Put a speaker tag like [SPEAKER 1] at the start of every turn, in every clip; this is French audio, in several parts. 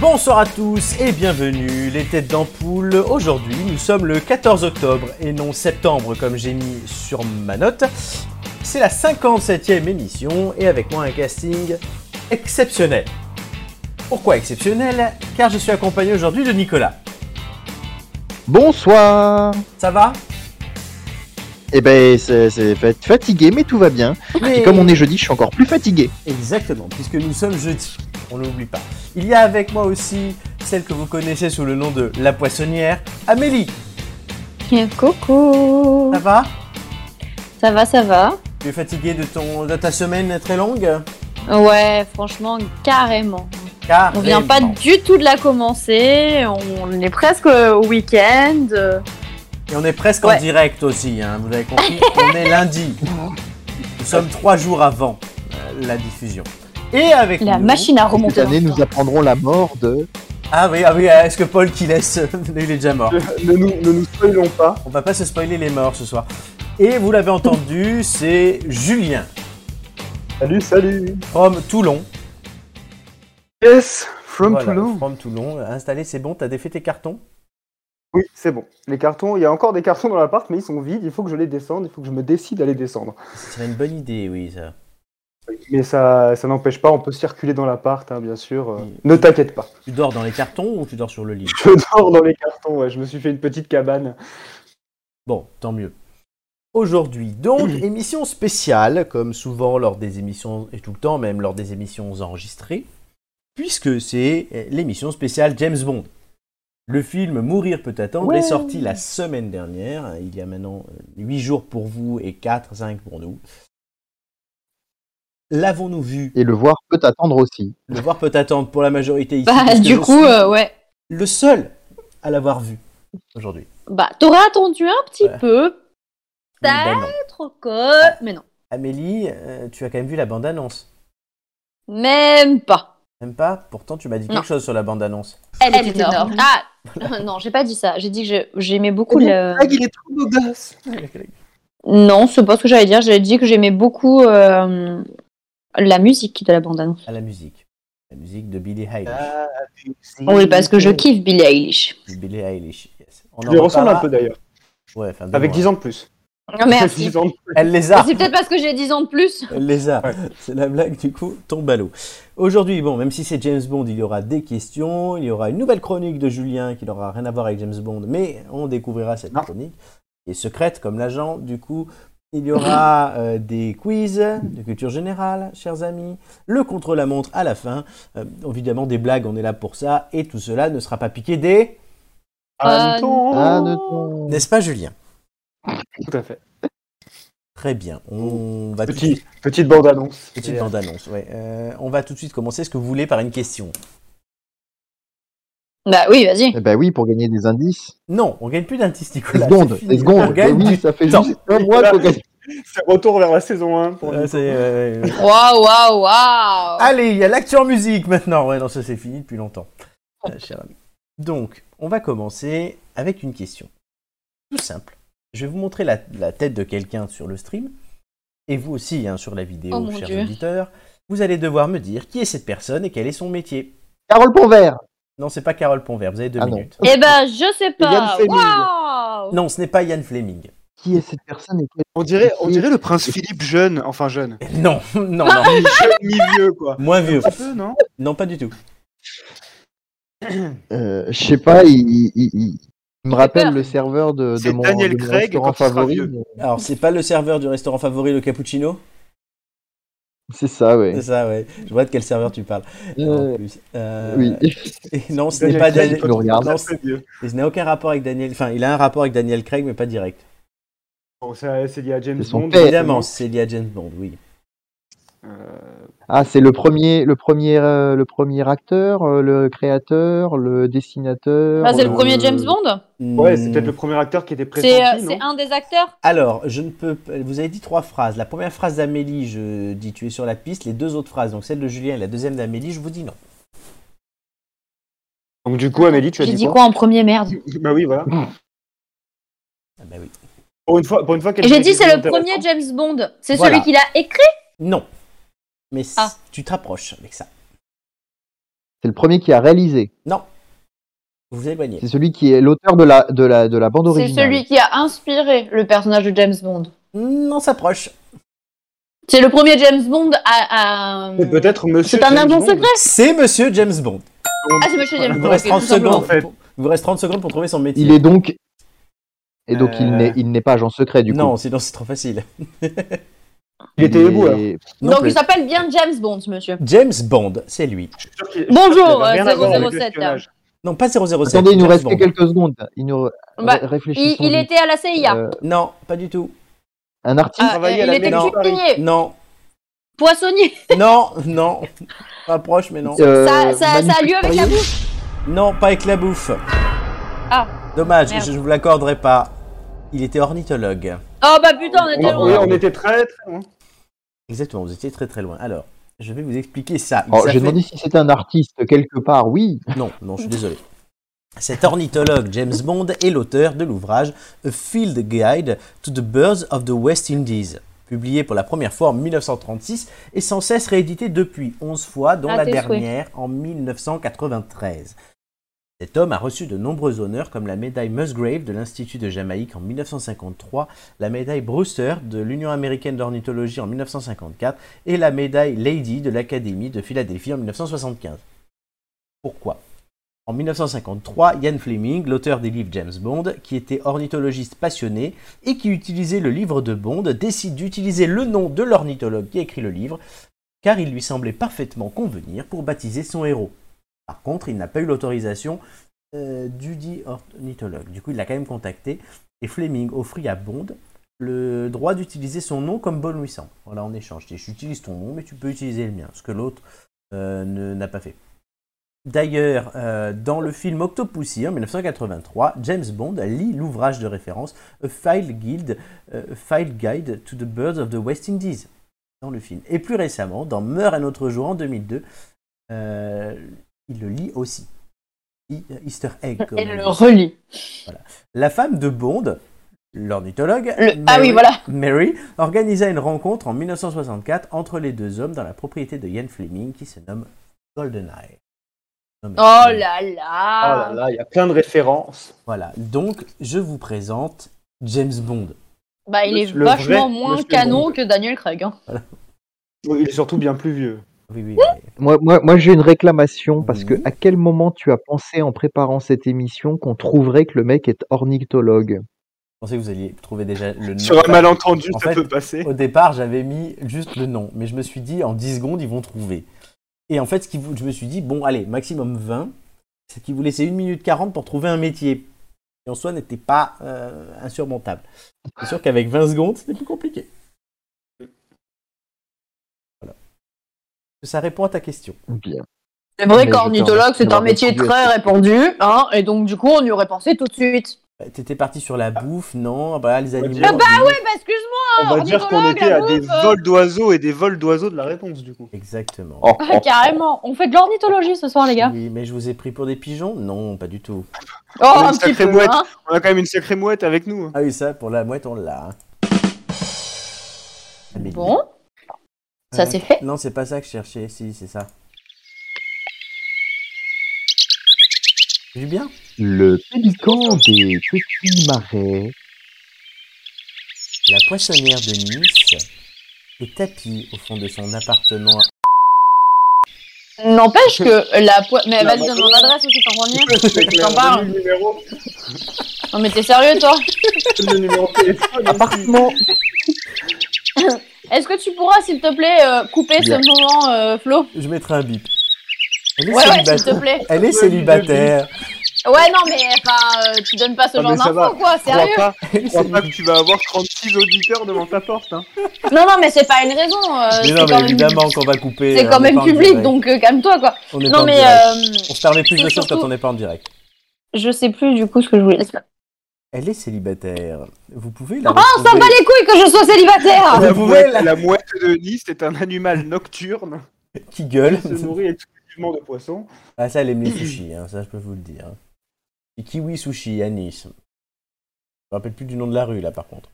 [SPEAKER 1] Bonsoir à tous et bienvenue les têtes d'ampoule. Aujourd'hui nous sommes le 14 octobre et non septembre comme j'ai mis sur ma note. C'est la 57e émission et avec moi un casting exceptionnel. Pourquoi exceptionnel Car je suis accompagné aujourd'hui de Nicolas.
[SPEAKER 2] Bonsoir
[SPEAKER 1] Ça va
[SPEAKER 2] Eh ben, c'est c'est fa- fatigué, mais tout va bien. Et comme on est jeudi, je suis encore plus fatigué.
[SPEAKER 1] Exactement, puisque nous sommes jeudi, on n'oublie pas. Il y a avec moi aussi celle que vous connaissez sous le nom de la poissonnière, Amélie.
[SPEAKER 3] Coucou
[SPEAKER 1] Ça va
[SPEAKER 3] Ça va, ça va
[SPEAKER 1] Tu es fatiguée de, ton, de ta semaine très longue
[SPEAKER 3] Ouais, franchement, carrément.
[SPEAKER 1] Car
[SPEAKER 3] On vient pas du tout de la commencer, on est presque au week-end.
[SPEAKER 1] Et on est presque en
[SPEAKER 3] Ouais.
[SPEAKER 1] direct aussi, hein, vous avez compris, on est lundi. Nous sommes trois jours avant euh, la diffusion. Et avec
[SPEAKER 3] La
[SPEAKER 1] nous-
[SPEAKER 3] machine à
[SPEAKER 2] Mmh. Cette
[SPEAKER 3] remonter.
[SPEAKER 2] année, nous apprendrons la mort de...
[SPEAKER 1] Ah oui, ah oui, est-ce que Paul qui laisse Il est déjà mort.
[SPEAKER 4] ne nous, ne nous spoilons pas.
[SPEAKER 1] On va pas se spoiler les morts ce soir. Et vous l'avez entendu, c'est Julien,
[SPEAKER 4] Salut, salut.
[SPEAKER 1] from Toulon.
[SPEAKER 4] Yes, from
[SPEAKER 1] Voilà,
[SPEAKER 4] Toulon.
[SPEAKER 1] From Toulon. Installé, c'est bon, t'as défait tes cartons
[SPEAKER 4] Oui, c'est bon. Les cartons, il y a encore des cartons dans l'appart, mais ils sont vides. Il faut que je les descende. Il faut que je me décide à les descendre.
[SPEAKER 1] Ce serait une bonne idée, oui, ça.
[SPEAKER 4] Mais ça, ça n'empêche pas. On peut circuler dans l'appart, hein, bien sûr. euh,
[SPEAKER 1] Oui.
[SPEAKER 4] Ne t'inquiète pas.
[SPEAKER 1] Tu dors dans les cartons ou tu dors sur le lit
[SPEAKER 4] Je dors dans les cartons. Ouais. Je me suis fait une petite cabane.
[SPEAKER 1] Bon, tant mieux. Aujourd'hui, donc, émission spéciale, comme souvent lors des émissions, et tout le temps même lors des émissions enregistrées, puisque c'est euh, l'émission spéciale James Bond. Le film Mourir peut attendre
[SPEAKER 3] Ouais.
[SPEAKER 1] est sorti la semaine dernière. hein, Il y a maintenant 8 jours pour vous et 4, 5 pour nous. L'avons-nous vu
[SPEAKER 2] Et le voir peut attendre aussi.
[SPEAKER 1] Le voir peut attendre pour la majorité ici.
[SPEAKER 3] Bah,
[SPEAKER 1] parce que
[SPEAKER 3] du
[SPEAKER 1] je
[SPEAKER 3] coup,
[SPEAKER 1] suis
[SPEAKER 3] euh, ouais.
[SPEAKER 1] Le seul à l'avoir vu aujourd'hui.
[SPEAKER 3] Bah, t'aurais attendu un petit
[SPEAKER 1] Ouais.
[SPEAKER 3] peu, Bah.
[SPEAKER 1] Mais ben non.
[SPEAKER 3] peut-être que. Mais non,
[SPEAKER 1] Amélie, euh, tu as quand même vu la bande-annonce.
[SPEAKER 3] même pas.
[SPEAKER 1] Même pas Pourtant, tu m'as dit
[SPEAKER 3] Non.
[SPEAKER 1] quelque chose sur la bande-annonce.
[SPEAKER 3] Elle, est énorme. Ah Non, j'ai pas dit ça. J'ai dit que je- j'aimais beaucoup le.
[SPEAKER 4] il est trop d'audace.
[SPEAKER 3] Non, c'est pas ce que j'allais dire. J'allais dire que j'aimais beaucoup euh, la musique de la bande-annonce.
[SPEAKER 1] À la musique. La musique de Billie Eilish.
[SPEAKER 4] Euh.
[SPEAKER 3] Oui, parce que je
[SPEAKER 2] euh,
[SPEAKER 3] kiffe Billie Eilish.
[SPEAKER 1] Billie Eilish, yes. On
[SPEAKER 4] Je
[SPEAKER 1] en
[SPEAKER 4] lui ressemble
[SPEAKER 1] reparlera-
[SPEAKER 4] un peu d'ailleurs.
[SPEAKER 1] Ouais, enfin, de
[SPEAKER 4] Avec
[SPEAKER 1] loin.
[SPEAKER 4] 10 ans de plus.
[SPEAKER 3] Ah, Merci.
[SPEAKER 4] 10 ans de plus.
[SPEAKER 1] Elle les
[SPEAKER 3] Mais
[SPEAKER 1] a
[SPEAKER 3] C'est peut-être parce que j'ai 10 ans de plus.
[SPEAKER 1] Elle les a
[SPEAKER 4] Ouais.
[SPEAKER 1] C'est la blague, du coup, tombe à l'eau. Aujourd'hui, bon, même si c'est James Bond, il y aura des questions, il y aura une nouvelle chronique de Julien qui n'aura rien à voir avec James Bond, mais on découvrira cette
[SPEAKER 4] Non.
[SPEAKER 1] chronique. Et secrète comme l'agent, du coup, il y aura euh, des quiz de culture générale, chers amis, le contre-la-montre à la fin, euh, évidemment des blagues, on est là pour ça, et tout cela ne sera pas piqué des...
[SPEAKER 3] Ah,
[SPEAKER 4] Attends.
[SPEAKER 2] Ah, ne
[SPEAKER 3] Oh.
[SPEAKER 2] t'en-
[SPEAKER 1] N'est-ce pas, Julien
[SPEAKER 4] Tout à fait.
[SPEAKER 1] Très bien, on va tout de
[SPEAKER 4] Petit, petite bande-annonce.
[SPEAKER 1] Petite bande-annonce, ouais. Euh, on va tout de suite commencer. Est-ce que vous voulez par une question
[SPEAKER 3] Bah oui, vas-y.
[SPEAKER 2] Eh ben oui, pour gagner des indices.
[SPEAKER 1] Non, on gagne plus d'indices,
[SPEAKER 2] Des
[SPEAKER 1] Nicolas.
[SPEAKER 2] secondes,
[SPEAKER 1] c'est fini.
[SPEAKER 2] des secondes.
[SPEAKER 1] On
[SPEAKER 2] Eh
[SPEAKER 1] gagne
[SPEAKER 2] oui,
[SPEAKER 1] du
[SPEAKER 2] ça fait
[SPEAKER 1] temps.
[SPEAKER 2] juste un mois qu'on gagne.
[SPEAKER 4] C'est retour vers la saison 1. Pour
[SPEAKER 1] Euh, c'est- ouais, ouais, ouais.
[SPEAKER 3] Waouh, waouh, waouh.
[SPEAKER 1] Allez, il y a l'actu en musique maintenant. Ouais, non, ça c'est fini depuis longtemps. Euh, cher ami. Donc, on va commencer avec une question. Tout simple. Je vais vous montrer la, la tête de quelqu'un sur le stream, et vous aussi hein, sur la vidéo,
[SPEAKER 3] Oh mon
[SPEAKER 1] chers
[SPEAKER 3] Dieu.
[SPEAKER 1] auditeurs. Vous allez devoir me dire qui est cette personne et quel est son métier.
[SPEAKER 2] Carole Ponvert
[SPEAKER 1] Non, c'est pas Carole Ponvert, vous avez deux
[SPEAKER 2] Ah non.
[SPEAKER 1] minutes.
[SPEAKER 3] Eh ben, je sais
[SPEAKER 4] Yann
[SPEAKER 3] pas.
[SPEAKER 4] Fleming.
[SPEAKER 3] Waouh.
[SPEAKER 1] Non, ce n'est pas Yann Fleming.
[SPEAKER 2] Qui est cette personne et quel-
[SPEAKER 4] On dirait, on dirait le prince Philippe jeune, enfin jeune.
[SPEAKER 1] Non, non,
[SPEAKER 3] Ah
[SPEAKER 1] non.
[SPEAKER 4] Ni jeune ni vieux, quoi.
[SPEAKER 1] Moins vieux.
[SPEAKER 4] Un peu, non
[SPEAKER 1] Non, pas du tout.
[SPEAKER 2] Euh, Je sais pas, il, il- il- il me rappelle
[SPEAKER 3] peur.
[SPEAKER 2] le serveur de, de
[SPEAKER 4] C'est
[SPEAKER 2] mon,
[SPEAKER 4] Daniel
[SPEAKER 2] de mon
[SPEAKER 4] Craig
[SPEAKER 2] restaurant
[SPEAKER 4] quand il sera
[SPEAKER 2] favori.
[SPEAKER 4] vieux.
[SPEAKER 1] Alors, c'est pas le serveur du restaurant favori, le cappuccino
[SPEAKER 2] C'est ça, ouais.
[SPEAKER 1] C'est ça, ouais. Je vois de quel serveur tu parles.
[SPEAKER 2] Euh,
[SPEAKER 1] En plus. Euh,
[SPEAKER 2] oui.
[SPEAKER 1] et non, ce n'est
[SPEAKER 4] Daniel
[SPEAKER 1] pas
[SPEAKER 4] Craig,
[SPEAKER 1] Daniel.
[SPEAKER 2] tu le regardes.
[SPEAKER 1] Non,
[SPEAKER 4] Un peu vieux.
[SPEAKER 1] ce n'a aucun rapport avec Daniel. Enfin, il a un rapport avec Daniel Craig, mais pas direct.
[SPEAKER 4] Bon, c'est c'est lié à James
[SPEAKER 2] C'est son
[SPEAKER 4] Bond.
[SPEAKER 2] père.
[SPEAKER 1] Évidemment, c'est lié à James Bond, oui.
[SPEAKER 4] Euh,
[SPEAKER 2] Ah, c'est le premier, le premier, euh, le premier acteur, euh, le créateur, le dessinateur.
[SPEAKER 3] Ah, c'est le premier James Bond
[SPEAKER 4] ouais, c'est peut-être
[SPEAKER 1] Hmm.
[SPEAKER 4] le premier acteur qui était
[SPEAKER 3] C'est euh,
[SPEAKER 4] pressenti,
[SPEAKER 3] c'est
[SPEAKER 4] non
[SPEAKER 3] un des acteurs
[SPEAKER 1] Alors, je ne peux. pas- Vous avez dit trois phrases. La première phrase d'Amélie, je dis tu es sur la piste. Les deux autres phrases, donc celle de Julien et la deuxième d'Amélie, je vous dis non.
[SPEAKER 4] Donc du coup, Amélie, tu as
[SPEAKER 3] J'ai
[SPEAKER 4] dit,
[SPEAKER 3] dit quoi en premier, merde
[SPEAKER 4] Bah oui, voilà.
[SPEAKER 1] Ah ben oui.
[SPEAKER 4] Pour une fois, pour une fois
[SPEAKER 3] J'ai dit c'est le
[SPEAKER 4] euh,
[SPEAKER 3] premier James Bond. C'est
[SPEAKER 1] Voilà.
[SPEAKER 3] celui qu'il a écrit
[SPEAKER 1] Non. Mais
[SPEAKER 3] Ah.
[SPEAKER 1] tu te rapproches avec ça.
[SPEAKER 2] C'est le premier qui a réalisé.
[SPEAKER 1] Non. Vous vous éloignez.
[SPEAKER 2] C'est celui qui est l'auteur de la, de, la, de la bande
[SPEAKER 3] C'est
[SPEAKER 2] originale.
[SPEAKER 3] celui qui a inspiré le personnage de James Bond.
[SPEAKER 1] Non, s'approche.
[SPEAKER 3] C'est le premier James Bond à. à-
[SPEAKER 4] C'est peut-être Monsieur.
[SPEAKER 3] C'est un
[SPEAKER 4] James
[SPEAKER 3] agent
[SPEAKER 4] Bond.
[SPEAKER 3] secret
[SPEAKER 1] C'est Monsieur James Bond.
[SPEAKER 3] Ah, c'est monsieur James
[SPEAKER 1] Il
[SPEAKER 3] Bond.
[SPEAKER 1] vous reste
[SPEAKER 3] ok,
[SPEAKER 1] 30
[SPEAKER 3] tout simplement.
[SPEAKER 1] secondes.
[SPEAKER 4] en fait.
[SPEAKER 1] pour- Il vous reste 30 secondes pour trouver son métier.
[SPEAKER 2] Il est donc. Et donc, il
[SPEAKER 1] Euh.
[SPEAKER 2] n'est- il n'est pas agent secret, du coup.
[SPEAKER 1] non, sinon c'est trop facile.
[SPEAKER 4] Il était hein.
[SPEAKER 2] est-
[SPEAKER 4] éboueur.
[SPEAKER 1] Non
[SPEAKER 3] Donc
[SPEAKER 1] plus.
[SPEAKER 3] il s'appelle bien James Bond, ce monsieur.
[SPEAKER 1] James Bond, c'est lui.
[SPEAKER 4] Je suis sûr qu'il-
[SPEAKER 3] Bonjour, euh,
[SPEAKER 4] Ça n'avait rien à voir avec
[SPEAKER 3] 007. là.
[SPEAKER 4] l'espionnage.
[SPEAKER 1] Non, pas 007.
[SPEAKER 2] Attendez, il nous
[SPEAKER 1] James
[SPEAKER 2] reste que
[SPEAKER 1] Bond.
[SPEAKER 2] quelques secondes. Il nous ré-
[SPEAKER 3] Bah,
[SPEAKER 2] réfléchissons
[SPEAKER 3] il, il
[SPEAKER 2] vite.
[SPEAKER 3] était à la CIA.
[SPEAKER 2] Euh,
[SPEAKER 1] Non, pas du tout.
[SPEAKER 2] un artiste.
[SPEAKER 3] Ah,
[SPEAKER 4] travaillait à
[SPEAKER 3] il
[SPEAKER 4] la
[SPEAKER 3] était
[SPEAKER 1] mairie.
[SPEAKER 3] cuisinier,
[SPEAKER 1] Non,
[SPEAKER 3] poissonnier.
[SPEAKER 1] non, non. Pas proche, mais non.
[SPEAKER 2] euh,
[SPEAKER 3] ça, ça, ça a lieu avec la
[SPEAKER 2] manufacturier.
[SPEAKER 3] bouche.
[SPEAKER 1] Non, pas avec la bouffe.
[SPEAKER 3] Ah.
[SPEAKER 1] Dommage,
[SPEAKER 3] Merde.
[SPEAKER 1] je ne vous l'accorderai pas. Il était ornithologue.
[SPEAKER 3] Oh bah putain, on
[SPEAKER 4] On-
[SPEAKER 3] était
[SPEAKER 4] oui,
[SPEAKER 3] loin.
[SPEAKER 4] on était très très loin.
[SPEAKER 1] Exactement, vous étiez très très loin. Alors, je vais vous expliquer ça.
[SPEAKER 2] Oh,
[SPEAKER 1] Ah, Ça
[SPEAKER 2] J'ai
[SPEAKER 1] fait-
[SPEAKER 2] demandé si c'était un artiste quelque part. Oui.
[SPEAKER 1] Non, non, je suis désolé. Cet ornithologue James Bond est l'auteur de l'ouvrage A Field Guide to the Birds of the West Indies, publié pour la première fois en 1936 et sans cesse réédité depuis 11 fois, dont
[SPEAKER 3] À
[SPEAKER 1] la
[SPEAKER 3] tes souhaits.
[SPEAKER 1] dernière en 1993. Cet homme a reçu de nombreux honneurs comme la médaille Musgrave de l'Institut de Jamaïque en 1953, la médaille Brewster de l'Union américaine d'ornithologie en 1954 et la médaille Lady de l'Académie de Philadelphie en 1975. Pourquoi En 1953, Ian Fleming, l'auteur des livres James Bond, qui était ornithologiste passionné et qui utilisait le livre de Bond, décide d'utiliser le nom de l'ornithologue qui a écrit le livre, car il lui semblait parfaitement convenir pour baptiser son héros. Par contre, il n'a pas eu l'autorisation euh, du dit ornithologue. Du coup, il l'a quand même contacté et Fleming offrit à Bond le droit d'utiliser son nom comme bon lui semble. Voilà, en échange. Je dis, J'utilise ton nom, mais tu peux utiliser le mien, ce que l'autre euh, ne- n'a pas fait. D'ailleurs, euh, dans le film Octopussy hein, en 1983, James Bond lit l'ouvrage de référence A File, Guide, euh, A File Guide to the Birds of the West Indies dans le film. Et plus récemment, dans Meurt un autre jour en 2002, euh, il le lit aussi. I- euh, Easter egg. comme
[SPEAKER 3] Elle
[SPEAKER 1] on
[SPEAKER 3] le
[SPEAKER 1] dit.
[SPEAKER 3] relie.
[SPEAKER 1] La femme de Bond, l'ornithologue,
[SPEAKER 3] Le- Ah
[SPEAKER 1] Mary-
[SPEAKER 3] oui, voilà.
[SPEAKER 1] Mary, organisa une rencontre en 1964 entre les deux hommes dans la propriété de Ian Fleming qui se nomme GoldenEye. Non, mais-
[SPEAKER 3] Oh là
[SPEAKER 4] Ah
[SPEAKER 3] là.
[SPEAKER 4] là là, il y a plein de références.
[SPEAKER 1] Voilà, donc je vous présente James Bond.
[SPEAKER 3] Bah il est
[SPEAKER 4] Le- le
[SPEAKER 3] vachement
[SPEAKER 4] vrai
[SPEAKER 3] moins
[SPEAKER 4] monsieur
[SPEAKER 3] canon
[SPEAKER 4] Bond.
[SPEAKER 3] que Daniel Craig. hein.
[SPEAKER 4] Oui, Il est surtout bien plus vieux.
[SPEAKER 1] Oui, oui, oui.
[SPEAKER 2] Moi, moi, moi j'ai une réclamation parce que
[SPEAKER 1] Oui.
[SPEAKER 2] à quel moment tu as pensé en préparant cette émission qu'on trouverait que le mec est ornithologue
[SPEAKER 1] Je pensais que vous alliez trouver déjà le nom.
[SPEAKER 4] Sur un malentendu,
[SPEAKER 1] En
[SPEAKER 4] ça
[SPEAKER 1] fait,
[SPEAKER 4] peut passer.
[SPEAKER 1] Au départ, j'avais mis juste le nom, mais je me suis dit en 10 secondes, ils vont trouver. Et en fait, ce qui vou- je me suis dit, bon, allez, maximum 20, c'est qu'il vous laissait 1 minute 40 pour trouver un métier. Et en soi, n'était pas euh, insurmontable. C'est sûr qu'avec 20 secondes, c'était plus compliqué. Voilà. Ça répond à ta question.
[SPEAKER 2] Bien.
[SPEAKER 3] C'est
[SPEAKER 2] Mais
[SPEAKER 3] vrai
[SPEAKER 2] je
[SPEAKER 3] qu'ornithologue,
[SPEAKER 2] t'en-
[SPEAKER 3] c'est
[SPEAKER 2] je
[SPEAKER 3] un
[SPEAKER 2] m'en
[SPEAKER 3] métier
[SPEAKER 2] répondu
[SPEAKER 3] très
[SPEAKER 2] à cette
[SPEAKER 3] répandu, hein, et donc du coup, on y aurait pensé tout de suite.
[SPEAKER 1] Euh, T'étais parti sur la bouffe, non Ah Bah, les
[SPEAKER 4] va
[SPEAKER 1] animaux.
[SPEAKER 4] dire-
[SPEAKER 1] on
[SPEAKER 4] Bah
[SPEAKER 1] dit-
[SPEAKER 3] Bah, excuse-moi,
[SPEAKER 4] On va dire qu'on
[SPEAKER 3] ornithologue,
[SPEAKER 4] était à
[SPEAKER 3] la
[SPEAKER 4] des
[SPEAKER 3] bouffe, euh.
[SPEAKER 4] vols d'oiseaux et des vols d'oiseaux de la réponse, du coup.
[SPEAKER 1] Exactement.
[SPEAKER 2] Oh, oh,
[SPEAKER 3] carrément. On fait de l'ornithologie ce soir, les gars.
[SPEAKER 1] Oui, mais je vous ai pris pour des pigeons Non, pas du tout.
[SPEAKER 3] Oh,
[SPEAKER 4] On a
[SPEAKER 3] un
[SPEAKER 4] une
[SPEAKER 3] petit
[SPEAKER 4] sacrée
[SPEAKER 3] peu,
[SPEAKER 4] mouette.
[SPEAKER 3] hein.
[SPEAKER 4] On a quand même une sacrée mouette avec nous. hein.
[SPEAKER 1] Ah oui, ça, pour la mouette, on l'a. hein. Amélie.
[SPEAKER 3] Bon, ça
[SPEAKER 1] Euh,
[SPEAKER 3] c'est fait.
[SPEAKER 1] Non, c'est pas ça que je cherchais. Si, c'est ça. J'ai bien
[SPEAKER 2] Le pélican des petits marais.
[SPEAKER 1] La poissonnière de Nice est tapie au fond de son appartement.
[SPEAKER 3] N'empêche que la poêle. Mais
[SPEAKER 4] Non,
[SPEAKER 3] vas-y,
[SPEAKER 4] mais-
[SPEAKER 3] donne mon adresse aussi, t'en revenir.
[SPEAKER 4] C'est clair,
[SPEAKER 3] T'en parles.
[SPEAKER 4] donne-lui le numéro,
[SPEAKER 3] Non, mais t'es sérieux, toi
[SPEAKER 4] donne-lui le numéro de téléphone.
[SPEAKER 2] Appartement.
[SPEAKER 3] Est-ce que tu pourras, s'il te plaît, euh, couper
[SPEAKER 2] Bien.
[SPEAKER 3] ce moment, euh, Flo
[SPEAKER 1] Je mettrai un bip. Elle est
[SPEAKER 3] Ouais, ouais, s'il
[SPEAKER 1] célibataire.
[SPEAKER 3] te plaît.
[SPEAKER 1] Elle est célibataire.
[SPEAKER 3] Ouais, non, mais enfin, euh, tu donnes pas ce
[SPEAKER 4] Ah,
[SPEAKER 3] genre
[SPEAKER 4] mais ça
[SPEAKER 3] d'infos, quoi,
[SPEAKER 4] Je crois
[SPEAKER 3] sérieux
[SPEAKER 4] pas,
[SPEAKER 1] Elle est
[SPEAKER 4] je crois pas
[SPEAKER 1] célibataire.
[SPEAKER 4] que tu vas avoir 36 auditeurs devant ta porte. Hein.
[SPEAKER 3] Non, non, mais c'est pas une raison. euh,
[SPEAKER 1] Mais
[SPEAKER 3] c'est
[SPEAKER 1] non,
[SPEAKER 3] quand
[SPEAKER 1] mais
[SPEAKER 3] même-
[SPEAKER 1] évidemment qu'on va couper.
[SPEAKER 3] C'est
[SPEAKER 1] euh,
[SPEAKER 3] quand
[SPEAKER 1] on est
[SPEAKER 3] même
[SPEAKER 1] pas en
[SPEAKER 3] public,
[SPEAKER 1] direct.
[SPEAKER 3] donc euh, calme-toi, quoi.
[SPEAKER 1] On est pas
[SPEAKER 3] Non,
[SPEAKER 1] en
[SPEAKER 3] mais
[SPEAKER 1] direct.
[SPEAKER 3] euh,
[SPEAKER 1] On se permet plus
[SPEAKER 3] c'est
[SPEAKER 1] de choses quand
[SPEAKER 3] surtout-
[SPEAKER 1] on n'est pas en direct.
[SPEAKER 3] je sais plus du coup ce que je voulais.
[SPEAKER 1] Elle est célibataire. Vous pouvez la.
[SPEAKER 3] Ah, on s'en
[SPEAKER 1] retrouver-
[SPEAKER 3] bat les couilles que je sois célibataire
[SPEAKER 1] La
[SPEAKER 4] Ah, La,
[SPEAKER 1] poubelle.
[SPEAKER 4] mouette, la mouette de Nice est un animal nocturne
[SPEAKER 1] Qui gueule.
[SPEAKER 4] qui se nourrit exclusivement de poissons.
[SPEAKER 1] Ah, ça, elle aime les sushis, hein, ça, je peux vous le dire. Et Kiwi Sushi à Nice. Je me rappelle plus du nom de la rue, là, par contre.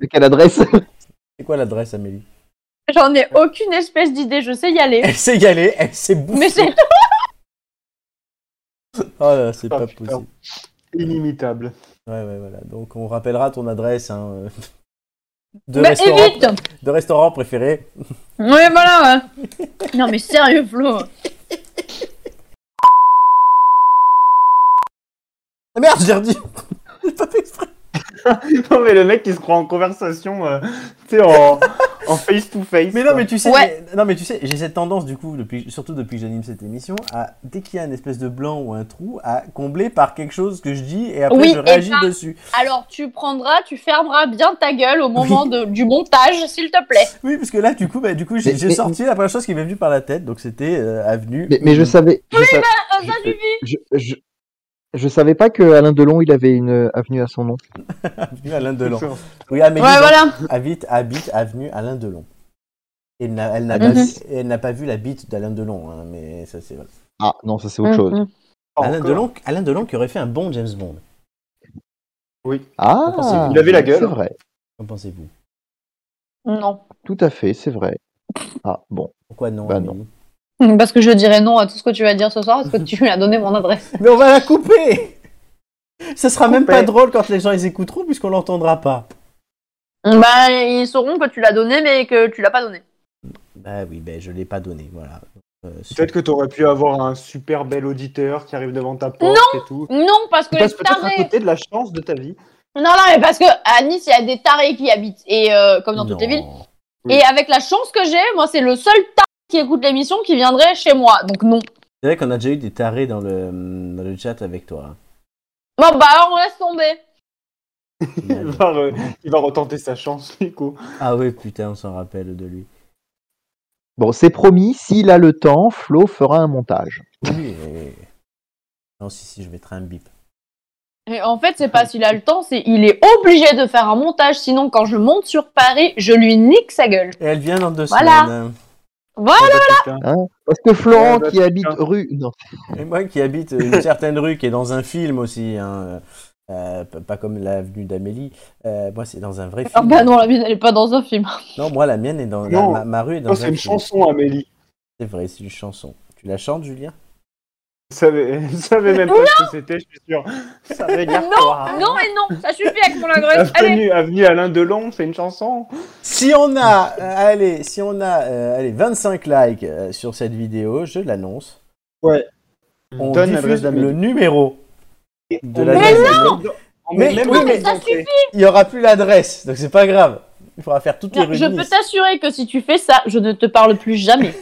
[SPEAKER 2] De quelle adresse
[SPEAKER 1] C'est quoi l'adresse, Amélie
[SPEAKER 3] J'en ai aucune espèce d'idée, je sais y aller.
[SPEAKER 1] Elle s'est y aller, elle s'est bouffée.
[SPEAKER 3] Mais c'est
[SPEAKER 1] Ah là, c'est
[SPEAKER 3] Oh,
[SPEAKER 4] Ah,
[SPEAKER 1] pas
[SPEAKER 4] putain.
[SPEAKER 1] possible.
[SPEAKER 4] Inimitable.
[SPEAKER 1] Ouais, ouais, voilà. Donc on rappellera ton adresse hein, euh, de,
[SPEAKER 3] Bah,
[SPEAKER 1] restaurant,
[SPEAKER 3] évite
[SPEAKER 1] de restaurant préféré.
[SPEAKER 3] Ouais, voilà, ouais. Non, mais sérieux, Flo.
[SPEAKER 1] Ah merde, j'ai redit J'ai pas fait exprès
[SPEAKER 4] non, mais le mec qui se croit en conversation, euh, tu sais, en, en face to face.
[SPEAKER 1] Mais non, mais tu sais,
[SPEAKER 3] Ouais.
[SPEAKER 1] mais- non, mais tu sais, j'ai cette tendance du coup, depuis, surtout depuis que j'anime cette émission, à dès qu'il y a une espèce de blanc ou un trou, à combler par quelque chose que je dis et après
[SPEAKER 3] Oui,
[SPEAKER 1] je
[SPEAKER 3] et ben,
[SPEAKER 1] réagis
[SPEAKER 3] ça-
[SPEAKER 1] dessus.
[SPEAKER 3] Alors, tu prendras, tu fermeras bien ta gueule au moment de- du montage, s'il te plaît.
[SPEAKER 1] Oui, parce que là, du coup, bah, du coup, j'ai
[SPEAKER 2] Mais-
[SPEAKER 1] j'ai
[SPEAKER 2] mais-
[SPEAKER 1] sorti la première chose qui m'est venue par la tête, donc c'était euh, avenue.
[SPEAKER 2] Mais, mais je savais. je sa-
[SPEAKER 3] Ah, ça
[SPEAKER 2] je-
[SPEAKER 3] suffit.
[SPEAKER 2] je, je, je savais pas que Alain Delon il avait une avenue à son nom.
[SPEAKER 1] avenue Alain Delon. Oui, à
[SPEAKER 3] Ouais,
[SPEAKER 1] Mélisande,
[SPEAKER 3] voilà.
[SPEAKER 1] habite, habite avenue Alain Delon. Et elle n'a elle n'a
[SPEAKER 2] Ah,
[SPEAKER 1] pas,
[SPEAKER 3] mais
[SPEAKER 1] vu- elle n'a pas vu la bite d'Alain Delon, hein, mais ça c'est vrai.
[SPEAKER 2] Ah non, ça c'est autre chose.
[SPEAKER 1] Alain Delon, Alain Delon qui aurait fait un bon James Bond.
[SPEAKER 4] Oui.
[SPEAKER 2] Ah,
[SPEAKER 4] Il avait la gueule.
[SPEAKER 2] C'est vrai.
[SPEAKER 1] Qu'en pensez-vous
[SPEAKER 3] Non.
[SPEAKER 2] Tout à fait, c'est vrai. Ah bon.
[SPEAKER 1] Pourquoi non,
[SPEAKER 2] Bah,
[SPEAKER 1] Amélie
[SPEAKER 3] Parce que je dirais non à tout ce que tu vas dire ce soir, parce que tu m'as donné mon adresse.
[SPEAKER 1] Mais on va la couper Ça sera même
[SPEAKER 4] Couper.
[SPEAKER 1] pas drôle quand les gens les écouteront puisqu'on l'entendra pas.
[SPEAKER 3] Bah, ils sauront que tu l'as donné, mais que tu l'as pas donné.
[SPEAKER 1] Bah oui, ben je l'ai pas donné, voilà. Euh, sur-
[SPEAKER 4] Peut-être que t'aurais pu avoir un super bel auditeur qui arrive devant ta porte et tout.
[SPEAKER 3] Non, parce que
[SPEAKER 4] Tu
[SPEAKER 3] les
[SPEAKER 4] passes peut-être à
[SPEAKER 3] tarés.
[SPEAKER 4] côté de la chance de ta vie.
[SPEAKER 3] Non, non, mais parce que à Nice, il y a des tarés qui habitent, et euh, comme dans toutes les
[SPEAKER 1] Non.
[SPEAKER 3] villes.
[SPEAKER 4] Oui.
[SPEAKER 3] Et avec la chance que j'ai, moi, c'est le seul taré qui écoute l'émission qui viendrait chez moi. Donc, non.
[SPEAKER 1] C'est vrai qu'on a déjà eu des tarés dans le, dans le chat avec toi.
[SPEAKER 3] Bon, bah, alors, on laisse tomber.
[SPEAKER 1] hein.
[SPEAKER 4] Il va, re- il va retenter sa chance, Nico.
[SPEAKER 1] ah oui, putain, on s'en rappelle de lui.
[SPEAKER 2] Bon, c'est promis, s'il a le temps, Flo fera un montage.
[SPEAKER 1] Oui, et- Non, si, si, je mettrai un bip.
[SPEAKER 3] Et en fait, c'est pas s'il a le temps, c'est il est obligé de faire un montage. Sinon, quand je monte sur Paris, je lui nique sa gueule.
[SPEAKER 1] Et elle vient dans deux
[SPEAKER 3] Voilà.
[SPEAKER 1] semaines.
[SPEAKER 3] Voilà.
[SPEAKER 4] Putain.
[SPEAKER 2] Parce que Florent
[SPEAKER 4] Ouais, bah,
[SPEAKER 2] qui habite
[SPEAKER 4] tiens.
[SPEAKER 2] rue. Non,
[SPEAKER 1] hein. Et moi qui habite une certaine rue qui est dans un film aussi, hein, euh, p- pas comme l'avenue d'Amélie, euh, moi c'est dans un vrai film.
[SPEAKER 3] Ah bah non, la mienne, elle est pas dans un film.
[SPEAKER 1] Non, moi la mienne est dans la-
[SPEAKER 4] Non.
[SPEAKER 1] ma, ma rue est dans
[SPEAKER 4] Non,
[SPEAKER 1] un
[SPEAKER 4] Oh, c'est une
[SPEAKER 1] film.
[SPEAKER 4] chanson, Amélie.
[SPEAKER 1] C'est vrai, c'est une chanson. Tu la chantes, Julien
[SPEAKER 4] Elle savait, elle savait même pas ce que c'était, je suis sûr. Ça regarde toi.
[SPEAKER 1] hein
[SPEAKER 3] Non mais non, ça suffit avec mon adresse. Allez.
[SPEAKER 4] Avenue, Avenue Alain Delon, c'est une chanson.
[SPEAKER 1] Si on a, euh, allez, si on a, euh, allez, 25 likes euh, sur cette vidéo, je l'annonce. On
[SPEAKER 4] Donne l'adresse
[SPEAKER 1] diffuse le
[SPEAKER 4] d'Amélie.
[SPEAKER 1] non de la-
[SPEAKER 4] Mais
[SPEAKER 1] non Mais- oui, mais
[SPEAKER 3] ça
[SPEAKER 1] Il y aura plus l'adresse, donc c'est pas grave. Il faudra faire toutes les rues.
[SPEAKER 3] Je
[SPEAKER 1] de
[SPEAKER 3] peux
[SPEAKER 1] Nice.
[SPEAKER 3] t'assurer que si tu fais ça, je ne te parle plus jamais.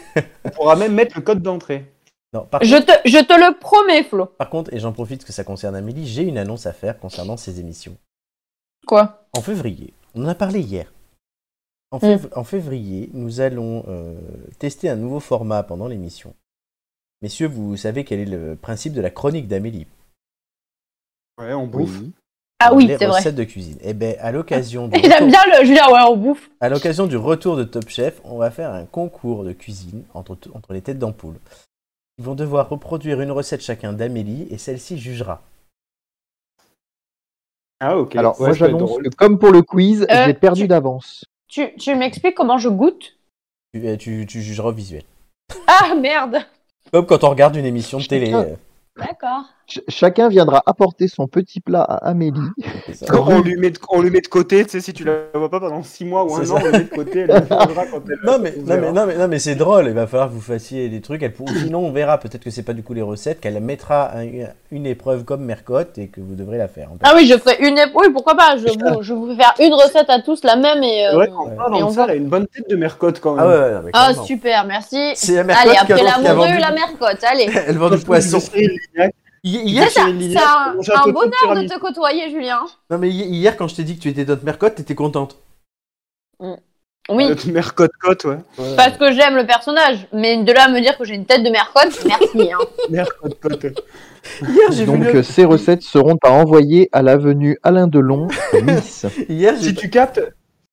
[SPEAKER 4] On pourra même mettre le code d'entrée.
[SPEAKER 1] Non, par,
[SPEAKER 3] Je te, je te le promets, Flo.
[SPEAKER 1] par contre, et j'en profite que ça concerne Amélie, j'ai une annonce à faire concernant ces émissions.
[SPEAKER 3] Quoi
[SPEAKER 1] En février, on en a parlé hier. En,
[SPEAKER 3] Mm.
[SPEAKER 1] fév- en février, nous allons euh, tester un nouveau format pendant l'émission. Messieurs, vous savez quel est le principe de la chronique d'Amélie
[SPEAKER 4] Ouais, on bouffe.
[SPEAKER 3] Ah oui,
[SPEAKER 1] les
[SPEAKER 3] c'est vrai.
[SPEAKER 1] recettes de cuisine. Eh ben, à l'occasion du
[SPEAKER 3] Et J'aime
[SPEAKER 1] retour-
[SPEAKER 3] bien le Julien, ouais, on bouffe.
[SPEAKER 1] À l'occasion du retour de Top Chef, on va faire un concours de cuisine entre, entre les têtes d'ampoule. Ils vont devoir reproduire une recette chacun d'Amélie et celle-ci jugera.
[SPEAKER 4] Ah, ok.
[SPEAKER 2] Alors,
[SPEAKER 4] Ouais,
[SPEAKER 2] moi
[SPEAKER 4] ça peut être
[SPEAKER 2] j'annonce
[SPEAKER 4] drôle.
[SPEAKER 2] que comme pour le quiz,
[SPEAKER 3] Euh,
[SPEAKER 2] j'ai perdu
[SPEAKER 3] tu-
[SPEAKER 2] d'avance.
[SPEAKER 3] Tu, tu m'expliques comment je goûte
[SPEAKER 1] Tu, euh, tu- tu jugeras au visuel.
[SPEAKER 3] Ah merde.
[SPEAKER 1] Comme quand on regarde une émission de télé. euh,
[SPEAKER 3] D'accord.
[SPEAKER 2] Ch- chacun viendra apporter son petit plat à Amélie.
[SPEAKER 3] Ah,
[SPEAKER 1] c'est ça.
[SPEAKER 4] Quand on lui met de, on lui met de côté, tu sais, si tu la vois pas pendant 6 mois ou un
[SPEAKER 1] C'est
[SPEAKER 4] an,
[SPEAKER 1] ça.
[SPEAKER 4] on le met de côté, elle le changera quand elle.
[SPEAKER 1] Non mais,
[SPEAKER 4] on
[SPEAKER 1] non,
[SPEAKER 4] verra.
[SPEAKER 1] mais, non, mais, non, mais c'est drôle, il va falloir que vous fassiez des trucs. Elle pour- Sinon on verra, peut-être que c'est pas du coup les recettes, qu'elle mettra un- une épreuve comme Mercotte et que vous devrez la faire.
[SPEAKER 3] Ah oui, je ferai une. ép- Oui, pourquoi pas Je vous, je vous fais faire une recette à tous la même et.
[SPEAKER 4] C'est
[SPEAKER 3] euh,
[SPEAKER 4] vrai qu'en
[SPEAKER 3] et on
[SPEAKER 4] parlant de ça,
[SPEAKER 3] voit.
[SPEAKER 4] elle a une bonne tête de mercotte quand même.
[SPEAKER 1] Ah ouais, ouais, non, mais
[SPEAKER 3] Ah
[SPEAKER 1] clairement.
[SPEAKER 3] super, merci.
[SPEAKER 1] C'est la Mercotte
[SPEAKER 3] Allez,
[SPEAKER 1] qui a
[SPEAKER 3] après
[SPEAKER 1] vendu- qui a
[SPEAKER 3] l'amoureux,
[SPEAKER 1] vendu-
[SPEAKER 3] la mercotte, allez.
[SPEAKER 1] Elle vend du poisson. Hier,
[SPEAKER 3] C'est ça, c'est un,
[SPEAKER 4] j'ai un
[SPEAKER 3] un
[SPEAKER 4] peu de
[SPEAKER 3] bonheur de
[SPEAKER 4] tiramisu.
[SPEAKER 3] te côtoyer, Julien.
[SPEAKER 1] Non mais hi- hier quand je t'ai dit que tu étais notre mercotte, t'étais contente.
[SPEAKER 3] Oui,
[SPEAKER 4] Mercotte-cote, ouais.
[SPEAKER 3] parce que j'aime le personnage, mais de là à me dire que j'ai une tête de mercotte, merci. hein.
[SPEAKER 4] Mercotte-cote.
[SPEAKER 1] Hier j'ai
[SPEAKER 2] Donc
[SPEAKER 1] voulu-
[SPEAKER 2] euh, ces recettes seront à envoyer à l'avenue Alain Delon, à Nice.
[SPEAKER 1] Hier j'ai
[SPEAKER 4] Si tu captes,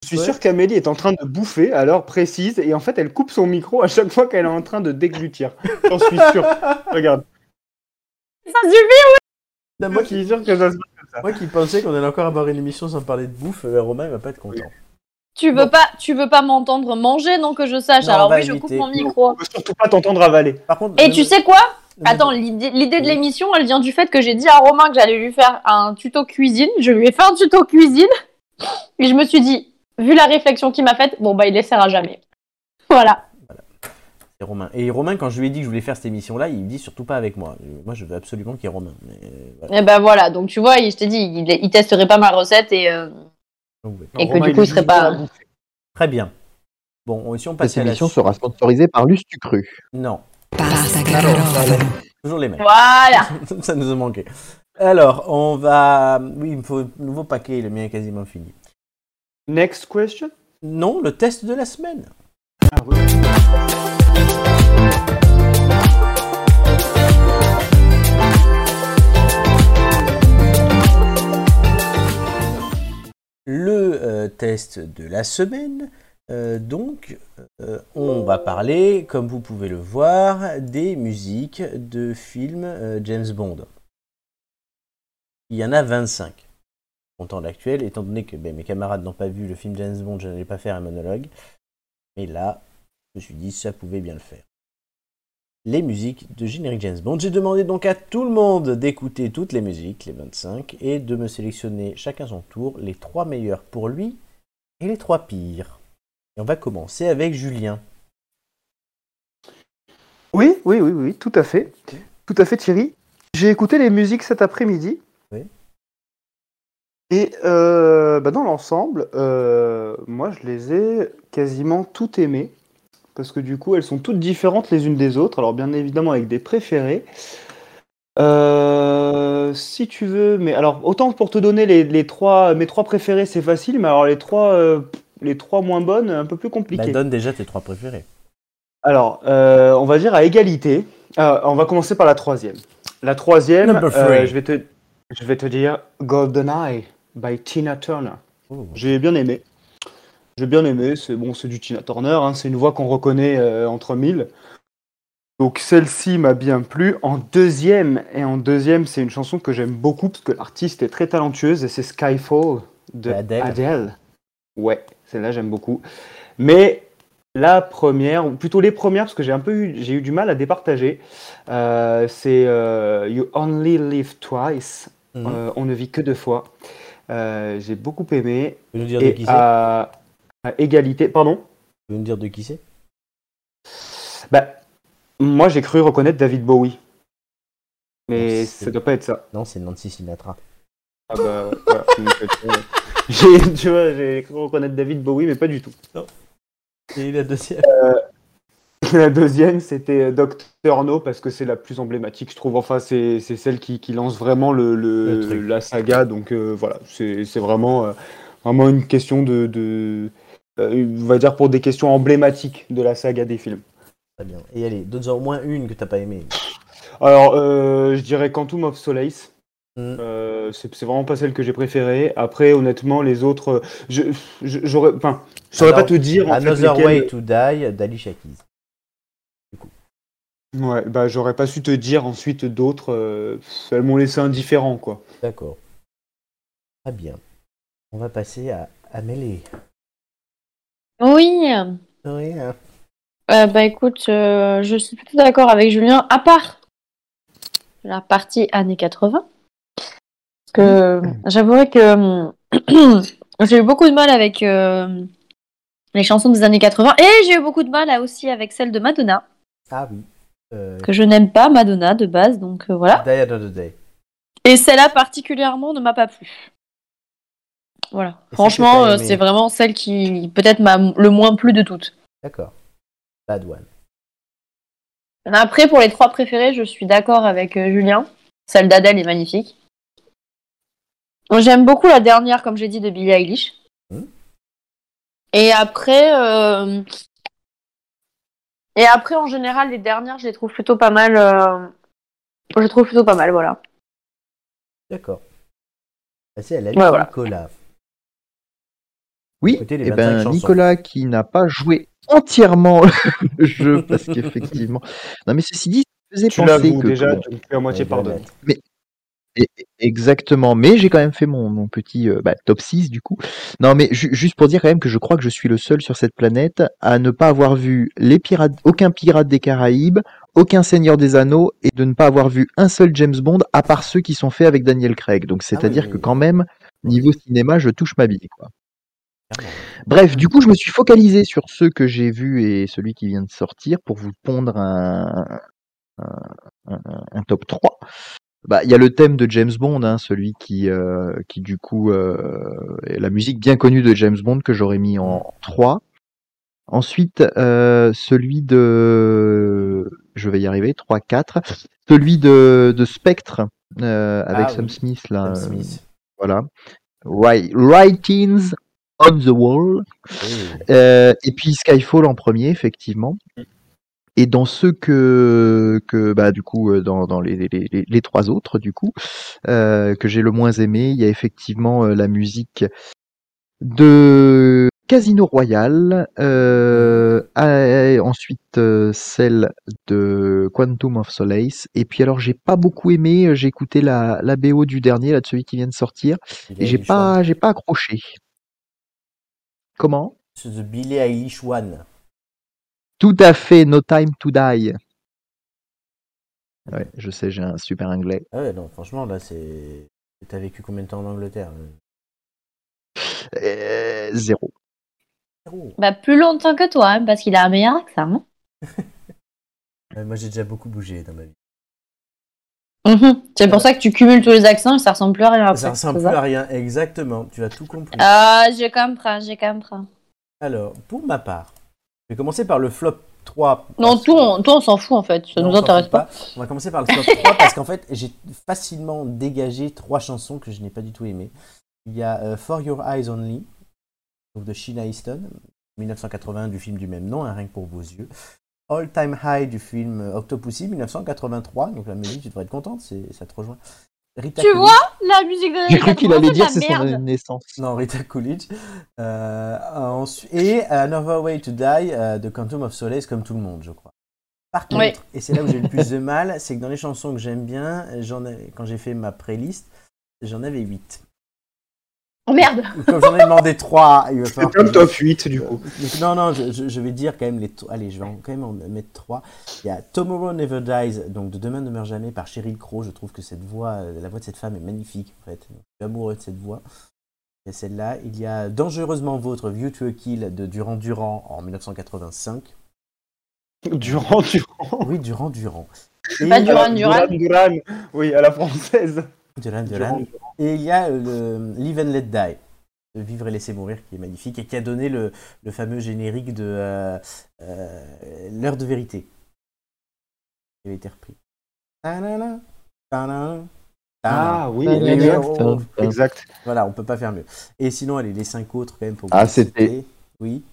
[SPEAKER 4] je suis
[SPEAKER 1] Ouais.
[SPEAKER 4] sûr qu'Amélie est en train de bouffer à l'heure précise et en fait elle coupe son micro à chaque fois qu'elle est en train de déglutir. J'en suis sûr. Regarde,
[SPEAKER 3] Ça suffit
[SPEAKER 1] Non,
[SPEAKER 4] moi
[SPEAKER 1] moi,
[SPEAKER 4] je
[SPEAKER 1] qui,
[SPEAKER 4] suis sûr que ça se
[SPEAKER 1] moi qui pensais qu'on allait encore avoir une émission sans parler de bouffe, euh, Romain il va pas être content.
[SPEAKER 3] tu
[SPEAKER 1] Bon.
[SPEAKER 3] veux pas, tu veux pas m'entendre manger, non que je sache.
[SPEAKER 1] Non, on
[SPEAKER 3] Alors
[SPEAKER 1] va
[SPEAKER 3] oui, je coupe
[SPEAKER 1] éviter.
[SPEAKER 3] mon micro.
[SPEAKER 4] On veut surtout pas t'entendre avaler.
[SPEAKER 1] Par contre,
[SPEAKER 3] Et
[SPEAKER 1] le-
[SPEAKER 3] tu sais quoi Attends, l'idée l'idée de l'émission, elle vient du fait que j'ai dit à Romain que j'allais lui faire un tuto cuisine. Je lui ai fait un tuto cuisine. Et je me suis dit, vu la réflexion qu'il m'a faite, bon, bah, il laissera jamais. Voilà.
[SPEAKER 1] Et Romain. Et Romain, quand je lui ai dit que je voulais faire cette émission-là, il me dit surtout pas avec moi. Euh, Moi, je veux absolument qu'il y ait Romain. mais, euh, voilà.
[SPEAKER 3] Et ben voilà, donc tu vois, il- je t'ai dit, il, il testerait pas ma recette et. euh,
[SPEAKER 1] Donc, ouais.
[SPEAKER 3] Et que du coup, il serait pas-
[SPEAKER 1] Très bien. Bon, on- si on passe
[SPEAKER 2] Cette
[SPEAKER 1] à la
[SPEAKER 2] émission sera sponsorisée par Lustucru.
[SPEAKER 1] Non,
[SPEAKER 5] Pasta Garofalo.
[SPEAKER 1] toujours les mêmes.
[SPEAKER 3] Voilà.
[SPEAKER 1] Ça nous a manqué. Alors, on va. Oui, il me faut un nouveau paquet, le mien est quasiment fini.
[SPEAKER 4] Next question.
[SPEAKER 1] Non, le test de la semaine.
[SPEAKER 4] Ah, oui.
[SPEAKER 1] le euh, test de la semaine. Euh, donc, euh, on va parler, comme vous pouvez le voir, des musiques de films euh, James Bond. Il y en a 25. Comptant l'actuel, étant donné que ben, mes camarades n'ont pas vu le film James Bond, je n'allais pas faire un monologue. Mais là, je me suis dit, ça pouvait bien le faire. Les musiques de générique James Bond. J'ai demandé donc à tout le monde d'écouter toutes les musiques, les 25, et de me sélectionner chacun son tour les trois meilleures pour lui et les trois pires. Et on va commencer avec Julien.
[SPEAKER 4] Oui, oui, oui, oui, tout à fait. Tout à fait, Thierry. J'ai écouté les musiques cet après-midi.
[SPEAKER 1] Oui.
[SPEAKER 4] Et euh, bah, dans l'ensemble, euh, moi, je les ai quasiment toutes aimées. Parce que du coup, elles sont toutes différentes les unes des autres. Alors, bien évidemment, avec des préférés. Euh, si tu veux, mais alors autant pour te donner les, les trois, mes trois préférés, c'est facile, mais alors les trois, euh, les trois moins bonnes, un peu plus
[SPEAKER 1] Bah,
[SPEAKER 4] compliqué.
[SPEAKER 1] donne déjà tes trois préférés.
[SPEAKER 4] Alors, euh, on va dire à égalité. Euh, on va commencer par la troisième. La troisième,
[SPEAKER 1] Number
[SPEAKER 4] euh,
[SPEAKER 1] three.
[SPEAKER 4] je, vais te, je vais te dire GoldenEye by Tina Turner.
[SPEAKER 1] Oh.
[SPEAKER 4] J'ai bien aimé. J'ai bien aimé. C'est bon, c'est du Tina Turner. hein, c'est une voix qu'on reconnaît euh, entre mille. Donc celle-ci m'a bien plu. En deuxième, et en deuxième, c'est une chanson que j'aime beaucoup parce que l'artiste est très talentueuse et c'est Skyfall de
[SPEAKER 1] De Adele.
[SPEAKER 4] Adele. Ouais, celle-là j'aime beaucoup. Mais la première, ou plutôt les premières, parce que j'ai un peu eu, j'ai eu du mal à départager, euh, c'est euh, You Only Live Twice.
[SPEAKER 1] Mhm.
[SPEAKER 4] Euh, on ne vit que deux fois. Euh, j'ai beaucoup aimé.
[SPEAKER 1] Tu peux nous dire de
[SPEAKER 4] Et
[SPEAKER 1] qui c'est
[SPEAKER 4] à, à égalité, pardon.
[SPEAKER 1] Tu peux nous dire de qui c'est
[SPEAKER 4] Bah, moi j'ai cru reconnaître David Bowie. Mais
[SPEAKER 1] C'est-
[SPEAKER 4] ça doit pas être ça.
[SPEAKER 1] Non, c'est Nancy Sinatra.
[SPEAKER 4] Ah bah, ouais, voilà, c'est une question. J'ai- tu vois, j'ai cru reconnaître David Bowie, mais pas du tout.
[SPEAKER 1] Et la deuxième
[SPEAKER 4] La deuxième, c'était euh, Docteur No, parce que c'est la plus emblématique, je trouve. Enfin, c'est c'est celle qui, qui lance vraiment le, le-
[SPEAKER 1] Le truc.
[SPEAKER 4] la saga. Donc euh, voilà, c'est c'est vraiment, euh, vraiment une question de. de euh, on va dire pour des questions emblématiques de la saga des films.
[SPEAKER 1] Très bien. Et allez, donne-en au moins une que t'as pas aimée.
[SPEAKER 4] Alors, euh, je dirais Quantum of Solace.
[SPEAKER 1] Mm.
[SPEAKER 4] Euh, c'est c'est vraiment pas celle que j'ai préférée. Après, honnêtement, les autres, euh, je, je, j'aurais, enfin, je saurais
[SPEAKER 1] Alors,
[SPEAKER 4] pas te dire. en fait,
[SPEAKER 1] Another
[SPEAKER 4] lesquelles-
[SPEAKER 1] Way to Die d'Ali Shakiz.
[SPEAKER 4] Ouais, bah, j'aurais pas su te dire ensuite d'autres. euh, elles m'ont laissé indifférent, quoi.
[SPEAKER 1] D'accord. Très bien. On va passer à Amélie.
[SPEAKER 3] Oui.
[SPEAKER 1] Oui, hein.
[SPEAKER 3] Euh, bah écoute, euh, je suis plutôt d'accord avec Julien, à part la partie années 80. Parce que
[SPEAKER 1] Mmh.
[SPEAKER 3] j'avouerais que hum, j'ai eu beaucoup de mal avec euh, les chansons des années 80 et j'ai eu beaucoup de mal là, aussi avec celle de Madonna,
[SPEAKER 1] Ah oui. Euh,
[SPEAKER 3] que je n'aime pas Madonna de base, donc euh, voilà.
[SPEAKER 1] Die Another Day.
[SPEAKER 3] Et celle-là particulièrement ne m'a pas plu. Voilà.
[SPEAKER 1] que
[SPEAKER 3] Franchement,
[SPEAKER 1] t'as
[SPEAKER 3] euh,
[SPEAKER 1] aimé
[SPEAKER 3] c'est vraiment celle qui peut-être m'a le moins plu de toutes.
[SPEAKER 1] D'accord. Bad One.
[SPEAKER 3] Après, pour les trois préférés, je suis d'accord avec euh, Julien. Celle d'Adèle est magnifique. J'aime beaucoup la dernière, comme j'ai dit, de Billie Eilish.
[SPEAKER 1] Mhm.
[SPEAKER 3] Et après, euh, et après, en général, les dernières, je les trouve plutôt pas mal. euh, Je les trouve plutôt pas mal, voilà.
[SPEAKER 1] D'accord. Ah, Passer à la
[SPEAKER 3] Ouais, voilà.
[SPEAKER 1] Nicolas.
[SPEAKER 2] Oui,
[SPEAKER 1] Écoutez les
[SPEAKER 2] eh
[SPEAKER 1] 25
[SPEAKER 2] ben,
[SPEAKER 1] chansons.
[SPEAKER 2] Nicolas qui n'a pas joué entièrement le jeu parce qu'effectivement. Non mais ceci dit, ça faisait
[SPEAKER 4] Tu
[SPEAKER 2] penser
[SPEAKER 4] l'avoues
[SPEAKER 2] que
[SPEAKER 4] déjà,
[SPEAKER 2] comment-
[SPEAKER 4] tu me fais à moitié
[SPEAKER 1] Ouais, je vais
[SPEAKER 4] pardonne.
[SPEAKER 1] mettre.
[SPEAKER 2] Et- et- Exactement, mais j'ai quand même fait mon, mon petit euh, bah, top 6 du coup. Non, mais ju- juste pour dire quand même que je crois que je suis le seul sur cette planète à ne pas avoir vu les pirates, aucun pirate des Caraïbes, aucun Seigneur des Anneaux et de ne pas avoir vu un seul James Bond à part ceux qui sont faits avec Daniel Craig. Donc c'est-à-dire
[SPEAKER 1] Ah oui.
[SPEAKER 2] que quand même, niveau cinéma, je touche ma bille. Quoi.
[SPEAKER 1] Clairement.
[SPEAKER 2] Bref, du coup, je me suis focalisé sur ceux que j'ai vus et celui qui vient de sortir pour vous pondre un, un- un- un top 3. Bah, Il y a le thème de James Bond, hein, celui qui, euh, qui du coup, euh, est la musique bien connue de James Bond que j'aurais mis en 3. Ensuite, euh, celui de... Je vais y arriver, 3, 4. Celui de, de Spectre, euh, avec
[SPEAKER 1] Ah
[SPEAKER 2] Sam
[SPEAKER 1] oui,
[SPEAKER 2] Smith, là.
[SPEAKER 1] Sam
[SPEAKER 2] euh,
[SPEAKER 1] Smith.
[SPEAKER 2] voilà. Wri- Writings on the Wall.
[SPEAKER 1] Oui.
[SPEAKER 2] Euh, et puis Skyfall en premier, effectivement. Et dans ceux que, que bah, du coup, euh, dans, dans les, les, les, les trois autres, du coup, euh, que j'ai le moins aimé, il y a effectivement euh, la musique de Casino Royale, euh, ah, ensuite euh, celle de Quantum of Solace, et puis alors j'ai pas beaucoup aimé, euh, j'ai écouté la, la BO du dernier, là de celui qui vient de sortir,
[SPEAKER 1] Billie
[SPEAKER 2] et j'ai
[SPEAKER 1] Eilish One.
[SPEAKER 2] pas, j'ai pas accroché. Comment
[SPEAKER 1] C'est The Billie Eilish One.
[SPEAKER 2] Tout à fait, No Time to Die. Ouais, je sais, j'ai un super anglais.
[SPEAKER 1] Ah ouais, non, franchement, là, c'est. T'as vécu combien de temps en Angleterre euh
[SPEAKER 2] Euh, zéro.
[SPEAKER 1] Zéro.
[SPEAKER 3] Bah, plus longtemps que toi, hein, parce qu'il a un meilleur accent. hein.
[SPEAKER 1] Euh, Moi, j'ai déjà beaucoup bougé dans ma vie.
[SPEAKER 3] Mhm. C'est pour
[SPEAKER 1] Ouais.
[SPEAKER 3] ça que tu cumules tous les accents et ça ressemble plus à rien.
[SPEAKER 1] ça
[SPEAKER 3] après,
[SPEAKER 1] ressemble
[SPEAKER 3] Ah, c'est ça
[SPEAKER 1] plus à rien, exactement. Tu as tout compris.
[SPEAKER 3] Ah, je comprends, je comprends.
[SPEAKER 1] Alors, pour ma part, je vais commencer par le flop 3.
[SPEAKER 3] Non,
[SPEAKER 1] parce
[SPEAKER 3] toi,
[SPEAKER 1] que-
[SPEAKER 3] on, toi, on s'en fout en fait, ça
[SPEAKER 1] Non,
[SPEAKER 3] nous
[SPEAKER 1] on s'en
[SPEAKER 3] intéresse
[SPEAKER 1] fout
[SPEAKER 3] pas.
[SPEAKER 1] On va commencer par le flop 3 parce qu'en fait, j'ai facilement dégagé trois chansons que je n'ai pas du tout aimées. Il y a euh, For Your Eyes Only, donc de Sheena Easton, 1981 du film du même nom, Un rien que pour vos yeux. All Time High du film euh, Octopussy, 1983. Donc la musique, tu devrais être contente, c'est- ça te rejoint. Rita
[SPEAKER 3] Tu
[SPEAKER 1] Coolidge-
[SPEAKER 3] vois La musique de
[SPEAKER 2] J'ai cru qu'il allait dire c'est son
[SPEAKER 3] merde.
[SPEAKER 2] année de naissance.
[SPEAKER 1] Non, Rita Coolidge. Euh, ensu- et Another Way to Die euh, de Quantum of Solace, comme tout le monde, je crois. Par contre,
[SPEAKER 3] Oui.
[SPEAKER 1] et c'est là où j'ai le plus de mal, c'est que dans les chansons que j'aime bien, j'en ai- quand j'ai fait ma playlist, j'en avais 8.
[SPEAKER 3] Oh merde
[SPEAKER 1] Comme j'en ai demandé 3, il va falloir. que
[SPEAKER 4] C'est comme
[SPEAKER 1] je-
[SPEAKER 4] top 8 du coup.
[SPEAKER 1] Donc, non, non, je, je- je vais dire quand même les. to- Allez, je vais en- quand même en mettre trois. Il y a Tomorrow Never Dies, donc de Demain ne meurt jamais par Sheryl Crow. Je trouve que cette voix, euh, la voix de cette femme est magnifique en fait. Je suis amoureux de cette voix. Il y a celle-là. Il y a Dangereusement Vôtre, View to a Kill de Durand Durand en 1985.
[SPEAKER 4] Durant, durant.
[SPEAKER 1] Oui, Durand Durand. Et-
[SPEAKER 3] Pas Durand. Duran.
[SPEAKER 4] Duran. Oui, à la française.
[SPEAKER 1] Durand Durand.
[SPEAKER 4] Durand, Duran.
[SPEAKER 1] Et il y a euh, le Live and Let Die, de Vivre et laisser mourir, qui est magnifique et qui a donné le, le fameux générique de euh, euh, L'heure de vérité, qui avait été repris. Ta-na-na, ta-na-na, ta-na.
[SPEAKER 4] Ah oui,
[SPEAKER 2] Ah,
[SPEAKER 1] oui,
[SPEAKER 4] exact.
[SPEAKER 1] oui,
[SPEAKER 2] oui.
[SPEAKER 4] Exact.
[SPEAKER 1] Voilà, on peut pas faire mieux. Et sinon, allez, les cinq autres quand même pour
[SPEAKER 2] Ah,
[SPEAKER 1] vous les
[SPEAKER 2] c'était-
[SPEAKER 1] citer. Oui.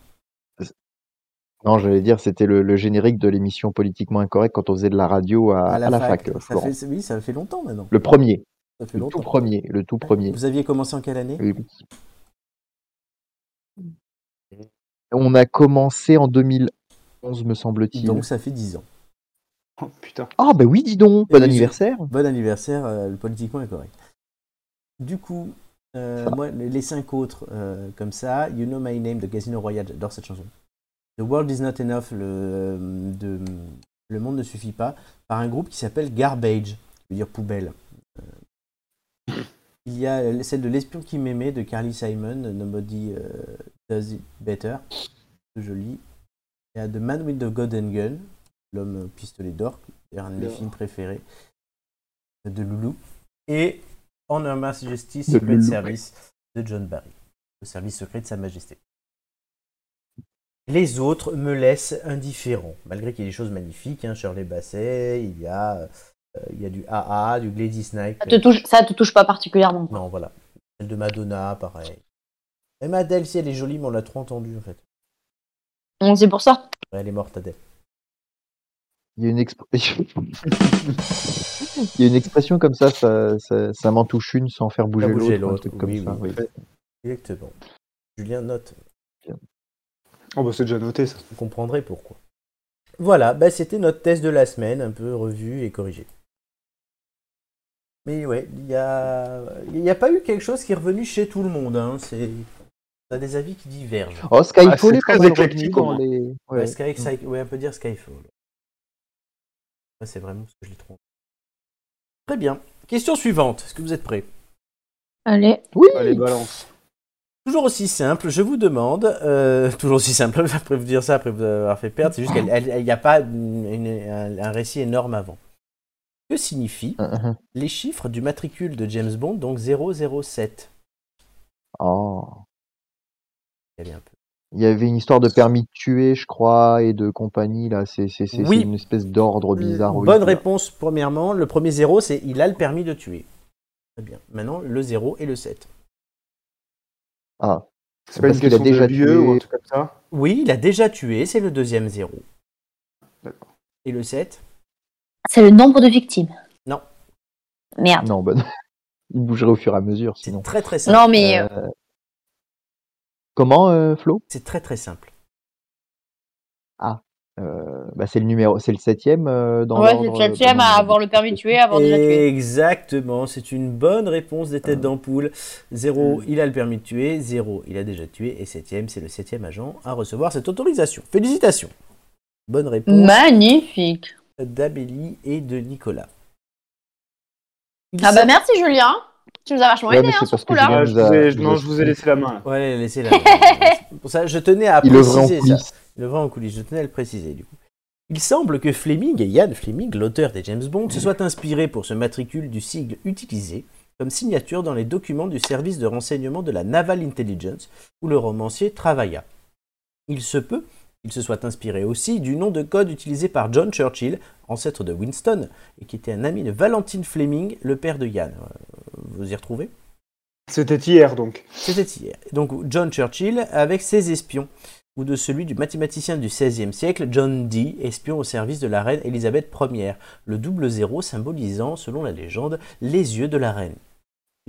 [SPEAKER 2] Non, j'allais dire c'était le, le générique de l'émission politiquement incorrecte quand on faisait de la radio à, à la, fac, euh,
[SPEAKER 1] ça
[SPEAKER 2] Florent.
[SPEAKER 1] fait, oui, ça fait longtemps maintenant.
[SPEAKER 2] Le premier,
[SPEAKER 1] Ça fait
[SPEAKER 2] le
[SPEAKER 1] longtemps.
[SPEAKER 2] tout premier, le tout premier.
[SPEAKER 1] Vous aviez commencé en quelle année
[SPEAKER 2] Oui, oui. On a commencé en 2011, me semble-t-il.
[SPEAKER 1] Donc ça fait 10 ans.
[SPEAKER 4] Oh, putain.
[SPEAKER 2] Ah bah oui, dis donc, bon
[SPEAKER 1] Et-
[SPEAKER 2] anniversaire.
[SPEAKER 1] Bon anniversaire, euh, le politiquement incorrect. Du coup, euh,
[SPEAKER 2] Ça va.
[SPEAKER 1] moi, les les cinq autres, euh, comme ça, You Know My Name de Casino Royale, j'adore cette chanson. The World Is Not Enough, le, euh, de, le monde ne suffit pas, par un groupe qui s'appelle Garbage, qui veut dire poubelle. Euh, il y a euh, celle de L'espion qui m'aimait de Carly Simon, Nobody euh, Does It Better, que je lis. Il y a The Man with the Golden Gun, l'homme au pistolet d'or, qui est un de mes
[SPEAKER 4] D'or.
[SPEAKER 1] films préférés de Loulou. Et On Her Mass Justice
[SPEAKER 2] De
[SPEAKER 1] Secret
[SPEAKER 2] Loulou.
[SPEAKER 1] Service de John Barry, le service secret de Sa Majesté. Les autres me laissent indifférent, malgré qu'il y ait des choses magnifiques. Hein, Shirley Basset, il y a, euh, il y a du AA, du Gladys Knight.
[SPEAKER 3] ça te, touche, ça te touche pas particulièrement.
[SPEAKER 1] Non, voilà. Celle de Madonna, pareil. Même Adèle, si elle est jolie, mais on l'a trop entendue en fait.
[SPEAKER 3] Bon, C'est pour ça.
[SPEAKER 1] Elle est morte, Adèle.
[SPEAKER 2] Il y a une, exp- Il y a une expression comme ça, ça, ça, ça m'en touche une sans faire bouger
[SPEAKER 1] bouger
[SPEAKER 2] l'autre, un
[SPEAKER 1] l'autre,
[SPEAKER 2] truc comme
[SPEAKER 1] oui,
[SPEAKER 2] ça,
[SPEAKER 1] oui.
[SPEAKER 2] oui.
[SPEAKER 1] Exactement. Julien note.
[SPEAKER 4] Oh bah c'est déjà noté ça.
[SPEAKER 1] Vous comprendrez pourquoi. Voilà, bah, c'était notre test de la semaine, un peu revu et corrigé. Mais ouais, il n'y a... il y a pas eu quelque chose qui est revenu chez tout le monde. Hein. C'est... On a des avis qui divergent.
[SPEAKER 2] Oh, Skyfall
[SPEAKER 4] Ah, c'est
[SPEAKER 2] est, pas
[SPEAKER 4] très
[SPEAKER 2] mal revenu
[SPEAKER 4] éclectique,
[SPEAKER 2] dans
[SPEAKER 4] au moins.
[SPEAKER 2] les...
[SPEAKER 1] Ouais,
[SPEAKER 2] ouais.
[SPEAKER 1] Sky- Sky- ouais, on peut dire Skyfall. Ouais, c'est vraiment ce que je l'ai trouvé. Très bien. Question suivante. Est-ce que vous êtes prêts
[SPEAKER 3] Allez,
[SPEAKER 2] Oui
[SPEAKER 4] Allez, balance.
[SPEAKER 1] Toujours aussi simple, je vous demande, euh, toujours aussi simple, après vous dire ça, après vous avoir fait perdre, c'est juste qu'il n'y a pas une- une- un, un récit énorme avant. Que signifient
[SPEAKER 2] Uh-huh.
[SPEAKER 1] les chiffres du matricule de James Bond, donc 007
[SPEAKER 2] Oh.
[SPEAKER 1] Elle est un peu-
[SPEAKER 2] Il y avait une histoire de permis de tuer, je crois, et de compagnie, là. C'est c'est- c'est-
[SPEAKER 1] Oui.
[SPEAKER 2] c'est une espèce d'ordre bizarre. oui.
[SPEAKER 1] Bonne réponse, premièrement. Le premier 0, c'est il a le permis de tuer. Très bien. Maintenant, le 0 et le 7.
[SPEAKER 2] Ah,
[SPEAKER 4] C'est pas
[SPEAKER 2] Parce
[SPEAKER 4] une
[SPEAKER 2] qu'il a
[SPEAKER 4] question
[SPEAKER 2] déjà
[SPEAKER 4] de lieu
[SPEAKER 2] tué-
[SPEAKER 4] ou un truc comme ça.
[SPEAKER 1] Oui, il a déjà tué, c'est le deuxième 0.
[SPEAKER 4] D'accord.
[SPEAKER 1] Et le 7
[SPEAKER 3] c'est le nombre de victimes.
[SPEAKER 1] Non.
[SPEAKER 3] Merde.
[SPEAKER 2] non, bonne. Il bougerait au fur et à mesure,
[SPEAKER 1] C'est
[SPEAKER 2] sinon.
[SPEAKER 1] très très simple.
[SPEAKER 3] Non, mais. euh,
[SPEAKER 2] Euh, Comment, euh, Flo
[SPEAKER 1] C'est très très simple.
[SPEAKER 2] Euh, bah, C'est le numéro, c'est le septième euh, dans
[SPEAKER 3] ouais, c'est
[SPEAKER 2] l'ordre,
[SPEAKER 3] le septième
[SPEAKER 2] bah,
[SPEAKER 3] à
[SPEAKER 2] non,
[SPEAKER 3] avoir le permis de tuer, à avoir déjà tué.
[SPEAKER 1] Exactement, c'est une bonne réponse des têtes d'ampoule. 0, il a le permis de tuer. 0, il a déjà tué. Et 7 c'est le septième agent à recevoir cette autorisation. Félicitations. Bonne réponse
[SPEAKER 3] Magnifique.
[SPEAKER 1] d'Abélie et de Nicolas. Il
[SPEAKER 3] Ah bah
[SPEAKER 1] s'a-
[SPEAKER 3] merci Julien. Tu nous as vachement
[SPEAKER 2] Ouais,
[SPEAKER 3] aidé
[SPEAKER 2] mais
[SPEAKER 3] hein,
[SPEAKER 2] c'est
[SPEAKER 3] sur
[SPEAKER 2] parce
[SPEAKER 3] ce coup-là.
[SPEAKER 2] que Julien
[SPEAKER 4] Ah, je
[SPEAKER 2] nous a-
[SPEAKER 4] vous ai-
[SPEAKER 2] nous a-
[SPEAKER 4] non, je vous ai laissé la main. là.
[SPEAKER 1] Ouais, laissez la. pour ça, je tenais à
[SPEAKER 2] Il œuvrait en
[SPEAKER 1] préciser ça.
[SPEAKER 2] coulisses.
[SPEAKER 1] Le vrai en coulisses, je tenais à le préciser du coup. Il semble que Fleming et Ian Fleming, l'auteur des James Bond, se soient inspirés pour ce matricule du sigle utilisé comme signature dans les documents du service de renseignement de la Naval Intelligence où le romancier travailla. Il se peut qu'il se soit inspiré aussi du nom de code utilisé par John Churchill, ancêtre de Winston, et qui était un ami de Valentine Fleming, le père de Ian. Euh, Vous y retrouvez
[SPEAKER 4] C'était hier donc.
[SPEAKER 1] c'était hier. Donc John Churchill avec ses espions, ou de celui du mathématicien du XVIe siècle, John Dee, espion au service de la reine Élisabeth Ier, le double zéro symbolisant, selon la légende, les yeux de la reine.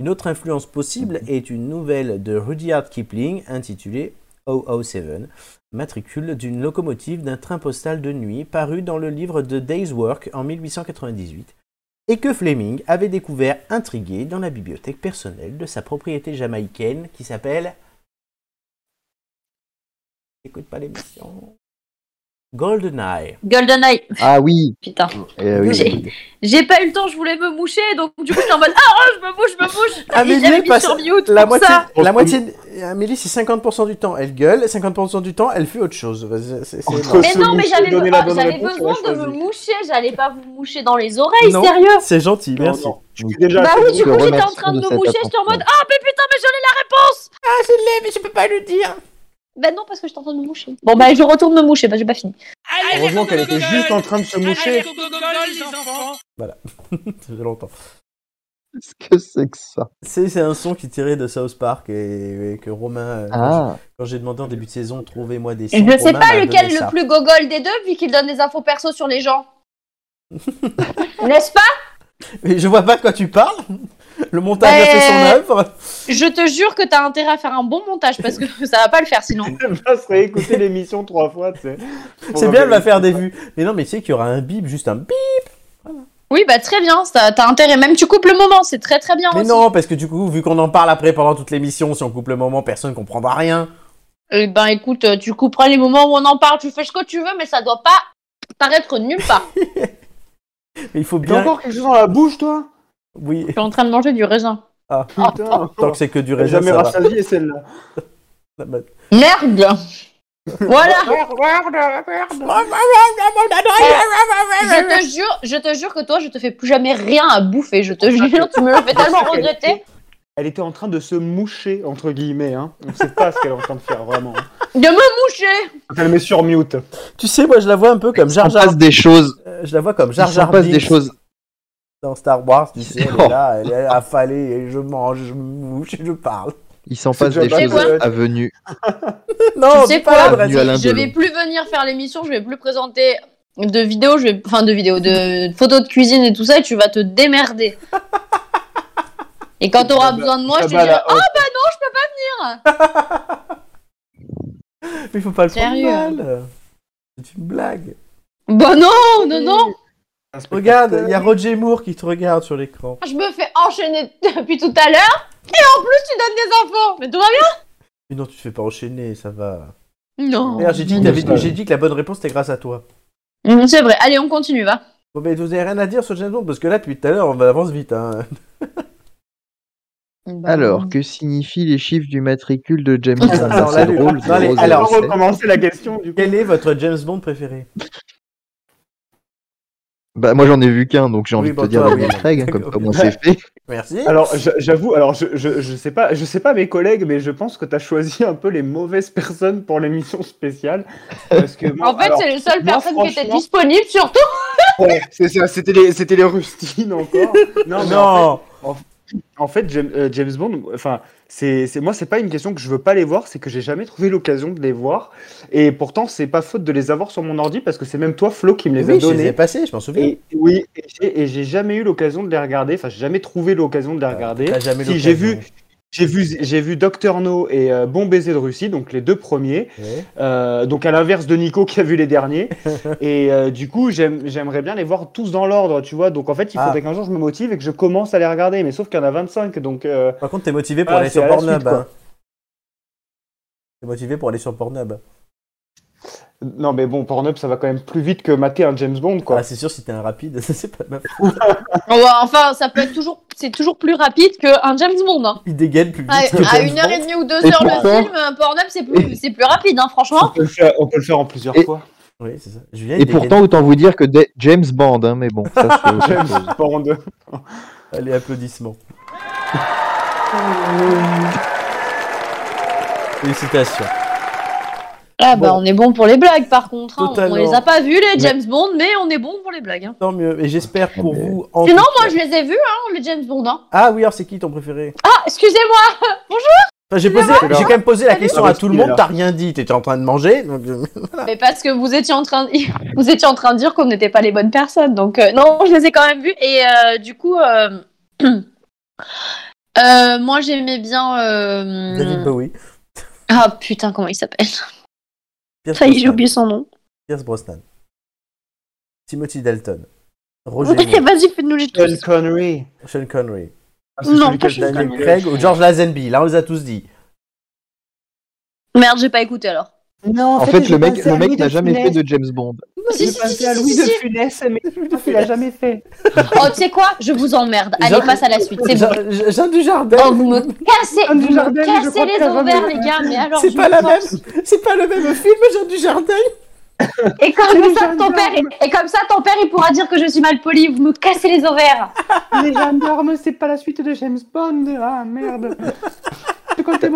[SPEAKER 1] Une autre influence possible est une nouvelle de Rudyard Kipling intitulée 007, matricule d'une locomotive d'un train postal de nuit paru dans le livre de Day's Work en 1898 et que Fleming avait découvert intrigué dans la bibliothèque personnelle de sa propriété jamaïcaine qui s'appelle. Écoute pas l'émission. GoldenEye.
[SPEAKER 3] GoldenEye.
[SPEAKER 2] Ah oui,
[SPEAKER 3] Putain.
[SPEAKER 2] eh oui,
[SPEAKER 3] J'ai-
[SPEAKER 2] oui, oui.
[SPEAKER 3] J'ai pas eu le temps, je voulais me moucher, donc du coup j'étais en mode Ah oh, je me mouche, je me mouche
[SPEAKER 1] Ah, mais
[SPEAKER 3] Et j'avais
[SPEAKER 1] lui,
[SPEAKER 3] mis
[SPEAKER 1] passe-
[SPEAKER 3] sur mute
[SPEAKER 1] La
[SPEAKER 3] pour
[SPEAKER 1] moitié,
[SPEAKER 3] ça
[SPEAKER 1] la moitié. Amélie, c'est 50% du temps, elle gueule, 50% du temps, elle fait autre chose. C'est- c'est- c'est
[SPEAKER 4] Entre
[SPEAKER 1] énorme.
[SPEAKER 3] Mais
[SPEAKER 4] se
[SPEAKER 3] non, mais
[SPEAKER 4] moucher,
[SPEAKER 3] j'avais
[SPEAKER 4] donner
[SPEAKER 3] be-
[SPEAKER 4] la
[SPEAKER 3] ah,
[SPEAKER 4] bonne
[SPEAKER 3] j'avais
[SPEAKER 4] réponse,
[SPEAKER 3] besoin
[SPEAKER 4] on l'a
[SPEAKER 3] de me
[SPEAKER 4] choisi.
[SPEAKER 3] moucher, j'allais pas vous moucher dans les oreilles,
[SPEAKER 1] Non.
[SPEAKER 3] sérieux
[SPEAKER 1] C'est gentil,
[SPEAKER 4] Non,
[SPEAKER 1] merci.
[SPEAKER 4] non, je
[SPEAKER 2] Oui.
[SPEAKER 4] suis déjà.
[SPEAKER 3] Bah oui,
[SPEAKER 2] je
[SPEAKER 3] du
[SPEAKER 2] te
[SPEAKER 3] coup j'étais en
[SPEAKER 2] remercie
[SPEAKER 3] train
[SPEAKER 2] de
[SPEAKER 3] de me
[SPEAKER 2] cette
[SPEAKER 3] moucher, j'étais en mode
[SPEAKER 2] attention.
[SPEAKER 3] Ah mais putain, mais j'en ai la réponse
[SPEAKER 1] Ah, je l'ai, mais je peux pas le dire.
[SPEAKER 3] Bah non, parce que j'étais en train de me moucher. Bon bah je retourne me moucher, bah j'ai pas fini.
[SPEAKER 4] Heureusement qu'elle était juste en train de se moucher.
[SPEAKER 1] Ça fait longtemps.
[SPEAKER 2] Qu'est-ce que c'est que ça
[SPEAKER 1] C'est c'est un son qui tirait de South Park et, et que Romain, euh,
[SPEAKER 2] Ah,
[SPEAKER 1] quand j'ai demandé en début de saison, trouvez-moi des sons.
[SPEAKER 3] Je sais
[SPEAKER 1] Romain
[SPEAKER 3] pas
[SPEAKER 1] m'a
[SPEAKER 3] lequel
[SPEAKER 1] donné
[SPEAKER 3] le
[SPEAKER 1] ça.
[SPEAKER 3] plus gogol des deux, vu qu'il donne des infos perso sur les gens. N'est-ce pas
[SPEAKER 1] Mais je vois pas de quoi tu parles. Le montage a
[SPEAKER 3] Mais-
[SPEAKER 1] fait son œuvre.
[SPEAKER 3] Je te jure que t'as intérêt à faire un bon montage, parce que ça va pas le faire sinon.
[SPEAKER 4] Elle va se réécouter l'émission trois fois, tu sais.
[SPEAKER 1] C'est bien, elle va faire des vues. Mais non, mais tu sais qu'il y aura un bip, juste un bip.
[SPEAKER 3] Oui, bah très bien, ça- t'as intérêt. Même tu coupes le moment, c'est très très bien
[SPEAKER 1] Mais
[SPEAKER 3] aussi.
[SPEAKER 1] non, parce que du coup, vu qu'on en parle après pendant toute l'émission, si on coupe le moment, personne comprendra rien.
[SPEAKER 3] Eh ben écoute, euh, tu couperas les moments où on en parle, tu fais ce que tu veux, mais ça doit pas paraître nulle part.
[SPEAKER 1] Mais il faut
[SPEAKER 4] T'as
[SPEAKER 1] bien.
[SPEAKER 4] encore quelque chose dans la bouche, toi
[SPEAKER 1] Oui. Ah.
[SPEAKER 3] Je suis en train de manger du raisin.
[SPEAKER 4] Putain,
[SPEAKER 1] Oh, Tant que c'est que du
[SPEAKER 4] t'as
[SPEAKER 1] raisin,
[SPEAKER 4] jamais
[SPEAKER 1] ça va.
[SPEAKER 4] rassasié celle-là.
[SPEAKER 1] Ça va. Bah,
[SPEAKER 3] Merde Voilà Je te jure, je te jure que toi, je te fais plus jamais rien à bouffer, je te jure, tu me le fais tellement regretter.
[SPEAKER 4] Elle était en train de se moucher, entre guillemets. Hein. On sait pas ce qu'elle est en train de faire, vraiment.
[SPEAKER 3] De me moucher
[SPEAKER 4] Quand elle met sur mute.
[SPEAKER 1] Tu sais, moi, je la vois un peu comme Jar
[SPEAKER 2] on
[SPEAKER 1] Jar.
[SPEAKER 2] passe des choses.
[SPEAKER 1] euh, Je la vois comme
[SPEAKER 2] On
[SPEAKER 1] Jar Jar
[SPEAKER 2] passe des
[SPEAKER 1] Binks
[SPEAKER 2] choses.
[SPEAKER 1] dans Star Wars. Tu sais, elle
[SPEAKER 2] Oh.
[SPEAKER 1] est là, elle est affalée, et je mange, je me mouche, et je parle.
[SPEAKER 2] Il s'en
[SPEAKER 4] C'est
[SPEAKER 2] passe
[SPEAKER 4] déjà
[SPEAKER 2] des
[SPEAKER 4] pas
[SPEAKER 2] choses
[SPEAKER 3] mal.
[SPEAKER 2] à venue.
[SPEAKER 1] Non,
[SPEAKER 3] Tu sais
[SPEAKER 1] dis Oh, pas
[SPEAKER 3] quoi
[SPEAKER 1] la vraie-
[SPEAKER 2] Bienvenue à l'un
[SPEAKER 3] Je
[SPEAKER 2] de
[SPEAKER 3] vais
[SPEAKER 2] l'autre.
[SPEAKER 3] plus venir faire l'émission, je vais plus présenter de vidéos, je vais... enfin de vidéos, de photos de cuisine et tout ça, et tu vas te démerder. Et quand t'auras
[SPEAKER 4] Là-bas-
[SPEAKER 3] besoin de moi, je te
[SPEAKER 4] là-bas,
[SPEAKER 3] dirai oh,
[SPEAKER 4] là, hop.
[SPEAKER 1] Mais faut pas le prendre
[SPEAKER 3] Sérieux.
[SPEAKER 1] mal. C'est une blague.
[SPEAKER 3] Bah non, non, non
[SPEAKER 4] inspecteur.
[SPEAKER 1] Regarde, il y a Roger Moore qui te regarde sur l'écran.
[SPEAKER 3] Je me fais enchaîner depuis tout à l'heure. Et en plus, tu donnes des infos. Mais tout va
[SPEAKER 1] Mais non, tu te fais pas enchaîner, ça va.
[SPEAKER 3] bien Non.
[SPEAKER 1] D'ailleurs, j'ai dit, que
[SPEAKER 4] Non,
[SPEAKER 1] t'avais-
[SPEAKER 4] ça va.
[SPEAKER 1] j'ai dit que la bonne réponse était grâce à toi.
[SPEAKER 3] Hum, C'est vrai. Allez, on continue, va.
[SPEAKER 1] Bon, mais vous avez rien à dire sur James Bond parce que là, depuis tout à l'heure, on avance vite. Hein.
[SPEAKER 3] Bah,
[SPEAKER 2] Alors, que signifient les chiffres du matricule de James Bond
[SPEAKER 1] Alors,
[SPEAKER 2] Ça, C'est
[SPEAKER 1] la-
[SPEAKER 2] drôle.
[SPEAKER 1] non, allez,
[SPEAKER 2] 007.
[SPEAKER 4] On va
[SPEAKER 1] alors,
[SPEAKER 4] recommencer la question du coup.
[SPEAKER 1] Quel est votre James Bond préféré
[SPEAKER 2] Bah, moi, j'en ai vu qu'un, donc j'ai
[SPEAKER 1] Oui,
[SPEAKER 2] envie de
[SPEAKER 1] bah,
[SPEAKER 2] te dire
[SPEAKER 1] toi,
[SPEAKER 2] Daniel
[SPEAKER 1] oui.
[SPEAKER 2] Craig, hein, comme
[SPEAKER 1] Ok.
[SPEAKER 2] ça, au moins, c'est fait.
[SPEAKER 1] Merci.
[SPEAKER 4] Alors je- j'avoue, alors je, je, je sais pas, je sais pas mes collègues, mais je pense que tu as choisi un peu les mauvaises personnes pour l'émission spéciale parce que moi,
[SPEAKER 3] En fait,
[SPEAKER 4] alors,
[SPEAKER 3] c'est les seules
[SPEAKER 4] moi,
[SPEAKER 3] personnes qui étaient
[SPEAKER 4] franchement-
[SPEAKER 3] disponibles, surtout.
[SPEAKER 4] ouais, c'est ça, c'était les c'était les rustines encore. Non, mais en fait,
[SPEAKER 1] non,
[SPEAKER 4] En fait, James, euh, James Bond, enfin, c'est, c'est- moi, c'est pas une question que je veux pas les voir, c'est que j'ai jamais trouvé l'occasion de les voir. Et pourtant, c'est pas faute de les avoir sur mon ordi parce que c'est même toi, Flo, qui me les
[SPEAKER 1] oui,
[SPEAKER 4] a
[SPEAKER 1] je les ai
[SPEAKER 4] donnés.
[SPEAKER 1] passés, je m'en souviens.
[SPEAKER 4] Et, oui, et j'ai, et j'ai jamais eu l'occasion de les regarder. Enfin, j'ai jamais trouvé l'occasion de les regarder.
[SPEAKER 1] T'as jamais
[SPEAKER 4] si, j'ai
[SPEAKER 1] l'occasion.
[SPEAKER 4] vu, j'ai vu, j'ai vu Docteur No et euh, Bon baiser de Russie, donc les deux premiers.
[SPEAKER 1] Ouais.
[SPEAKER 4] Euh, donc à l'inverse de Nico qui a vu les derniers. et euh, du coup, j'aime- j'aimerais bien les voir tous dans l'ordre, tu vois. Donc en fait, il
[SPEAKER 1] Ah.
[SPEAKER 4] faudrait qu'un jour je me motive et que je commence à les regarder. Mais sauf qu'il y en a 25, donc... euh,
[SPEAKER 1] Par contre, t'es motivé pour
[SPEAKER 4] Ah,
[SPEAKER 1] aller
[SPEAKER 4] c'est
[SPEAKER 1] sur
[SPEAKER 4] à la
[SPEAKER 1] Pornhub.
[SPEAKER 4] suite, quoi.
[SPEAKER 1] hein. T'es motivé pour aller sur Pornhub.
[SPEAKER 4] Non mais bon, Pornhub, ça va quand même plus vite que mater un James Bond, quoi.
[SPEAKER 1] Ah, c'est sûr, si t'es un rapide, ça c'est pas ma faute.
[SPEAKER 3] Ouais, Oh, bah, Enfin, ça peut être toujours, c'est toujours plus rapide qu'un James Bond. hein.
[SPEAKER 1] Il dégaine plus vite.
[SPEAKER 3] Ouais,
[SPEAKER 1] que
[SPEAKER 3] à
[SPEAKER 1] James
[SPEAKER 3] une heure
[SPEAKER 1] Bond.
[SPEAKER 3] et demie ou deux
[SPEAKER 2] Et
[SPEAKER 3] heures le
[SPEAKER 2] pourtant-
[SPEAKER 3] film, euh, Pornhub c'est plus, c'est plus rapide, hein,
[SPEAKER 4] On
[SPEAKER 3] franchement.
[SPEAKER 4] peut, le faire, on peut le faire en plusieurs
[SPEAKER 2] Et-
[SPEAKER 4] fois.
[SPEAKER 1] Oui, c'est ça. Julien, il
[SPEAKER 2] Et pourtant, autant vous dire que des- James Bond, hein, mais bon, ça, c'est autre
[SPEAKER 4] James
[SPEAKER 2] chose.
[SPEAKER 4] Bond.
[SPEAKER 1] dégaine. Allez, applaudissements. Félicitations.
[SPEAKER 3] Ah bah
[SPEAKER 1] Bon.
[SPEAKER 3] on est bon pour les blagues par contre. hein. On
[SPEAKER 1] Totalement.
[SPEAKER 3] les a pas vus les James Bond, mais on est bon pour les blagues. hein.
[SPEAKER 1] Tant mieux. Et j'espère
[SPEAKER 4] Ah,
[SPEAKER 1] pour
[SPEAKER 2] Mais-
[SPEAKER 1] vous. en
[SPEAKER 3] Sinon
[SPEAKER 1] tout
[SPEAKER 3] moi
[SPEAKER 1] cas-
[SPEAKER 3] je les ai vus, hein, les James Bond. hein.
[SPEAKER 1] Ah oui, alors c'est qui ton préféré
[SPEAKER 3] Ah excusez-moi,
[SPEAKER 1] Enfin, J'ai posé,
[SPEAKER 4] C'est là.
[SPEAKER 1] j'ai quand même posé la
[SPEAKER 3] Salut.
[SPEAKER 1] question
[SPEAKER 4] Ah,
[SPEAKER 1] à
[SPEAKER 4] bah,
[SPEAKER 1] tout le
[SPEAKER 4] il est
[SPEAKER 1] monde.
[SPEAKER 4] là.
[SPEAKER 1] T'as rien dit. T'étais en train de manger. donc- euh,
[SPEAKER 3] mais parce que vous étiez en train, de... vous étiez en train de dire qu'on n'était pas les bonnes personnes. Donc euh, non, je les ai quand même vus et euh, du coup, euh, euh, moi j'aimais bien. euh,
[SPEAKER 1] David Bowie.
[SPEAKER 3] Ah putain comment il s'appelle
[SPEAKER 1] Pierce
[SPEAKER 3] Ça y est j'ai
[SPEAKER 1] Brosnan.
[SPEAKER 3] oublié son nom.
[SPEAKER 1] Pierce Brosnan. Timothy Dalton. Roger Moore.
[SPEAKER 3] Vas-y fais-nous les tous.
[SPEAKER 4] Sean Connery.
[SPEAKER 1] Sean Connery.
[SPEAKER 4] Ah,
[SPEAKER 3] Non,
[SPEAKER 4] celui
[SPEAKER 3] pas
[SPEAKER 4] qui a
[SPEAKER 3] Sean
[SPEAKER 4] le
[SPEAKER 1] Daniel
[SPEAKER 4] dernier
[SPEAKER 1] Craig ou George Lazenby. Là, on les a tous dit.
[SPEAKER 3] Merde j'ai pas écouté alors.
[SPEAKER 4] Non,
[SPEAKER 2] En fait, le mec, le mec n'a jamais fait de James Bond.
[SPEAKER 3] Si, si, si, si, si, si.
[SPEAKER 4] Funès, mais
[SPEAKER 6] Ah,
[SPEAKER 4] il l'a jamais fait.
[SPEAKER 3] Oh, tu sais quoi Je vous emmerde. Allez,
[SPEAKER 1] Jean-
[SPEAKER 3] passe à la suite. C'est bon.
[SPEAKER 1] Jean- Jean- Jean du Jardin.
[SPEAKER 3] Oh, vous me cassez,
[SPEAKER 4] Jean
[SPEAKER 3] vous me
[SPEAKER 4] Dujardin, mais je
[SPEAKER 3] cassez
[SPEAKER 4] crois
[SPEAKER 3] les
[SPEAKER 4] qu'il a
[SPEAKER 3] ovaires,
[SPEAKER 4] jamais-
[SPEAKER 3] les gars. Mais alors,
[SPEAKER 1] C'est
[SPEAKER 3] je
[SPEAKER 1] pas
[SPEAKER 3] me
[SPEAKER 1] la même.
[SPEAKER 3] force.
[SPEAKER 1] C'est pas le même film, Jean du Jardin.
[SPEAKER 3] Et comme
[SPEAKER 4] C'est
[SPEAKER 3] ça,
[SPEAKER 4] le
[SPEAKER 3] ton père,
[SPEAKER 4] gendarme.
[SPEAKER 3] et comme ça, ton père, il pourra dire que je suis mal poli. Vous me cassez les ovaires.
[SPEAKER 4] Les gendarmes, c'est pas la suite de James Bond. Ah merde.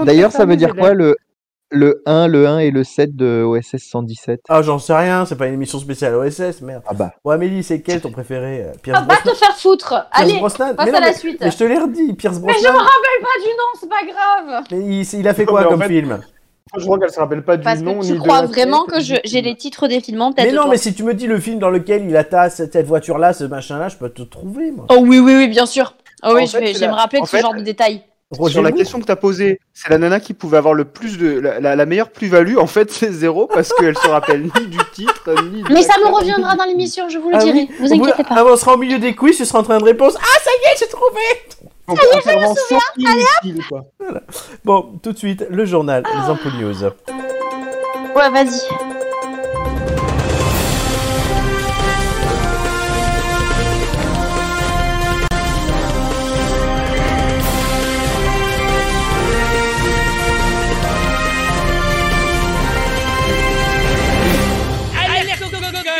[SPEAKER 2] D'ailleurs, ça veut dire quoi le, le 1, le 1 et le 7 de OSS 117
[SPEAKER 1] Ah, j'en sais rien. C'est pas une émission spéciale OSS, merde.
[SPEAKER 2] Ah bah.
[SPEAKER 1] Bon, Amélie, c'est quel ton préféré euh, Pierce
[SPEAKER 3] Ah, va te faire foutre.
[SPEAKER 1] Pierce
[SPEAKER 3] Allez,
[SPEAKER 1] Brosnan.
[SPEAKER 3] passe
[SPEAKER 1] Mais non,
[SPEAKER 3] à la
[SPEAKER 1] mais-
[SPEAKER 3] suite.
[SPEAKER 1] mais je te l'ai redit, Pierce
[SPEAKER 3] Mais je
[SPEAKER 1] Brosnan.
[SPEAKER 3] me rappelle pas du nom, c'est pas grave.
[SPEAKER 1] Mais il, il a fait
[SPEAKER 4] Non,
[SPEAKER 1] quoi
[SPEAKER 4] mais en
[SPEAKER 1] comme
[SPEAKER 4] fait,
[SPEAKER 1] film
[SPEAKER 4] Je crois qu'elle se rappelle pas du
[SPEAKER 3] Parce
[SPEAKER 4] nom.
[SPEAKER 3] que
[SPEAKER 4] ni
[SPEAKER 3] tu
[SPEAKER 4] de
[SPEAKER 3] crois
[SPEAKER 4] la
[SPEAKER 3] vraiment
[SPEAKER 4] tête,
[SPEAKER 3] que
[SPEAKER 4] ni
[SPEAKER 3] je-
[SPEAKER 4] du-
[SPEAKER 3] j'ai les titres des films en tête.
[SPEAKER 1] Mais non,
[SPEAKER 3] toi.
[SPEAKER 1] mais si tu me dis le film dans lequel il attaque cette, cette voiture-là, ce machin-là, je peux te trouver, moi.
[SPEAKER 3] Oh oui, oui, oui, bien sûr. Oh oui,
[SPEAKER 4] En
[SPEAKER 3] je
[SPEAKER 4] fait,
[SPEAKER 3] vais,
[SPEAKER 4] c'est
[SPEAKER 3] je vais
[SPEAKER 4] la-
[SPEAKER 3] me rappeler de
[SPEAKER 4] en
[SPEAKER 3] ce
[SPEAKER 4] fait-
[SPEAKER 3] genre de détails.
[SPEAKER 1] Roger
[SPEAKER 4] Sur la
[SPEAKER 1] Moore.
[SPEAKER 4] question que t'as posée, c'est la nana qui pouvait avoir le plus de la, la- la meilleure plus-value. En fait, c'est zéro parce qu'elle se rappelle ni du titre ni. de
[SPEAKER 3] Mais ça
[SPEAKER 4] l'acteur,
[SPEAKER 3] nous
[SPEAKER 4] ni
[SPEAKER 3] reviendra
[SPEAKER 4] du-
[SPEAKER 3] dans l'émission, je vous le
[SPEAKER 1] Ah
[SPEAKER 3] dirai.
[SPEAKER 1] oui,
[SPEAKER 3] Vous
[SPEAKER 1] au bout-
[SPEAKER 3] inquiétez pas.
[SPEAKER 1] ah, on sera au milieu des quiz, tu seras en train de répondre. Ah, ça y est, j'ai trouvé
[SPEAKER 4] Donc, intervention inutile, quoi.
[SPEAKER 1] Bon, tout de suite, le journal,
[SPEAKER 3] Ah.
[SPEAKER 1] les ampoules news.
[SPEAKER 3] Ouais, vas-y.
[SPEAKER 7] Alerte au Google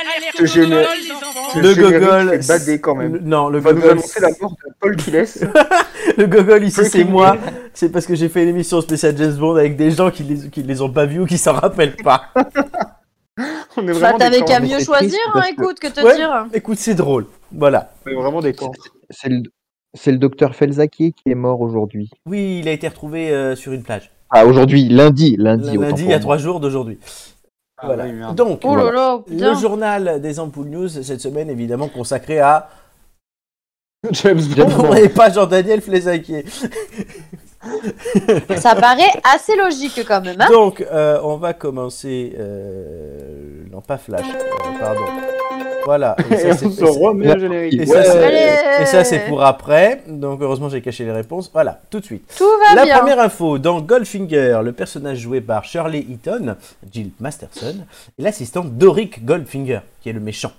[SPEAKER 7] Alerte
[SPEAKER 4] Que
[SPEAKER 7] au
[SPEAKER 4] je ne-
[SPEAKER 7] Google, les enfants
[SPEAKER 4] Le
[SPEAKER 1] Le
[SPEAKER 4] générique
[SPEAKER 1] Gogol.
[SPEAKER 4] fait bader quand même.
[SPEAKER 1] le- Non, le
[SPEAKER 4] On va nous
[SPEAKER 1] Gogol.
[SPEAKER 4] annoncer la mort de Paul Gilles.
[SPEAKER 1] Le Gogol ici,
[SPEAKER 4] Breaking
[SPEAKER 1] Euh, c'est moi. C'est parce que j'ai fait une émission spéciale James Bond avec des gens qui les, qui les ont pas vus ou qui s'en rappellent pas.
[SPEAKER 4] On est
[SPEAKER 3] Bah,
[SPEAKER 4] vraiment des
[SPEAKER 3] t'avais qu'à
[SPEAKER 4] camps.
[SPEAKER 2] mais
[SPEAKER 3] mieux
[SPEAKER 2] c'est
[SPEAKER 3] choisir,
[SPEAKER 2] triste
[SPEAKER 3] hein,
[SPEAKER 2] parce que-
[SPEAKER 3] écoute, que te
[SPEAKER 1] Ouais.
[SPEAKER 3] dire.
[SPEAKER 1] Écoute, c'est drôle. Voilà.
[SPEAKER 4] On est vraiment des camps.
[SPEAKER 2] C'est le, c'est le docteur Felzaki qui est mort aujourd'hui.
[SPEAKER 1] Oui, il a été retrouvé euh, sur une plage.
[SPEAKER 2] Ah, aujourd'hui, lundi, lundi. autant
[SPEAKER 1] Lundi,
[SPEAKER 2] pour
[SPEAKER 1] il y a
[SPEAKER 2] moi.
[SPEAKER 1] trois jours d'aujourd'hui. Voilà.
[SPEAKER 4] Ah oui, merde.
[SPEAKER 1] Donc,
[SPEAKER 3] Oh là là,
[SPEAKER 1] le
[SPEAKER 3] putain.
[SPEAKER 1] journal des ampoules news cette semaine, évidemment, consacré à.
[SPEAKER 4] James
[SPEAKER 2] James
[SPEAKER 4] Bond.
[SPEAKER 1] Non, et pas Jean-Daniel Flesaquier.
[SPEAKER 3] Ça paraît assez logique quand même. Hein
[SPEAKER 1] Donc, euh, on va commencer. Euh... Non, pas Flash, euh, pardon. Voilà. Et
[SPEAKER 4] Et
[SPEAKER 1] ça,
[SPEAKER 4] on
[SPEAKER 1] c'est-
[SPEAKER 4] se remet au générique.
[SPEAKER 1] et ça, c'est-
[SPEAKER 3] Allez
[SPEAKER 1] et ça, c'est pour après. Donc, heureusement, j'ai caché les réponses. Voilà, tout de suite.
[SPEAKER 3] Tout va
[SPEAKER 1] La
[SPEAKER 3] bien.
[SPEAKER 1] première info, dans Goldfinger, le personnage joué par Shirley Eaton, Jill Masterson, est l'assistante d'Oric Goldfinger, qui est le méchant.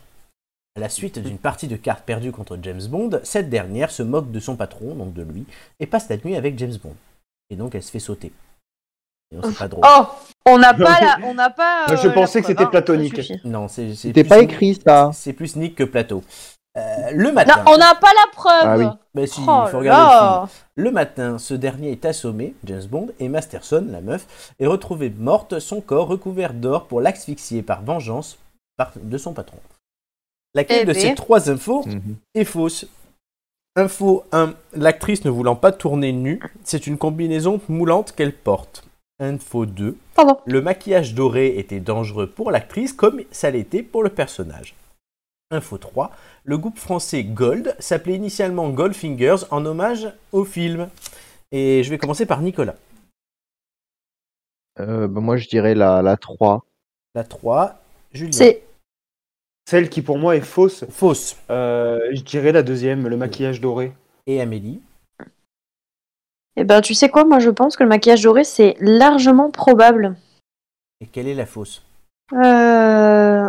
[SPEAKER 1] À la suite d'une partie de cartes perdues contre James Bond, cette dernière se moque de son patron, donc de lui, et passe la nuit avec James Bond. Et donc elle se fait sauter. Et non, c'est pas drôle.
[SPEAKER 3] Oh, on n'a pas la, on n'a pas.
[SPEAKER 4] Moi, je
[SPEAKER 3] euh,
[SPEAKER 4] pensais
[SPEAKER 3] la
[SPEAKER 4] que c'était
[SPEAKER 3] preuve, hein,
[SPEAKER 4] platonique.
[SPEAKER 3] ça suffit.
[SPEAKER 1] Non, c'est c'est
[SPEAKER 2] C'était
[SPEAKER 1] plus
[SPEAKER 2] pas
[SPEAKER 1] Nick-
[SPEAKER 2] écrit hein. ça.
[SPEAKER 1] C'est plus Nick que Plateau. Euh, le
[SPEAKER 3] Non,
[SPEAKER 1] matin.
[SPEAKER 3] on n'a pas la preuve.
[SPEAKER 2] Ah oui.
[SPEAKER 1] Bah si, il
[SPEAKER 3] Oh
[SPEAKER 1] faut regarder
[SPEAKER 3] là
[SPEAKER 1] le film.
[SPEAKER 3] là.
[SPEAKER 1] Le matin, ce dernier est assommé, James Bond, et Masterson, la meuf, est retrouvée morte, son corps recouvert d'or pour l'asphyxier par vengeance par- de son patron. Laquelle
[SPEAKER 3] Eh
[SPEAKER 1] de
[SPEAKER 3] ben.
[SPEAKER 1] ces trois infos
[SPEAKER 2] Mhm.
[SPEAKER 1] est fausse Info 1. L'actrice ne voulant pas tourner nue, c'est une combinaison moulante qu'elle porte. Info 2.
[SPEAKER 3] Pardon.
[SPEAKER 1] Le maquillage doré était dangereux pour l'actrice comme ça l'était pour le personnage. Info 3. Le groupe français Gold s'appelait initialement Goldfingers en hommage au film. Et je vais commencer par Nicolas.
[SPEAKER 2] Euh, bah, moi, je dirais la, la 3.
[SPEAKER 1] La 3. Julien.
[SPEAKER 3] C'est
[SPEAKER 4] Celle qui pour moi est fausse,
[SPEAKER 1] Fausse.
[SPEAKER 4] euh, je dirais la deuxième, le maquillage doré.
[SPEAKER 1] Et Amélie.
[SPEAKER 3] Eh ben, tu sais quoi, moi je pense que le maquillage doré c'est largement probable.
[SPEAKER 1] Et quelle est la fausse
[SPEAKER 3] Euh...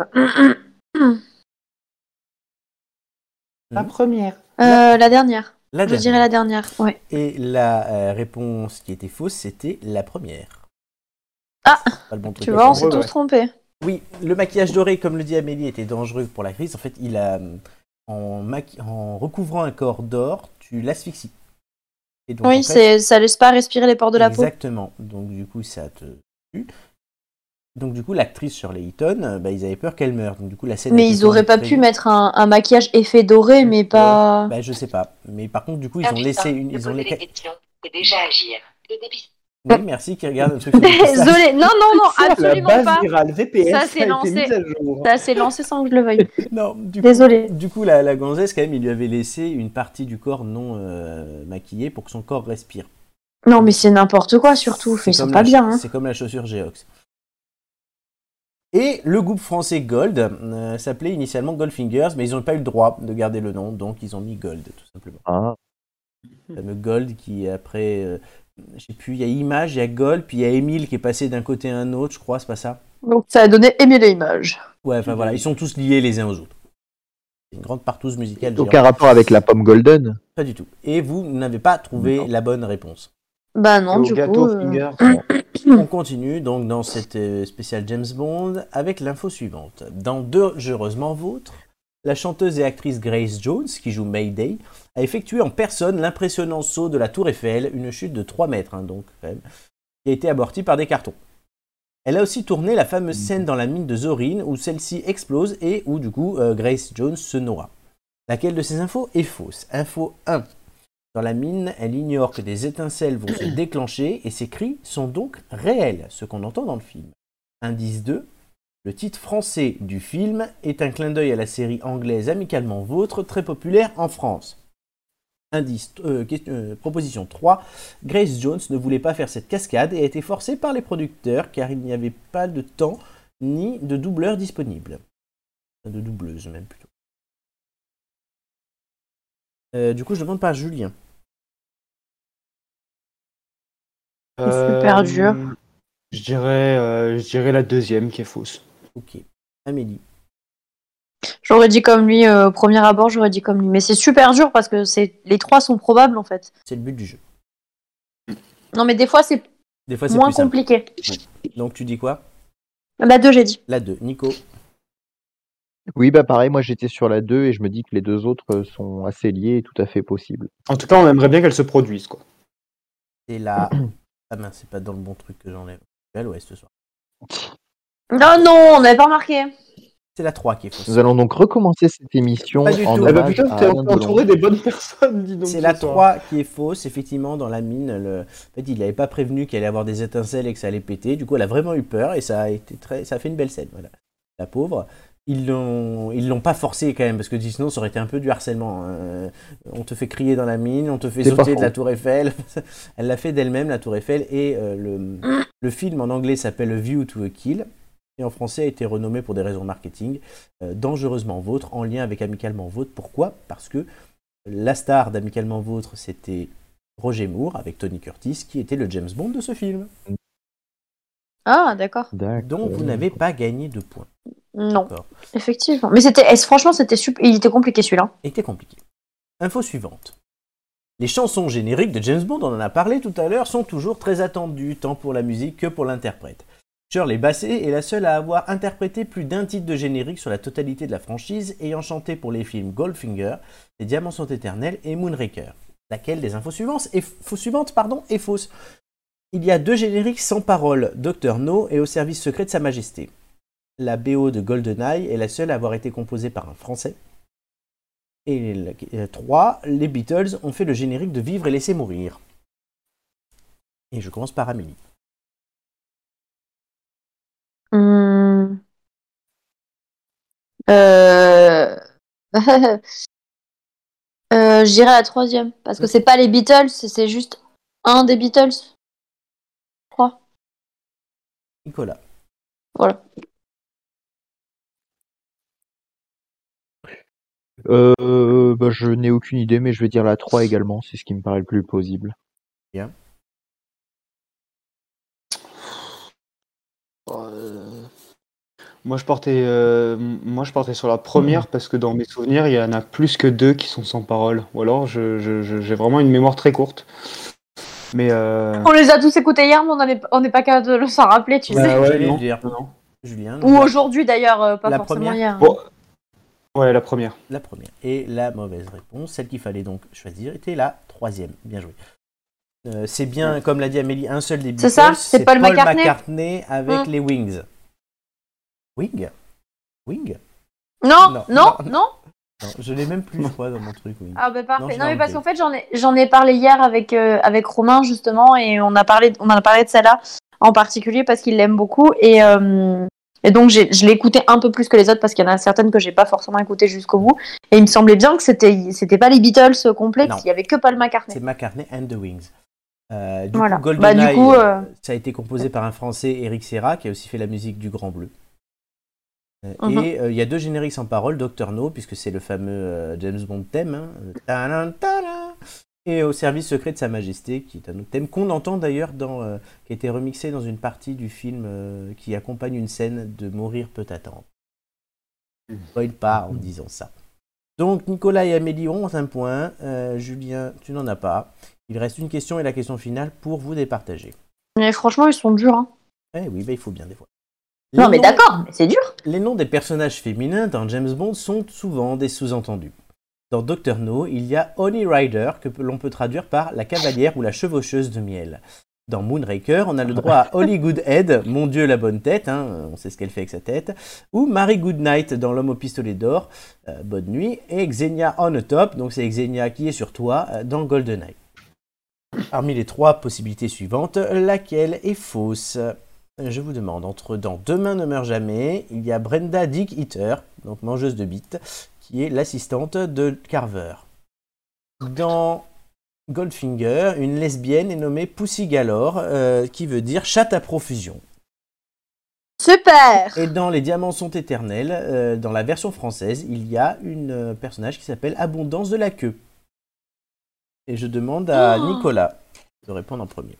[SPEAKER 3] euh,
[SPEAKER 1] La
[SPEAKER 4] première.
[SPEAKER 3] la dernière.
[SPEAKER 1] La
[SPEAKER 3] Je dirais
[SPEAKER 1] dernière.
[SPEAKER 3] la dernière. Ouais.
[SPEAKER 1] Et la euh, réponse qui était fausse, c'était la première.
[SPEAKER 3] Ah,
[SPEAKER 1] C'est pas le bon truc
[SPEAKER 3] Tu
[SPEAKER 1] à
[SPEAKER 3] vois, on
[SPEAKER 1] faire.
[SPEAKER 3] s'est tous
[SPEAKER 4] ouais.
[SPEAKER 3] trompés.
[SPEAKER 1] Oui, le maquillage doré, comme le dit Amélie, était dangereux pour la crise. En fait, il a, euh, en, maqui- en recouvrant un corps d'or, tu l'asphyxies. Et donc, en
[SPEAKER 3] oui,
[SPEAKER 1] fait,
[SPEAKER 3] c'est ça laisse pas respirer les pores de la
[SPEAKER 1] Exactement. Donc, du coup, ça te tue. Donc, du coup, l'actrice sur les Eaton, euh, bah, ils avaient peur qu'elle meure. Donc, du coup, la
[SPEAKER 3] peau.
[SPEAKER 1] scène.
[SPEAKER 3] Mais
[SPEAKER 1] était
[SPEAKER 3] ils auraient pas pu
[SPEAKER 1] tournée
[SPEAKER 3] mettre un, un maquillage effet doré, mais pas.
[SPEAKER 1] très- Bah, je sais pas. Mais par contre, du coup, ils ont laissé une. Ils ont
[SPEAKER 8] les
[SPEAKER 1] laissé-
[SPEAKER 8] questions, c'est déjà agir. Le dépistage
[SPEAKER 1] Oui, merci qui regarde un truc. sur le visage.
[SPEAKER 3] Désolé. Non, non, non, absolument
[SPEAKER 4] la base
[SPEAKER 3] pas.
[SPEAKER 4] virale VPS
[SPEAKER 3] Ça,
[SPEAKER 4] a
[SPEAKER 3] c'est
[SPEAKER 4] été
[SPEAKER 3] lancé.
[SPEAKER 4] mise à jour.
[SPEAKER 3] Ça s'est lancé sans que je le veuille.
[SPEAKER 1] Non, du coup,
[SPEAKER 3] Désolé.
[SPEAKER 1] Du coup, la, la gonzesse, quand même, il lui avait laissé une partie du corps non euh, maquillé pour que son corps respire.
[SPEAKER 3] Non, mais c'est n'importe quoi surtout.
[SPEAKER 1] C'est
[SPEAKER 3] Ils sont
[SPEAKER 1] comme
[SPEAKER 3] pas
[SPEAKER 1] la-
[SPEAKER 3] bien. hein.
[SPEAKER 1] C'est comme la chaussure Geox. Et le groupe français Gold euh, s'appelait initialement Goldfingers, mais ils n'ont pas eu le droit de garder le nom, donc ils ont mis Gold, tout simplement.
[SPEAKER 2] Ah,
[SPEAKER 1] Le fameux Gold qui, après, euh, je sais plus, il y a Image, il y a Gold, puis il y a Émile qui est passé d'un côté à un autre, je crois, c'est pas ça
[SPEAKER 3] Donc ça a donné Émile et Image.
[SPEAKER 1] Ouais, enfin voilà, ils sont tous liés les uns aux autres. C'est une grande partouze musicale. j'ai
[SPEAKER 2] aucun rapport avec la pomme golden.
[SPEAKER 1] Pas du tout. Et vous n'avez pas trouvé
[SPEAKER 2] Non.
[SPEAKER 1] la bonne réponse.
[SPEAKER 3] Bah non,
[SPEAKER 4] Au
[SPEAKER 3] du
[SPEAKER 4] gâteau
[SPEAKER 3] coup. euh,
[SPEAKER 4] finger.
[SPEAKER 1] On continue donc dans cette euh, spéciale James Bond avec l'info suivante. Dans Dangereusement Vôtre, la chanteuse et actrice Grace Jones, qui joue Mayday, a effectué en personne l'impressionnant saut de la Tour Eiffel, une chute de 3 mètres, hein, donc quand même, qui a été abortie par des cartons. Elle a aussi tourné la fameuse scène dans la mine de Zorin où celle-ci explose et où du coup euh, Grace Jones se noie. Laquelle de ces infos est fausse Info 1. Dans la mine, elle ignore que des étincelles vont se déclencher et ses cris sont donc réels, ce qu'on entend dans le film. Indice 2. Le titre français du film est un clin d'œil à la série anglaise Amicalement Vôtre, très populaire en France. Indice, euh, question- euh, proposition 3. Grace Jones ne voulait pas faire cette cascade et a été forcée par les producteurs car il n'y avait pas de temps ni de doubleur disponible. De doubleuse même plutôt. Euh, du coup, je demande par Julien.
[SPEAKER 3] super dur.
[SPEAKER 4] Euh, Je dirais, euh, je dirais la deuxième qui est fausse.
[SPEAKER 1] Ok. Amélie.
[SPEAKER 3] J'aurais dit comme lui, euh, au premier abord, j'aurais dit comme lui. Mais c'est super dur parce que c'est les trois sont probables en fait.
[SPEAKER 1] C'est le but du jeu.
[SPEAKER 3] Non, mais des fois c'est
[SPEAKER 1] Des fois, c'est
[SPEAKER 3] moins
[SPEAKER 1] plus simple.
[SPEAKER 3] compliqué.
[SPEAKER 1] Donc, tu dis quoi
[SPEAKER 3] La deux, j'ai dit.
[SPEAKER 1] La 2. Nico.
[SPEAKER 2] Oui, bah pareil, moi j'étais sur la 2 et je me dis que les deux autres euh, sont assez liés et tout à fait possibles.
[SPEAKER 4] En tout cas, on aimerait bien qu'elle se produise. Quoi.
[SPEAKER 1] C'est la. Ah mince, c'est pas dans le bon truc que j'enlève. Je suis à l'ouest ce soir.
[SPEAKER 3] Non, non, on n'avait pas remarqué.
[SPEAKER 1] C'est la 3 qui est fausse.
[SPEAKER 2] Nous allons donc recommencer cette émission
[SPEAKER 1] Pas du
[SPEAKER 2] en
[SPEAKER 1] tout.
[SPEAKER 4] Eh ben,
[SPEAKER 2] hommage
[SPEAKER 4] putain,
[SPEAKER 2] à
[SPEAKER 4] t'es
[SPEAKER 2] Alain Delon.
[SPEAKER 4] entouré des bonnes personnes, dis donc.
[SPEAKER 1] C'est
[SPEAKER 4] ce
[SPEAKER 1] la
[SPEAKER 4] soir.
[SPEAKER 1] 3 qui est fausse, effectivement, dans la mine. Le... En fait, il n'avait pas prévenu qu'il allait avoir des étincelles et que ça allait péter. Du coup, elle a vraiment eu peur et ça a, été très... ça a fait une belle scène. Voilà. La pauvre. Ils l'ont, ils l'ont pas forcé quand même, parce que sinon ça aurait été un peu du harcèlement. hein. On te fait crier dans la mine, on te fait
[SPEAKER 2] C'est pas
[SPEAKER 1] sauter de
[SPEAKER 2] faux.
[SPEAKER 1] la tour Eiffel. Elle l'a fait d'elle-même, la tour Eiffel, et euh, le, le film en anglais s'appelle A View to a Kill. et en français a été renommé pour des raisons marketing euh, Dangereusement Vôtre, en lien avec Amicalement Vôtre. Pourquoi Parce que la star d'Amicalement Vôtre, c'était Roger Moore avec Tony Curtis, qui était le James Bond de ce film.
[SPEAKER 3] Ah, d'accord.
[SPEAKER 1] Donc vous n'avez pas gagné de points.
[SPEAKER 3] Non.
[SPEAKER 1] D'accord.
[SPEAKER 3] Effectivement. Mais c'était, est-ce- franchement, c'était super. Il était compliqué celui-là.
[SPEAKER 1] était compliqué. Info suivante. Les chansons génériques de James Bond, on en a parlé tout à l'heure, sont toujours très attendues, tant pour la musique que pour l'interprète. Shirley Bassey est la seule à avoir interprété plus d'un titre de générique sur la totalité de la franchise, ayant chanté pour les films Goldfinger, Les Diamants sont éternels et Moonraker. Laquelle des infos suivantes est, faux- suivantes, pardon, est fausse Il y a deux génériques sans parole, Dr No et Au service secret de Sa Majesté. La BO de GoldenEye est la seule à avoir été composée par un Français. Et 3, les Beatles ont fait le générique de Vivre et laisser mourir. Et je commence par Amélie.
[SPEAKER 3] Hmm. Euh... euh, J'irai à la troisième. Parce que c'est pas les Beatles, c'est juste un des Beatles.
[SPEAKER 1] Nicolas.
[SPEAKER 3] Voilà.
[SPEAKER 2] Euh, bah, je n'ai aucune idée, mais je vais dire la 3 également, c'est ce qui me paraît le plus plausible.
[SPEAKER 4] Euh, Moi je, portais, euh, moi, je portais sur la première parce que dans mes souvenirs, il y en a plus que deux qui sont sans parole. Ou alors, je- je- je- j'ai vraiment une mémoire très courte. Mais. euh,
[SPEAKER 3] On les a tous écoutés hier, mais on en est- on n'est pas capable de s'en rappeler, tu
[SPEAKER 4] Bah,
[SPEAKER 3] sais.
[SPEAKER 4] ouais,
[SPEAKER 1] J'allais
[SPEAKER 4] non,
[SPEAKER 1] le dire.
[SPEAKER 4] non, non.
[SPEAKER 1] Julien.
[SPEAKER 3] Ou
[SPEAKER 1] la,
[SPEAKER 3] aujourd'hui d'ailleurs, euh, pas
[SPEAKER 1] la
[SPEAKER 3] forcément
[SPEAKER 1] première
[SPEAKER 3] hier.
[SPEAKER 4] Bon. Ouais, la première.
[SPEAKER 1] la première. Et la mauvaise réponse, celle qu'il fallait donc choisir, était la troisième. Bien joué. Euh, c'est bien, comme l'a dit Amélie, un seul des Beatles.
[SPEAKER 3] C'est ça C'est Paul McCartney
[SPEAKER 1] avec
[SPEAKER 3] Mm.
[SPEAKER 1] les Wings. Wing Wing
[SPEAKER 3] Non,
[SPEAKER 1] Non,
[SPEAKER 3] non,
[SPEAKER 1] non,
[SPEAKER 3] non,
[SPEAKER 1] Non, je l'ai même plus, je crois, dans mon truc. Wing.
[SPEAKER 3] Ah bah
[SPEAKER 1] Non,
[SPEAKER 3] parfait.
[SPEAKER 1] je
[SPEAKER 3] Non,
[SPEAKER 1] l'ai
[SPEAKER 3] mais parce
[SPEAKER 1] enlevé.
[SPEAKER 3] qu'en fait j'en ai j'en ai parlé hier avec euh, avec Romain justement et on a parlé on en a parlé de celle-là en particulier parce qu'il l'aime beaucoup et euh, et donc j'ai- je l'ai écoutée un peu plus que les autres parce qu'il y en a certaines que j'ai pas forcément écoutées jusqu'au bout et il me semblait bien que c'était c'était pas les Beatles euh, complets,
[SPEAKER 1] Non.
[SPEAKER 3] qu'il y avait que Paul McCartney.
[SPEAKER 1] C'est McCartney and the Wings. Euh, du
[SPEAKER 3] Voilà.
[SPEAKER 1] coup,
[SPEAKER 3] Bah,
[SPEAKER 1] GoldenEye,
[SPEAKER 3] du coup, euh,
[SPEAKER 1] ça a été composé par un Français, Eric Serra, qui a aussi fait la musique du Grand Bleu. Euh,
[SPEAKER 3] Mhm.
[SPEAKER 1] Et euh, il y a deux génériques sans parole, Doctor No, puisque c'est le fameux euh, James Bond thème, hein, euh, ta-da, ta-da, et au service secret de Sa Majesté, qui est un autre thème qu'on entend d'ailleurs, dans, euh, qui a été remixé dans une partie du film euh, qui accompagne une scène de Mourir peut attendre.
[SPEAKER 4] Mhm.
[SPEAKER 1] Spoil pas en disant ça. Donc Nicolas et Amélie ont un point, Euh, Julien, tu n'en as pas. Il reste une question et la question finale pour vous départager.
[SPEAKER 3] mais franchement ils sont durs. Hein.
[SPEAKER 1] Eh oui, bah, il faut bien des fois.
[SPEAKER 3] Non
[SPEAKER 1] Les
[SPEAKER 3] mais
[SPEAKER 1] noms-
[SPEAKER 3] d'accord, mais c'est dur.
[SPEAKER 1] Les noms des personnages féminins dans James Bond sont souvent des sous-entendus. Dans Doctor No, il y a Honey Rider, que l'on peut traduire par la cavalière ou la chevaucheuse de miel. Dans Moonraker, on a le droit à Holly Goodhead, mon dieu la bonne tête, hein, on sait ce qu'elle fait avec sa tête, ou Mary Goodnight dans L'homme au pistolet d'or, euh, bonne nuit, et Xenia on the top, donc c'est Xenia qui est sur toi, euh, dans GoldenEye. Parmi les trois possibilités suivantes, laquelle est fausse je vous demande, entre dans Demain ne meurt jamais, il y a Brenda Dick Eater, donc mangeuse de bites, qui est l'assistante de Carver. Dans Goldfinger, une lesbienne est nommée Pussy Galore, euh, qui veut dire chatte à profusion.
[SPEAKER 3] Super.
[SPEAKER 1] Et dans Les Diamants sont éternels, euh, dans la version française, il y a une euh, personnage qui s'appelle Abondance de la queue. Et je demande à
[SPEAKER 3] Oh.
[SPEAKER 1] Nicolas de répondre en premier.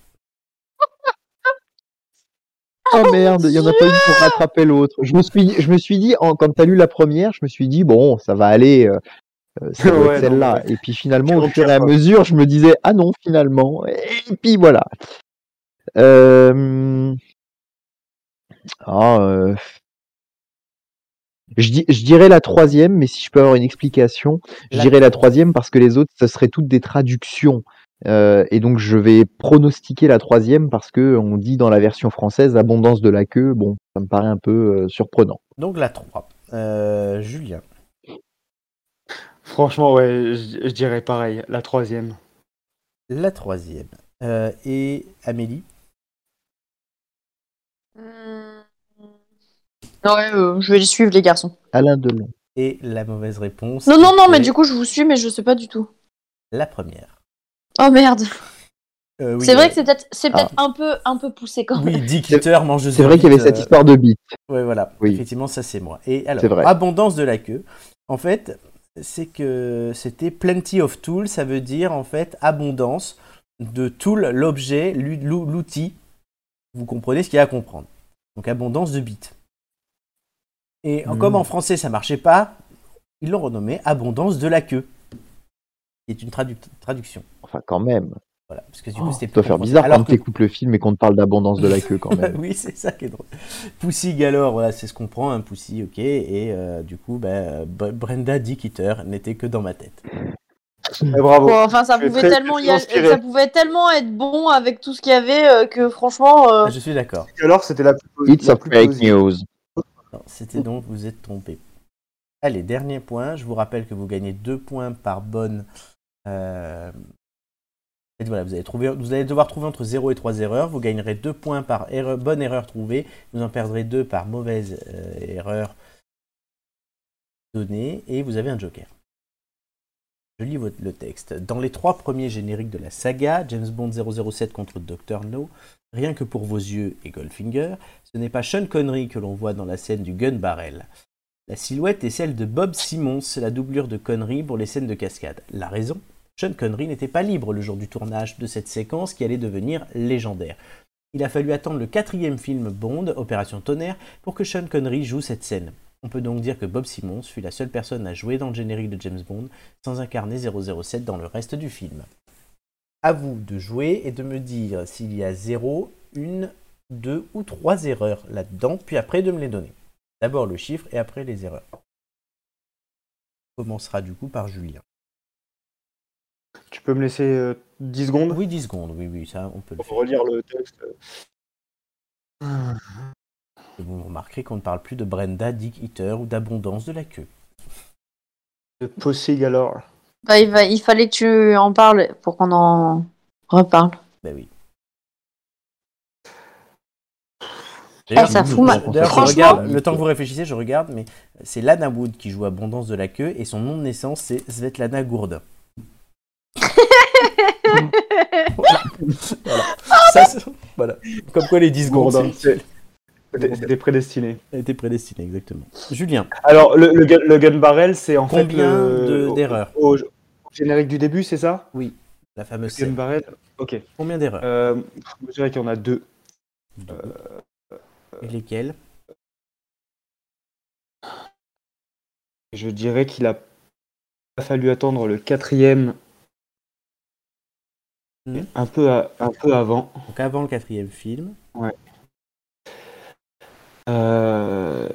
[SPEAKER 2] Ah merde, il y en a pas une pour rattraper l'autre. Je me suis, je me suis dit, en, quand t'as lu la première, je me suis dit bon, ça va aller, euh, euh, ça doit
[SPEAKER 4] Ouais,
[SPEAKER 2] être
[SPEAKER 4] non,
[SPEAKER 2] celle-là.
[SPEAKER 4] ouais.
[SPEAKER 2] Et puis finalement,
[SPEAKER 4] Je
[SPEAKER 2] au fur et à
[SPEAKER 4] confirme.
[SPEAKER 2] mesure, je me disais ah non, finalement. Et puis voilà. Euh... ah, euh, Je, dis, je dirais la troisième, mais si je peux avoir une explication, je
[SPEAKER 1] La-
[SPEAKER 2] dirais la troisième parce que les autres, ce seraient toutes des traductions. Euh, et donc je vais pronostiquer la troisième parce que on dit dans la version française abondance de la queue. Bon, ça me paraît un peu euh, surprenant.
[SPEAKER 1] Donc la 3. Euh, Julien.
[SPEAKER 4] Franchement, ouais, je je dirais pareil, la troisième.
[SPEAKER 1] La troisième. Euh, et Amélie
[SPEAKER 3] Ouais, euh, je vais les suivre les garçons.
[SPEAKER 2] Alain Delon.
[SPEAKER 1] Et la mauvaise réponse.
[SPEAKER 3] Non non non, mais
[SPEAKER 1] était
[SPEAKER 3] du coup je vous suis mais je sais pas du tout.
[SPEAKER 1] La première.
[SPEAKER 3] Oh merde.
[SPEAKER 1] Euh, oui,
[SPEAKER 3] c'est vrai
[SPEAKER 1] euh,
[SPEAKER 3] que c'est peut-être c'est peut-être un peu un peu poussé quand même.
[SPEAKER 1] Oui, Dick Eater, mangeuse
[SPEAKER 2] C'est
[SPEAKER 1] de
[SPEAKER 2] vrai qu'il y avait
[SPEAKER 1] bite,
[SPEAKER 2] cette
[SPEAKER 1] euh,
[SPEAKER 2] histoire de bite.
[SPEAKER 1] Ouais, voilà.
[SPEAKER 2] Oui.
[SPEAKER 1] Effectivement, ça c'est moi. Et alors,
[SPEAKER 2] C'est vrai.
[SPEAKER 1] abondance de la queue. En fait, c'est que c'était plenty of tool, ça veut dire en fait abondance de tool, l'objet, l'u- l'ou- l'outil. Vous comprenez ce qu'il y a à comprendre. Donc abondance de bits. Et en-
[SPEAKER 2] Mm.
[SPEAKER 1] comme en français ça marchait pas, ils l'ont renommé abondance de la queue. Qui est une tradu- traduction.
[SPEAKER 2] Enfin, quand même.
[SPEAKER 1] Voilà, parce que du coup,
[SPEAKER 2] Oh, Ça
[SPEAKER 1] c'était
[SPEAKER 2] doit
[SPEAKER 1] plus
[SPEAKER 2] faire
[SPEAKER 1] compréhensible.
[SPEAKER 2] bizarre
[SPEAKER 1] Alors
[SPEAKER 2] quand
[SPEAKER 1] que-
[SPEAKER 2] tu écoutes le film et qu'on te parle d'abondance de la queue quand même.
[SPEAKER 1] oui, c'est ça qui est drôle. Poussy Galore, voilà, c'est ce qu'on prend, un Poussy, ok. Et euh, du coup, bah, euh, Bre- Brenda Dickitter n'était que dans ma tête.
[SPEAKER 4] Eh, bravo.
[SPEAKER 3] Bon, enfin, ça
[SPEAKER 4] Je suis
[SPEAKER 3] pouvait,
[SPEAKER 4] très-
[SPEAKER 3] tellement
[SPEAKER 4] je
[SPEAKER 3] y
[SPEAKER 4] suis
[SPEAKER 3] aller-
[SPEAKER 4] inspiré.
[SPEAKER 3] ça pouvait tellement être bon avec tout ce qu'il y avait euh, que franchement, euh,
[SPEAKER 1] Ah, Je suis d'accord.
[SPEAKER 4] Alors, c'était la plus.
[SPEAKER 2] It's
[SPEAKER 4] la
[SPEAKER 2] a
[SPEAKER 4] plus
[SPEAKER 2] fake
[SPEAKER 4] plausible.
[SPEAKER 2] news.
[SPEAKER 1] Non, C'était donc, vous êtes trompé. Allez, dernier point. Je vous rappelle que vous gagnez deux points par bonne. euh, et voilà, vous allez, trouver, vous allez devoir trouver entre 0 et 3 erreurs. Vous gagnerez deux points par erreur- bonne erreur trouvée. Vous en perdrez deux par mauvaise euh, erreur donnée. Et vous avez un joker. Je lis votre- le texte. Dans les trois premiers génériques de la saga, James Bond 007 contre Dr. No, Rien que pour vos yeux et Goldfinger, ce n'est pas Sean Connery que l'on voit dans la scène du gun barrel. La silhouette est celle de Bob Simmons, la doublure de Connery pour les scènes de cascade. La raison Sean Connery n'était pas libre le jour du tournage de cette séquence qui allait devenir légendaire. Il a fallu attendre le quatrième film Bond, Opération Tonnerre, pour que Sean Connery joue cette scène. On peut donc dire que Bob Simmons fut la seule personne à jouer dans le générique de James Bond sans incarner 007 dans le reste du film. À vous de jouer et de me dire s'il y a 0, 1, deux ou trois erreurs là-dedans, puis après de me les donner. D'abord le chiffre et après les erreurs. On commencera du coup par Julien.
[SPEAKER 4] Tu peux me laisser euh, 10 secondes
[SPEAKER 1] Oui, 10 secondes, oui, oui, ça on peut le
[SPEAKER 4] pour
[SPEAKER 1] faire.
[SPEAKER 4] relire le texte.
[SPEAKER 2] Hmm.
[SPEAKER 1] Vous remarquerez qu'on ne parle plus de Brenda, Dick Eater ou d'abondance de la queue.
[SPEAKER 4] De Possig alors.
[SPEAKER 3] bah, il, va- il fallait que tu en parles pour qu'on en reparle.
[SPEAKER 1] Ben oui.
[SPEAKER 3] Ah, ça fout mal.
[SPEAKER 1] D'ailleurs, je
[SPEAKER 3] Franchement-
[SPEAKER 1] regarde, le temps que vous réfléchissez, je regarde, mais c'est Lana Wood qui joue Abondance de la queue et son nom de naissance c'est Svetlana Gourde. voilà.
[SPEAKER 4] Ah,
[SPEAKER 1] Ça, c'est- voilà. Comme quoi les 10 secondes, hein.
[SPEAKER 4] Gourdin,
[SPEAKER 1] c'est-
[SPEAKER 4] c'est- C'était c'était prédestiné.
[SPEAKER 1] ça a été prédestiné, exactement. Julien,
[SPEAKER 4] Alors, le, le, gun- le gun barrel, c'est en fait.
[SPEAKER 1] combien
[SPEAKER 4] le-
[SPEAKER 1] de-
[SPEAKER 4] au-
[SPEAKER 1] d'erreurs
[SPEAKER 4] au, au générique du début, c'est ça
[SPEAKER 1] La fameuse
[SPEAKER 4] Le gun
[SPEAKER 1] scène.
[SPEAKER 4] barrel Ok.
[SPEAKER 1] Combien d'erreurs
[SPEAKER 4] Euh, je dirais qu'il y en a deux. Euh,
[SPEAKER 1] Et Lesquelles
[SPEAKER 4] Je dirais qu'il a fallu attendre le quatrième.
[SPEAKER 1] Mhm.
[SPEAKER 4] Un peu, à- un peu avant.
[SPEAKER 1] Donc avant le quatrième film.
[SPEAKER 4] Euh,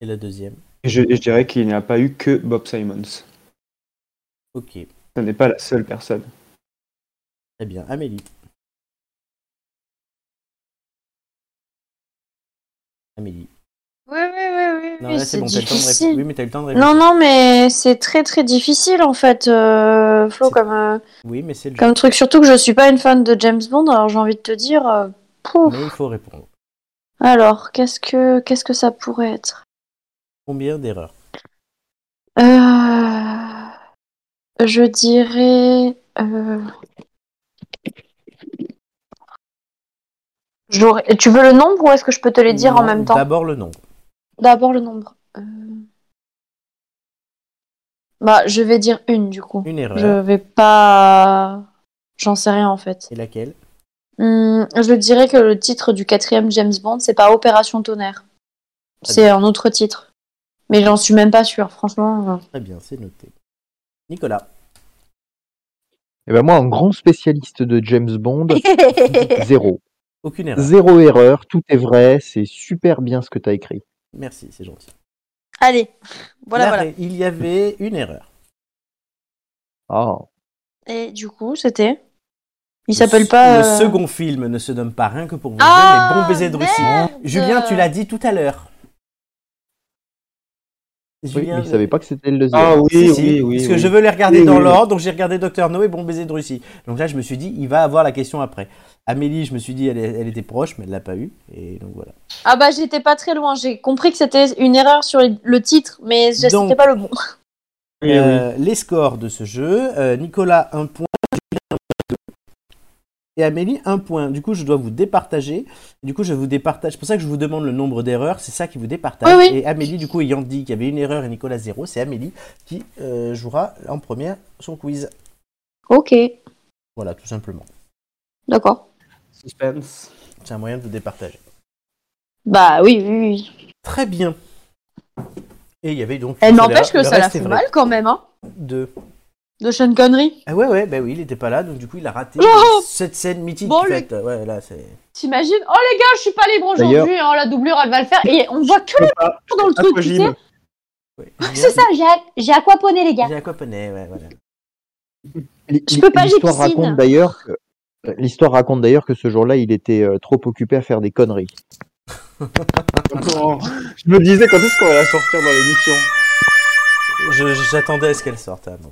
[SPEAKER 1] Et la deuxième.
[SPEAKER 4] et Je, et je dirais qu'il n'y a pas eu que Bob Simons.
[SPEAKER 1] Ok.
[SPEAKER 4] Ce n'est pas la seule personne.
[SPEAKER 1] Très Eh bien. Amélie. Amélie.
[SPEAKER 3] Oui, oui, oui, oui.
[SPEAKER 1] Non,
[SPEAKER 3] oui,
[SPEAKER 1] là, c'est bon, t'as le temps de rép-
[SPEAKER 3] difficile.
[SPEAKER 1] Oui, mais t'as eu le temps de
[SPEAKER 3] Non,
[SPEAKER 1] réfléchir.
[SPEAKER 3] non, mais c'est très très difficile en fait, euh, Flo,
[SPEAKER 1] C'est-
[SPEAKER 3] comme, euh,
[SPEAKER 1] Oui, mais c'est le jeu.
[SPEAKER 3] comme truc. Surtout que je suis pas une fan de James Bond, alors j'ai envie de te dire. euh, pouf.
[SPEAKER 1] Mais il faut répondre.
[SPEAKER 3] Alors, qu'est-ce que qu'est-ce que ça pourrait être
[SPEAKER 1] Combien d'erreurs
[SPEAKER 3] Euh, Je dirais. euh, j'aurais- Tu veux le nombre ou est-ce que je peux te les dire en
[SPEAKER 1] Non,
[SPEAKER 3] même temps
[SPEAKER 1] D'abord le nombre.
[SPEAKER 3] D'abord le nombre. Euh, Bah, je vais dire une du coup.
[SPEAKER 1] Une erreur.
[SPEAKER 3] Je vais pas. J'en sais rien en fait.
[SPEAKER 1] Et laquelle
[SPEAKER 3] Hum, je dirais que le titre du quatrième James Bond, c'est pas Opération Tonnerre. C'est un autre titre. Mais j'en suis même pas sûre, franchement.
[SPEAKER 1] Très bien, c'est noté. Nicolas.
[SPEAKER 2] Et ben moi, en grand spécialiste de James Bond, zéro.
[SPEAKER 1] Aucune erreur.
[SPEAKER 2] Zéro erreur, tout est vrai, c'est super bien ce que tu as écrit.
[SPEAKER 1] Merci, c'est gentil.
[SPEAKER 3] Allez, voilà,
[SPEAKER 1] Là,
[SPEAKER 3] voilà.
[SPEAKER 1] Il y avait une erreur.
[SPEAKER 2] Ah,
[SPEAKER 3] Et du coup, c'était. Il
[SPEAKER 1] Le
[SPEAKER 3] s'appelle
[SPEAKER 1] s-
[SPEAKER 3] pas.
[SPEAKER 1] Le
[SPEAKER 3] euh,
[SPEAKER 1] second film ne se nomme pas rien que pour vous
[SPEAKER 3] Ah,
[SPEAKER 1] mais bon baiser de Russie.
[SPEAKER 3] merde
[SPEAKER 1] Julien, tu l'as dit tout à l'heure.
[SPEAKER 2] oui, mais
[SPEAKER 1] Julien,
[SPEAKER 2] il savait pas que c'était le deuxième.
[SPEAKER 4] Ah oui,
[SPEAKER 1] Si,
[SPEAKER 4] oui,
[SPEAKER 1] si,
[SPEAKER 4] oui.
[SPEAKER 1] parce que
[SPEAKER 4] oui.
[SPEAKER 1] je veux les regarder
[SPEAKER 4] Oui,
[SPEAKER 1] dans
[SPEAKER 4] oui, oui.
[SPEAKER 1] l'ordre, donc j'ai regardé Docteur No et Bon baiser de Russie. Donc là, je me suis dit, il va avoir la question après. Amélie, je me suis dit, elle, est- elle était proche, mais elle l'a pas eu. Et donc voilà.
[SPEAKER 3] Ah bah, j'étais pas très loin. J'ai compris que c'était une erreur sur le titre, mais je-
[SPEAKER 1] Donc-
[SPEAKER 3] c'était pas le bon.
[SPEAKER 4] Oui, oui.
[SPEAKER 1] Euh, Les scores de ce jeu euh, Nicolas 1 euh, point, Julien 1 et Amélie un point. Du coup, je dois vous départager. Du coup, je vous départage. C'est pour ça que je vous demande le nombre d'erreurs. C'est ça qui vous départage.
[SPEAKER 3] Oui, oui.
[SPEAKER 1] Et Amélie, du coup, ayant dit qu'il y avait une erreur et Nicolas zéro, c'est Amélie qui euh, jouera en première son quiz.
[SPEAKER 3] Ok,
[SPEAKER 1] Voilà, tout simplement.
[SPEAKER 3] d'accord.
[SPEAKER 4] Suspense.
[SPEAKER 1] C'est un moyen de vous départager.
[SPEAKER 3] Bah oui, oui, oui.
[SPEAKER 1] Très bien. Et il y avait donc.
[SPEAKER 3] Elle
[SPEAKER 1] le-
[SPEAKER 3] n'empêche
[SPEAKER 1] le
[SPEAKER 3] que ça la
[SPEAKER 1] reste est
[SPEAKER 3] fout
[SPEAKER 1] vrai.
[SPEAKER 3] mal quand même, hein,
[SPEAKER 1] Deux.
[SPEAKER 3] de Sean Connery.
[SPEAKER 1] Ah ouais, ouais, bah oui, il était pas là, donc du coup, il a raté
[SPEAKER 3] Oh
[SPEAKER 1] cette scène mythique.
[SPEAKER 3] Bon,
[SPEAKER 1] en
[SPEAKER 3] le-
[SPEAKER 1] fait. Ouais, là, c'est.
[SPEAKER 3] T'imagines Oh les gars, je suis pas libre
[SPEAKER 2] D'ailleurs-
[SPEAKER 3] aujourd'hui, hein, la doublure elle va le faire. Et on voit que
[SPEAKER 4] Je peux pas,
[SPEAKER 3] le dans le truc, tu sais.
[SPEAKER 4] Aquagym.
[SPEAKER 1] ouais.
[SPEAKER 3] Ah, C'est ça, j'ai, j'ai aquaponé les gars.
[SPEAKER 1] J'ai aquaponé, ouais, voilà.
[SPEAKER 2] L-
[SPEAKER 3] Je peux pas, j'ai
[SPEAKER 2] L'histoire
[SPEAKER 3] piscine.
[SPEAKER 2] raconte d'ailleurs que euh, l'histoire raconte d'ailleurs que ce jour-là, il était euh, trop occupé à faire des conneries.
[SPEAKER 4] Quand- Je me disais quand est-ce qu'on va la sortir dans l'émission.
[SPEAKER 1] Je- J'attendais à ce qu'elle sorte. ah, bon.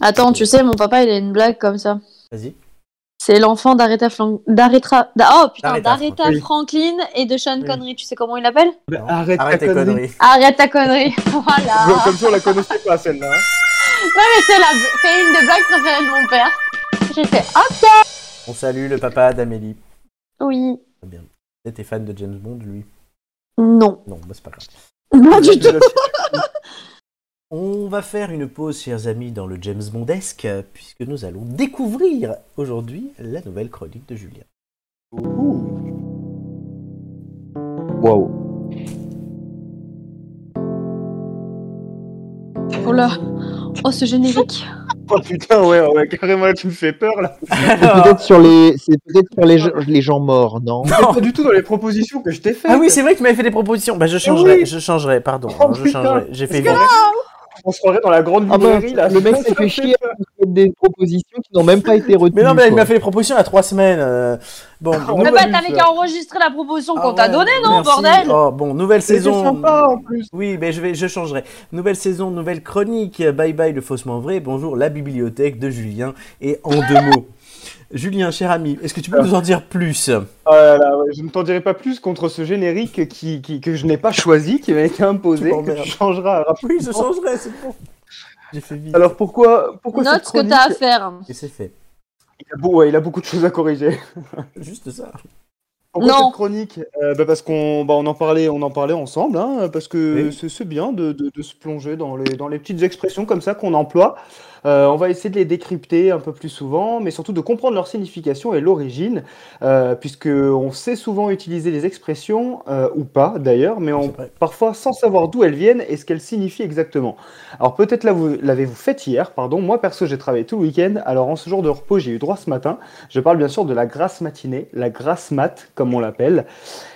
[SPEAKER 3] Attends, tu sais, mon papa il a une blague comme ça.
[SPEAKER 1] Vas-y.
[SPEAKER 3] C'est l'enfant d'Aretha Flan- d'Aretha- d'A- oh, putain,
[SPEAKER 1] D'Aretha
[SPEAKER 3] d'Aretha
[SPEAKER 4] Franklin.
[SPEAKER 3] Franklin et de Sean
[SPEAKER 4] Oui.
[SPEAKER 3] Connery. Tu sais comment il l'appelle
[SPEAKER 1] Non.
[SPEAKER 4] Bah, arrête ta
[SPEAKER 1] tes
[SPEAKER 4] connerie.
[SPEAKER 1] conneries.
[SPEAKER 3] Arrête ta connerie. voilà.
[SPEAKER 4] Je- Comme si on la connaissait pas celle-là. hein.
[SPEAKER 3] Ouais, mais c'est, la... c'est une des blagues préférées de mon père. J'ai fait hop.
[SPEAKER 1] On salue le papa d'Amélie.
[SPEAKER 3] Oui.
[SPEAKER 1] Très bien. T'es fan de James Bond, lui
[SPEAKER 3] Non.
[SPEAKER 1] Non, bah, c'est pas grave.
[SPEAKER 3] Pas du tout.
[SPEAKER 1] On va faire une pause, chers amis, dans le James Bondesque, puisque nous allons découvrir aujourd'hui la nouvelle chronique de Julien.
[SPEAKER 2] Waouh.
[SPEAKER 3] Oh là. Oh, ce générique.
[SPEAKER 4] Oh putain, ouais, ouais, carrément, tu me fais peur là.
[SPEAKER 2] C'est peut-être sur les, c'est peut-être sur les, gens- les gens morts, non
[SPEAKER 4] C'est pas du tout dans les propositions que je t'ai faites.
[SPEAKER 1] Ah oui, c'est vrai que tu m'avais fait des propositions. Bah, je changerai,
[SPEAKER 4] Eh oui.
[SPEAKER 1] je changerai, pardon.
[SPEAKER 4] Oh,
[SPEAKER 1] Non, je
[SPEAKER 4] putain.
[SPEAKER 1] changerai. J'ai fait
[SPEAKER 4] Parce
[SPEAKER 1] une-
[SPEAKER 4] que On se croirait dans la grande
[SPEAKER 2] Ah bah,
[SPEAKER 4] librairie là.
[SPEAKER 2] le mec s'est fait chier à nous mettre des propositions qui n'ont même pas été retenues.
[SPEAKER 1] Mais non, mais là, il
[SPEAKER 2] quoi.
[SPEAKER 1] m'a fait les propositions il y a trois semaines. euh, Bon,
[SPEAKER 4] Ah
[SPEAKER 3] Mais
[SPEAKER 1] nouvelle-
[SPEAKER 3] bah,
[SPEAKER 4] bah,
[SPEAKER 3] t'avais
[SPEAKER 4] ça.
[SPEAKER 3] qu'à enregistrer la proposition qu'on
[SPEAKER 1] Ah
[SPEAKER 3] t'a
[SPEAKER 1] ouais,
[SPEAKER 3] donnée, non,
[SPEAKER 1] merci.
[SPEAKER 3] bordel
[SPEAKER 1] Oh, bon, nouvelle
[SPEAKER 4] C'était
[SPEAKER 1] saison.
[SPEAKER 4] sympa en plus.
[SPEAKER 1] Oui, mais je vais, je changerai. Nouvelle saison, nouvelle chronique. Bye bye le faussement vrai. Bonjour la bibliothèque de Julien et en deux mots. Julien, cher ami, est-ce que tu peux nous en dire plus
[SPEAKER 4] Oh là là, ouais, je ne t'en dirai pas plus contre ce générique qui, qui- que je n'ai pas choisi, qui m'a été imposé,
[SPEAKER 1] Tu
[SPEAKER 4] que
[SPEAKER 1] m'emmerdes.
[SPEAKER 4] tu changeras rapidement.
[SPEAKER 1] Oui, je changerai, c'est bon. J'ai fait vite.
[SPEAKER 4] Oh. Alors pourquoi, pourquoi
[SPEAKER 3] Note
[SPEAKER 4] cette
[SPEAKER 3] ce que
[SPEAKER 4] chronique
[SPEAKER 3] t'as à faire.
[SPEAKER 1] et c'est fait.
[SPEAKER 4] il, a beau- ouais, il a beaucoup de choses à corriger.
[SPEAKER 1] Juste ça.
[SPEAKER 4] Pourquoi
[SPEAKER 3] Non.
[SPEAKER 4] cette chronique Euh, bah, Parce qu'on bah, on en parlait, on en parlait ensemble, hein, parce que
[SPEAKER 1] Oui.
[SPEAKER 4] c'est- c'est bien de, de- de se plonger dans les, dans les petites expressions comme ça qu'on emploie. Euh, on va essayer de les décrypter un peu plus souvent, mais surtout de comprendre leur signification et l'origine, euh, puisque on sait souvent utiliser les expressions euh, ou pas d'ailleurs, mais on
[SPEAKER 1] C'est vrai.
[SPEAKER 4] parfois sans savoir d'où elles viennent et ce qu'elles signifient exactement. Alors peut-être là, vous l'avez-vous fait hier, pardon, moi perso j'ai travaillé tout le week-end, alors en ce jour de repos j'ai eu droit ce matin, je parle bien sûr de la grasse matinée, la grasse mat comme on l'appelle.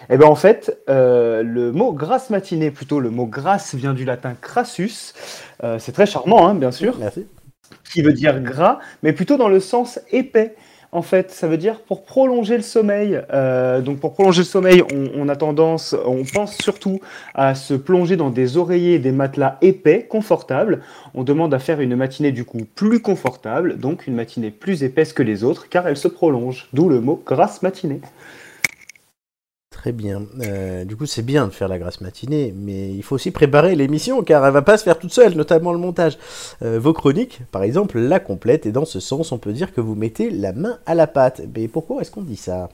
[SPEAKER 4] Et bien en fait, euh, le mot grasse matinée, plutôt le mot grasse vient du latin crassus, Euh, c'est très charmant hein, bien sûr,
[SPEAKER 1] Merci.
[SPEAKER 4] qui veut dire gras, mais plutôt dans le sens épais. En fait, ça veut dire pour prolonger le sommeil. Euh, donc, pour prolonger le sommeil, on, on a tendance, on pense surtout à se plonger dans des oreillers et des matelas épais, confortables. On demande à faire une matinée du coup plus confortable, donc une matinée plus épaisse que les autres, car elle se prolonge. D'où le mot grasse matinée.
[SPEAKER 1] Très bien. Euh, du coup, c'est bien de faire la grasse matinée, mais il faut aussi préparer l'émission car elle va pas se faire toute seule, notamment le montage. Euh, vos chroniques, par exemple, la complète, et dans ce sens, on peut dire que vous mettez la main à la pâte. Mais pourquoi est-ce qu'on dit ça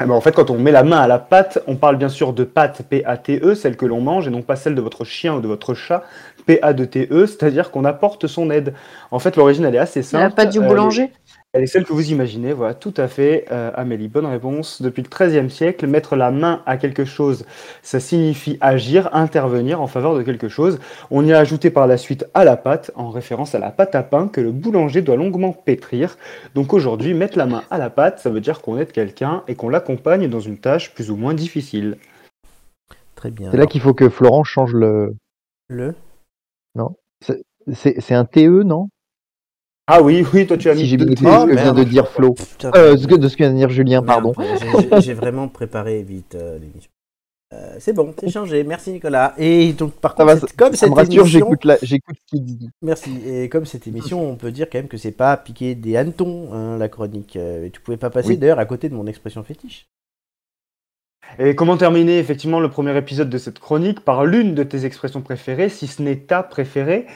[SPEAKER 4] Ah ben, en fait, quand on met la main à la pâte, on parle bien sûr de pâte P-A-T-E, E, celle que l'on mange, et non pas celle de votre chien ou de votre chat, P-A-D-T-E, E, c'est-à-dire qu'on apporte son aide. En fait, l'origine, elle est assez simple.
[SPEAKER 3] pas du
[SPEAKER 4] Euh,
[SPEAKER 3] boulanger.
[SPEAKER 4] Elle est celle que vous imaginez, voilà, tout à fait, euh, Amélie, bonne réponse. Depuis le XIIIe siècle, mettre la main à quelque chose, ça signifie agir, intervenir en faveur de quelque chose. On y a ajouté par la suite à la pâte, en référence à la pâte à pain que le boulanger doit longuement pétrir. Donc aujourd'hui, mettre la main à la pâte, ça veut dire qu'on aide quelqu'un et qu'on l'accompagne dans une tâche plus ou moins difficile.
[SPEAKER 1] Très bien.
[SPEAKER 2] C'est là qu'il faut que Florent change le.
[SPEAKER 1] Le
[SPEAKER 2] C'est c'est un TE, non
[SPEAKER 4] Ah oui, oui, toi tu as
[SPEAKER 2] Si
[SPEAKER 4] mis
[SPEAKER 2] j'ai
[SPEAKER 4] deux
[SPEAKER 2] mis
[SPEAKER 4] T.
[SPEAKER 2] TE, ce que
[SPEAKER 1] merde.
[SPEAKER 2] vient de E, dire Flo.
[SPEAKER 1] Putain.
[SPEAKER 2] Euh, ce que- de ce que vient de dire Julien,
[SPEAKER 1] Merde,
[SPEAKER 2] pardon.
[SPEAKER 1] j'ai- j'ai- J'ai vraiment préparé vite euh, l'émission. Euh, c'est bon, c'est changé. Merci Nicolas. Et donc par
[SPEAKER 2] Ça
[SPEAKER 1] contre,
[SPEAKER 2] va,
[SPEAKER 1] c'est- comme
[SPEAKER 2] Ça me
[SPEAKER 1] cette
[SPEAKER 2] rassure,
[SPEAKER 1] émission,
[SPEAKER 2] j'écoute la- j'écoute ce qu'il dit.
[SPEAKER 1] merci. Et comme cette émission, on peut dire quand même que c'est pas piquer des hannetons, hein, la chronique. Euh, et tu pouvais pas passer
[SPEAKER 2] Oui.
[SPEAKER 1] d'ailleurs à côté de mon expression fétiche.
[SPEAKER 4] Et comment terminer effectivement le premier épisode de cette chronique par l'une de tes expressions préférées, si ce n'est ta préférée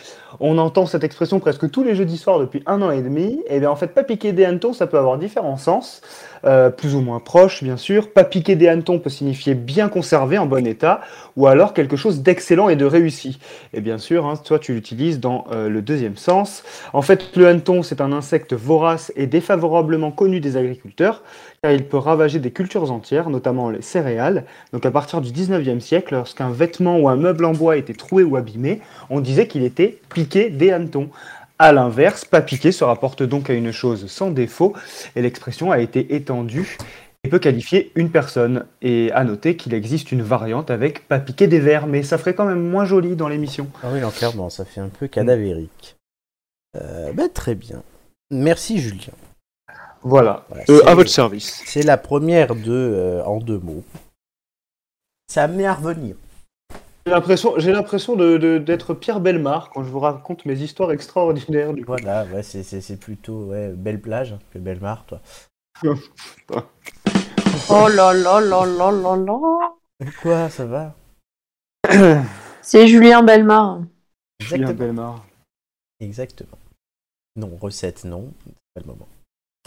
[SPEAKER 4] On entend cette expression presque tous les jeudis soirs depuis un an et demi. Et bien en fait, pas piquer des hannetons, ça peut avoir différents sens, euh, plus ou moins proches bien sûr. Pas piquer des hannetons peut signifier bien conservé, en bon état, ou alors quelque chose d'excellent et de réussi. Et bien sûr, hein, toi tu l'utilises dans euh, le deuxième sens. En fait, le hanneton, c'est un insecte vorace et défavorablement connu des agriculteurs, car il peut ravager des cultures entières, notamment les céréales. Donc à partir du 19e siècle, lorsqu'un vêtement ou un meuble en bois était troué ou abîmé, on disait qu'il était piqué des hannetons. À l'inverse, pas piqué se rapporte donc à une chose sans défaut, et l'expression a été étendue et peut qualifier une personne. Et à noter qu'il existe une variante avec pas piqué des vers, mais ça ferait quand même moins joli dans l'émission.
[SPEAKER 1] Ah oui, non, clairement, ça fait un peu cadavérique. Mm. Euh, bah, très bien. Merci Julien.
[SPEAKER 4] Voilà,
[SPEAKER 1] Voilà,
[SPEAKER 4] Euh,
[SPEAKER 1] c'est-
[SPEAKER 4] à votre service.
[SPEAKER 1] C'est la première de euh, en deux mots. Ça met à revenir.
[SPEAKER 4] J'ai l'impression, j'ai l'impression de, de- d'être Pierre Belmar quand je vous raconte mes histoires extraordinaires du coup.
[SPEAKER 1] Voilà, ouais, c'est- c'est c'est plutôt ouais, belle plage que belle mare, toi.
[SPEAKER 3] Oh là là là là là là.
[SPEAKER 1] Pourquoi ça va
[SPEAKER 3] C'est Julien Belmar.
[SPEAKER 4] Pierre
[SPEAKER 1] Exactement.
[SPEAKER 4] Belmar.
[SPEAKER 1] Exactement. Non, recette, non, c'est pas le moment.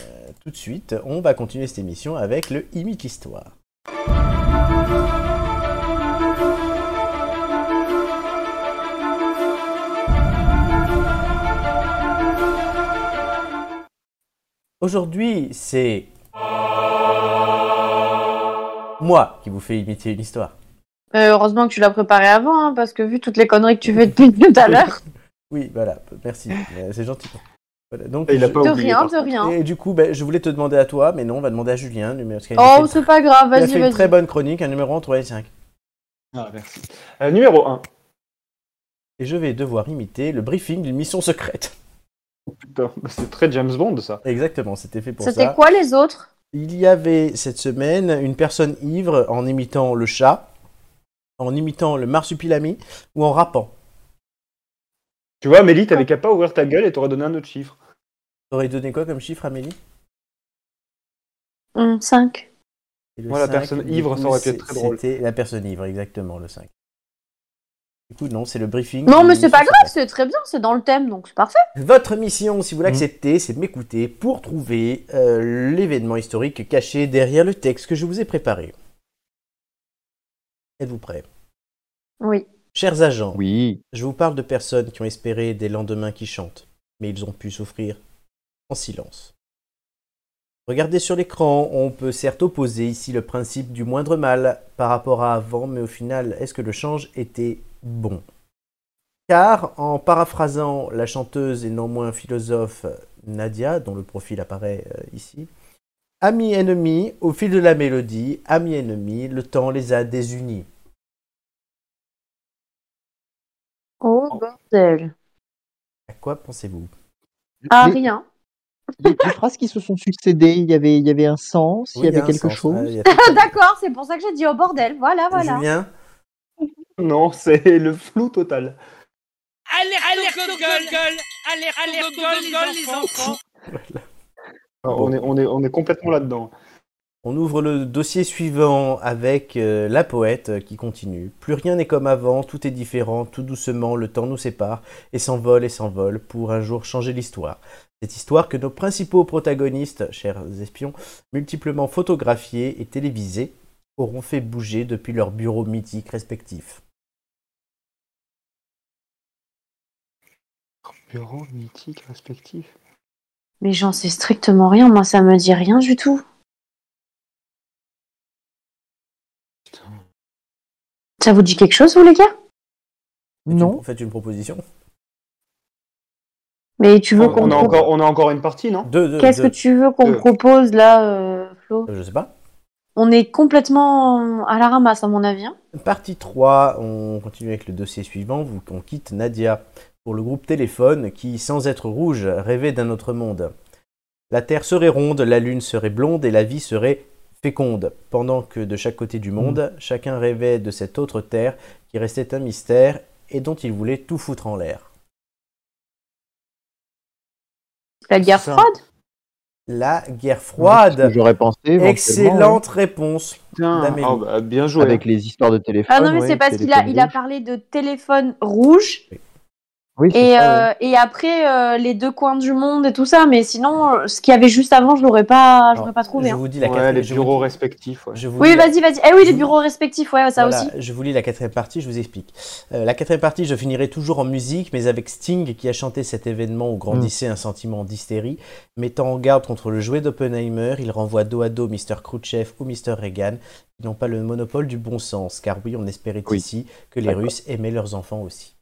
[SPEAKER 1] Euh, tout de suite, on va continuer cette émission avec le Imite l'histoire. Aujourd'hui, c'est moi qui vous fais imiter une histoire.
[SPEAKER 3] Euh, heureusement que tu l'as préparé avant, hein, parce que vu toutes les conneries que tu fais depuis tout à l'heure,
[SPEAKER 1] Oui, voilà, merci, euh, c'est gentil. Voilà, donc,
[SPEAKER 4] Ah, Il a
[SPEAKER 1] je-
[SPEAKER 4] pas
[SPEAKER 3] de
[SPEAKER 4] oublié,
[SPEAKER 3] rien,
[SPEAKER 4] par
[SPEAKER 3] de rien.
[SPEAKER 1] Et du coup, ben, je voulais te demander à toi, mais non, on va demander à Julien. Numéro... parce qu'il a
[SPEAKER 3] Oh,
[SPEAKER 1] fait-
[SPEAKER 3] c'est pas grave,
[SPEAKER 1] il a
[SPEAKER 3] vas-y,
[SPEAKER 1] fait une très
[SPEAKER 3] vas-y.
[SPEAKER 1] bonne chronique, un numéro 1, 3 et 5.
[SPEAKER 4] Ah, merci. Euh, numéro 1.
[SPEAKER 1] Et je vais devoir imiter le briefing d'une mission secrète.
[SPEAKER 4] Putain, bah, c'est très James Bond ça.
[SPEAKER 1] Exactement, c'était fait pour ça.
[SPEAKER 3] C'était quoi les autres
[SPEAKER 1] Il y avait cette semaine une personne ivre en imitant le chat, en imitant le marsupilami ou en rappant.
[SPEAKER 4] Tu vois, Amélie, t'avais qu'à pas ouvrir ta gueule et t'aurais donné un autre chiffre.
[SPEAKER 1] T'aurais donné quoi comme chiffre, Amélie
[SPEAKER 3] Hmm, 5.
[SPEAKER 1] Et le
[SPEAKER 4] Moi, la
[SPEAKER 1] 5,
[SPEAKER 4] personne
[SPEAKER 1] du
[SPEAKER 4] ivre,
[SPEAKER 1] coup,
[SPEAKER 4] ça aurait pu
[SPEAKER 1] c'est-
[SPEAKER 4] être très drôle.
[SPEAKER 1] C'était la personne ivre, exactement, le 5. Du coup, non, c'est le briefing.
[SPEAKER 3] Non,
[SPEAKER 1] d'une
[SPEAKER 3] mais c'est
[SPEAKER 1] mission
[SPEAKER 3] pas grave,
[SPEAKER 1] secrète.
[SPEAKER 3] c'est très bien, c'est dans le thème, donc c'est parfait.
[SPEAKER 1] Votre mission, si vous l'acceptez, c'est de m'écouter pour trouver euh, l'événement historique caché derrière le texte que je vous ai préparé. Êtes-vous prêts
[SPEAKER 3] Oui.
[SPEAKER 1] Chers agents,
[SPEAKER 2] Oui.
[SPEAKER 1] je vous parle de personnes qui ont espéré des lendemains qui chantent, mais ils ont pu souffrir en silence. Regardez sur l'écran, on peut certes opposer ici le principe du moindre mal par rapport à avant, mais au final, est-ce que le change était bon Car, en paraphrasant la chanteuse et non moins philosophe Nadia, dont le profil apparaît euh, ici, ami-ennemi, au fil de la mélodie, ami-ennemi, le temps les a désunis.
[SPEAKER 3] Oh, bordel.
[SPEAKER 1] À quoi pensez-vous
[SPEAKER 3] Ah,
[SPEAKER 2] Les-
[SPEAKER 3] rien.
[SPEAKER 2] les, les phrases qui se sont succédées, il y avait, il y avait un sens, il
[SPEAKER 1] Oui,
[SPEAKER 2] y avait
[SPEAKER 1] a un
[SPEAKER 2] quelque
[SPEAKER 1] sens. Ah,
[SPEAKER 2] chose.
[SPEAKER 1] il y a tout
[SPEAKER 3] Ah,
[SPEAKER 1] ça.
[SPEAKER 3] D'accord, c'est pour ça que j'ai dit oh bordel, voilà, voilà.
[SPEAKER 1] Julien,
[SPEAKER 4] Non, c'est le flou total.
[SPEAKER 7] Alerte, alerte au Google, alerte, alerte au Google, les enfants.
[SPEAKER 4] Alors, on, est, on, est, on est complètement là-dedans.
[SPEAKER 1] on ouvre le dossier suivant avec euh, la poète euh, qui continue. Plus rien n'est comme avant, tout est différent, tout doucement, le temps nous sépare et s'envole et s'envole pour un jour changer l'histoire. Cette histoire que nos principaux protagonistes, chers espions, multiplement photographiés et télévisés, auront fait bouger depuis leurs bureaux mythiques respectifs.
[SPEAKER 4] Bureau mythique respectif.
[SPEAKER 3] Mais j'en sais strictement rien, moi ça me dit rien du tout. Ça vous dit quelque chose, vous les gars
[SPEAKER 2] Non.
[SPEAKER 1] Faites une proposition.
[SPEAKER 3] Mais tu
[SPEAKER 4] On,
[SPEAKER 3] veux
[SPEAKER 4] on
[SPEAKER 3] qu'on
[SPEAKER 4] a
[SPEAKER 3] pro-
[SPEAKER 4] encore, on a encore une partie, non
[SPEAKER 1] Deux, deux,
[SPEAKER 3] Qu'est-ce que
[SPEAKER 1] deux.
[SPEAKER 3] tu veux qu'on
[SPEAKER 4] Euh.
[SPEAKER 3] propose là, euh, Flo
[SPEAKER 1] Je sais pas.
[SPEAKER 3] On est complètement à la ramasse, à mon avis. hein.
[SPEAKER 1] Partie 3, on continue avec le dossier suivant, vous on quitte Nadia pour le groupe Téléphone qui, sans être rouge, rêvait d'un autre monde. La Terre serait ronde, la Lune serait blonde et la vie serait féconde, pendant que de chaque côté du monde,
[SPEAKER 4] Mm.
[SPEAKER 1] chacun rêvait de cette autre Terre qui restait un mystère et dont il voulait tout foutre en l'air.
[SPEAKER 3] La guerre
[SPEAKER 4] Ça.
[SPEAKER 3] froide
[SPEAKER 1] La guerre
[SPEAKER 2] Ce que
[SPEAKER 1] froide
[SPEAKER 2] J'aurais pensé. éventuellement, euh,
[SPEAKER 4] hein.
[SPEAKER 1] Excellente réponse
[SPEAKER 4] putain.
[SPEAKER 1] d'Amélie.
[SPEAKER 4] Ah, bah, bien joué.
[SPEAKER 2] avec les histoires de téléphone.
[SPEAKER 3] Ah non, mais
[SPEAKER 2] ouais,
[SPEAKER 3] c'est parce qu'il a,
[SPEAKER 2] téléphone
[SPEAKER 3] il a
[SPEAKER 2] rouge.
[SPEAKER 3] parlé de téléphone rouge
[SPEAKER 2] Oui, c'est
[SPEAKER 3] et,
[SPEAKER 2] ça, ouais.
[SPEAKER 3] euh, et après euh, les deux coins du monde et tout ça. Mais sinon, euh, ce qu'il y avait juste avant, je l'aurais pas, je l'aurais pas trouvé.
[SPEAKER 1] Je
[SPEAKER 3] hein.
[SPEAKER 1] vous dis la
[SPEAKER 4] Ouais,
[SPEAKER 1] quatrième-
[SPEAKER 4] les
[SPEAKER 1] je
[SPEAKER 4] bureaux
[SPEAKER 1] vous-
[SPEAKER 4] respectifs. ouais.
[SPEAKER 1] je vous
[SPEAKER 3] Oui,
[SPEAKER 1] dis la-
[SPEAKER 3] vas-y, vas-y. Eh oui, les bureaux respectifs, ouais, ça
[SPEAKER 1] Voilà,
[SPEAKER 3] aussi.
[SPEAKER 1] Je vous lis la quatrième partie, je vous explique. Euh, la quatrième partie, je finirai toujours en musique, mais avec Sting qui a chanté cet événement où grandissait un sentiment d'hystérie. Mettant en garde contre le jouet d'Oppenheimer, il renvoie dos à dos Mr. Khrouchtchev ou Mr. Reagan, qui n'ont pas le monopole du bon sens, car oui, on espérait
[SPEAKER 2] Oui.
[SPEAKER 1] ici que les
[SPEAKER 2] D'accord.
[SPEAKER 1] Russes aimaient leurs enfants aussi.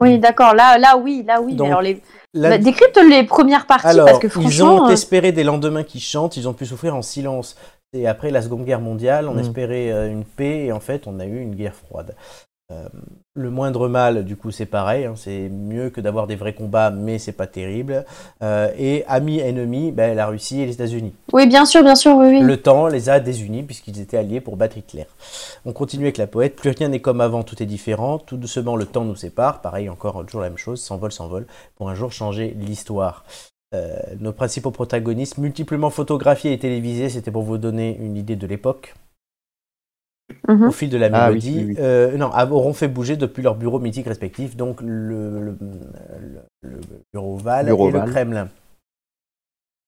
[SPEAKER 3] Oui, d'accord. Là, là, oui, là, oui.
[SPEAKER 1] Donc,
[SPEAKER 3] mais alors, les...
[SPEAKER 1] La-
[SPEAKER 3] bah, décrypte les premières parties
[SPEAKER 1] Alors,
[SPEAKER 3] parce que
[SPEAKER 1] ils ont
[SPEAKER 3] franchement, euh,
[SPEAKER 1] espéré des lendemains qui chantent, ils ont pu souffrir en silence. Et après la Seconde Guerre mondiale, on
[SPEAKER 2] Mm.
[SPEAKER 1] espérait euh, une paix, et en fait, on a eu une guerre froide. Euh, le moindre mal, du coup, c'est pareil. hein, c'est mieux que d'avoir des vrais combats, mais c'est pas terrible. Euh, et amis, ennemis, ben, la Russie et les États-Unis.
[SPEAKER 3] oui, bien sûr, bien sûr, oui, oui.
[SPEAKER 1] Le temps les a désunis puisqu'ils étaient alliés pour battre Hitler. On continue avec la poète. Plus rien n'est comme avant, tout est différent. Tout doucement, le temps nous sépare. Pareil, encore toujours la même chose. S'envole, s'envole. Pour un jour changer l'histoire. Euh, nos principaux protagonistes, multiplement photographiés et télévisés, c'était pour vous donner une idée de l'époque.
[SPEAKER 3] Mhm.
[SPEAKER 1] Au fil de la
[SPEAKER 2] Ah oui,
[SPEAKER 1] mélodie,
[SPEAKER 2] oui, oui.
[SPEAKER 1] euh, non, av- auront fait bouger depuis leurs bureaux mythiques respectifs, donc le, le- le- le bureau ovale
[SPEAKER 2] Bureau
[SPEAKER 1] et
[SPEAKER 2] ovale.
[SPEAKER 1] le Kremlin.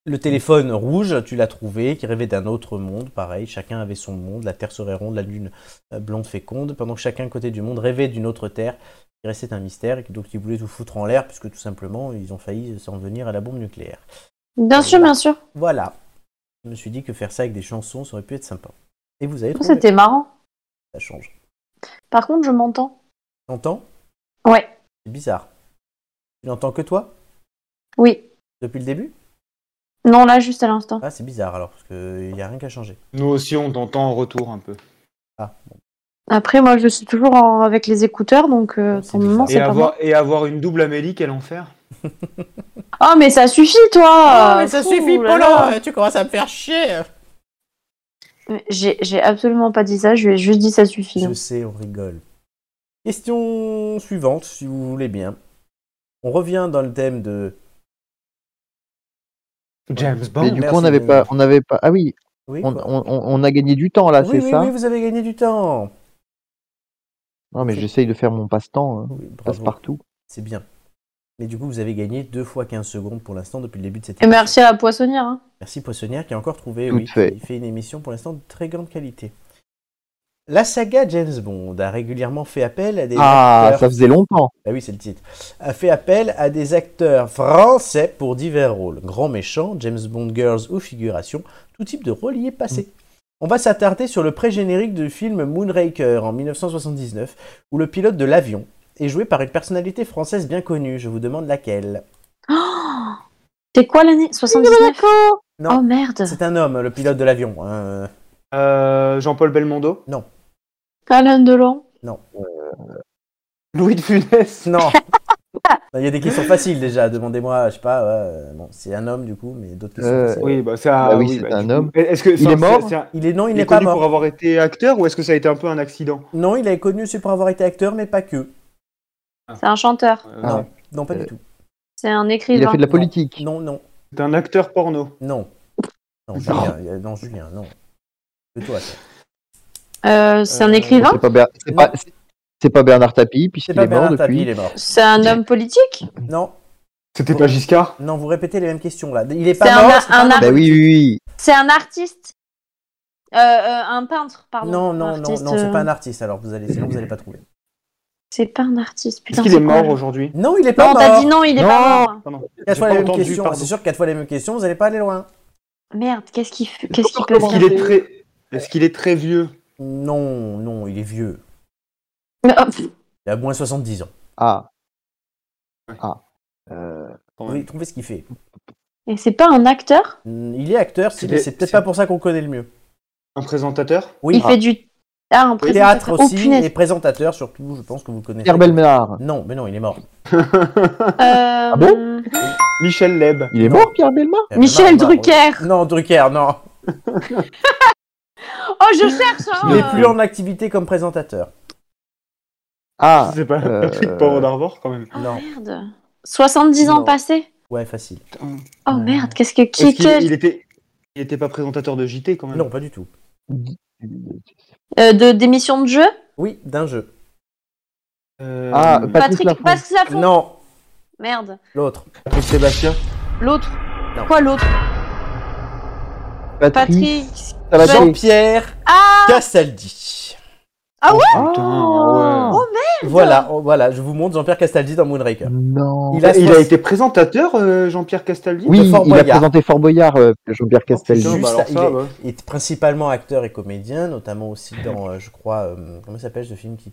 [SPEAKER 1] Le téléphone rouge, tu l'as trouvé, qui rêvait d'un autre monde, pareil, chacun avait son monde, la Terre serait ronde, la Lune euh, blonde féconde, pendant que chacun côté du monde rêvait d'une autre Terre, qui restait un mystère, et qui- donc ils voulaient tout foutre en l'air, puisque tout simplement, ils ont failli s'en venir à la bombe nucléaire.
[SPEAKER 3] Bien sûr, bien sûr.
[SPEAKER 1] Voilà. Je me suis dit que faire ça avec des chansons, ça aurait pu être sympa. Et vous avez trouvé,
[SPEAKER 3] C'était marrant.
[SPEAKER 1] ça change.
[SPEAKER 3] Par contre, je m'entends.
[SPEAKER 1] T'entends
[SPEAKER 3] Ouais.
[SPEAKER 1] C'est bizarre. Tu n'entends que toi
[SPEAKER 3] Oui.
[SPEAKER 1] depuis le début
[SPEAKER 3] Non, là, juste à l'instant.
[SPEAKER 1] Ah, c'est bizarre alors, parce qu'il n'y a rien qu'à changer.
[SPEAKER 4] Nous aussi, on t'entend en retour un peu.
[SPEAKER 3] Après, moi, je suis toujours en- avec les écouteurs, donc euh,
[SPEAKER 1] Bon, c'est
[SPEAKER 3] pour le moment,
[SPEAKER 1] bizarre.
[SPEAKER 3] c'est
[SPEAKER 4] Et
[SPEAKER 3] pas moi.
[SPEAKER 4] avoir, et avoir une double Amélie, quel enfer.
[SPEAKER 3] Oh, mais ça suffit,
[SPEAKER 1] Ah, Oh,
[SPEAKER 3] toi Ah, Fou, là là.
[SPEAKER 1] Tu commences à me faire chier
[SPEAKER 3] Mais J'ai j'ai absolument pas dit ça, je lui ai juste dit ça suffit. hein.
[SPEAKER 1] Je sais, on rigole. Question suivante, si vous voulez bien. On revient dans le thème de.
[SPEAKER 4] James Bond.
[SPEAKER 2] Mais du coup,
[SPEAKER 1] merci,
[SPEAKER 2] on n'avait
[SPEAKER 1] mais-
[SPEAKER 2] pas, on n'avait pas. Ah oui,
[SPEAKER 1] Oui,
[SPEAKER 2] on,
[SPEAKER 1] quoi
[SPEAKER 2] on- on- on a gagné du temps là,
[SPEAKER 1] oui,
[SPEAKER 2] c'est
[SPEAKER 1] oui,
[SPEAKER 2] ça
[SPEAKER 1] oui, vous avez gagné du temps.
[SPEAKER 2] Non, mais j'essaye de faire mon passe-temps, hein,
[SPEAKER 1] Oui, bravo.
[SPEAKER 2] passe-partout.
[SPEAKER 1] C'est bien. Mais du coup, vous avez gagné 2 fois 15 secondes pour l'instant depuis le début de cette
[SPEAKER 3] Et
[SPEAKER 1] émission.
[SPEAKER 3] merci à la poissonnière. hein.
[SPEAKER 1] Merci Poissonnière qui a encore trouvé.
[SPEAKER 2] Tout
[SPEAKER 1] oui,
[SPEAKER 2] fait.
[SPEAKER 1] Il fait une émission pour l'instant de très grande qualité. La saga James Bond a régulièrement fait appel à des
[SPEAKER 2] Ah,
[SPEAKER 1] acteurs.
[SPEAKER 2] ça faisait longtemps.
[SPEAKER 1] Ah oui, c'est le titre. A fait appel à des acteurs français pour divers rôles. Grand méchant, James Bond Girls ou figuration, tout type de rôle y est passé.
[SPEAKER 2] Mm.
[SPEAKER 1] On va s'attarder sur le pré-générique du film Moonraker en 1979, où le pilote de l'avion est joué par une personnalité française bien connue. Je vous demande laquelle.
[SPEAKER 3] C'est quoi l'année 79
[SPEAKER 1] Non.
[SPEAKER 3] Oh merde
[SPEAKER 1] C'est un homme, le pilote de l'avion. Euh,
[SPEAKER 4] Euh, Jean-Paul Belmondo.
[SPEAKER 3] Alain Delon.
[SPEAKER 4] Louis de Funès.
[SPEAKER 1] Non. Il y a des questions faciles déjà. Demandez-moi, je sais pas. euh, bon, c'est un homme du coup, mais d'autres questions.
[SPEAKER 2] Euh,
[SPEAKER 1] faciles.
[SPEAKER 4] Oui, bah, c'est un,
[SPEAKER 2] Bah oui, c'est un
[SPEAKER 4] du coup.
[SPEAKER 2] homme.
[SPEAKER 4] Est-ce que
[SPEAKER 2] Il
[SPEAKER 4] c'est-
[SPEAKER 2] est mort
[SPEAKER 4] c'est un-
[SPEAKER 1] Il est non, il,
[SPEAKER 4] Il
[SPEAKER 1] n'est
[SPEAKER 4] est
[SPEAKER 1] pas
[SPEAKER 4] connu
[SPEAKER 1] mort.
[SPEAKER 4] pour avoir été acteur ou est-ce que ça a été un peu un accident
[SPEAKER 1] Non, il est connu aussi pour avoir été acteur, mais pas que.
[SPEAKER 3] C'est un chanteur.
[SPEAKER 4] Euh,
[SPEAKER 1] Non, non, pas
[SPEAKER 2] Euh,
[SPEAKER 1] du tout.
[SPEAKER 3] C'est un
[SPEAKER 2] Il
[SPEAKER 3] écrivain.
[SPEAKER 2] a fait de la
[SPEAKER 1] Non.
[SPEAKER 2] politique.
[SPEAKER 1] Non, non,
[SPEAKER 4] C'est un acteur porno.
[SPEAKER 1] non, non, Julien, euh, non, Julien, non. C'est toi. ça.
[SPEAKER 3] Euh, c'est un
[SPEAKER 4] Euh,
[SPEAKER 3] écrivain
[SPEAKER 2] C'est pas, Ber- c'est pas- c'est- c'est pas Bernard Tapie,
[SPEAKER 1] C'est
[SPEAKER 2] puisqu'il
[SPEAKER 1] pas
[SPEAKER 2] est mort
[SPEAKER 1] Bernard Tapie,
[SPEAKER 2] depuis.
[SPEAKER 1] il est mort.
[SPEAKER 3] C'est un homme politique
[SPEAKER 1] Non,
[SPEAKER 4] C'était pas Giscard
[SPEAKER 1] non, vous répétez les mêmes questions là. Il est
[SPEAKER 3] C'est
[SPEAKER 1] pas
[SPEAKER 3] un-
[SPEAKER 1] mort. c'est pas
[SPEAKER 3] un-
[SPEAKER 2] Bah oui, oui, oui.
[SPEAKER 3] C'est un artiste Euh, euh, Un peintre, pardon.
[SPEAKER 1] Non, non, non,
[SPEAKER 3] Artiste,
[SPEAKER 1] non, c'est
[SPEAKER 3] euh,
[SPEAKER 1] pas un artiste. Alors vous allez, sinon vous allez pas trouver.
[SPEAKER 3] C'est pas un artiste,
[SPEAKER 4] Est-ce
[SPEAKER 3] putain.
[SPEAKER 4] qu'il
[SPEAKER 3] c'est
[SPEAKER 4] est
[SPEAKER 3] quoi,
[SPEAKER 4] mort
[SPEAKER 3] là
[SPEAKER 4] aujourd'hui
[SPEAKER 1] Non, il est pas
[SPEAKER 3] Non,
[SPEAKER 1] mort.
[SPEAKER 3] t'as dit non, il est pas
[SPEAKER 4] Non.
[SPEAKER 3] mort.
[SPEAKER 4] Pardon.
[SPEAKER 1] Quatre
[SPEAKER 4] J'ai
[SPEAKER 1] fois
[SPEAKER 4] pas
[SPEAKER 1] les mêmes
[SPEAKER 4] entendu,
[SPEAKER 1] questions.
[SPEAKER 4] pardon.
[SPEAKER 1] C'est sûr, que quatre fois les mêmes questions, vous allez pas aller loin.
[SPEAKER 3] Merde, qu'est-ce qu'il f- qu'est-ce qu'il peut
[SPEAKER 4] Est-ce qu'il
[SPEAKER 3] faire
[SPEAKER 4] est très... Est-ce qu'il est très vieux
[SPEAKER 1] Non, non, il est vieux.
[SPEAKER 3] Ah, pff,
[SPEAKER 1] Il a moins 70 ans.
[SPEAKER 2] Ah.
[SPEAKER 4] Ouais.
[SPEAKER 2] Ah. Euh,
[SPEAKER 4] quand
[SPEAKER 1] Vous
[SPEAKER 4] même
[SPEAKER 1] allez trouver ce qu'il fait.
[SPEAKER 3] Et c'est pas un acteur
[SPEAKER 1] Mm, Il est acteur, c'est
[SPEAKER 4] Il est-
[SPEAKER 1] c'est peut-être
[SPEAKER 4] c'est-
[SPEAKER 1] pas pour ça qu'on connaît le mieux.
[SPEAKER 4] Un présentateur
[SPEAKER 1] Oui,
[SPEAKER 3] Il fait du ah, un
[SPEAKER 1] Oui,
[SPEAKER 3] présentateur.
[SPEAKER 1] théâtre
[SPEAKER 3] Oh,
[SPEAKER 1] aussi
[SPEAKER 3] punaise.
[SPEAKER 1] et présentateur surtout, je pense que vous connaissez.
[SPEAKER 2] Pierre Belmar.
[SPEAKER 1] Non, mais non, il est mort. Ah
[SPEAKER 3] Euh,
[SPEAKER 2] bon
[SPEAKER 4] Michel Leb.
[SPEAKER 2] Il est mort, Pierre Belmar
[SPEAKER 1] Pierre
[SPEAKER 3] Michel
[SPEAKER 1] Belmar est mort.
[SPEAKER 3] Drucker.
[SPEAKER 1] Non, Drucker, non.
[SPEAKER 3] Oh, je cherche. hein.
[SPEAKER 1] bah. Il est plus en activité comme présentateur.
[SPEAKER 2] Ah.
[SPEAKER 4] C'est pas
[SPEAKER 2] euh,
[SPEAKER 4] Patrick Poivre d'Arvor quand même.
[SPEAKER 3] Oh
[SPEAKER 1] Non.
[SPEAKER 3] merde. 70 ans
[SPEAKER 1] Non.
[SPEAKER 3] passés.
[SPEAKER 1] Ouais, facile.
[SPEAKER 3] Oh merde, qu'est-ce que
[SPEAKER 4] Est-ce
[SPEAKER 3] qui
[SPEAKER 4] qu'il
[SPEAKER 3] quel-
[SPEAKER 4] il était... il était pas présentateur de JT quand même
[SPEAKER 1] Non, pas du tout.
[SPEAKER 3] Euh, de démission de jeu
[SPEAKER 1] Oui, d'un jeu.
[SPEAKER 4] Euh,
[SPEAKER 2] Ah, pas- Patrice
[SPEAKER 3] Patrick,
[SPEAKER 2] Lafont.
[SPEAKER 3] Patrick Lafont.
[SPEAKER 1] Non,
[SPEAKER 3] Merde.
[SPEAKER 1] l'autre.
[SPEAKER 4] Patrick Sébastien.
[SPEAKER 3] L'autre.
[SPEAKER 1] Non.
[SPEAKER 3] Quoi l'autre
[SPEAKER 2] Patrick,
[SPEAKER 3] Patrick.
[SPEAKER 2] ça va bien
[SPEAKER 1] Jean-Pierre
[SPEAKER 3] Bah, Ah
[SPEAKER 1] Castaldi.
[SPEAKER 3] Ah ouais
[SPEAKER 4] Putain, ah ouais.
[SPEAKER 3] Oh merde
[SPEAKER 1] Voilà, oh, voilà, je vous montre Jean-Pierre Castaldi dans Moonraker.
[SPEAKER 2] Non.
[SPEAKER 1] Il a-
[SPEAKER 4] Il a
[SPEAKER 1] soix-
[SPEAKER 4] été présentateur, euh, Jean-Pierre Castaldi
[SPEAKER 2] Oui,
[SPEAKER 1] Fort
[SPEAKER 2] il a
[SPEAKER 1] Boyard.
[SPEAKER 2] présenté Fort Boyard, euh, Jean-Pierre Castaldi.
[SPEAKER 1] putain,
[SPEAKER 4] Juste,
[SPEAKER 1] bah alors
[SPEAKER 4] il
[SPEAKER 1] ça,
[SPEAKER 4] est-
[SPEAKER 1] bah. Il est principalement acteur et comédien, notamment aussi dans, euh, je crois, euh, comment s'appelle ce film qui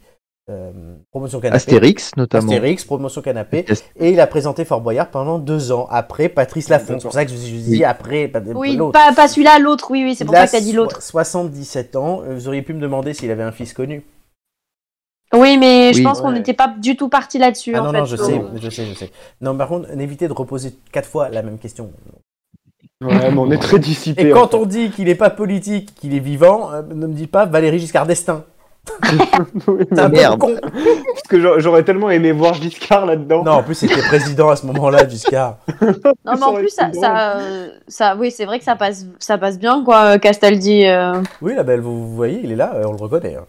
[SPEAKER 1] euh, Promotion Canapé.
[SPEAKER 2] Astérix, notamment.
[SPEAKER 1] Astérix, Promotion Canapé.
[SPEAKER 2] Est-
[SPEAKER 1] Et il a présenté Fort Boyard pendant deux ans, après Patrice Lafont. C'est pour ça que je, je dis
[SPEAKER 2] Oui.
[SPEAKER 1] après. pas-
[SPEAKER 3] Oui,
[SPEAKER 1] l'autre.
[SPEAKER 3] pas, pas celui-là, l'autre, oui, oui, c'est pour
[SPEAKER 1] Il
[SPEAKER 3] ça
[SPEAKER 1] a
[SPEAKER 3] que t'as dit
[SPEAKER 1] so-
[SPEAKER 3] l'autre.
[SPEAKER 1] 77 ans, euh, vous auriez pu me demander s'il avait un fils connu.
[SPEAKER 3] Oui, mais je
[SPEAKER 2] Oui.
[SPEAKER 3] pense qu'on
[SPEAKER 1] Ouais.
[SPEAKER 3] n'était pas du tout parti là-dessus.
[SPEAKER 1] Ah
[SPEAKER 3] en
[SPEAKER 1] non,
[SPEAKER 3] fait.
[SPEAKER 1] non, je
[SPEAKER 3] Donc,
[SPEAKER 1] sais,
[SPEAKER 3] euh,
[SPEAKER 1] je sais, je sais. Non, par contre, évitez de reposer quatre fois la même question.
[SPEAKER 4] Ouais, mais on est très dissipé.
[SPEAKER 1] Et quand on dit qu'il n'est pas politique, qu'il est vivant, euh, ne me dis pas Valérie Giscard d'Estaing. C'est un peu
[SPEAKER 2] Merde.
[SPEAKER 1] con.
[SPEAKER 4] Parce que j'a- j'aurais tellement aimé voir Giscard là-dedans.
[SPEAKER 1] Non, en plus, c'était président à ce moment-là, Giscard.
[SPEAKER 3] Non, mais
[SPEAKER 4] Ça
[SPEAKER 3] en
[SPEAKER 4] aurait
[SPEAKER 3] plus, ça,
[SPEAKER 4] été
[SPEAKER 3] ça, euh, ça- oui, c'est vrai que ça passe, ça passe bien, quoi, euh, Castaldi. euh.
[SPEAKER 1] Oui, la belle, vous, vous voyez, il est là, euh, on le reconnaît. hein.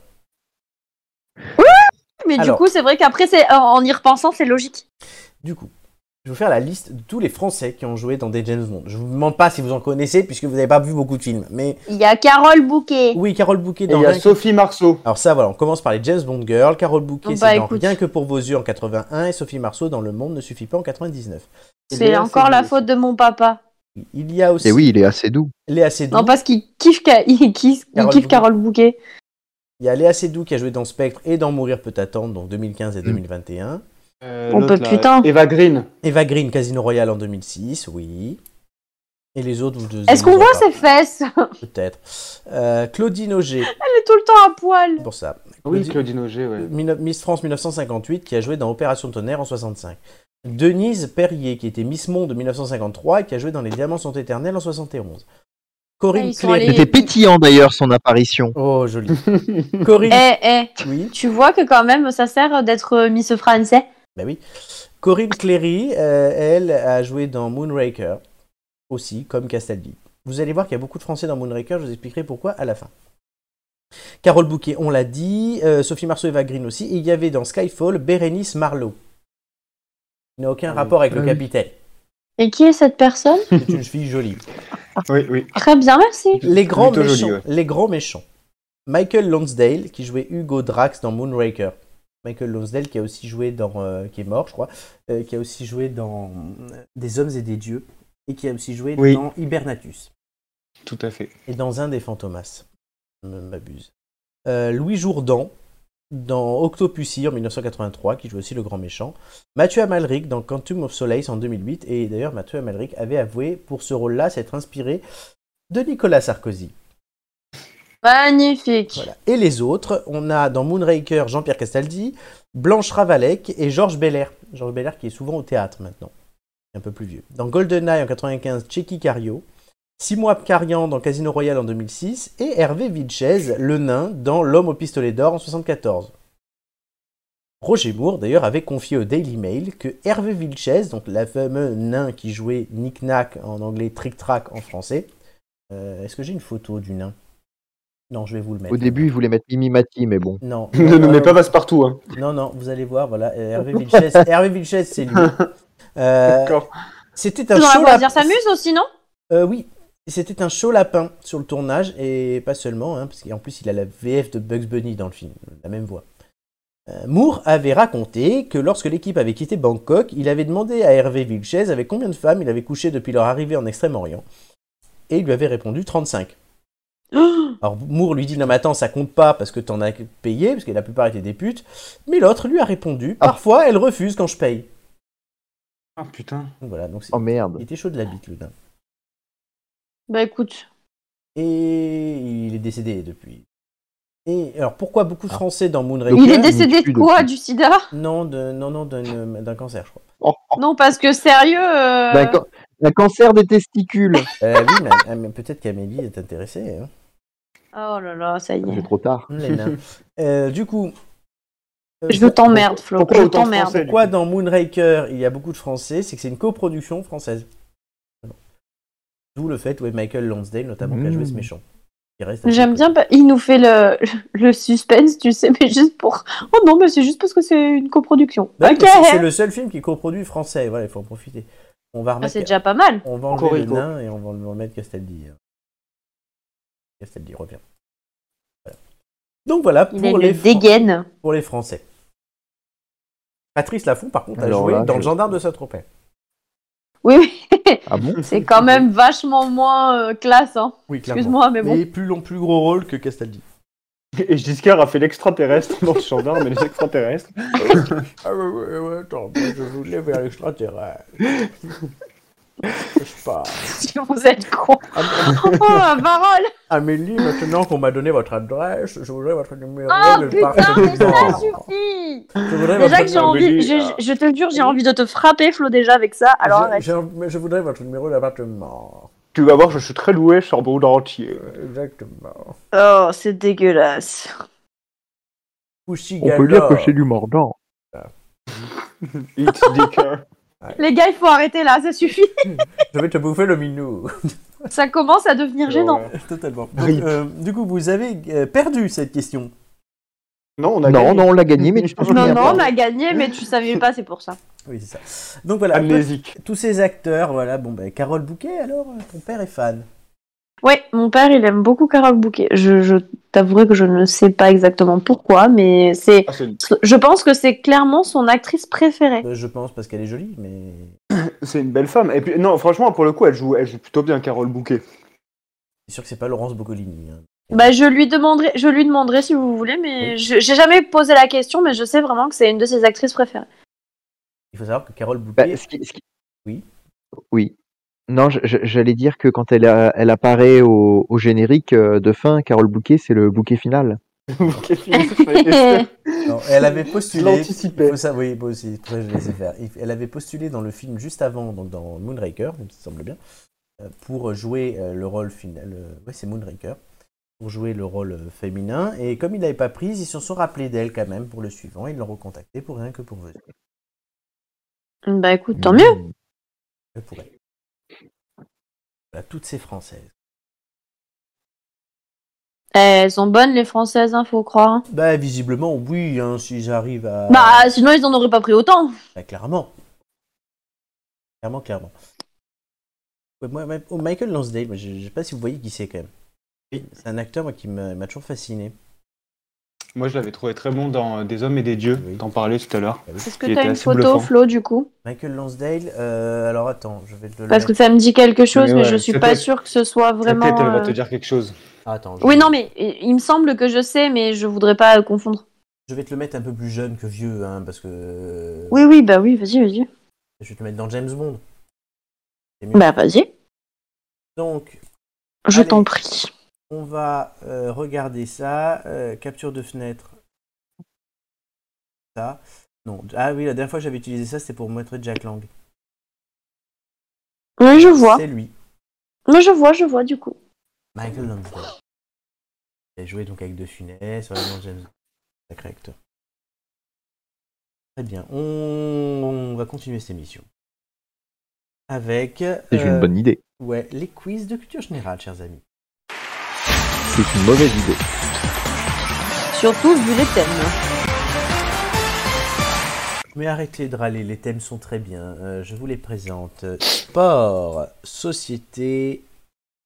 [SPEAKER 3] Mais
[SPEAKER 1] Alors.
[SPEAKER 3] du coup, c'est vrai qu'après, c'est, en, en y repensant, c'est logique.
[SPEAKER 1] Du coup, je vais vous faire la liste de tous les Français qui ont joué dans des James Bond. Je vous demande pas si vous en connaissez, puisque vous n'avez pas vu beaucoup de films. Mais
[SPEAKER 3] Il y a Carole Bouquet.
[SPEAKER 1] oui, Carole Bouquet
[SPEAKER 4] Et
[SPEAKER 1] dans
[SPEAKER 4] il y a
[SPEAKER 1] Rien que-
[SPEAKER 4] Sophie Marceau.
[SPEAKER 1] Alors ça, voilà, on commence par les James Bond Girls. Carole Bouquet,
[SPEAKER 4] Oh,
[SPEAKER 3] Bah,
[SPEAKER 1] c'est dans
[SPEAKER 3] écoute.
[SPEAKER 1] Rien que pour vos yeux en 81 et Sophie Marceau dans Le Monde ne suffit pas en 99.
[SPEAKER 3] C'est encore la faute de mon papa.
[SPEAKER 1] Il y a aussi
[SPEAKER 2] Et Eh oui, il est assez doux.
[SPEAKER 1] Léa Seydoux.
[SPEAKER 3] Non, parce qu'il kiffe, Ca- il kiffe, il
[SPEAKER 1] Carole
[SPEAKER 3] kiffe
[SPEAKER 1] Bouquet.
[SPEAKER 3] Carole Bouquet.
[SPEAKER 1] Il y a Léa Seydoux qui a joué dans Spectre et dans Mourir peut attendre, donc 2015 et 2021.
[SPEAKER 4] Euh,
[SPEAKER 3] On
[SPEAKER 4] l'autre,
[SPEAKER 3] peut-
[SPEAKER 4] là,
[SPEAKER 3] putain.
[SPEAKER 4] Eva Green.
[SPEAKER 1] Eva Green, Casino Royale en 2006, oui. Et les autres, vous deux.
[SPEAKER 3] Est-ce qu'on
[SPEAKER 1] vous en
[SPEAKER 3] voit
[SPEAKER 1] parlez
[SPEAKER 3] ses fesses Elle
[SPEAKER 1] Peut-être. Euh, Claudine Auger,
[SPEAKER 3] est tout le temps à poil.
[SPEAKER 1] c'est pour ça.
[SPEAKER 4] Oui,
[SPEAKER 1] Claudi-
[SPEAKER 4] Claudine Auger, ouais.
[SPEAKER 1] Mille- Miss France 1958, qui a joué dans Opération Tonnerre en 65. Denise Perrier, qui était Miss Monde de 1953 et qui a joué dans Les Diamants sont éternels en 71. Corinne
[SPEAKER 3] Ouais, Ah, ils sont
[SPEAKER 1] Cléry.
[SPEAKER 3] allés-
[SPEAKER 2] C'était pétillant d'ailleurs son apparition.
[SPEAKER 1] Oh, joli. Corinne.
[SPEAKER 3] Eh, eh,
[SPEAKER 1] Oui,
[SPEAKER 3] tu vois que quand même, ça sert d'être euh, Miss Français.
[SPEAKER 1] bah oui. Corinne Cléry, euh, elle, a joué dans Moonraker, aussi, comme Castaldi. Vous allez voir qu'il y a beaucoup de Français dans Moonraker, je vous expliquerai pourquoi à la fin. Carole Bouquet, on l'a dit, euh, Sophie Marceau, Eva Green aussi, et il y avait dans Skyfall Bérénice Marlowe. Il n'a aucun
[SPEAKER 4] Oui.
[SPEAKER 1] rapport avec le
[SPEAKER 2] Ah oui.
[SPEAKER 1] capitaine.
[SPEAKER 3] Et qui est cette personne
[SPEAKER 1] C'est une fille jolie.
[SPEAKER 4] Oui, oui.
[SPEAKER 3] Très bien, merci.
[SPEAKER 1] Les grands
[SPEAKER 4] Plutôt
[SPEAKER 1] méchants.
[SPEAKER 4] jolie, ouais.
[SPEAKER 1] Les grands méchants. Michael Lonsdale qui jouait Hugo Drax dans Moonraker. Michael Lonsdale qui a aussi joué dans euh, qui est mort je crois, euh, qui a aussi joué dans euh, Des hommes et des dieux et qui a aussi joué
[SPEAKER 4] Oui.
[SPEAKER 1] dans Hibernatus
[SPEAKER 4] Tout à fait.
[SPEAKER 1] et dans un des Fantomas. Je ne m'abuse. Euh, Louis Jourdan dans Octopussy en 1983 qui joue aussi le grand méchant. Mathieu Amalric dans Quantum of Solace en 2008 et d'ailleurs Mathieu Amalric avait avoué pour ce rôle-là s'être inspiré de Nicolas Sarkozy.
[SPEAKER 3] Magnifique.
[SPEAKER 1] Voilà. Et les autres, on a dans Moonraker Jean-Pierre Castaldi, Blanche Ravalek et Georges Belair. Georges Belair qui est souvent au théâtre maintenant, un peu plus vieux. Dans GoldenEye en 95, Checky Cario, Simon Abkarian dans Casino Royale en 2006 et Hervé Vilches, le nain, dans L'homme au pistolet d'or en 74. Roger Moore, d'ailleurs, avait confié au Daily Mail que Hervé Vilches, donc la fameux nain qui jouait Nick Knack en anglais, Trick Track en français, Euh, est-ce que j'ai une photo du nain Non, je vais vous le mettre.
[SPEAKER 2] Au début, il voulait mettre Mimi Mati, mais bon.
[SPEAKER 1] Non.
[SPEAKER 4] ne
[SPEAKER 1] non,
[SPEAKER 4] nous mets
[SPEAKER 1] non,
[SPEAKER 4] pas passe-partout. Hein.
[SPEAKER 1] Non, non, vous allez voir, voilà, euh, Hervé Vilches, Hervé Vilches, c'est lui. Euh,
[SPEAKER 4] D'accord.
[SPEAKER 1] c'était
[SPEAKER 3] Dans
[SPEAKER 1] un
[SPEAKER 3] la
[SPEAKER 1] show
[SPEAKER 3] voisine
[SPEAKER 1] lapin.
[SPEAKER 3] s'amuse aussi, non
[SPEAKER 1] Euh, oui, c'était un show lapin sur le tournage et pas seulement, hein, parce qu'en plus il a la VF de Bugs Bunny dans le film, la même voix. Euh, Moore avait raconté que lorsque l'équipe avait quitté Bangkok, il avait demandé à Hervé Vilches avec combien de femmes il avait couché depuis leur arrivée en Extrême-Orient. Et il lui avait répondu 35. Alors Moore lui dit non mais attends ça compte pas parce que t'en as payé parce que la plupart étaient des putes mais l'autre lui a répondu parfois elle refuse quand je paye
[SPEAKER 4] Ah putain.
[SPEAKER 1] donc voilà donc c'est-
[SPEAKER 2] Oh merde.
[SPEAKER 1] il était chaud de la bite le nain.
[SPEAKER 3] Bah écoute,
[SPEAKER 1] et il est décédé depuis et alors pourquoi beaucoup de Français dans Moonraker
[SPEAKER 2] Donc,
[SPEAKER 3] il est
[SPEAKER 2] il
[SPEAKER 3] décédé
[SPEAKER 2] tue
[SPEAKER 3] de
[SPEAKER 2] depuis.
[SPEAKER 3] quoi Du sida
[SPEAKER 1] non de non non d'un d'un cancer je crois
[SPEAKER 3] Non, parce que sérieux. euh,
[SPEAKER 2] D'un can- d'un cancer des testicules.
[SPEAKER 1] Euh, oui mais, ah, mais peut-être qu'Amélie est intéressée hein.
[SPEAKER 3] Oh là là, ça y est.
[SPEAKER 2] C'est trop tard.
[SPEAKER 1] Les nains. Euh, du coup euh,
[SPEAKER 3] Je t'emmerde, Flo.
[SPEAKER 4] Pourquoi
[SPEAKER 3] je
[SPEAKER 4] autant de
[SPEAKER 3] t'emmerde.
[SPEAKER 4] Français, du
[SPEAKER 1] pourquoi
[SPEAKER 4] coup
[SPEAKER 1] dans Moonraker il y a beaucoup de Français, c'est que c'est une coproduction française. D'où le fait, ouais, Michael Lonsdale notamment qui a joué ce
[SPEAKER 2] Mmh.
[SPEAKER 1] méchant. Il reste un
[SPEAKER 3] J'aime
[SPEAKER 1] peu.
[SPEAKER 3] bien, bah, il nous fait le, le suspense, tu sais, mais juste pour. Oh non, mais c'est juste parce que c'est une coproduction.
[SPEAKER 1] Bah oui,
[SPEAKER 3] ok
[SPEAKER 1] parce que C'est le seul film qui coproduit français. Voilà, il faut en profiter. On va
[SPEAKER 3] Ah,
[SPEAKER 1] remettre.
[SPEAKER 3] C'est déjà pas mal.
[SPEAKER 1] On va enlever le
[SPEAKER 4] Cocorico.
[SPEAKER 1] nain et on va on va mettre Castaldi. hein. Castaldi revient. Voilà. Donc voilà
[SPEAKER 3] Il a
[SPEAKER 1] pour les,
[SPEAKER 3] une
[SPEAKER 1] Fran-
[SPEAKER 3] dégaine.
[SPEAKER 1] pour les Français. Patrice Lafont, par contre, a
[SPEAKER 2] Alors
[SPEAKER 1] joué
[SPEAKER 2] là,
[SPEAKER 1] dans Le
[SPEAKER 2] je-
[SPEAKER 1] Gendarme de Saint-Tropez.
[SPEAKER 3] Oui, oui,
[SPEAKER 2] Ah bon
[SPEAKER 3] c'est quand même vachement moins euh, classe. Hein.
[SPEAKER 1] Oui,
[SPEAKER 3] Excuse-moi, mais bon.
[SPEAKER 1] Mais plus long, plus gros rôle que Castaldi.
[SPEAKER 4] Et Giscard a fait l'extraterrestre dans le gendarme et les extraterrestres.
[SPEAKER 1] Ah ouais, ouais, ouais, attends, moi, je voulais vers l'extraterrestre. Je sais pas.
[SPEAKER 3] Si vous êtes con.
[SPEAKER 1] Am-
[SPEAKER 3] Oh, la parole
[SPEAKER 1] Amélie, maintenant qu'on m'a donné votre adresse, je voudrais votre numéro
[SPEAKER 3] Oh
[SPEAKER 1] de
[SPEAKER 3] putain,
[SPEAKER 1] parc-
[SPEAKER 3] mais ça suffit
[SPEAKER 1] Je voudrais
[SPEAKER 3] Déjà
[SPEAKER 1] votre-
[SPEAKER 3] que j'ai envie, je, je- je te le jure, j'ai envie de te frapper, Flo, déjà avec ça.
[SPEAKER 1] je,
[SPEAKER 3] Alors arrête.
[SPEAKER 1] j'ai un- mais je voudrais votre numéro d'appartement.
[SPEAKER 4] Tu vas voir, je suis très loué, Charbon d'Arentier.
[SPEAKER 1] Exactement.
[SPEAKER 3] Oh, c'est dégueulasse.
[SPEAKER 1] Ou si
[SPEAKER 2] On peut dire que c'est du mordant.
[SPEAKER 4] It's Dicker.
[SPEAKER 3] Les gars, il faut arrêter là, ça suffit.
[SPEAKER 1] Je vais te bouffer le minou.
[SPEAKER 3] Ça commence à devenir gênant.
[SPEAKER 1] Totalement. Donc,
[SPEAKER 4] Rip.
[SPEAKER 1] euh, du coup, vous avez euh, perdu cette question.
[SPEAKER 4] Non, on a
[SPEAKER 2] Non,
[SPEAKER 4] gagné.
[SPEAKER 2] non, on l'a gagné, mais tu te
[SPEAKER 3] Non,
[SPEAKER 2] souviens
[SPEAKER 3] non,
[SPEAKER 2] pas.
[SPEAKER 3] on a gagné, mais tu savais pas, c'est pour ça.
[SPEAKER 1] Oui, c'est ça. Donc
[SPEAKER 4] Ah,
[SPEAKER 1] voilà,
[SPEAKER 4] Amnésique.
[SPEAKER 1] tous ces acteurs, voilà. Bon, ben, Carole Bouquet, alors, euh, ton père est fan.
[SPEAKER 3] Ouais, mon père, il aime beaucoup Carole Bouquet. Je, je t'avouerai que je ne sais pas exactement pourquoi, mais c'est.
[SPEAKER 4] Ah, c'est une-
[SPEAKER 3] Je pense que c'est clairement son actrice préférée.
[SPEAKER 1] Euh, Je pense parce qu'elle est jolie, mais.
[SPEAKER 4] c'est une belle femme. Et puis, non, franchement, pour le coup, elle joue, elle joue plutôt bien, Carole Bouquet.
[SPEAKER 1] C'est sûr que c'est pas Laurence Boccolini. hein.
[SPEAKER 3] Bah, je lui demanderai, je lui demanderai si vous voulez, mais je- j'ai jamais posé la question, mais je sais vraiment que c'est une de ses actrices préférées.
[SPEAKER 1] Il faut savoir que Carole Bouquet.
[SPEAKER 2] Bah, ce qui- ce qui-
[SPEAKER 1] Oui.
[SPEAKER 2] Oui. Non, je- je- j'allais dire que quand elle, a- elle apparaît au, au générique euh, de fin, Carole Bouquet, c'est le bouquet final.
[SPEAKER 4] Bouquet, c'est-
[SPEAKER 1] Non, elle avait
[SPEAKER 4] Je
[SPEAKER 1] postulé.
[SPEAKER 4] l'anticipais.
[SPEAKER 1] il faut ça- oui, moi aussi, c'est pour ça que je l'ai laissé faire. Il- Elle avait postulé dans le film juste avant, donc dans Moonraker, il me semble bien, euh, pour jouer euh, le rôle final. euh, Ouais, c'est Moonraker. Pour jouer le rôle euh, féminin. Et comme il l'avait pas prise, ils se sont rappelés d'elle quand même pour le suivant. Ils l'ont recontacté pour rien que pour euh, vous.
[SPEAKER 3] Bah, écoute, tant mieux.
[SPEAKER 1] que pour elle. Voilà, toutes ces françaises.
[SPEAKER 3] Elles sont bonnes, les françaises, hein, faut croire. hein.
[SPEAKER 1] Bah, visiblement, oui, hein, si j'arrive à.
[SPEAKER 3] Bah, sinon, ils en auraient pas pris autant.
[SPEAKER 1] Bah, clairement. Clairement, clairement. Ouais, moi, ma- oh, Michael Lansdale, moi, je, je sais pas si vous voyez qui c'est quand même. C'est un acteur moi, qui m'a m'a toujours fasciné.
[SPEAKER 4] Moi, je l'avais trouvé très bon dans euh, Des hommes et des dieux.
[SPEAKER 1] Ah Oui.
[SPEAKER 4] T'en parlais tout à l'heure.
[SPEAKER 3] Est-ce que
[SPEAKER 4] Il
[SPEAKER 3] t'as
[SPEAKER 4] était
[SPEAKER 3] une
[SPEAKER 4] assez
[SPEAKER 3] photo,
[SPEAKER 4] bluffant.
[SPEAKER 3] Flo, du coup
[SPEAKER 1] Michael Lansdale, euh, alors attends, je vais te le
[SPEAKER 3] Parce que
[SPEAKER 1] mettre.
[SPEAKER 3] ça me dit quelque chose,
[SPEAKER 4] Mais
[SPEAKER 3] mais,
[SPEAKER 4] ouais,
[SPEAKER 3] je suis
[SPEAKER 4] peut-être-
[SPEAKER 3] pas sûre que ce soit vraiment.
[SPEAKER 4] Peut-être elle va
[SPEAKER 3] euh,
[SPEAKER 4] te dire quelque chose.
[SPEAKER 1] Ah, attends, je,
[SPEAKER 3] Oui, non, mais il il me semble que je sais, mais je voudrais pas euh, confondre.
[SPEAKER 1] je vais te le mettre un peu plus jeune que vieux, hein, parce que
[SPEAKER 3] Oui, oui, bah oui, vas-y, vas-y.
[SPEAKER 1] je vais te le mettre dans James Bond. C'est mieux.
[SPEAKER 3] Bah, vas-y,
[SPEAKER 1] Donc,
[SPEAKER 3] je
[SPEAKER 1] Allez.
[SPEAKER 3] t'en prie.
[SPEAKER 1] on va euh, regarder ça. euh, capture de fenêtre. Ça. Non. Ah oui, la dernière fois que j'avais utilisé ça, c'était pour montrer Jack Lang.
[SPEAKER 3] Oui, je vois.
[SPEAKER 1] C'est lui.
[SPEAKER 3] Mais je vois, je vois, du coup.
[SPEAKER 1] Michael Lansdale. Il a joué donc avec De Funès, vraiment James Bond. Sacré acteur. Très bien, on, on va continuer cette émission. Avec
[SPEAKER 2] C'est
[SPEAKER 1] euh,
[SPEAKER 2] une bonne idée.
[SPEAKER 1] ouais, les quiz de culture générale, chers amis.
[SPEAKER 2] C'est une mauvaise idée.
[SPEAKER 3] Surtout vu les thèmes.
[SPEAKER 1] Mais arrêtez de râler, les thèmes sont très bien. Euh, je vous les présente. Sport, société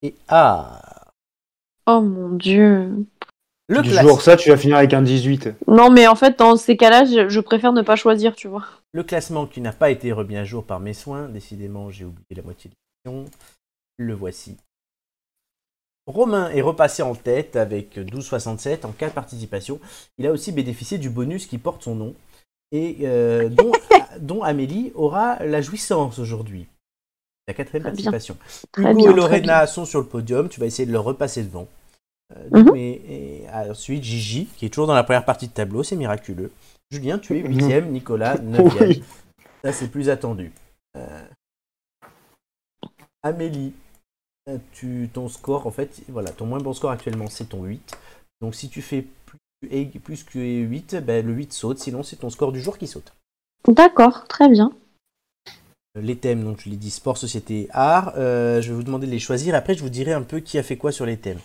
[SPEAKER 1] et art.
[SPEAKER 3] Oh mon dieu.
[SPEAKER 1] Le
[SPEAKER 4] du
[SPEAKER 1] classe-
[SPEAKER 4] jour, ça, tu vas finir avec un 18.
[SPEAKER 3] Non, mais en fait, dans ces cas-là, je, je préfère ne pas choisir, tu vois.
[SPEAKER 1] Le classement qui n'a pas été remis à jour par mes soins, décidément j'ai oublié la moitié de l'émission, le voici. Romain est repassé en tête avec 12,67 en cas de participation. Il a aussi bénéficié du bonus qui porte son nom et euh, dont, dont Amélie aura la jouissance aujourd'hui. La quatrième
[SPEAKER 3] Très bien.
[SPEAKER 1] participation.
[SPEAKER 3] Très
[SPEAKER 1] Hugo
[SPEAKER 3] bien,
[SPEAKER 1] et
[SPEAKER 3] très
[SPEAKER 1] Lorena sont sur le podium, tu vas essayer de leur repasser devant. Euh, donc,
[SPEAKER 3] Mhm.
[SPEAKER 1] mais- et ensuite, Gigi, qui est toujours dans la première partie de tableau, c'est miraculeux. Julien, tu es huitième, Nicolas, neuvième.
[SPEAKER 4] Oui.
[SPEAKER 1] Ça, c'est plus attendu. Euh, Amélie, euh, tu, ton score, en fait, voilà, ton moins bon score actuellement, c'est ton 8. Donc, si tu fais plus, et- plus que 8, ben, le 8 saute, sinon, c'est ton score du jour qui saute. Euh,
[SPEAKER 3] D'accord, très bien.
[SPEAKER 1] Les thèmes, donc je l'ai dit, sport, société, art. Euh, je vais vous demander de les choisir. Après, je vous dirai un peu qui a fait quoi sur les thèmes.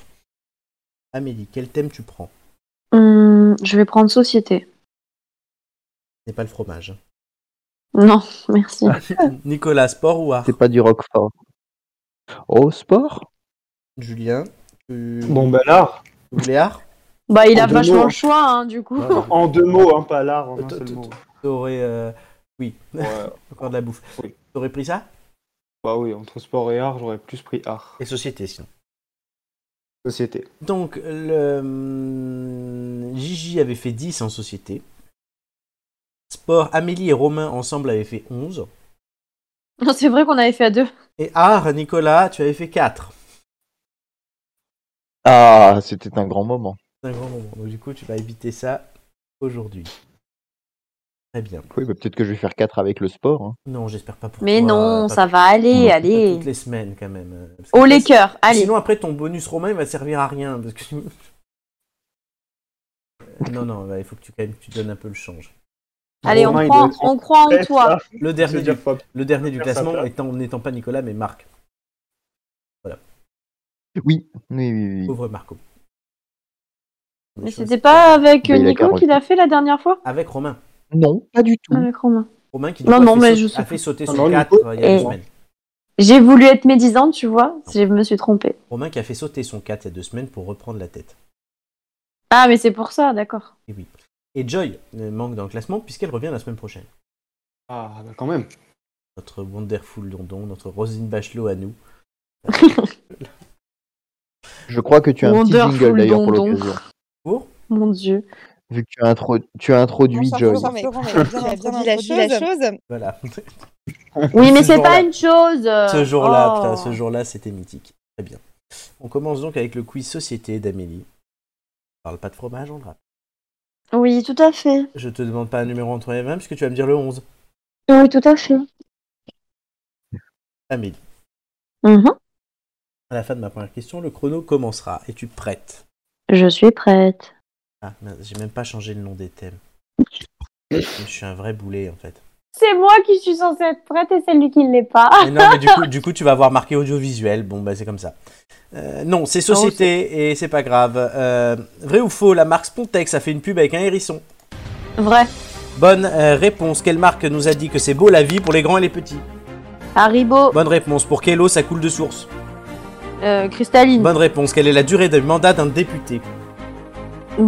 [SPEAKER 1] Amélie, quel thème tu prends
[SPEAKER 3] Hum, je vais prendre société.
[SPEAKER 1] Ce n'est pas le fromage. hein.
[SPEAKER 3] Non, merci.
[SPEAKER 1] Nicolas, sport ou art
[SPEAKER 2] C'est pas du roquefort. Oh, sport
[SPEAKER 1] Julien, tu
[SPEAKER 4] Bon, bah l'art.
[SPEAKER 1] tu voulais art
[SPEAKER 3] Bah, il a
[SPEAKER 4] En deux
[SPEAKER 3] vachement
[SPEAKER 4] mots.
[SPEAKER 3] le choix, hein, du coup.
[SPEAKER 1] Voilà.
[SPEAKER 4] En deux mots, hein, pas l'art en un
[SPEAKER 1] Tout-
[SPEAKER 4] seul
[SPEAKER 1] tout-
[SPEAKER 4] mot.
[SPEAKER 1] T'aurais. euh, Oui,
[SPEAKER 4] Ouais,
[SPEAKER 1] encore de la bouffe.
[SPEAKER 4] Oui.
[SPEAKER 1] T'aurais pris ça
[SPEAKER 4] bah oui, entre sport et art, j'aurais plus pris art.
[SPEAKER 1] Et société, sinon.
[SPEAKER 4] Société.
[SPEAKER 1] Donc, le... Gigi avait fait 10 en société. Sport, Amélie et Romain ensemble avaient fait 11.
[SPEAKER 3] Non, C'est vrai qu'on avait fait à deux.
[SPEAKER 1] Et art, Nicolas, tu avais fait 4.
[SPEAKER 2] Ah, c'était un grand moment.
[SPEAKER 1] C'est un grand moment. Donc, du coup, tu vas éviter ça aujourd'hui. Très bien.
[SPEAKER 2] Oui, bah, peut-être que je vais faire 4 avec le sport. hein.
[SPEAKER 1] Non, j'espère pas pour
[SPEAKER 3] Mais
[SPEAKER 1] toi,
[SPEAKER 3] non,
[SPEAKER 1] pas-
[SPEAKER 3] ça va aller,
[SPEAKER 2] pas
[SPEAKER 1] pas
[SPEAKER 3] allez.
[SPEAKER 1] toutes les semaines, quand même. euh, parce que
[SPEAKER 3] Oh les
[SPEAKER 1] sinon-
[SPEAKER 3] cœurs, allez.
[SPEAKER 1] Sinon, après, ton bonus romain, il va servir à rien. Parce que... Euh, non, non, bah, il faut que tu, quand même, que tu donnes un peu le change.
[SPEAKER 3] Allez, on,
[SPEAKER 4] Romain, il
[SPEAKER 3] croit,
[SPEAKER 4] doit être
[SPEAKER 3] on croit en
[SPEAKER 4] Bref,
[SPEAKER 3] toi.
[SPEAKER 4] là,
[SPEAKER 1] Le
[SPEAKER 4] je veux
[SPEAKER 1] dernier, du,
[SPEAKER 4] dire, Fab,
[SPEAKER 1] le dernier du
[SPEAKER 4] faire ça,
[SPEAKER 1] classement
[SPEAKER 4] toi.
[SPEAKER 1] étant- n'étant pas Nicolas, mais Marc.
[SPEAKER 2] Oui, oui, oui. oui.
[SPEAKER 1] Pauvre Marco.
[SPEAKER 3] Mais c'était pas avec
[SPEAKER 2] Mais il a
[SPEAKER 3] Nico
[SPEAKER 2] carotte.
[SPEAKER 3] qu'il a fait la dernière fois
[SPEAKER 1] Avec Romain.
[SPEAKER 2] Non, pas du
[SPEAKER 1] Mmh.
[SPEAKER 2] tout.
[SPEAKER 3] Avec Romain.
[SPEAKER 1] Romain qui du
[SPEAKER 3] Non,
[SPEAKER 1] coup, a
[SPEAKER 3] non,
[SPEAKER 1] fait
[SPEAKER 3] mais
[SPEAKER 1] saut-
[SPEAKER 3] je sais
[SPEAKER 1] a fait sauter
[SPEAKER 4] Non,
[SPEAKER 1] son
[SPEAKER 4] non,
[SPEAKER 1] 4
[SPEAKER 4] Nico,
[SPEAKER 1] il y a deux
[SPEAKER 3] et-
[SPEAKER 1] semaines.
[SPEAKER 3] J'ai voulu être médisante, tu vois, je me suis trompée.
[SPEAKER 1] Romain qui a fait sauter son 4 il y a deux semaines pour reprendre la tête.
[SPEAKER 3] Ah, mais c'est pour ça, d'accord.
[SPEAKER 1] Et oui. Et Joy euh, manque dans le classement puisqu'elle revient la semaine prochaine.
[SPEAKER 4] Ah, bah quand même.
[SPEAKER 1] Notre wonderful dondon, notre Rosine Bachelot à nous.
[SPEAKER 2] Je crois que tu as un petit
[SPEAKER 3] Wonderful
[SPEAKER 2] jingle d'ailleurs pour
[SPEAKER 3] dondon.
[SPEAKER 2] l'occasion.
[SPEAKER 1] Pour
[SPEAKER 3] Mon Dieu.
[SPEAKER 2] Vu que tu as, intro- tu as introduit
[SPEAKER 6] Bonsoir,
[SPEAKER 2] Joy.
[SPEAKER 6] bonsoir, mais Florent, elle a bien introduit la chose.
[SPEAKER 1] Voilà.
[SPEAKER 3] Euh, Oui, mais
[SPEAKER 1] Ah, Ce
[SPEAKER 3] c'est
[SPEAKER 1] jour-là.
[SPEAKER 3] pas une chose.
[SPEAKER 1] Ce jour-là,
[SPEAKER 3] Oh.
[SPEAKER 1] putain, ce jour-là, c'était mythique. Très bien. On commence donc avec le quiz société d'Amélie. On parle pas de fromage, on le rappelle.
[SPEAKER 3] Oui, tout à fait.
[SPEAKER 1] Je te demande pas un numéro entre les 20 puisque tu vas me dire le 11.
[SPEAKER 3] Oui, tout à fait.
[SPEAKER 1] Amélie.
[SPEAKER 3] Mhm.
[SPEAKER 1] À la fin de ma première question, le chrono commencera. Es-tu prête
[SPEAKER 3] Je suis prête.
[SPEAKER 1] Ah, mince, j'ai même pas changé le nom des thèmes. Je suis un vrai boulet en fait.
[SPEAKER 3] C'est moi qui suis censée être prête et celle qui ne l'est pas.
[SPEAKER 1] Mais non, mais du coup, du coup, tu vas avoir marqué audiovisuel. Bon, bah c'est comme ça. Euh, non, c'est société et c'est pas grave. Euh, vrai ou faux, la marque Spontex a fait une pub avec un hérisson.
[SPEAKER 3] Vrai.
[SPEAKER 1] Bonne euh, réponse. Quelle marque nous a dit que c'est beau la vie pour les grands et les petits
[SPEAKER 3] Haribo,
[SPEAKER 1] Bonne réponse. Pour quelle eau ça coule de source
[SPEAKER 3] euh, cristalline,
[SPEAKER 1] Bonne réponse. Quelle est la durée d'un mandat d'un député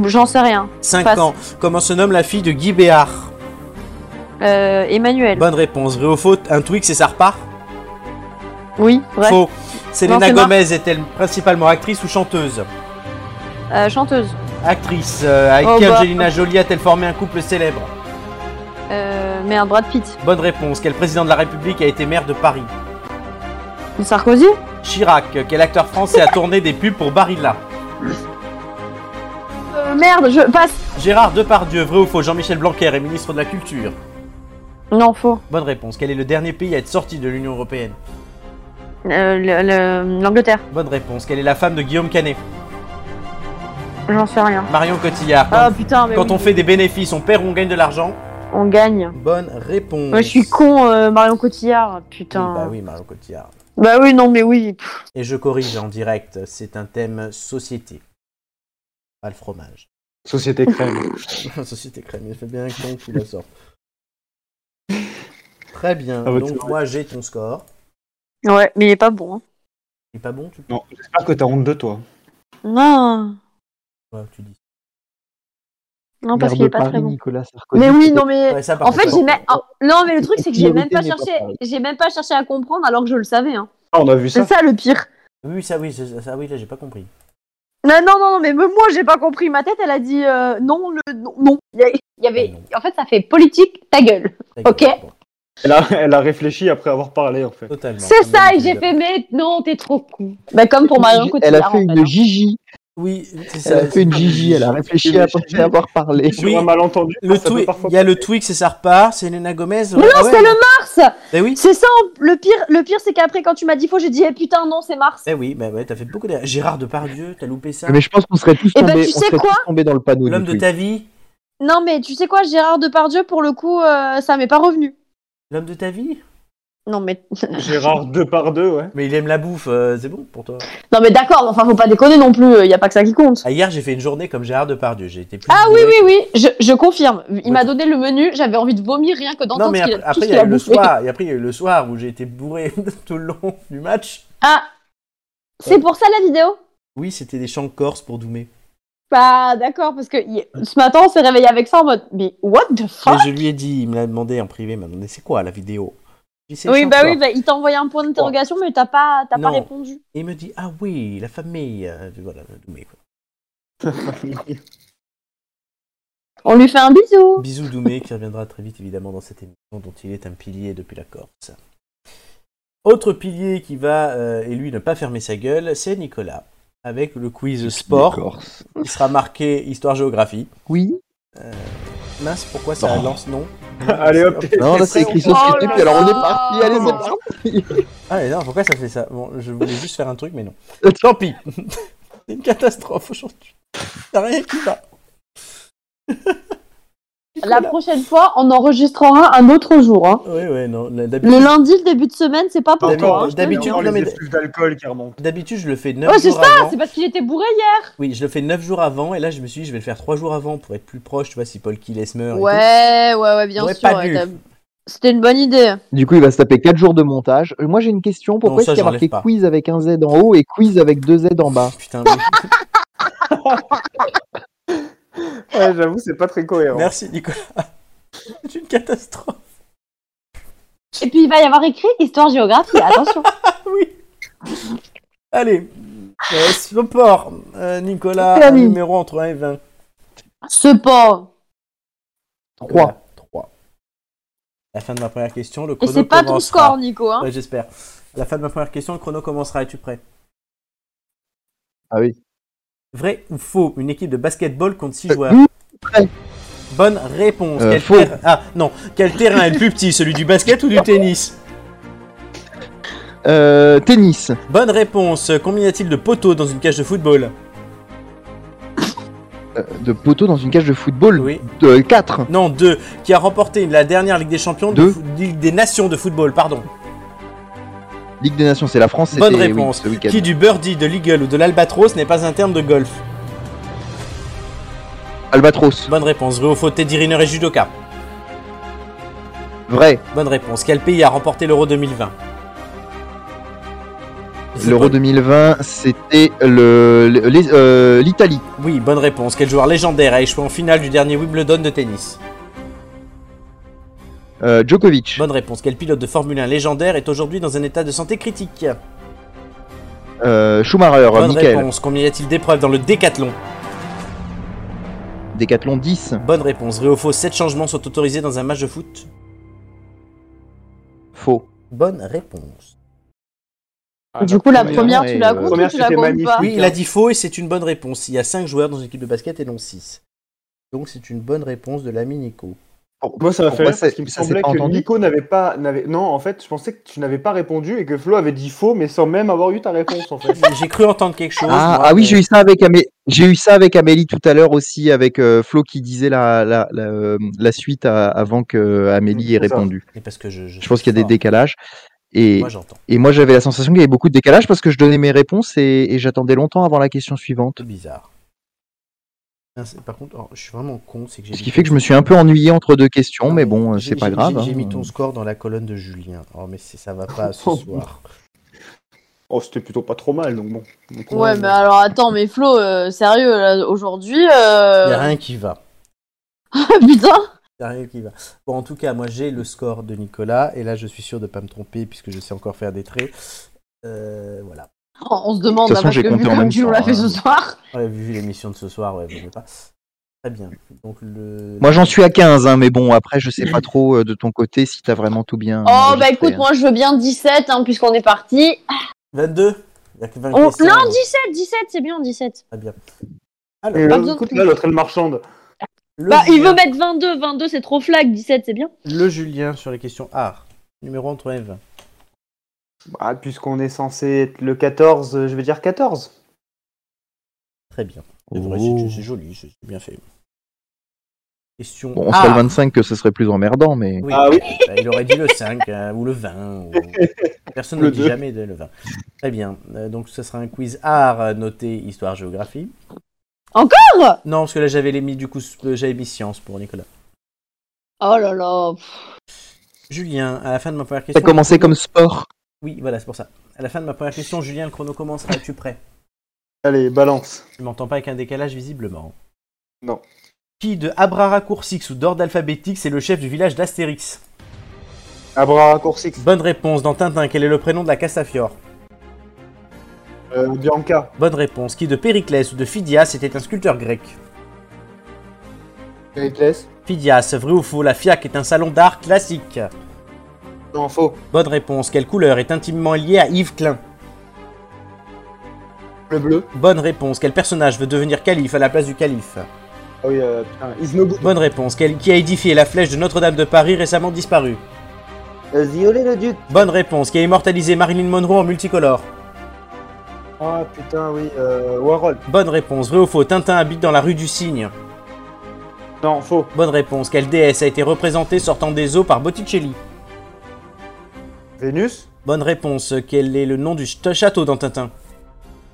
[SPEAKER 3] j'en sais rien.
[SPEAKER 1] 5
[SPEAKER 3] Passe.
[SPEAKER 1] ans. Comment se nomme la fille de Guy Béard
[SPEAKER 3] Euh, Emmanuel.
[SPEAKER 1] Bonne réponse. Vrai ou faux, un Twix et ça repart
[SPEAKER 3] Oui, vrai.
[SPEAKER 1] Faux.
[SPEAKER 3] Non,
[SPEAKER 1] Selena
[SPEAKER 3] c'est Marc.
[SPEAKER 1] Gomez est-elle principalement actrice ou chanteuse
[SPEAKER 3] Euh, chanteuse.
[SPEAKER 1] Actrice. euh, avec
[SPEAKER 3] Oh,
[SPEAKER 1] qui
[SPEAKER 3] bah.
[SPEAKER 1] Angelina Jolie a-t-elle formé un couple célèbre
[SPEAKER 3] Euh, merde, Brad Pitt.
[SPEAKER 1] Bonne réponse. Quel président de la République a été maire de Paris
[SPEAKER 3] Sarkozy
[SPEAKER 1] Chirac. Quel acteur français a tourné des pubs pour Barilla
[SPEAKER 3] Euh, Merde, je passe.
[SPEAKER 1] Gérard Depardieu. Vrai ou faux Jean-Michel Blanquer est ministre de la Culture.
[SPEAKER 3] Non, faux.
[SPEAKER 1] Bonne réponse. Quel est le dernier pays à être sorti de l'Union Européenne
[SPEAKER 3] Euh, le- le- L'Angleterre.
[SPEAKER 1] Bonne réponse. Quelle est la femme de Guillaume Canet
[SPEAKER 3] J'en sais rien.
[SPEAKER 1] Marion Cotillard. Quand,
[SPEAKER 3] Ah putain, mais
[SPEAKER 1] quand
[SPEAKER 3] oui.
[SPEAKER 1] on fait des bénéfices, on perd ou on gagne de l'argent
[SPEAKER 3] on gagne.
[SPEAKER 1] Bonne réponse.
[SPEAKER 3] Moi, je suis con, euh, Marion Cotillard.
[SPEAKER 1] Oui,
[SPEAKER 3] Putain.
[SPEAKER 1] bah oui, Marion Cotillard.
[SPEAKER 3] Bah oui, non, mais oui. Pff,
[SPEAKER 1] Et je corrige en direct, c'est un thème société. Pas le fromage.
[SPEAKER 4] Société crème.
[SPEAKER 1] société crème, il fait bien que donc tu la sortes. Très bien,
[SPEAKER 4] Ah bah, tu
[SPEAKER 1] donc
[SPEAKER 4] vois.
[SPEAKER 1] moi j'ai ton score.
[SPEAKER 3] Ouais, mais il est pas bon. hein.
[SPEAKER 1] Il est pas bon, tu,
[SPEAKER 4] Non, j'espère que t'as honte de toi.
[SPEAKER 3] Non,
[SPEAKER 1] ouais, tu dis.
[SPEAKER 3] non parce
[SPEAKER 2] Maire
[SPEAKER 3] qu'il
[SPEAKER 2] de
[SPEAKER 3] est pas
[SPEAKER 2] Paris,
[SPEAKER 3] très bon.
[SPEAKER 2] Nicolas Sarkozy.
[SPEAKER 3] Mais oui, non, mais
[SPEAKER 1] Ouais, ça, par
[SPEAKER 3] Euh, en
[SPEAKER 1] contre,
[SPEAKER 3] fait,
[SPEAKER 1] ça-
[SPEAKER 3] j'ai même. oh, Non, mais le truc, c'est que j'ai
[SPEAKER 2] Priorité
[SPEAKER 3] même pas
[SPEAKER 2] n'est pas
[SPEAKER 3] cherché.
[SPEAKER 2] pareil.
[SPEAKER 3] J'ai même pas cherché à comprendre alors que je le savais. hein.
[SPEAKER 4] Ah, on a vu ça.
[SPEAKER 3] C'est ça le pire.
[SPEAKER 1] Oui, ça oui, ça, ça, oui, là j'ai pas compris.
[SPEAKER 3] Non, non, non, non, mais même moi, j'ai pas compris. Ma tête, elle a dit euh, non, le non, non. Il y a- il y avait. En fait, ça fait politique, ta gueule.
[SPEAKER 1] Ta gueule,
[SPEAKER 3] Ok.
[SPEAKER 1] bon,
[SPEAKER 4] Elle a, elle a réfléchi après avoir parlé, en fait.
[SPEAKER 1] totalement.
[SPEAKER 3] C'est
[SPEAKER 1] comme
[SPEAKER 3] ça, et j'ai
[SPEAKER 1] d'habitude.
[SPEAKER 3] fait mais non, t'es trop con. Bah comme pour Marion Cotillard.
[SPEAKER 2] Elle a fait
[SPEAKER 3] en fait,
[SPEAKER 2] une
[SPEAKER 3] hein.
[SPEAKER 2] Gigi.
[SPEAKER 1] Oui, c'est ça.
[SPEAKER 2] Elle a fait une Gigi. Elle a réfléchi
[SPEAKER 4] Gigi.
[SPEAKER 2] après avoir parlé.
[SPEAKER 4] Sur un malentendu,
[SPEAKER 1] Le
[SPEAKER 4] Ah, ça peut
[SPEAKER 1] Twi-
[SPEAKER 4] parfois-
[SPEAKER 1] Il y a le Twix et ça repart, c'est Elena Gomez.
[SPEAKER 3] Mais non, c'est le Mars.
[SPEAKER 1] Eh oui,
[SPEAKER 3] C'est ça. en- Le pire, le pire, c'est qu'après, quand tu m'as dit faux, j'ai dit eh, putain non, c'est Mars.
[SPEAKER 1] eh oui, bah ouais, t'as fait beaucoup de. Gérard Depardieu, t'as loupé ça.
[SPEAKER 2] Mais je pense qu'on serait tous
[SPEAKER 3] Eh ben,
[SPEAKER 2] tombés,
[SPEAKER 3] tu
[SPEAKER 2] on
[SPEAKER 3] sais
[SPEAKER 2] serait
[SPEAKER 3] quoi
[SPEAKER 2] tous tombés dans le panneau.
[SPEAKER 1] L'homme de
[SPEAKER 2] du tweet.
[SPEAKER 1] ta vie,
[SPEAKER 3] Non, mais tu sais quoi, Gérard Depardieu, pour le coup, euh, ça m'est pas revenu.
[SPEAKER 1] l'homme de ta vie.
[SPEAKER 3] Non, mais,
[SPEAKER 4] Gérard deux par deux, ouais.
[SPEAKER 1] Mais il aime la bouffe, euh, c'est bon pour toi.
[SPEAKER 3] non, mais d'accord, enfin, faut pas déconner non plus, il n'y a pas que ça qui compte.
[SPEAKER 1] Ah, hier, j'ai fait une journée comme Gérard Depardieu. J'ai été plus.
[SPEAKER 3] Ah oui,
[SPEAKER 1] bourré
[SPEAKER 3] oui, oui, je, je confirme. Il m'a donné le menu, j'avais envie de vomir rien que
[SPEAKER 1] Non,
[SPEAKER 3] d'entendre
[SPEAKER 1] mais
[SPEAKER 3] ce qu'il a-
[SPEAKER 1] ap-
[SPEAKER 3] tout
[SPEAKER 1] après,
[SPEAKER 3] ce
[SPEAKER 1] il y
[SPEAKER 3] qu'il
[SPEAKER 1] a
[SPEAKER 3] a
[SPEAKER 1] eu le
[SPEAKER 3] bouffé.
[SPEAKER 1] soir. Et après, il y a eu le soir où j'ai été bourré tout le long du match.
[SPEAKER 3] Ah C'est pour ça la vidéo
[SPEAKER 1] Oui, c'était des chants corses pour Doumé.
[SPEAKER 3] Bah, d'accord, parce que y- ce matin, on s'est réveillé avec ça en mode, mais what the
[SPEAKER 1] Mais
[SPEAKER 3] fuck
[SPEAKER 1] je lui ai dit, il me l'a demandé en privé, il m'a demandé c'est quoi la vidéo J'ai dit, C'est
[SPEAKER 3] Oui,
[SPEAKER 1] chants
[SPEAKER 3] bah oui,
[SPEAKER 1] corses.
[SPEAKER 3] bah, il t'a envoyé un point d'interrogation, mais t'as pas, t'as pas
[SPEAKER 1] Non.
[SPEAKER 3] répondu.
[SPEAKER 1] Et il me dit, ah oui, la famille. euh, Voilà, Doumé. quoi.
[SPEAKER 3] On lui fait un bisou.
[SPEAKER 1] Bisous Doumé qui reviendra très vite évidemment dans cette émission dont il est un pilier depuis la Corse. Autre pilier qui va, euh, et lui, ne pas fermer sa gueule, c'est Nicolas. Avec le quiz sport,
[SPEAKER 2] D'accord.
[SPEAKER 1] il sera marqué histoire-géographie.
[SPEAKER 2] Oui.
[SPEAKER 1] Mince, pourquoi ça
[SPEAKER 2] Oh.
[SPEAKER 1] lance non
[SPEAKER 4] Allez hop,
[SPEAKER 2] Non, là c'est écrit sur
[SPEAKER 3] Oh
[SPEAKER 2] Skype,
[SPEAKER 3] là
[SPEAKER 2] puis alors on est
[SPEAKER 3] là.
[SPEAKER 2] parti. Allez, c'est parti.
[SPEAKER 1] Ah mais non, pourquoi ça fait ça Bon, je voulais juste faire un truc, mais non. Tant pis C'est une catastrophe aujourd'hui. T'as rien qui va.
[SPEAKER 3] La prochaine fois, on enregistrera un autre jour. hein.
[SPEAKER 1] Ouais, ouais, non. là,
[SPEAKER 3] Le
[SPEAKER 1] D'habitude,
[SPEAKER 3] lundi, le début de semaine, c'est pas pour
[SPEAKER 1] D'habitude-
[SPEAKER 3] toi. hein, je te le
[SPEAKER 1] Ah,
[SPEAKER 3] dis.
[SPEAKER 1] d'habitude,
[SPEAKER 4] on
[SPEAKER 1] non,
[SPEAKER 4] les
[SPEAKER 1] mais-
[SPEAKER 4] effluves d'alcool qui remontent.
[SPEAKER 1] d'habitude, je le fais 9
[SPEAKER 3] Ouais, Oh, c'est
[SPEAKER 1] jours
[SPEAKER 3] ça,
[SPEAKER 1] avant.
[SPEAKER 3] c'est parce qu'il était bourré hier.
[SPEAKER 1] Oui, je le fais 9 jours avant, et là, je me suis dit, je vais le faire 3 jours avant pour être plus proche, tu vois, si Paul Kiles meurt. et tout.
[SPEAKER 3] Ouais, ouais, ouais, bien
[SPEAKER 1] J'aurais
[SPEAKER 3] sûr.
[SPEAKER 1] pas
[SPEAKER 3] ouais,
[SPEAKER 1] dû.
[SPEAKER 3] t'as- C'était une bonne idée.
[SPEAKER 2] Du coup, il va se taper 4 jours de montage. Euh, Moi, j'ai une question. Pourquoi
[SPEAKER 1] ça,
[SPEAKER 2] est-ce qu'il y a
[SPEAKER 1] j'enlève
[SPEAKER 2] marqué
[SPEAKER 1] pas.
[SPEAKER 2] quiz avec un Z en haut et quiz avec deux Z en bas
[SPEAKER 1] Putain, mais-
[SPEAKER 4] Ouais, j'avoue, c'est pas très cohérent.
[SPEAKER 1] merci Nicolas. C'est une catastrophe.
[SPEAKER 3] Et puis il va y avoir écrit histoire-géographie, attention.
[SPEAKER 1] Ah Oui. Allez, euh, sport, euh, Nicolas,
[SPEAKER 2] C'est la
[SPEAKER 1] un
[SPEAKER 2] ligne.
[SPEAKER 1] numéro entre 1 et 20.
[SPEAKER 3] Ce pas.
[SPEAKER 2] 3.
[SPEAKER 1] 3. La fin de ma première question, le
[SPEAKER 3] Et
[SPEAKER 1] chrono
[SPEAKER 3] c'est pas ton
[SPEAKER 1] commencera.
[SPEAKER 3] score, Nico. Hein.
[SPEAKER 1] Ouais, j'espère. À la fin de ma première question, le chrono commencera. Es-tu prêt
[SPEAKER 2] Ah oui.
[SPEAKER 1] Vrai ou faux Une équipe de basketball compte 6
[SPEAKER 2] Euh,
[SPEAKER 1] joueurs.
[SPEAKER 2] oui, vrai.
[SPEAKER 1] Bonne réponse.
[SPEAKER 2] Euh,
[SPEAKER 1] Quel
[SPEAKER 2] faux.
[SPEAKER 1] terrain- Ah non, quel terrain est le plus petit Celui du basket ou du tennis
[SPEAKER 2] Euh, tennis.
[SPEAKER 1] Bonne réponse. Combien y a-t-il de poteaux dans une cage de football
[SPEAKER 2] Euh, de poteau dans une cage de football.
[SPEAKER 1] Oui.
[SPEAKER 2] De 4.
[SPEAKER 1] Non, deux. Qui a remporté la dernière Ligue des Champions de
[SPEAKER 2] Deux.
[SPEAKER 1] fo- Ligue des Nations de football, pardon.
[SPEAKER 2] Ligue des Nations, c'est la France.
[SPEAKER 1] Bonne
[SPEAKER 2] c'était, oui,
[SPEAKER 1] réponse.
[SPEAKER 2] ce week-end.
[SPEAKER 1] Qui du birdie, de l'eagle ou de l'albatros n'est pas un terme de golf
[SPEAKER 2] Albatros.
[SPEAKER 1] Bonne réponse. Vrai ou faux Teddy Riner et judoka
[SPEAKER 2] Vrai.
[SPEAKER 1] Bonne réponse. Quel pays a remporté l'Euro 2020
[SPEAKER 2] L'Euro 2020, c'était le, le- les- euh, l'Italie.
[SPEAKER 1] Oui, bonne réponse. Quel joueur légendaire a échoué en finale du dernier Wimbledon de tennis
[SPEAKER 2] Euh, Djokovic.
[SPEAKER 1] Bonne réponse. Quel pilote de Formule 1 légendaire est aujourd'hui dans un état de santé critique
[SPEAKER 2] Euh, Schumacher.
[SPEAKER 1] Bonne
[SPEAKER 2] Michael.
[SPEAKER 1] réponse. Combien y a-t-il d'épreuves dans le décathlon
[SPEAKER 2] Décathlon 10.
[SPEAKER 1] Bonne réponse. Vrai ou faux 7 changements sont autorisés dans un match de foot
[SPEAKER 2] Faux.
[SPEAKER 1] Bonne réponse.
[SPEAKER 4] Ah,
[SPEAKER 3] du coup, la
[SPEAKER 2] première,
[SPEAKER 3] première,
[SPEAKER 2] ouais,
[SPEAKER 3] tu la
[SPEAKER 2] euh,
[SPEAKER 3] comptes ou
[SPEAKER 4] première,
[SPEAKER 3] tu la
[SPEAKER 4] c'était
[SPEAKER 3] comptes
[SPEAKER 4] magnifique.
[SPEAKER 3] pas
[SPEAKER 1] Oui, il a dit faux et c'est une bonne réponse. Il y a 5 joueurs dans une équipe de basket et non 6. Donc c'est une bonne réponse de l'ami Nico.
[SPEAKER 4] Moi, ça m'a
[SPEAKER 2] Pourquoi
[SPEAKER 4] fait rire parce
[SPEAKER 2] c'est-
[SPEAKER 4] qu'il me
[SPEAKER 2] ça s'est
[SPEAKER 4] semblait
[SPEAKER 2] pas
[SPEAKER 4] que
[SPEAKER 2] entendu
[SPEAKER 4] Nico n'avait pas. n'avait- Non, en fait, je pensais que tu n'avais pas répondu et que Flo avait dit faux, mais sans même avoir eu ta réponse, en fait.
[SPEAKER 1] J'ai cru entendre quelque chose.
[SPEAKER 2] Ah,
[SPEAKER 1] moi,
[SPEAKER 2] ah oui,
[SPEAKER 1] mais-
[SPEAKER 2] j'ai eu ça avec Amé- j'ai eu ça avec Amélie tout à l'heure aussi avec euh, Flo qui disait la la, la, euh, la suite à- avant que euh, Amélie ait
[SPEAKER 4] C'est ça.
[SPEAKER 2] répondu.
[SPEAKER 1] Mais parce que je, je,
[SPEAKER 2] Je pense qu'il y a des
[SPEAKER 1] décalages.
[SPEAKER 2] décalages et
[SPEAKER 1] Moi j'entends.
[SPEAKER 2] et moi j'avais la sensation qu'il y avait beaucoup de décalages parce que je donnais mes réponses et, et j'attendais longtemps avant la question suivante.
[SPEAKER 1] C'est bizarre. Putain, c'est- Par contre, oh, je suis vraiment con, c'est que j'ai.
[SPEAKER 2] Ce
[SPEAKER 1] mis
[SPEAKER 2] qui fait
[SPEAKER 1] ton-
[SPEAKER 2] que je me suis un peu ennuyé entre deux questions,
[SPEAKER 1] Non,
[SPEAKER 2] mais bon, euh,
[SPEAKER 1] j'ai-
[SPEAKER 2] c'est pas
[SPEAKER 1] j'ai-
[SPEAKER 2] grave.
[SPEAKER 1] J'ai j'ai
[SPEAKER 2] hein.
[SPEAKER 1] mis ton score dans la colonne de Julien. Oh mais c'est- ça va pas ce soir.
[SPEAKER 4] Oh, c'était plutôt pas trop mal, donc bon. Donc, euh,
[SPEAKER 3] Ouais, mais alors attends, mais Flo, euh, sérieux, là, aujourd'hui.
[SPEAKER 1] Il y a
[SPEAKER 3] Euh...
[SPEAKER 1] rien qui va.
[SPEAKER 3] Putain
[SPEAKER 1] Y a rien qui va. Bon, en tout cas, moi j'ai le score de Nicolas et là je suis sûr de pas me tromper puisque je sais encore faire des traits. Euh, voilà.
[SPEAKER 3] On se demande,
[SPEAKER 2] De toute façon,
[SPEAKER 3] hein, parce
[SPEAKER 2] j'ai
[SPEAKER 3] que
[SPEAKER 2] compté
[SPEAKER 3] vu
[SPEAKER 2] en
[SPEAKER 3] comme
[SPEAKER 2] même
[SPEAKER 3] tu nous
[SPEAKER 2] temps,
[SPEAKER 3] l'as fait
[SPEAKER 2] hein.
[SPEAKER 3] ce soir.
[SPEAKER 1] Ouais, vu l'émission de ce soir, ouais, je sais pas. Très bien. Donc le.
[SPEAKER 2] Moi j'en suis à 15, hein, mais bon, après je sais pas trop euh, de ton côté si t'as vraiment tout bien.
[SPEAKER 3] Oh, bah
[SPEAKER 2] enregistré,
[SPEAKER 3] écoute,
[SPEAKER 2] hein. Ah,
[SPEAKER 3] moi je veux bien 17, hein, puisqu'on est parti.
[SPEAKER 1] 22. Il y a que 20
[SPEAKER 2] Oh,
[SPEAKER 3] On- Non,
[SPEAKER 1] questions.
[SPEAKER 2] hein.
[SPEAKER 3] 17, 17, c'est bien, 17.
[SPEAKER 1] Très bien.
[SPEAKER 4] Et
[SPEAKER 1] Alors,
[SPEAKER 4] là,
[SPEAKER 3] Pas besoin de-
[SPEAKER 4] écoute, là, l'autre, elle marchande.
[SPEAKER 1] le
[SPEAKER 3] Bah, il
[SPEAKER 1] Julien-
[SPEAKER 3] veut mettre 22, 22, c'est trop flag, 17, c'est bien.
[SPEAKER 1] le Julien sur les questions art. Numéro entre 1 et 20.
[SPEAKER 4] Ah, puisqu'on est censé être le 14, euh, je vais dire 14.
[SPEAKER 1] Très bien. C'est
[SPEAKER 2] Oh.
[SPEAKER 1] vrai, c'est- c'est joli, c'est bien fait. Question.
[SPEAKER 2] Bon, on
[SPEAKER 1] Ah,
[SPEAKER 2] serait le 25 que ce serait plus emmerdant, mais
[SPEAKER 1] oui.
[SPEAKER 4] Ah oui.
[SPEAKER 1] Bah, il aurait dit le 5 hein, ou le 20. ou- Personne
[SPEAKER 4] Le
[SPEAKER 1] ne dit
[SPEAKER 4] deux.
[SPEAKER 1] jamais de- le 20. Très bien. Euh, donc, ce sera un quiz art euh, noté histoire-géographie.
[SPEAKER 3] Encore
[SPEAKER 1] Non, parce que là, j'avais les mis, du coup, euh, j'avais mis science pour Nicolas.
[SPEAKER 3] Oh là là. pff.
[SPEAKER 1] Julien, à la fin de ma première question.
[SPEAKER 2] ça commençait comme sport.
[SPEAKER 1] Oui, voilà, c'est pour ça. À la fin de ma première question, Julien, le chrono commencera. Es-tu prêt
[SPEAKER 4] Allez, balance.
[SPEAKER 1] Tu m'entends pas avec un décalage visiblement.
[SPEAKER 4] Non.
[SPEAKER 1] Qui de Abraracourcix ou d'ordre alphabétique, c'est le chef du village d'Astérix
[SPEAKER 4] Abra Corsix,
[SPEAKER 1] Bonne réponse. Dans Tintin, quel est le prénom de la Castafiore
[SPEAKER 4] euh, Bianca,
[SPEAKER 1] Bonne réponse. Qui de Périclès ou de Phidias était un sculpteur grec
[SPEAKER 4] Périclès.
[SPEAKER 1] Phidias, vrai ou faux, la FIAC est un salon d'art classique
[SPEAKER 4] Non, faux.
[SPEAKER 1] Bonne réponse. Quelle couleur est intimement liée à Yves Klein
[SPEAKER 4] Le bleu.
[SPEAKER 1] Bonne réponse. Quel personnage veut devenir calife à la place du calife
[SPEAKER 4] Ah oui, euh, putain. Isnobu.
[SPEAKER 1] Bonne réponse. Quel- Qui a édifié la flèche de Notre-Dame de Paris récemment disparue
[SPEAKER 4] Euh, Violet le duc.
[SPEAKER 1] Bonne réponse. Qui a immortalisé Marilyn Monroe en multicolore
[SPEAKER 4] Ah putain, oui. Euh, Warhol.
[SPEAKER 1] Bonne réponse. Vrai ou faux, Tintin habite dans la rue du Cygne
[SPEAKER 4] Non, faux.
[SPEAKER 1] Bonne réponse. Quelle déesse a été représentée sortant des eaux par Botticelli
[SPEAKER 4] Vénus.
[SPEAKER 1] Bonne réponse. Quel est le nom du ch- château dans Tintin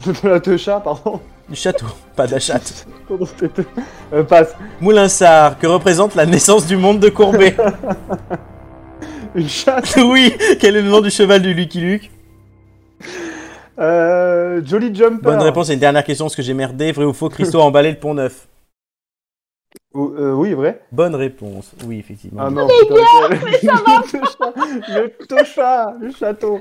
[SPEAKER 4] De la Teucha, pardon.
[SPEAKER 1] Du château, pas de la chatte.
[SPEAKER 4] Comment c'était euh, Passe.
[SPEAKER 1] Moulinsard, que représente la naissance du monde de Courbet
[SPEAKER 4] Une chatte.
[SPEAKER 1] Oui, quel est le nom du cheval de Lucky Luke
[SPEAKER 4] Euh, Jolly Jumper.
[SPEAKER 1] Bonne réponse et une dernière question, parce que j'ai merdé. Vrai ou faux, Christo a emballé le pont neuf
[SPEAKER 4] Ou- euh, oui, vrai.
[SPEAKER 1] Bonne réponse. Oui, effectivement.
[SPEAKER 4] Ah non, putain, mais ça va Le Teucha, le château.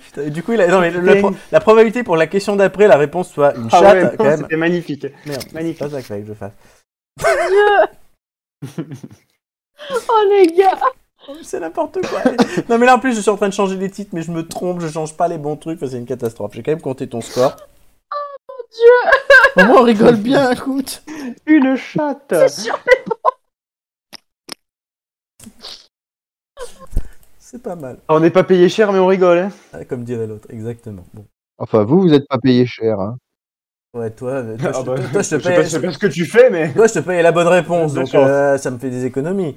[SPEAKER 1] Putain, et Du coup, il a- non, mais le- la, pro- la probabilité pour la question d'après, la réponse soit une
[SPEAKER 4] Ah
[SPEAKER 1] chatte,
[SPEAKER 4] ouais, non,
[SPEAKER 1] quand même.
[SPEAKER 4] c'était magnifique.
[SPEAKER 1] Merde, c'est
[SPEAKER 4] magnifique.
[SPEAKER 1] pas ça qu'il fallait que je fasse.
[SPEAKER 3] Oh les gars.
[SPEAKER 1] Oh, C'est n'importe quoi. non, mais là en plus, je suis en train de changer les titres, mais je me trompe, je change pas les bons trucs. Enfin, c'est une catastrophe. J'ai quand même compté ton score.
[SPEAKER 4] Oh,
[SPEAKER 2] Au moins, on rigole bien, écoute.
[SPEAKER 4] Une chatte.
[SPEAKER 1] C'est pas mal.
[SPEAKER 4] Ah, On n'est pas payé cher, mais on rigole. Hein.
[SPEAKER 1] Ah, Comme dirait l'autre, exactement. Bon.
[SPEAKER 2] Enfin, vous, vous n'êtes pas payé cher. hein.
[SPEAKER 1] Ouais, toi, euh, toi,
[SPEAKER 4] Ah
[SPEAKER 1] je, toi,
[SPEAKER 4] bah,
[SPEAKER 1] toi, je
[SPEAKER 4] je
[SPEAKER 1] te
[SPEAKER 4] sais pas
[SPEAKER 1] paye.
[SPEAKER 4] je sais pas ce que tu fais, mais.
[SPEAKER 1] Toi, je te paye la bonne réponse,
[SPEAKER 4] De
[SPEAKER 1] donc
[SPEAKER 4] chance.
[SPEAKER 1] euh, ça me fait des économies.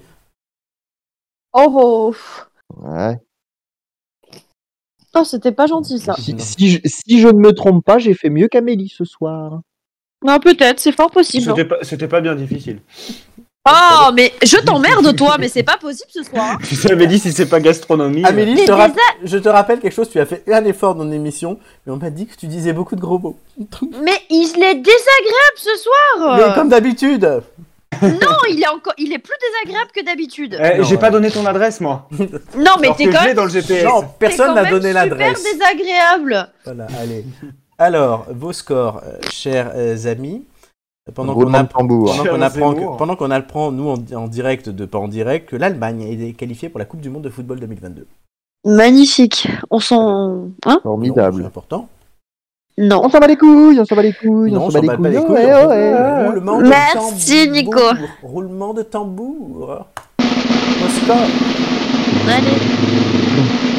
[SPEAKER 3] Oh oh. pff.
[SPEAKER 2] Ouais.
[SPEAKER 3] Oh, c'était pas gentil ça.
[SPEAKER 2] Si, si je, si je ne me trompe pas, j'ai fait mieux qu'Amélie ce soir.
[SPEAKER 3] Non, peut-être, c'est fort possible. hein.
[SPEAKER 4] C'était pas, c'était pas bien difficile.
[SPEAKER 3] Oh, mais je t'emmerde toi, mais c'est pas possible ce soir.
[SPEAKER 4] Tu savais dit si c'est pas gastronomie. euh,
[SPEAKER 1] Amélie, je
[SPEAKER 3] Mais
[SPEAKER 1] te, rap- je te rappelle quelque chose, tu as fait un effort dans l'émission, mais on m'a dit que tu disais beaucoup de gros mots.
[SPEAKER 3] Mais il est désagréable ce soir. Euh,
[SPEAKER 1] Mais comme d'habitude
[SPEAKER 3] Non, il est encore, il est plus désagréable que d'habitude.
[SPEAKER 4] Euh,
[SPEAKER 1] Non,
[SPEAKER 4] j'ai
[SPEAKER 1] ouais.
[SPEAKER 4] pas donné ton adresse, moi.
[SPEAKER 3] Non, mais
[SPEAKER 4] Alors
[SPEAKER 3] t'es
[SPEAKER 4] que
[SPEAKER 3] quand
[SPEAKER 4] je l'ai
[SPEAKER 3] même.
[SPEAKER 4] dans le GPS.
[SPEAKER 1] Non, personne
[SPEAKER 3] t'es quand
[SPEAKER 1] n'a
[SPEAKER 3] même
[SPEAKER 1] donné l'adresse.
[SPEAKER 3] Super désagréable.
[SPEAKER 1] Voilà, allez. Alors, vos scores, euh, chers euh, amis. Pendant qu'on
[SPEAKER 2] Roulement de
[SPEAKER 1] a
[SPEAKER 2] tambour.
[SPEAKER 1] Pendant
[SPEAKER 4] Cher
[SPEAKER 1] qu'on apprend,
[SPEAKER 4] Zemmour.
[SPEAKER 1] que- pendant qu'on apprend, nous, en, en direct, de pas en direct, que l'Allemagne est qualifiée pour la Coupe du Monde de football 2022.
[SPEAKER 3] Magnifique. On s'en, hein
[SPEAKER 1] Non, C'est
[SPEAKER 2] Formidable.
[SPEAKER 1] important.
[SPEAKER 3] Non.
[SPEAKER 2] On s'en bat les couilles, on s'en bat les couilles,
[SPEAKER 1] Non,
[SPEAKER 2] on s'en bat les couilles.
[SPEAKER 1] couilles.
[SPEAKER 2] Ouais,
[SPEAKER 1] on-
[SPEAKER 2] ouais, ouais.
[SPEAKER 1] Roulement de
[SPEAKER 3] Merci,
[SPEAKER 1] tambour.
[SPEAKER 3] Nico.
[SPEAKER 1] Roulement de tambour. Au score,
[SPEAKER 3] Allez.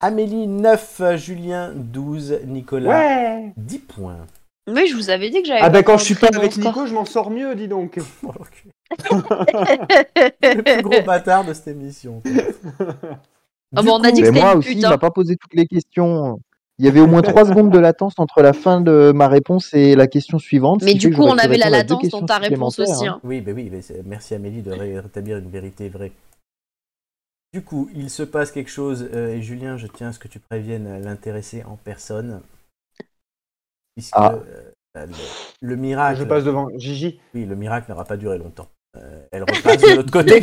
[SPEAKER 1] Amélie 9, Julien 12, Nicolas
[SPEAKER 4] Ouais.
[SPEAKER 1] 10 points.
[SPEAKER 3] Mais je vous avais dit que j'avais.
[SPEAKER 4] Ah
[SPEAKER 3] pas
[SPEAKER 4] bah quand
[SPEAKER 3] un
[SPEAKER 4] je suis
[SPEAKER 3] très
[SPEAKER 4] pas
[SPEAKER 3] bon
[SPEAKER 4] avec
[SPEAKER 3] score.
[SPEAKER 4] Nico, je m'en sors mieux, dis donc.
[SPEAKER 1] Oh, l'enculé. Le plus gros bâtard de cette émission. quoi.
[SPEAKER 3] Ah
[SPEAKER 1] Du
[SPEAKER 3] bon, on a
[SPEAKER 1] coup,
[SPEAKER 3] dit
[SPEAKER 2] Mais
[SPEAKER 3] que
[SPEAKER 2] moi
[SPEAKER 3] c'était une hein.
[SPEAKER 2] aussi, il
[SPEAKER 3] putain.
[SPEAKER 2] m'a pas posé toutes les questions. Il y avait au moins 3 secondes de latence entre la fin de ma réponse et la question suivante. ce
[SPEAKER 3] Mais
[SPEAKER 2] qui
[SPEAKER 3] du
[SPEAKER 2] fait que
[SPEAKER 3] coup,
[SPEAKER 2] j'aurais
[SPEAKER 3] on
[SPEAKER 2] pu
[SPEAKER 3] avait la
[SPEAKER 2] répondre à deux
[SPEAKER 3] latence dans
[SPEAKER 2] questions
[SPEAKER 3] ta réponse
[SPEAKER 2] supplémentaires,
[SPEAKER 3] aussi.
[SPEAKER 2] hein.
[SPEAKER 3] hein.
[SPEAKER 1] Oui, ben oui, ben c'est- merci Amélie de ré- rétablir une vérité vraie. Du coup, il se passe quelque chose, euh, et Julien, je tiens à ce que tu préviennes l'intéressé en personne. Puisque
[SPEAKER 2] Ah.
[SPEAKER 1] euh, le, le
[SPEAKER 4] Ah,
[SPEAKER 1] miracle,
[SPEAKER 4] je passe devant Gigi.
[SPEAKER 1] oui, le miracle n'aura pas duré longtemps. Euh, elle repasse de l'autre côté.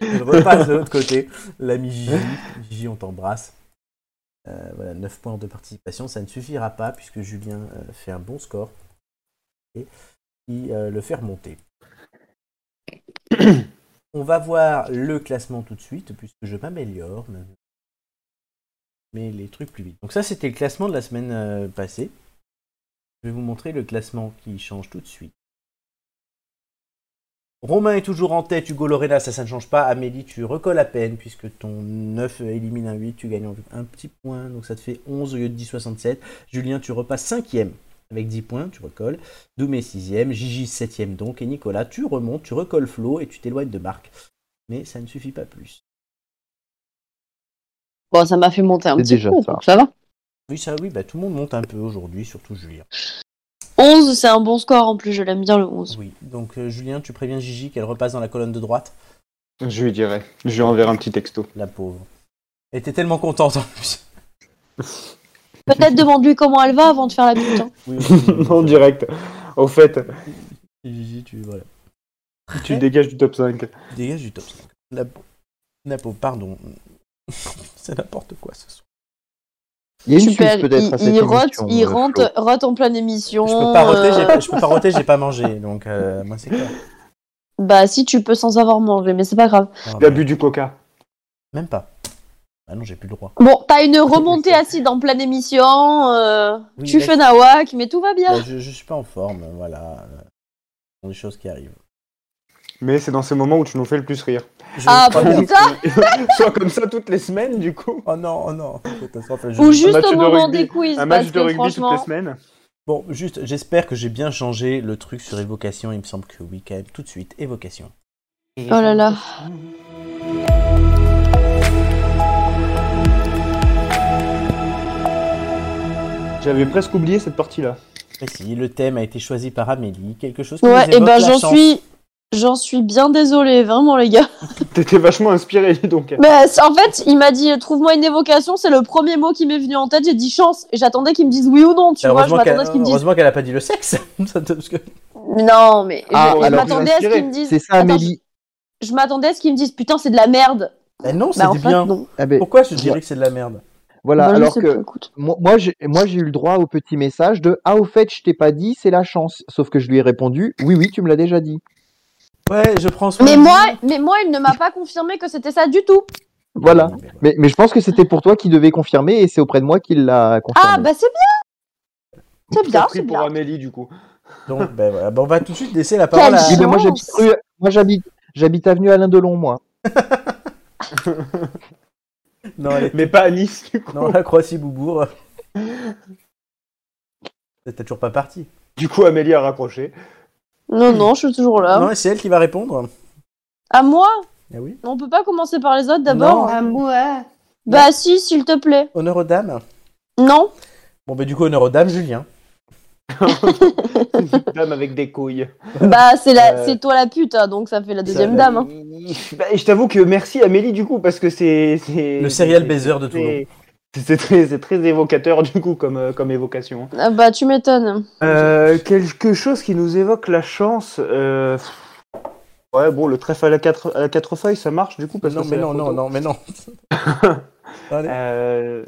[SPEAKER 1] Elle repasse de l'autre côté. L'ami Gigi. Gigi, on t'embrasse. Euh, voilà, 9 points de participation. Ça ne suffira pas puisque Julien euh, fait un bon score. Et il euh, le fait remonter. on va voir le classement tout de suite puisque je m'améliore. mais- Mais les trucs plus vite. Donc ça, c'était le classement de la semaine euh, passée. Je vais vous montrer le classement qui change tout de suite. Romain est toujours en tête, Hugo Lorena, ça, ça ne change pas. Amélie, tu recolles à peine puisque ton 9 élimine un 8, tu gagnes un petit point, donc ça te fait 11 au lieu de 10,67. Julien, tu repasses 5ème. Avec 10 points, tu recolles. Doumé 6ème, Gigi 7ème donc. Et Nicolas, tu remontes, tu recolles Flo et tu t'éloignes de Marc. Mais ça ne suffit pas plus.
[SPEAKER 3] Bon, ça m'a fait monter un
[SPEAKER 2] C'est
[SPEAKER 3] petit
[SPEAKER 2] déjà
[SPEAKER 3] peu,
[SPEAKER 2] ça.
[SPEAKER 3] donc ça va.
[SPEAKER 1] Oui, ça, oui, bah, tout le monde monte un peu aujourd'hui, surtout Julien.
[SPEAKER 3] 11, c'est un bon score en plus, je l'aime bien le 11.
[SPEAKER 1] Oui, donc euh, Julien, tu préviens Gigi qu'elle repasse dans la colonne de droite,
[SPEAKER 4] Je lui dirai. Je lui enverrai un petit texto.
[SPEAKER 1] la pauvre. Et t'es tellement contente en plus.
[SPEAKER 3] Peut-être demande-lui comment elle va avant de faire la pute. hein.
[SPEAKER 1] Oui,
[SPEAKER 4] en direct. Au fait,
[SPEAKER 1] Gigi, tu, voilà.
[SPEAKER 4] tu le dégages du top 5.
[SPEAKER 1] Dégage du top 5. Napo. Napo, pardon. C'est n'importe quoi ce soir.
[SPEAKER 2] Il y a une
[SPEAKER 3] Super,
[SPEAKER 2] suite peut-être
[SPEAKER 3] il,
[SPEAKER 2] à cette
[SPEAKER 3] il rote,
[SPEAKER 2] émission,
[SPEAKER 3] il
[SPEAKER 2] euh, Flo.
[SPEAKER 3] rentre, rote en pleine émission.
[SPEAKER 1] Je peux pas roter, j'ai
[SPEAKER 3] euh,
[SPEAKER 1] pas, je peux pas, roter, j'ai pas mangé, donc euh, moi c'est clair.
[SPEAKER 3] Bah si tu peux sans avoir mangé, mais c'est pas grave.
[SPEAKER 1] Ah,
[SPEAKER 4] Il a bu du coca.
[SPEAKER 1] Même pas. Ah non, j'ai plus le droit.
[SPEAKER 3] Bon, t'as une remontée acide en pleine émission, euh,
[SPEAKER 1] Oui,
[SPEAKER 3] tu
[SPEAKER 1] là-
[SPEAKER 3] fais nawak, mais tout va bien.
[SPEAKER 1] Bah, je, je suis pas en forme, voilà. euh, Ce sont des choses qui arrivent.
[SPEAKER 4] Mais c'est dans ces moments où tu nous fais le plus rire.
[SPEAKER 1] Je
[SPEAKER 3] Ah
[SPEAKER 1] crois bien.
[SPEAKER 3] putain
[SPEAKER 4] Soit comme ça toutes les semaines, du coup.
[SPEAKER 1] Oh non, oh non. Catastrophe, là, je-
[SPEAKER 3] Ou juste
[SPEAKER 4] match
[SPEAKER 3] au
[SPEAKER 4] de
[SPEAKER 3] moment
[SPEAKER 4] rugby,
[SPEAKER 3] des quiz,
[SPEAKER 4] Un
[SPEAKER 3] parce
[SPEAKER 4] match de
[SPEAKER 3] que
[SPEAKER 4] rugby toutes les
[SPEAKER 3] franchement...
[SPEAKER 4] semaines.
[SPEAKER 1] Bon, juste, j'espère que j'ai bien changé le truc sur évocation. Il me semble que oui, quand même, tout de suite, évocation.
[SPEAKER 3] Oh là là.
[SPEAKER 4] J'avais presque oublié cette partie-là.
[SPEAKER 1] Et si, le thème a été choisi par Amélie, quelque chose qui
[SPEAKER 3] Ouais,
[SPEAKER 1] nous
[SPEAKER 3] et
[SPEAKER 1] évoque la
[SPEAKER 3] ben j'en
[SPEAKER 1] chance.
[SPEAKER 3] suis... J'en suis bien désolée, vraiment les gars.
[SPEAKER 4] T'étais vachement inspiré, donc.
[SPEAKER 3] Mais Bah, c'est- en fait, il m'a dit trouve-moi une évocation, c'est le premier mot qui m'est venu en tête. J'ai dit chance et j'attendais qu'il me dise oui ou non, tu vois. Je
[SPEAKER 1] Heureusement qu'elle-
[SPEAKER 3] m'attendais à ce qu'il me dise
[SPEAKER 1] heureusement qu'elle a pas dit le sexe. Ça, parce que-
[SPEAKER 3] Non, mais je-
[SPEAKER 2] Ah,
[SPEAKER 3] je,
[SPEAKER 2] alors,
[SPEAKER 3] m'attendais à ce
[SPEAKER 4] inspiré.
[SPEAKER 3] qu'ils me disent.
[SPEAKER 2] C'est ça,
[SPEAKER 3] Attends,
[SPEAKER 2] Amélie.
[SPEAKER 3] je je m'attendais à ce qu'ils me disent putain, c'est de la merde.
[SPEAKER 1] Bah non, c'était
[SPEAKER 3] Bah, en fait,
[SPEAKER 1] bien.
[SPEAKER 3] non.
[SPEAKER 2] Ah ben,
[SPEAKER 1] Pourquoi je dirais que c'est de la merde
[SPEAKER 2] voilà,
[SPEAKER 3] Bah, je
[SPEAKER 2] alors
[SPEAKER 3] sais
[SPEAKER 2] que
[SPEAKER 3] pas, écoute.
[SPEAKER 2] moi, moi, j'ai moi, j'ai eu le droit au petit message de Ah, au fait, je t'ai pas dit, c'est la chance. Sauf que je lui ai répondu Oui, oui, tu me l'as déjà dit.
[SPEAKER 1] Ouais, je prends soin
[SPEAKER 3] Mais
[SPEAKER 1] de
[SPEAKER 3] moi, mais moi, il ne m'a pas confirmé que c'était ça du tout.
[SPEAKER 2] Voilà.
[SPEAKER 1] Oui, mais bon.
[SPEAKER 2] Mais, mais je pense que c'était pour toi qui devait confirmer et c'est auprès de moi qu'il l'a confirmé.
[SPEAKER 3] Ah, bah c'est bien. C'est
[SPEAKER 4] T'as
[SPEAKER 3] bien,
[SPEAKER 4] pris
[SPEAKER 3] c'est
[SPEAKER 4] pour
[SPEAKER 3] bien.
[SPEAKER 4] Amélie, du coup.
[SPEAKER 1] Donc, ben voilà. Bon, on va tout de suite laisser la parole à...
[SPEAKER 2] Oui, mais moi,
[SPEAKER 3] chance.
[SPEAKER 2] j'habite rue- moi, j'habite, j'habite avenue Alain Delon, moi.
[SPEAKER 1] Non, elle est-
[SPEAKER 4] Mais pas à Nice, du coup.
[SPEAKER 1] non, la Croissy-Boubourg. T'es toujours pas parti.
[SPEAKER 4] Du coup, Amélie a raccroché.
[SPEAKER 3] Non, non, je suis toujours là.
[SPEAKER 1] Non, et c'est elle qui va répondre.
[SPEAKER 3] À moi
[SPEAKER 1] Ah oui.
[SPEAKER 3] On peut pas commencer par les autres
[SPEAKER 1] Non.
[SPEAKER 3] d'abord
[SPEAKER 6] Ah, moi.
[SPEAKER 3] Bah si, s'il te plaît.
[SPEAKER 1] Honneur aux dames.
[SPEAKER 3] Non
[SPEAKER 1] Bon, ben du coup, honneur aux dames, Julien.
[SPEAKER 4] Dame avec des couilles.
[SPEAKER 3] Bah c'est la,
[SPEAKER 4] Euh,
[SPEAKER 3] c'est toi la pute, hein, donc ça fait la deuxième
[SPEAKER 1] ça-
[SPEAKER 3] dame. hein.
[SPEAKER 4] Bah, et je t'avoue que merci Amélie, du coup, parce que c'est. c'est-
[SPEAKER 1] Le serial
[SPEAKER 4] c'est-
[SPEAKER 1] baiser de
[SPEAKER 4] c'est-
[SPEAKER 1] Toulon.
[SPEAKER 4] C'est très, c'est très évocateur, du coup, comme, euh, comme évocation.
[SPEAKER 3] Ah, bah tu m'étonnes.
[SPEAKER 4] Euh, quelque chose qui nous évoque la chance. euh, Ouais, bon, le trèfle à la quatre, à la quatre feuilles, ça marche, du coup, parce
[SPEAKER 1] Non,
[SPEAKER 4] que
[SPEAKER 1] mais
[SPEAKER 4] c'est la
[SPEAKER 1] non, non,
[SPEAKER 4] photo.
[SPEAKER 1] non, mais non. Allez.
[SPEAKER 4] Euh,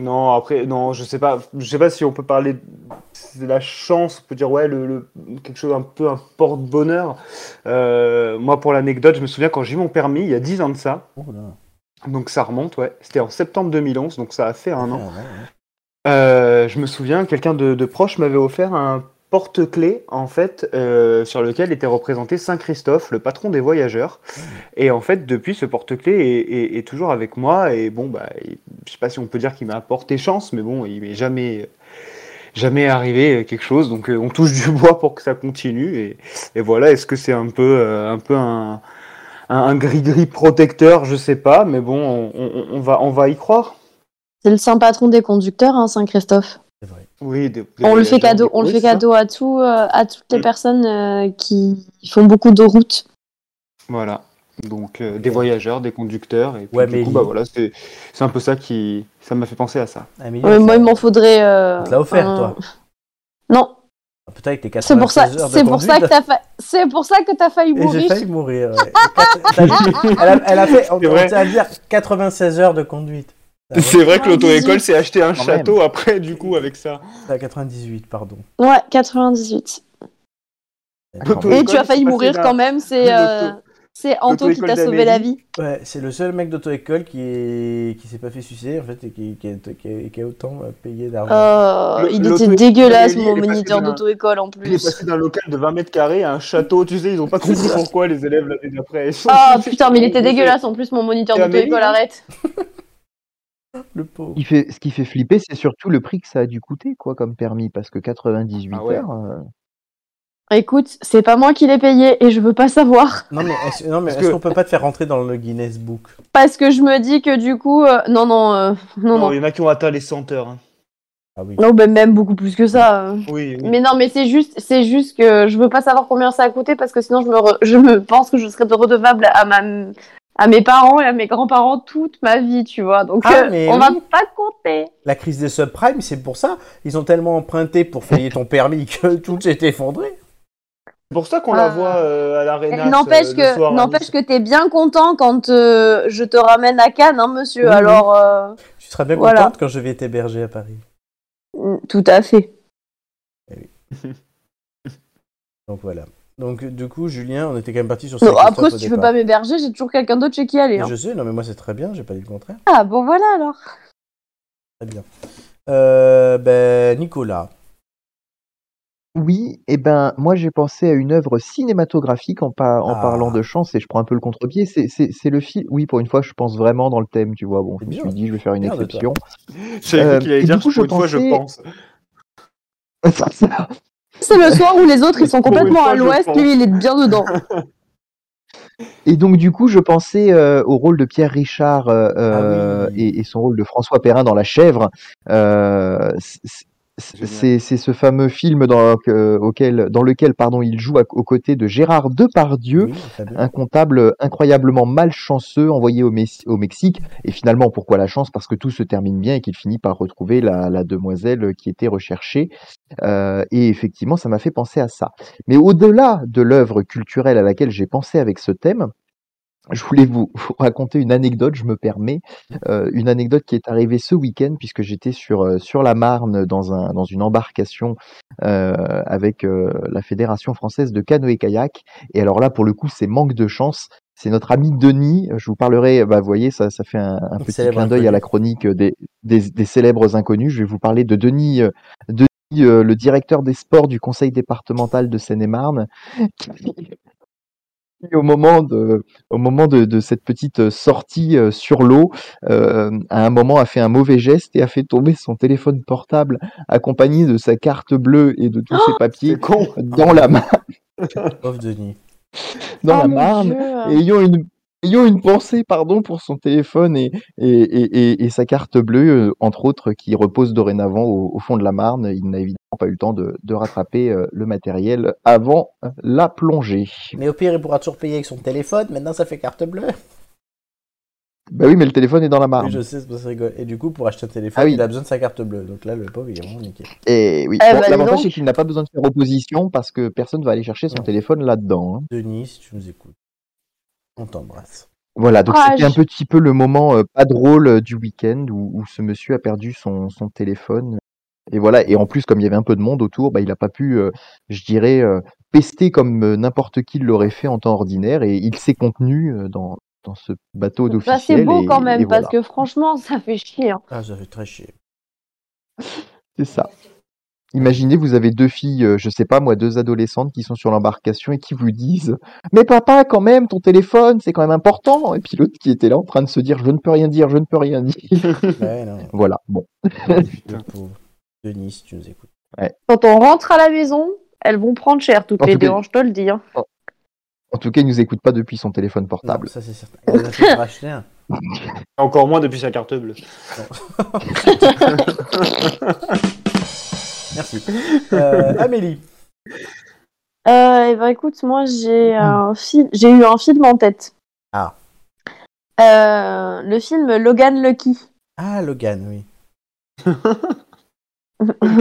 [SPEAKER 4] non, après, non, je sais pas, je sais pas si on peut parler de la chance, on peut dire ouais, le, le- quelque chose un peu un porte-bonheur. Euh, moi, pour l'anecdote, je me souviens quand j'ai eu mon permis, il y a 10 ans de ça,
[SPEAKER 1] Oh là.
[SPEAKER 4] donc ça remonte, ouais, c'était en septembre 2011, donc ça a fait un an.
[SPEAKER 1] Ah, ouais, ouais.
[SPEAKER 4] Euh, je me souviens, quelqu'un de, de proche m'avait offert un porte-clés, en fait, euh, sur lequel était représenté Saint Christophe, le patron des voyageurs. Et en fait, depuis, ce porte-clés est, est- est toujours avec moi. Et bon, bah, il- je sais pas si on peut dire qu'il m'a apporté chance, mais bon, il m'est jamais, jamais arrivé quelque chose. Donc, euh, on touche du bois pour que ça continue. Et, et voilà, est-ce que c'est un peu, euh, un peu un un- un gris-gris protecteur, je sais pas, mais bon, on, on- on va, on va y croire.
[SPEAKER 3] C'est le saint patron des conducteurs, hein, Saint-Christophe.
[SPEAKER 1] C'est vrai.
[SPEAKER 4] Oui, des- des hein.
[SPEAKER 3] On le fait
[SPEAKER 4] voyageurs,
[SPEAKER 3] cadeau,
[SPEAKER 4] du
[SPEAKER 3] on le fait
[SPEAKER 4] coup,
[SPEAKER 1] hein.
[SPEAKER 4] c'est ça.
[SPEAKER 3] cadeau à tout, euh, à toutes les
[SPEAKER 4] Mm.
[SPEAKER 3] personnes euh, qui font beaucoup de routes.
[SPEAKER 4] Voilà. Donc euh, des voyageurs, des conducteurs, et puis
[SPEAKER 1] Ouais,
[SPEAKER 4] du
[SPEAKER 1] mais
[SPEAKER 4] coup
[SPEAKER 1] il-
[SPEAKER 4] bah voilà, c'est c'est un peu ça qui ça m'a fait penser à ça.
[SPEAKER 1] Amélie,
[SPEAKER 3] Ouais,
[SPEAKER 1] on te
[SPEAKER 3] moi,
[SPEAKER 1] l'a-
[SPEAKER 3] il m'en faudrait. euh,
[SPEAKER 1] on te l'a offert,
[SPEAKER 3] un-
[SPEAKER 1] toi.
[SPEAKER 3] Non,
[SPEAKER 1] Ah, Peut-être avec tes
[SPEAKER 3] c'est pour ça,
[SPEAKER 1] 96 heures de
[SPEAKER 3] c'est pour ça que
[SPEAKER 1] conduite.
[SPEAKER 3] t'as fa- c'est pour ça que t'as failli
[SPEAKER 1] Et j'ai
[SPEAKER 3] mourir.
[SPEAKER 1] failli mourir. ouais. elle,
[SPEAKER 3] hein
[SPEAKER 1] a, elle a fait, on, on
[SPEAKER 4] vrai.
[SPEAKER 1] tient à dire, 96 heures de conduite. Ah, ouais,
[SPEAKER 4] vrai
[SPEAKER 3] que l'auto-école
[SPEAKER 4] s'est acheté un
[SPEAKER 2] Quand même. château
[SPEAKER 4] après du coup avec ça.
[SPEAKER 1] c'est à 98, pardon.
[SPEAKER 3] Ouais, 98. Et Ah,
[SPEAKER 4] L'auto-école,
[SPEAKER 3] tu as failli
[SPEAKER 4] c'est passé
[SPEAKER 3] mourir
[SPEAKER 4] d'un-
[SPEAKER 3] quand même. C'est
[SPEAKER 4] d'une
[SPEAKER 3] euh,
[SPEAKER 4] auto-
[SPEAKER 3] c'est Anto qui
[SPEAKER 4] l'auto-école
[SPEAKER 3] t'a sauvé la vie.
[SPEAKER 1] Ouais, c'est le seul mec d'auto-école qui est... qui s'est pas fait sucer en fait et qui, qui, a, qui a- qui a autant euh, payé d'argent.
[SPEAKER 3] Euh,
[SPEAKER 4] Le-
[SPEAKER 3] il était
[SPEAKER 4] l'auto-école
[SPEAKER 3] dégueulasse
[SPEAKER 4] d'Amélie,
[SPEAKER 3] mon
[SPEAKER 4] elle est passée
[SPEAKER 3] moniteur
[SPEAKER 4] d'un-
[SPEAKER 3] d'auto-école en
[SPEAKER 4] Il est
[SPEAKER 3] plus.
[SPEAKER 4] passé d'un local de 20 mètres carrés à un château, tu sais, ils ont pas compris pourquoi les élèves l'année d'après. ils sont-
[SPEAKER 3] Ah putain, mais il était
[SPEAKER 4] Ils ont fait-
[SPEAKER 3] dégueulasse en plus mon moniteur
[SPEAKER 4] Et Amélie,
[SPEAKER 3] d'auto-école.
[SPEAKER 4] non
[SPEAKER 3] Arrête.
[SPEAKER 1] Le pauvre.
[SPEAKER 2] Il fait, ce qui fait flipper, c'est surtout le prix que ça a dû coûter, quoi, comme permis, parce que 98
[SPEAKER 4] Ah ouais.
[SPEAKER 2] heures. euh,
[SPEAKER 3] Écoute, c'est pas moi qui l'ai payé et je veux pas savoir.
[SPEAKER 1] Non, mais est-ce non, mais
[SPEAKER 4] Parce
[SPEAKER 1] est-ce
[SPEAKER 4] que-
[SPEAKER 1] qu'on peut pas te faire rentrer dans le Guinness Book
[SPEAKER 3] Parce que je me dis que du coup, euh, non, non, euh, non, non.
[SPEAKER 4] Non, il y en a qui ont atteint les 100 heures. hein.
[SPEAKER 1] Ah oui.
[SPEAKER 3] Non, ben, même beaucoup plus que ça. euh.
[SPEAKER 4] Oui, oui.
[SPEAKER 3] Mais non, mais c'est juste, c'est juste que je veux pas savoir combien ça a coûté parce que sinon je me, re- je me pense que je serais redevable à ma, à mes parents et à mes grands-parents toute ma vie, tu vois. Donc
[SPEAKER 1] Ah,
[SPEAKER 3] euh,
[SPEAKER 1] mais
[SPEAKER 3] on
[SPEAKER 1] oui.
[SPEAKER 3] va pas compter.
[SPEAKER 1] La crise des subprimes, c'est pour ça. Ils ont tellement emprunté pour payer ton permis que tout s'est effondré.
[SPEAKER 4] C'est pour ça qu'on
[SPEAKER 3] Ah.
[SPEAKER 4] la voit euh, hein. à l'arena.
[SPEAKER 3] N'empêche que, n'empêche que t'es bien content quand euh, je te ramène à Cannes, hein, monsieur.
[SPEAKER 1] Oui, oui.
[SPEAKER 3] Alors, euh,
[SPEAKER 1] Tu seras bien
[SPEAKER 3] Voilà.
[SPEAKER 1] contente quand je vais t'héberger à Paris.
[SPEAKER 3] mm, tout à fait.
[SPEAKER 1] Donc voilà. Donc du coup, Julien, on était quand même parti sur
[SPEAKER 3] Non,
[SPEAKER 1] Saint-Christophe
[SPEAKER 3] après,
[SPEAKER 1] au
[SPEAKER 3] si tu veux
[SPEAKER 1] départ.
[SPEAKER 3] pas m'héberger, j'ai toujours quelqu'un d'autre chez qui aller.
[SPEAKER 1] Mais
[SPEAKER 3] hein.
[SPEAKER 1] Je sais, non mais moi c'est très bien, j'ai pas dit le contraire.
[SPEAKER 3] Ah bon, voilà alors.
[SPEAKER 1] Très bien. Euh, ben, Nicolas.
[SPEAKER 2] Oui, et ben moi j'ai pensé à une œuvre cinématographique en, par- en
[SPEAKER 1] Ah.
[SPEAKER 2] parlant de chance et je prends un peu le contre-pied. C'est, c'est, c'est le film. Oui, pour une fois, je pense vraiment dans le thème, tu vois. Bon,
[SPEAKER 1] C'est
[SPEAKER 2] je me
[SPEAKER 1] bien. hein.
[SPEAKER 2] suis dit, je vais faire une
[SPEAKER 1] Bien de toi.
[SPEAKER 2] exception.
[SPEAKER 4] J'avais
[SPEAKER 2] Euh,
[SPEAKER 4] cru qu'il allait
[SPEAKER 2] et
[SPEAKER 4] dire
[SPEAKER 2] du coup,
[SPEAKER 4] pour une
[SPEAKER 2] je
[SPEAKER 4] fois, je
[SPEAKER 2] pensais-
[SPEAKER 4] pense.
[SPEAKER 2] C'est ça.
[SPEAKER 3] C'est le soir où les autres ils sont
[SPEAKER 4] Pour une
[SPEAKER 3] complètement
[SPEAKER 4] fois,
[SPEAKER 3] à
[SPEAKER 4] je
[SPEAKER 3] l'ouest,
[SPEAKER 4] pense.
[SPEAKER 3] lui il est bien dedans.
[SPEAKER 2] Et donc du coup, je pensais euh, au rôle de Pierre Richard euh, euh,
[SPEAKER 1] Ah oui.
[SPEAKER 2] et, et son rôle de François Perrin dans La Chèvre. Euh, c- c-
[SPEAKER 4] Génial.
[SPEAKER 2] c'est c'est ce fameux film dans, euh, auquel, dans lequel pardon, il joue à- aux côtés de Gérard Depardieu,
[SPEAKER 1] Oui, très bien.
[SPEAKER 2] un comptable incroyablement malchanceux envoyé au, Messi- au Mexique. Et finalement, pourquoi la chance Parce que tout se termine bien et qu'il finit par retrouver la, la demoiselle qui était recherchée. Euh, et effectivement, ça m'a fait penser à ça. Mais au-delà de l'œuvre culturelle à laquelle j'ai pensé avec ce thème, je voulais vous, vous raconter une anecdote, je me permets, euh, une anecdote qui est arrivée ce week-end puisque j'étais sur, euh, sur la Marne dans, un, dans une embarcation euh, avec euh, la Fédération française de canoë-kayak et alors là, pour le coup, c'est manque de chance. C'est notre ami Denis. Je vous parlerai, bah, vous voyez, ça, ça fait un, un petit
[SPEAKER 1] Célèbre
[SPEAKER 2] clin d'œil
[SPEAKER 1] inconnu.
[SPEAKER 2] à la chronique des, des, des célèbres inconnus. Je vais vous parler de Denis, euh, Denis euh, le directeur des sports du conseil départemental de Seine-et-Marne, qui, qui, au moment de, au moment de, de cette petite sortie euh, sur l'eau, euh, à un moment a fait un mauvais geste et a fait tomber son téléphone portable accompagné de sa carte bleue et de tous ses
[SPEAKER 3] Oh,
[SPEAKER 2] papiers
[SPEAKER 4] C'est con.
[SPEAKER 2] dans la, ma-
[SPEAKER 1] Pauvre Denis.
[SPEAKER 2] dans
[SPEAKER 3] Ah,
[SPEAKER 2] la
[SPEAKER 3] mon
[SPEAKER 2] marne.
[SPEAKER 3] Dieu.
[SPEAKER 2] Et ayant une ayant une pensée pardon pour son téléphone et et, et, et- et sa carte bleue euh, entre autres qui repose dorénavant au, au fond de la Marne il n'a évidemment pas eu le temps de, de rattraper euh, le matériel avant euh, la plongée
[SPEAKER 1] Mais au pire, il pourra toujours payer avec son téléphone. Maintenant, ça fait carte bleue.
[SPEAKER 2] bah oui mais le téléphone est dans la
[SPEAKER 1] Oui,
[SPEAKER 2] Marne
[SPEAKER 1] je sais, c'est pour ça que je rigole. Et du coup, pour acheter un téléphone,
[SPEAKER 2] Ah oui.
[SPEAKER 1] il a besoin de sa carte bleue. Donc là, le pauvre, il est vraiment niqué.
[SPEAKER 2] et oui
[SPEAKER 3] Eh
[SPEAKER 2] Bon,
[SPEAKER 3] bah, dis
[SPEAKER 2] l'avantage
[SPEAKER 3] donc.
[SPEAKER 2] c'est qu'il n'a pas besoin de faire opposition parce que personne va aller chercher son
[SPEAKER 1] Non.
[SPEAKER 2] téléphone hein. là dedans
[SPEAKER 1] Denis, si tu nous écoutes, on t'embrasse.
[SPEAKER 2] Voilà, donc
[SPEAKER 3] Courage.
[SPEAKER 2] c'était un petit peu le moment euh, pas drôle euh, du week-end où, où ce monsieur a perdu son, son téléphone. Et voilà, et en plus, comme il y avait un peu de monde autour, bah, il n'a pas pu, euh, je dirais, euh, pester comme euh, n'importe qui l'aurait fait en temps ordinaire. Et il s'est contenu euh, dans, dans ce bateau
[SPEAKER 3] Bah,
[SPEAKER 2] d'officiel.
[SPEAKER 3] c'est beau
[SPEAKER 2] et-
[SPEAKER 3] quand même
[SPEAKER 2] et
[SPEAKER 3] parce
[SPEAKER 2] voilà.
[SPEAKER 3] que franchement ça fait chier. hein.
[SPEAKER 1] Ah, ça fait très chier.
[SPEAKER 2] C'est ça. Imaginez, vous avez deux filles, euh, je sais pas moi, deux adolescentes qui sont sur l'embarcation et qui vous disent Mais papa, quand même, ton téléphone, c'est quand même important. Et puis l'autre qui était là en train de se dire Je ne peux rien dire, je ne peux rien dire.
[SPEAKER 1] Ouais, non.
[SPEAKER 2] Voilà, bon.
[SPEAKER 1] Le pauvre. Denis, si tu nous écoutes.
[SPEAKER 3] Quand on rentre à la maison, elles vont prendre cher toutes
[SPEAKER 2] En
[SPEAKER 3] les
[SPEAKER 2] tout
[SPEAKER 3] deux,
[SPEAKER 2] cas-
[SPEAKER 3] hein, je te le dis. hein.
[SPEAKER 2] En tout cas, il nous écoute pas depuis son téléphone
[SPEAKER 1] Non,
[SPEAKER 2] portable.
[SPEAKER 1] ça, c'est certain. Il va falloir acheter un.
[SPEAKER 4] Encore moins depuis sa carte bleue.
[SPEAKER 1] Merci. Euh, Amélie.
[SPEAKER 3] Euh, eh ben, écoute, moi j'ai
[SPEAKER 2] Mm.
[SPEAKER 3] un film, j'ai eu un film en tête.
[SPEAKER 1] Ah.
[SPEAKER 3] Euh, le film Logan Lucky.
[SPEAKER 1] Ah, Logan, oui.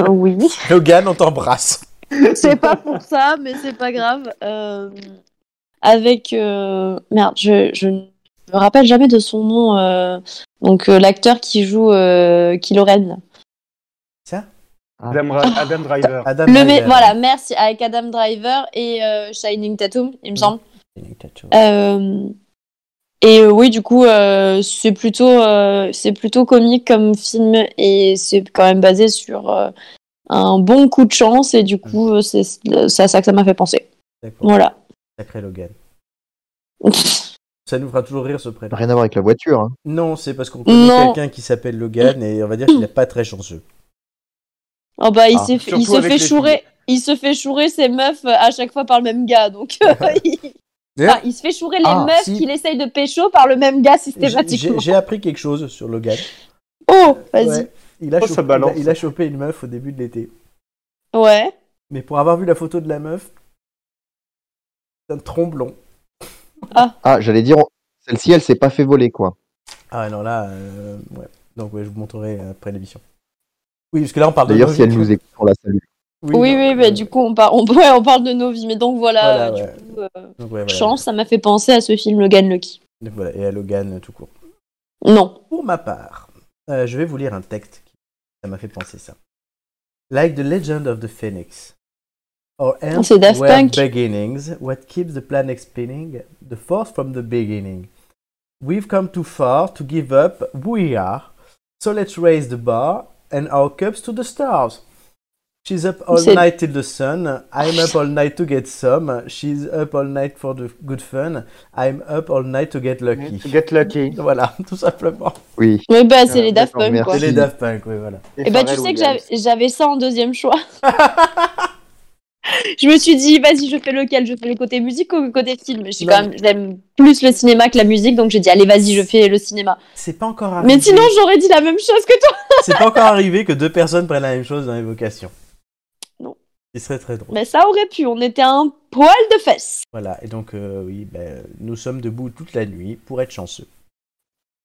[SPEAKER 3] oui.
[SPEAKER 1] Logan, on t'embrasse.
[SPEAKER 3] C'est pas pour ça, mais c'est pas grave. Euh, avec euh, merde, je, je ne me rappelle jamais de son nom. euh, donc euh, l'acteur qui joue euh, Kylo Ren.
[SPEAKER 4] Adam, Ra- Adam Driver.
[SPEAKER 1] Adam
[SPEAKER 3] Le mais,
[SPEAKER 1] Driver.
[SPEAKER 3] voilà, merci avec Adam Driver et euh, Shining Tatum, il me
[SPEAKER 1] Mhm.
[SPEAKER 3] semble.
[SPEAKER 1] Tattoo.
[SPEAKER 3] Euh, et euh, oui, du coup, euh, c'est plutôt, euh, c'est plutôt comique comme film et c'est quand même basé sur euh, un bon coup de chance et du coup, euh, c'est c'est à ça que ça m'a fait penser.
[SPEAKER 1] D'accord.
[SPEAKER 3] Voilà.
[SPEAKER 1] Sacré Logan. Ça nous fera toujours rire ce prénom.
[SPEAKER 2] Rien à voir avec la voiture. hein.
[SPEAKER 1] Non, c'est parce qu'on connaît
[SPEAKER 3] Non.
[SPEAKER 1] quelqu'un qui s'appelle Logan et on va dire qu'il n'est pas très chanceux.
[SPEAKER 3] Oh bah, il
[SPEAKER 2] Ah,
[SPEAKER 3] s'est fait-
[SPEAKER 4] surtout
[SPEAKER 3] il se
[SPEAKER 4] avec
[SPEAKER 3] fait
[SPEAKER 4] les
[SPEAKER 3] chourer. Il se fait chourer ses meufs euh, à chaque fois par le même gars, donc euh, il...
[SPEAKER 1] D'ailleurs,
[SPEAKER 3] enfin, il se fait chourer les
[SPEAKER 1] Ah,
[SPEAKER 3] meufs
[SPEAKER 1] si.
[SPEAKER 3] qu'il essaye de pécho par le même gars
[SPEAKER 1] J'ai- J'ai
[SPEAKER 3] systématiquement.
[SPEAKER 1] j'ai appris quelque chose sur Logan.
[SPEAKER 3] Oh, vas-y.
[SPEAKER 1] Ouais. Il, a
[SPEAKER 4] Oh, ça
[SPEAKER 1] chopé,
[SPEAKER 4] balance.
[SPEAKER 1] il a- il a chopé une meuf au début de l'été.
[SPEAKER 3] Ouais.
[SPEAKER 1] Mais pour avoir vu la photo de la meuf, c'est un tromblon.
[SPEAKER 2] Ah, j'allais dire, on- celle-ci, elle s'est pas fait voler, quoi.
[SPEAKER 1] Ah non, là, euh, ouais. Donc, ouais, je vous montrerai après l'émission. Ah, bah, Oui, parce que là, on parle de.
[SPEAKER 2] D'ailleurs,
[SPEAKER 1] nos
[SPEAKER 2] si elle
[SPEAKER 1] vies.
[SPEAKER 2] nous écoute, on la salue.
[SPEAKER 3] Oui,
[SPEAKER 1] non,
[SPEAKER 3] oui,
[SPEAKER 1] euh,
[SPEAKER 3] bah, du coup, on, par- on... ouais, on parle de nos vies. Mais donc voilà,
[SPEAKER 1] Voilà,
[SPEAKER 3] du
[SPEAKER 1] ouais.
[SPEAKER 3] coup, euh,
[SPEAKER 1] donc, ouais, voilà.
[SPEAKER 3] chance, ça m'a fait penser à ce film Logan Lucky.
[SPEAKER 1] Donc, voilà, et à Logan euh, tout court.
[SPEAKER 3] Non.
[SPEAKER 1] Pour ma part, euh, je vais vous lire un texte. qui- Ça m'a fait penser ça. Like the legend of the phoenix. Or ends
[SPEAKER 3] C'est Daft
[SPEAKER 1] were
[SPEAKER 3] Punk.
[SPEAKER 1] beginnings. What keeps the planet spinning? The force from the beginning. We've come too far to give up who we are. So let's raise the bar and our cups to the stars. She's up all
[SPEAKER 3] C'est-
[SPEAKER 1] night till the sun. I'm up all night to get some. She's up all night for the good fun. I'm up all night to get lucky.
[SPEAKER 4] Get lucky.
[SPEAKER 1] Voilà, tout simplement.
[SPEAKER 2] Oui.
[SPEAKER 3] Mais bah, c'est
[SPEAKER 4] Ah,
[SPEAKER 3] les Daft
[SPEAKER 2] d'accord,
[SPEAKER 3] Punk,
[SPEAKER 2] merci.
[SPEAKER 3] quoi.
[SPEAKER 1] C'est les
[SPEAKER 2] Si.
[SPEAKER 1] Daft Punk, oui, voilà.
[SPEAKER 3] Et bah, tu sais
[SPEAKER 4] Pharrell
[SPEAKER 3] que
[SPEAKER 4] Williams.
[SPEAKER 3] j'avais- j'avais ça en deuxième choix. je me suis dit, vas-y, je fais lequel Je fais le côté musique ou le côté film Je suis
[SPEAKER 1] Non.
[SPEAKER 3] quand même, j'aime plus le cinéma que la musique, donc j'ai dit, allez, vas-y, je fais le cinéma.
[SPEAKER 1] C'est pas encore arrivé.
[SPEAKER 3] Mais sinon, j'aurais dit la même chose que toi.
[SPEAKER 1] c'est pas encore arrivé que deux personnes prennent la même chose dans l'évocation.
[SPEAKER 3] Non.
[SPEAKER 1] Ce serait très drôle.
[SPEAKER 3] Mais ça aurait pu, on était un poil de fesses.
[SPEAKER 1] Voilà, et donc, euh, oui, ben, nous sommes debout toute la nuit pour être chanceux.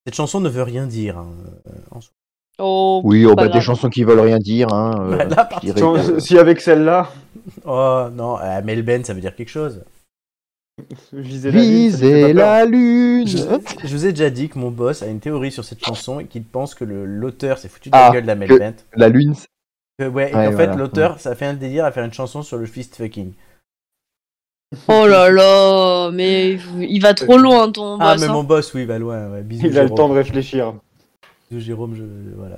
[SPEAKER 1] Cette chanson ne veut rien dire. hein, euh, en soi.
[SPEAKER 3] Oh,
[SPEAKER 2] Oui, oh,
[SPEAKER 3] pas
[SPEAKER 2] bah, des
[SPEAKER 3] grave.
[SPEAKER 2] chansons qui veulent rien dire. Hein, euh,
[SPEAKER 1] Bah, là, par-
[SPEAKER 2] je dirais,
[SPEAKER 4] Tiens,
[SPEAKER 2] euh,
[SPEAKER 4] Si avec celle-là,
[SPEAKER 1] Oh non, à Melbourne, ça veut dire quelque chose.
[SPEAKER 4] visez la lune, ça te fait
[SPEAKER 2] Visez
[SPEAKER 4] pas peur.
[SPEAKER 2] la lune.
[SPEAKER 1] Je, je vous ai déjà dit que mon boss a une théorie sur cette chanson et qu'il pense que le- l'auteur s'est foutu de
[SPEAKER 2] Ah,
[SPEAKER 1] la gueule de la Melbourne.
[SPEAKER 2] La lune, c'est-
[SPEAKER 1] Que, ouais, et
[SPEAKER 2] Ouais,
[SPEAKER 1] en fait,
[SPEAKER 2] voilà.
[SPEAKER 1] l'auteur, ça fait un délire à faire une chanson sur le fist fucking.
[SPEAKER 3] Oh là là, mais il va trop loin, ton
[SPEAKER 1] Ah,
[SPEAKER 3] boss,
[SPEAKER 1] mais
[SPEAKER 3] hein.
[SPEAKER 1] mon boss, oui, va loin. Ouais. Bisous,
[SPEAKER 4] Il a le
[SPEAKER 1] Jérôme.
[SPEAKER 4] temps de réfléchir.
[SPEAKER 1] Bisous, Jérôme, je- voilà.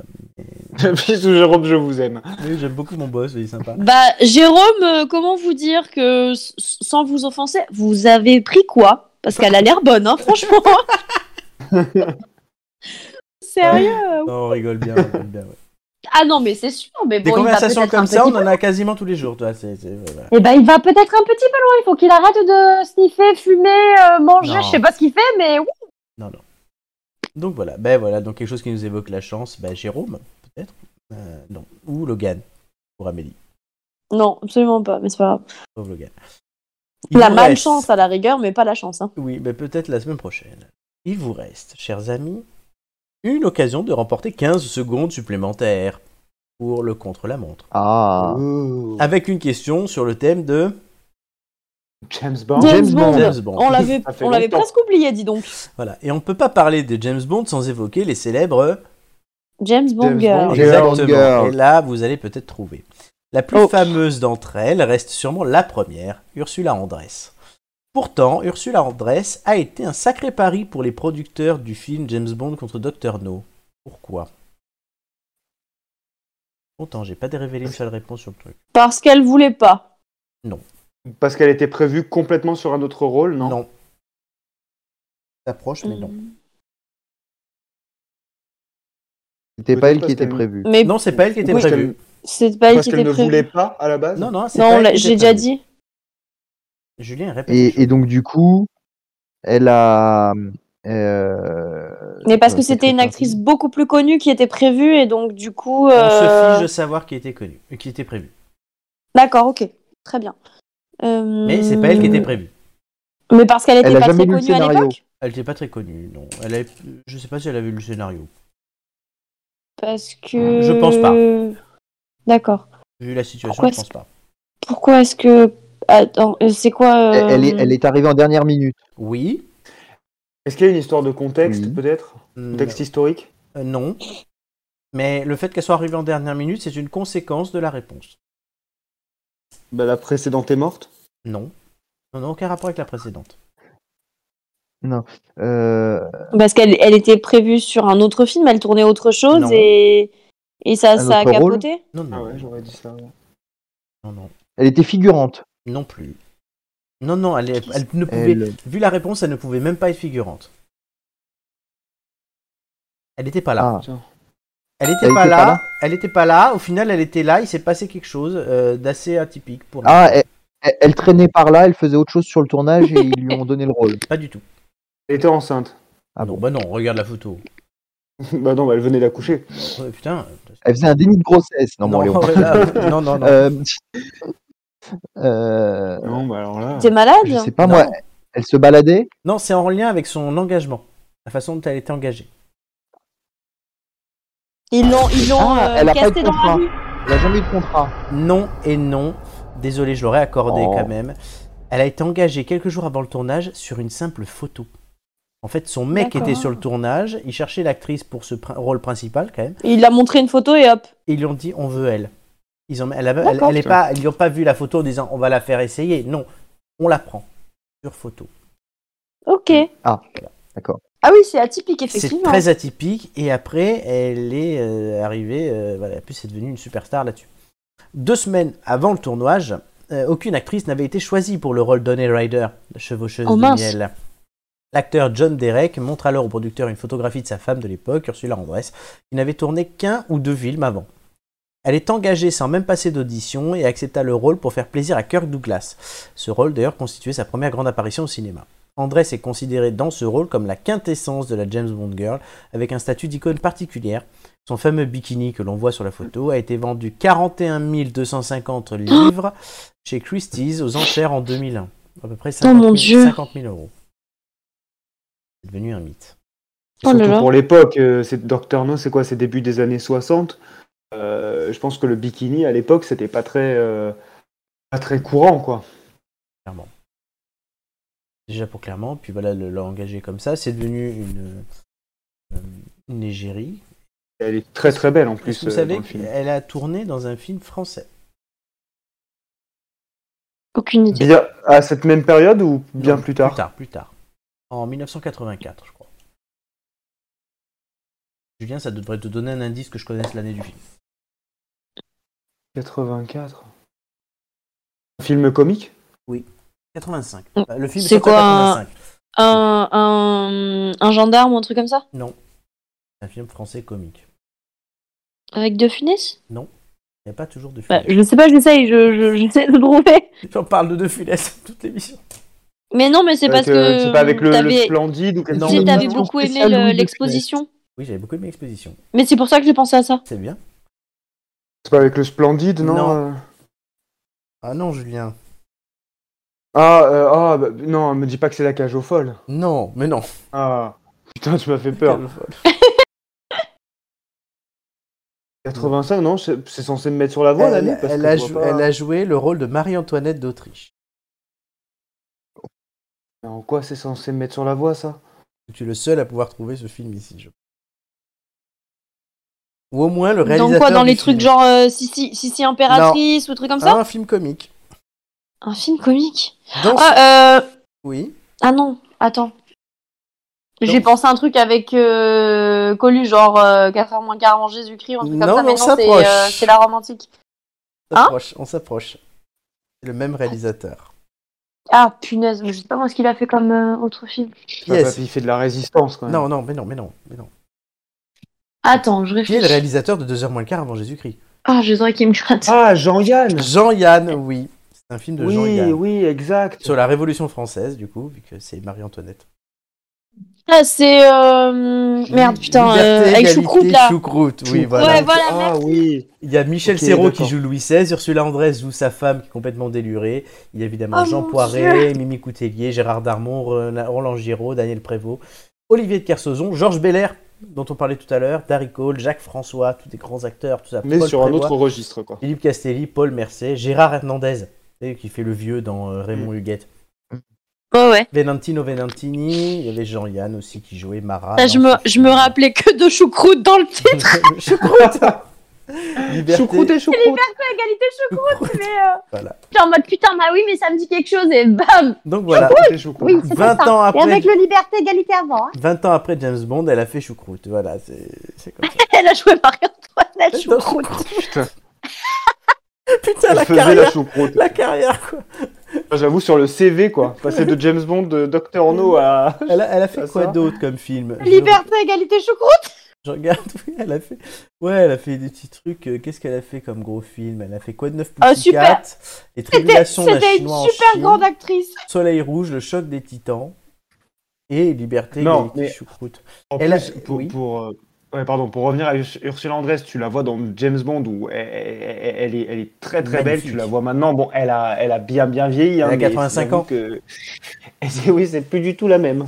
[SPEAKER 4] Bisous Jérôme, je vous aime.
[SPEAKER 1] Oui, j'aime beaucoup mon boss, il est sympa.
[SPEAKER 3] Bah, Jérôme, euh, comment vous dire que, s- sans vous offenser, vous avez pris quoi Parce qu'elle a l'air bonne, hein, franchement. Sérieux
[SPEAKER 1] Non, on rigole bien, on rigole bien, ouais.
[SPEAKER 3] Ah non, mais c'est sûr, mais
[SPEAKER 1] Des
[SPEAKER 3] bon, il va peut-être
[SPEAKER 1] conversations
[SPEAKER 3] un
[SPEAKER 1] comme
[SPEAKER 3] petit
[SPEAKER 1] ça, on
[SPEAKER 3] peu-
[SPEAKER 1] en a quasiment tous les jours, toi. c'est- c'est- voilà.
[SPEAKER 3] Eh ben, il va peut-être un petit peu loin. Il faut qu'il arrête de sniffer, fumer, euh, manger.
[SPEAKER 1] Non.
[SPEAKER 3] Je sais pas ce qu'il fait, mais oui.
[SPEAKER 1] Non, non. Donc voilà, ben voilà, donc quelque chose qui nous évoque la chance, ben Jérôme, peut-être Euh, Non, ou Logan, pour Amélie.
[SPEAKER 3] Non, absolument pas. Mais c'est pas grave.
[SPEAKER 1] Pauvre Logan. Il
[SPEAKER 3] La
[SPEAKER 1] nous
[SPEAKER 3] malchance
[SPEAKER 1] reste-
[SPEAKER 3] à la rigueur, mais pas la chance. Hein.
[SPEAKER 1] Oui, mais peut-être la semaine prochaine. Il vous reste, chers amis, une occasion de remporter 15 secondes supplémentaires pour le contre-la-montre.
[SPEAKER 2] Ah.
[SPEAKER 4] Ouh.
[SPEAKER 1] Avec une question sur le thème de
[SPEAKER 4] James Bond.
[SPEAKER 3] James Bond.
[SPEAKER 1] James Bond.
[SPEAKER 3] On l'avait,
[SPEAKER 4] Ça fait
[SPEAKER 3] on l'avait
[SPEAKER 4] longtemps.
[SPEAKER 3] presque oublié, dis donc.
[SPEAKER 1] Voilà, et on ne peut pas parler de James Bond sans évoquer les célèbres.
[SPEAKER 3] James Bond euh,
[SPEAKER 4] James
[SPEAKER 3] Girl.
[SPEAKER 4] Bond.
[SPEAKER 1] Exactement.
[SPEAKER 2] Girl, girl.
[SPEAKER 1] Et là, vous allez peut-être trouver. La plus
[SPEAKER 3] Oh.
[SPEAKER 1] fameuse d'entre elles reste sûrement la première, Ursula Andress. Pourtant, Ursula Andress a été un sacré pari pour les producteurs du film James Bond contre Dr. No. Pourquoi Pourtant, j'ai pas révélé une seule réponse sur le truc.
[SPEAKER 3] Parce qu'elle voulait pas.
[SPEAKER 4] Parce qu'elle était prévue complètement sur un autre rôle, non,
[SPEAKER 1] Non. T'approches, mais non.
[SPEAKER 2] C'était pas elle
[SPEAKER 4] Parce
[SPEAKER 2] qui était
[SPEAKER 4] qu'elle-
[SPEAKER 2] prévue.
[SPEAKER 3] Mais
[SPEAKER 1] Non, c'est pas elle qui était
[SPEAKER 3] Oui.
[SPEAKER 1] prévue.
[SPEAKER 3] c'est pas elle
[SPEAKER 4] Parce
[SPEAKER 3] qui
[SPEAKER 4] qu'elle
[SPEAKER 3] était
[SPEAKER 4] ne
[SPEAKER 3] prévue.
[SPEAKER 4] voulait pas à la base.
[SPEAKER 1] Non, non, c'est pas
[SPEAKER 3] Non,
[SPEAKER 1] elle
[SPEAKER 3] là,
[SPEAKER 1] qui
[SPEAKER 3] je
[SPEAKER 1] était
[SPEAKER 3] l'ai déjà
[SPEAKER 1] prévue.
[SPEAKER 3] dit.
[SPEAKER 1] Julien, répète.
[SPEAKER 2] Et, et donc, du coup, elle a. euh,
[SPEAKER 3] Mais parce que
[SPEAKER 2] euh,
[SPEAKER 3] c'était une
[SPEAKER 2] Catherine
[SPEAKER 3] actrice beaucoup plus connue qui était prévue et donc du coup.
[SPEAKER 1] On
[SPEAKER 3] euh,
[SPEAKER 1] se fiche de savoir qui était connu, euh, qui était prévu.
[SPEAKER 3] D'accord, ok, très bien. Euh,
[SPEAKER 1] Mais c'est pas elle qui était prévue.
[SPEAKER 3] Mais parce qu'elle était
[SPEAKER 2] Elle a
[SPEAKER 3] pas
[SPEAKER 2] jamais
[SPEAKER 3] très
[SPEAKER 2] lu le
[SPEAKER 3] connue à
[SPEAKER 2] scénario.
[SPEAKER 3] l'époque.
[SPEAKER 1] Elle n'était pas très connue, non. Elle avait- Je sais pas si elle avait lu le scénario.
[SPEAKER 3] Parce que.
[SPEAKER 1] Je pense pas.
[SPEAKER 3] D'accord.
[SPEAKER 1] Vu la situation,
[SPEAKER 3] Pourquoi
[SPEAKER 1] je pense pas.
[SPEAKER 3] Pourquoi est-ce que. Attends, euh, c'est quoi. euh,
[SPEAKER 2] Elle, est, elle est arrivée en dernière minute.
[SPEAKER 1] Oui.
[SPEAKER 4] Est-ce qu'il y a une histoire de contexte,
[SPEAKER 2] Oui.
[SPEAKER 4] peut-être
[SPEAKER 1] mm,
[SPEAKER 4] Contexte historique
[SPEAKER 1] euh, Non. Mais le fait qu'elle soit arrivée en dernière minute, c'est une conséquence de la réponse.
[SPEAKER 4] bah, La précédente est morte.
[SPEAKER 1] Non. Non, non, aucun rapport avec la précédente.
[SPEAKER 2] Euh,
[SPEAKER 3] Parce qu'elle elle était prévue sur un autre film, elle tournait autre chose
[SPEAKER 1] Non.
[SPEAKER 3] et. Et ça,
[SPEAKER 2] Un
[SPEAKER 3] ça a
[SPEAKER 2] autre rôle.
[SPEAKER 3] capoté
[SPEAKER 1] Non, non.
[SPEAKER 4] Ah ouais, j'aurais dit ça.
[SPEAKER 1] Non, non.
[SPEAKER 2] elle était figurante.
[SPEAKER 1] Non plus. Non, non, elle, est- elle ne pouvait.
[SPEAKER 2] Elle-
[SPEAKER 1] Vu la réponse, elle ne pouvait même pas être figurante. Elle n'était pas là.
[SPEAKER 2] Ah,
[SPEAKER 1] Elle n'était
[SPEAKER 2] Elle
[SPEAKER 1] pas,
[SPEAKER 2] était
[SPEAKER 1] là.
[SPEAKER 2] pas là
[SPEAKER 1] Elle n'était pas là. Au final, elle était là. Il s'est passé quelque chose euh, d'assez atypique pour nous.
[SPEAKER 2] Ah, elle, elle- elle traînait par là, elle faisait autre chose sur le tournage et ils lui ont donné le rôle.
[SPEAKER 1] Pas du tout.
[SPEAKER 4] Elle était enceinte.
[SPEAKER 2] Ah
[SPEAKER 1] non,
[SPEAKER 2] bon.
[SPEAKER 1] bah non, regarde la photo.
[SPEAKER 4] bah non, bah, elle venait d'accoucher.
[SPEAKER 1] Ouais, putain.
[SPEAKER 2] Elle faisait un déni de grossesse. Non, bon, allez, on-
[SPEAKER 1] ouais, là, non, non, non.
[SPEAKER 2] Euh, euh,
[SPEAKER 4] Non, bah alors là.
[SPEAKER 3] T'es malade
[SPEAKER 2] je sais pas moi,
[SPEAKER 1] Non.
[SPEAKER 2] elle se baladait
[SPEAKER 1] Non, c'est en lien avec son engagement. La façon dont elle était engagée.
[SPEAKER 6] Ils l'ont, ils l'ont
[SPEAKER 2] Ah,
[SPEAKER 6] euh,
[SPEAKER 2] elle a pas
[SPEAKER 6] cassé
[SPEAKER 2] de
[SPEAKER 6] dans la
[SPEAKER 2] contrat.
[SPEAKER 6] rue.
[SPEAKER 2] Elle a jamais eu de contrat.
[SPEAKER 1] Non et non. Désolé, je l'aurais accordé
[SPEAKER 2] Oh.
[SPEAKER 1] quand même. Elle a été engagée quelques jours avant le tournage sur une simple photo. En fait, son mec
[SPEAKER 3] D'accord.
[SPEAKER 1] était sur le tournage, il cherchait l'actrice pour ce pri- rôle principal quand même,
[SPEAKER 3] Il a montré une photo et hop.
[SPEAKER 1] et ils lui ont dit on veut elle. Ils ont, elle, avait- elle-
[SPEAKER 3] D'accord.
[SPEAKER 1] elle est pas, ils lui ont pas vu la photo en disant on va la faire essayer. Non, on la prend sur photo.
[SPEAKER 3] Ok.
[SPEAKER 2] Ah, d'accord.
[SPEAKER 3] Ah oui, c'est atypique,
[SPEAKER 1] C'est
[SPEAKER 3] effectivement.
[SPEAKER 1] très atypique et après elle est euh, arrivée, euh, voilà, puis c'est devenue une superstar là-dessus. Deux semaines avant le tournage, euh, aucune actrice n'avait été choisie pour le rôle d'Honey Rider, la chevaucheuse
[SPEAKER 3] Oh,
[SPEAKER 1] de
[SPEAKER 3] mince.
[SPEAKER 1] miel. L'acteur John Derek montre alors au producteur une photographie de sa femme de l'époque, Ursula Andress, qui n'avait tourné qu'un ou deux films avant. Elle est engagée sans même passer d'audition et accepta le rôle pour faire plaisir à Kirk Douglas. Ce rôle d'ailleurs constituait sa première grande apparition au cinéma. Andress est considérée dans ce rôle comme la quintessence de la James Bond Girl, avec un statut d'icône particulière. Son fameux bikini que l'on voit sur la photo a été vendu 41 250 livres chez Christie's aux enchères en 2001. À peu près 50
[SPEAKER 3] mon
[SPEAKER 1] 000,
[SPEAKER 3] Dieu.
[SPEAKER 1] 50 000 euros. C'est devenu un mythe.
[SPEAKER 3] Oh là
[SPEAKER 4] Surtout
[SPEAKER 3] là.
[SPEAKER 4] pour l'époque, euh, c'est Docteur No, c'est quoi C'est début des années 60. Euh, je pense que le bikini à l'époque, c'était pas très, euh, pas très courant, quoi.
[SPEAKER 1] déjà pour Clermont, puis voilà, le- l'a engagé comme ça. C'est devenu une, euh, une égérie.
[SPEAKER 4] Elle est très très belle en
[SPEAKER 1] Plus,
[SPEAKER 4] plus.
[SPEAKER 1] vous
[SPEAKER 4] euh,
[SPEAKER 1] savez
[SPEAKER 4] dans le film.
[SPEAKER 1] qu'elle a tourné dans un film français.
[SPEAKER 3] Aucune idée.
[SPEAKER 4] Bien à cette même période ou bien
[SPEAKER 1] Non,
[SPEAKER 4] plus tard
[SPEAKER 1] Plus tard, plus tard. En 1984, je crois. Julien, ça devrait te donner un indice que je connaisse l'année du film.
[SPEAKER 4] 84. Un film comique
[SPEAKER 1] 85.
[SPEAKER 3] Mm.
[SPEAKER 1] Euh, Le film
[SPEAKER 3] C'est
[SPEAKER 1] sorti en
[SPEAKER 3] quoi,
[SPEAKER 1] 85.
[SPEAKER 3] Un, un, un gendarme ou un truc comme ça
[SPEAKER 1] Un film français comique.
[SPEAKER 3] Avec De Funès
[SPEAKER 1] Il n'y a pas toujours de
[SPEAKER 3] bah,
[SPEAKER 1] Funès.
[SPEAKER 3] Je sais pas, j'essaye, je, je, j'essaie de trouver.
[SPEAKER 1] On parle de De Funès toute l'émission.
[SPEAKER 3] Mais non, mais c'est
[SPEAKER 4] Avec,
[SPEAKER 3] parce
[SPEAKER 4] euh,
[SPEAKER 3] que.
[SPEAKER 4] C'est pas avec le, le
[SPEAKER 3] t'avais-
[SPEAKER 4] splendide ou quelque
[SPEAKER 1] Non,
[SPEAKER 3] si,
[SPEAKER 4] chose
[SPEAKER 2] mais
[SPEAKER 4] comme
[SPEAKER 3] t'avais
[SPEAKER 4] ça
[SPEAKER 2] non,
[SPEAKER 3] beaucoup
[SPEAKER 2] c'est
[SPEAKER 3] aimé
[SPEAKER 2] ça, Louis
[SPEAKER 3] le-
[SPEAKER 2] de
[SPEAKER 3] l'exposition.
[SPEAKER 1] Oui, j'avais beaucoup aimé l'exposition.
[SPEAKER 3] Mais c'est pour ça que j'ai pensé à ça.
[SPEAKER 1] C'est bien.
[SPEAKER 4] C'est pas avec le splendide, non,
[SPEAKER 1] Non.
[SPEAKER 4] euh
[SPEAKER 1] Ah non, Julien.
[SPEAKER 4] Ah, euh, ah bah, non, me dis pas que c'est la cage aux folles.
[SPEAKER 1] Non, mais non.
[SPEAKER 4] Ah, putain, tu m'as fait peur. 85, non C'est c'est censé me mettre sur la voie, la
[SPEAKER 1] elle,
[SPEAKER 4] nuit, parce
[SPEAKER 1] elle
[SPEAKER 4] que
[SPEAKER 1] a
[SPEAKER 4] je
[SPEAKER 1] jou-
[SPEAKER 4] vois pas-
[SPEAKER 1] elle a joué le rôle de Marie-Antoinette d'Autriche.
[SPEAKER 4] Mais En quoi c'est censé me mettre sur la voie, ça
[SPEAKER 1] Tu es le seul à pouvoir trouver ce film ici, je pense. Ou au moins le réalisateur.
[SPEAKER 3] Dans quoi Dans
[SPEAKER 1] du
[SPEAKER 3] les
[SPEAKER 1] film.
[SPEAKER 3] trucs genre euh, Sissi, Sissi Impératrice ou trucs comme ça
[SPEAKER 1] Ah, un film comique.
[SPEAKER 3] Un film comique
[SPEAKER 1] Dans-
[SPEAKER 3] Ah, euh...
[SPEAKER 1] Oui.
[SPEAKER 3] ah non, attends. J'ai
[SPEAKER 1] Non.
[SPEAKER 3] pensé à un truc avec euh, Colu, genre euh, 4 heures moins quart en Jésus-Christ, ou un truc
[SPEAKER 1] Non,
[SPEAKER 3] comme ça,
[SPEAKER 1] mais
[SPEAKER 3] mais
[SPEAKER 1] on
[SPEAKER 3] non, c'est,
[SPEAKER 1] s'approche.
[SPEAKER 3] euh, c'est la romantique.
[SPEAKER 1] On
[SPEAKER 3] Hein
[SPEAKER 1] s'approche, on s'approche. C'est le même réalisateur.
[SPEAKER 3] Ah punaise, mais je sais pas moi ce qu'il a fait comme euh, autre film.
[SPEAKER 4] Je sais pas,
[SPEAKER 1] Yes.
[SPEAKER 4] papy, Il fait de la résistance, quand même.
[SPEAKER 1] Non, non, mais non, mais non, mais non.
[SPEAKER 3] Attends, je
[SPEAKER 1] Qui est le
[SPEAKER 3] réfléchis.
[SPEAKER 1] réalisateur de 2h moins le quart avant Jésus-Christ
[SPEAKER 3] Ah, j'ai les oreilles qui me grattent.
[SPEAKER 4] Ah, Jean-Yann
[SPEAKER 1] Jean-Yann, oui. C'est un film de
[SPEAKER 4] Oui,
[SPEAKER 1] Jean-Yann.
[SPEAKER 4] oui, exact.
[SPEAKER 1] Sur la Révolution française, du coup, vu que c'est Marie-Antoinette.
[SPEAKER 3] Ah, c'est. euh, Merde, putain,
[SPEAKER 1] Liberté,
[SPEAKER 3] euh, avec
[SPEAKER 1] égalité,
[SPEAKER 3] Choucroute là.
[SPEAKER 1] Choucroute, oui,
[SPEAKER 4] Choucroute.
[SPEAKER 1] voilà.
[SPEAKER 3] Ouais, voilà,
[SPEAKER 4] Ah,
[SPEAKER 3] merci.
[SPEAKER 4] oui.
[SPEAKER 1] Il y a Michel
[SPEAKER 4] Ok,
[SPEAKER 1] Serrault qui
[SPEAKER 4] d'accord.
[SPEAKER 1] joue Louis XVI, Ursula Andress joue sa femme qui est complètement délurée. Il y a évidemment
[SPEAKER 3] Oh,
[SPEAKER 1] Jean
[SPEAKER 3] mon
[SPEAKER 1] Poiret, Mimi Coutelier, Gérard Darmon, Ren- Roland Giraud, Daniel Prévost, Olivier de Kersauzon, Georges Belair, dont on parlait tout à l'heure, Darry Cole, Jacques François, tous des grands acteurs, tout ça.
[SPEAKER 4] Mais
[SPEAKER 1] Paul
[SPEAKER 4] sur un
[SPEAKER 1] Prévost,
[SPEAKER 4] autre registre, quoi.
[SPEAKER 1] Philippe Castelli, Paul Mercé, Gérard Hernandez, vous savez, qui fait le vieux dans euh, Raymond
[SPEAKER 4] Mm.
[SPEAKER 1] Huguette.
[SPEAKER 3] Ouais, ouais.
[SPEAKER 1] Venantino Venantini, il y avait Jean-Yann aussi qui jouait Marat.
[SPEAKER 3] Ça, Bah, je, me, je me rappelais que de Choucroute dans le titre.
[SPEAKER 1] rappelle. Choucroute Liberté.
[SPEAKER 4] Choucroute et choucroute.
[SPEAKER 3] Égalité
[SPEAKER 1] Choucroute.
[SPEAKER 3] mais euh,
[SPEAKER 1] Voilà.
[SPEAKER 3] j'étais en mode putain, bah oui, mais ça me dit quelque chose et bam
[SPEAKER 1] Donc voilà,
[SPEAKER 4] Choucroute et choucroute.
[SPEAKER 3] Oui, c'était
[SPEAKER 1] 20 ans
[SPEAKER 6] Et
[SPEAKER 1] après
[SPEAKER 6] avec le liberté, égalité avant. Hein.
[SPEAKER 1] 20 ans après James Bond, elle a fait choucroute. Voilà, c'est c'est comme ça.
[SPEAKER 3] Elle a joué Marie-Antoinette
[SPEAKER 1] Dans Oh,
[SPEAKER 3] Choucroute.
[SPEAKER 1] Choucroute.
[SPEAKER 4] Putain,
[SPEAKER 1] Putain,
[SPEAKER 4] elle
[SPEAKER 1] la
[SPEAKER 4] faisait la
[SPEAKER 1] carrière,
[SPEAKER 4] choucroute.
[SPEAKER 1] la carrière, quoi.
[SPEAKER 4] Enfin, J'avoue, sur le CV, quoi. Passer de James Bond, de Dr. No à.
[SPEAKER 1] Elle a, elle a fait
[SPEAKER 4] Ça
[SPEAKER 1] quoi
[SPEAKER 4] va
[SPEAKER 1] d'autre comme film Je-
[SPEAKER 6] Liberté, égalité, choucroute
[SPEAKER 1] Je regarde, oui, elle a fait. Ouais, elle a fait des petits trucs. euh, Qu'est-ce qu'elle a fait comme gros film Elle a fait quoi de neuf
[SPEAKER 3] Ah, super.
[SPEAKER 1] Pussycat, Les
[SPEAKER 6] C'était
[SPEAKER 1] tribulations d'un
[SPEAKER 6] c'était une
[SPEAKER 1] chinois en
[SPEAKER 6] super
[SPEAKER 1] Chine,
[SPEAKER 6] grande actrice.
[SPEAKER 1] Soleil rouge, le choc des titans et Liberté
[SPEAKER 4] Non,
[SPEAKER 1] Égalité,
[SPEAKER 4] mais-
[SPEAKER 1] choucroute.
[SPEAKER 4] En
[SPEAKER 1] Elle a-
[SPEAKER 4] plus, pour,
[SPEAKER 1] oui.
[SPEAKER 4] pour, euh, ouais, pardon, pour revenir à Urs- Ursula Andress, tu la vois dans James Bond où elle, elle- elle est, elle est très très
[SPEAKER 1] Magnifique.
[SPEAKER 4] belle. Tu la vois maintenant. Bon, elle a, elle a bien bien vieilli. hein,
[SPEAKER 1] Elle a
[SPEAKER 4] mais
[SPEAKER 1] 85
[SPEAKER 4] j'avoue
[SPEAKER 1] ans.
[SPEAKER 4] Que... oui, c'est plus du tout la même.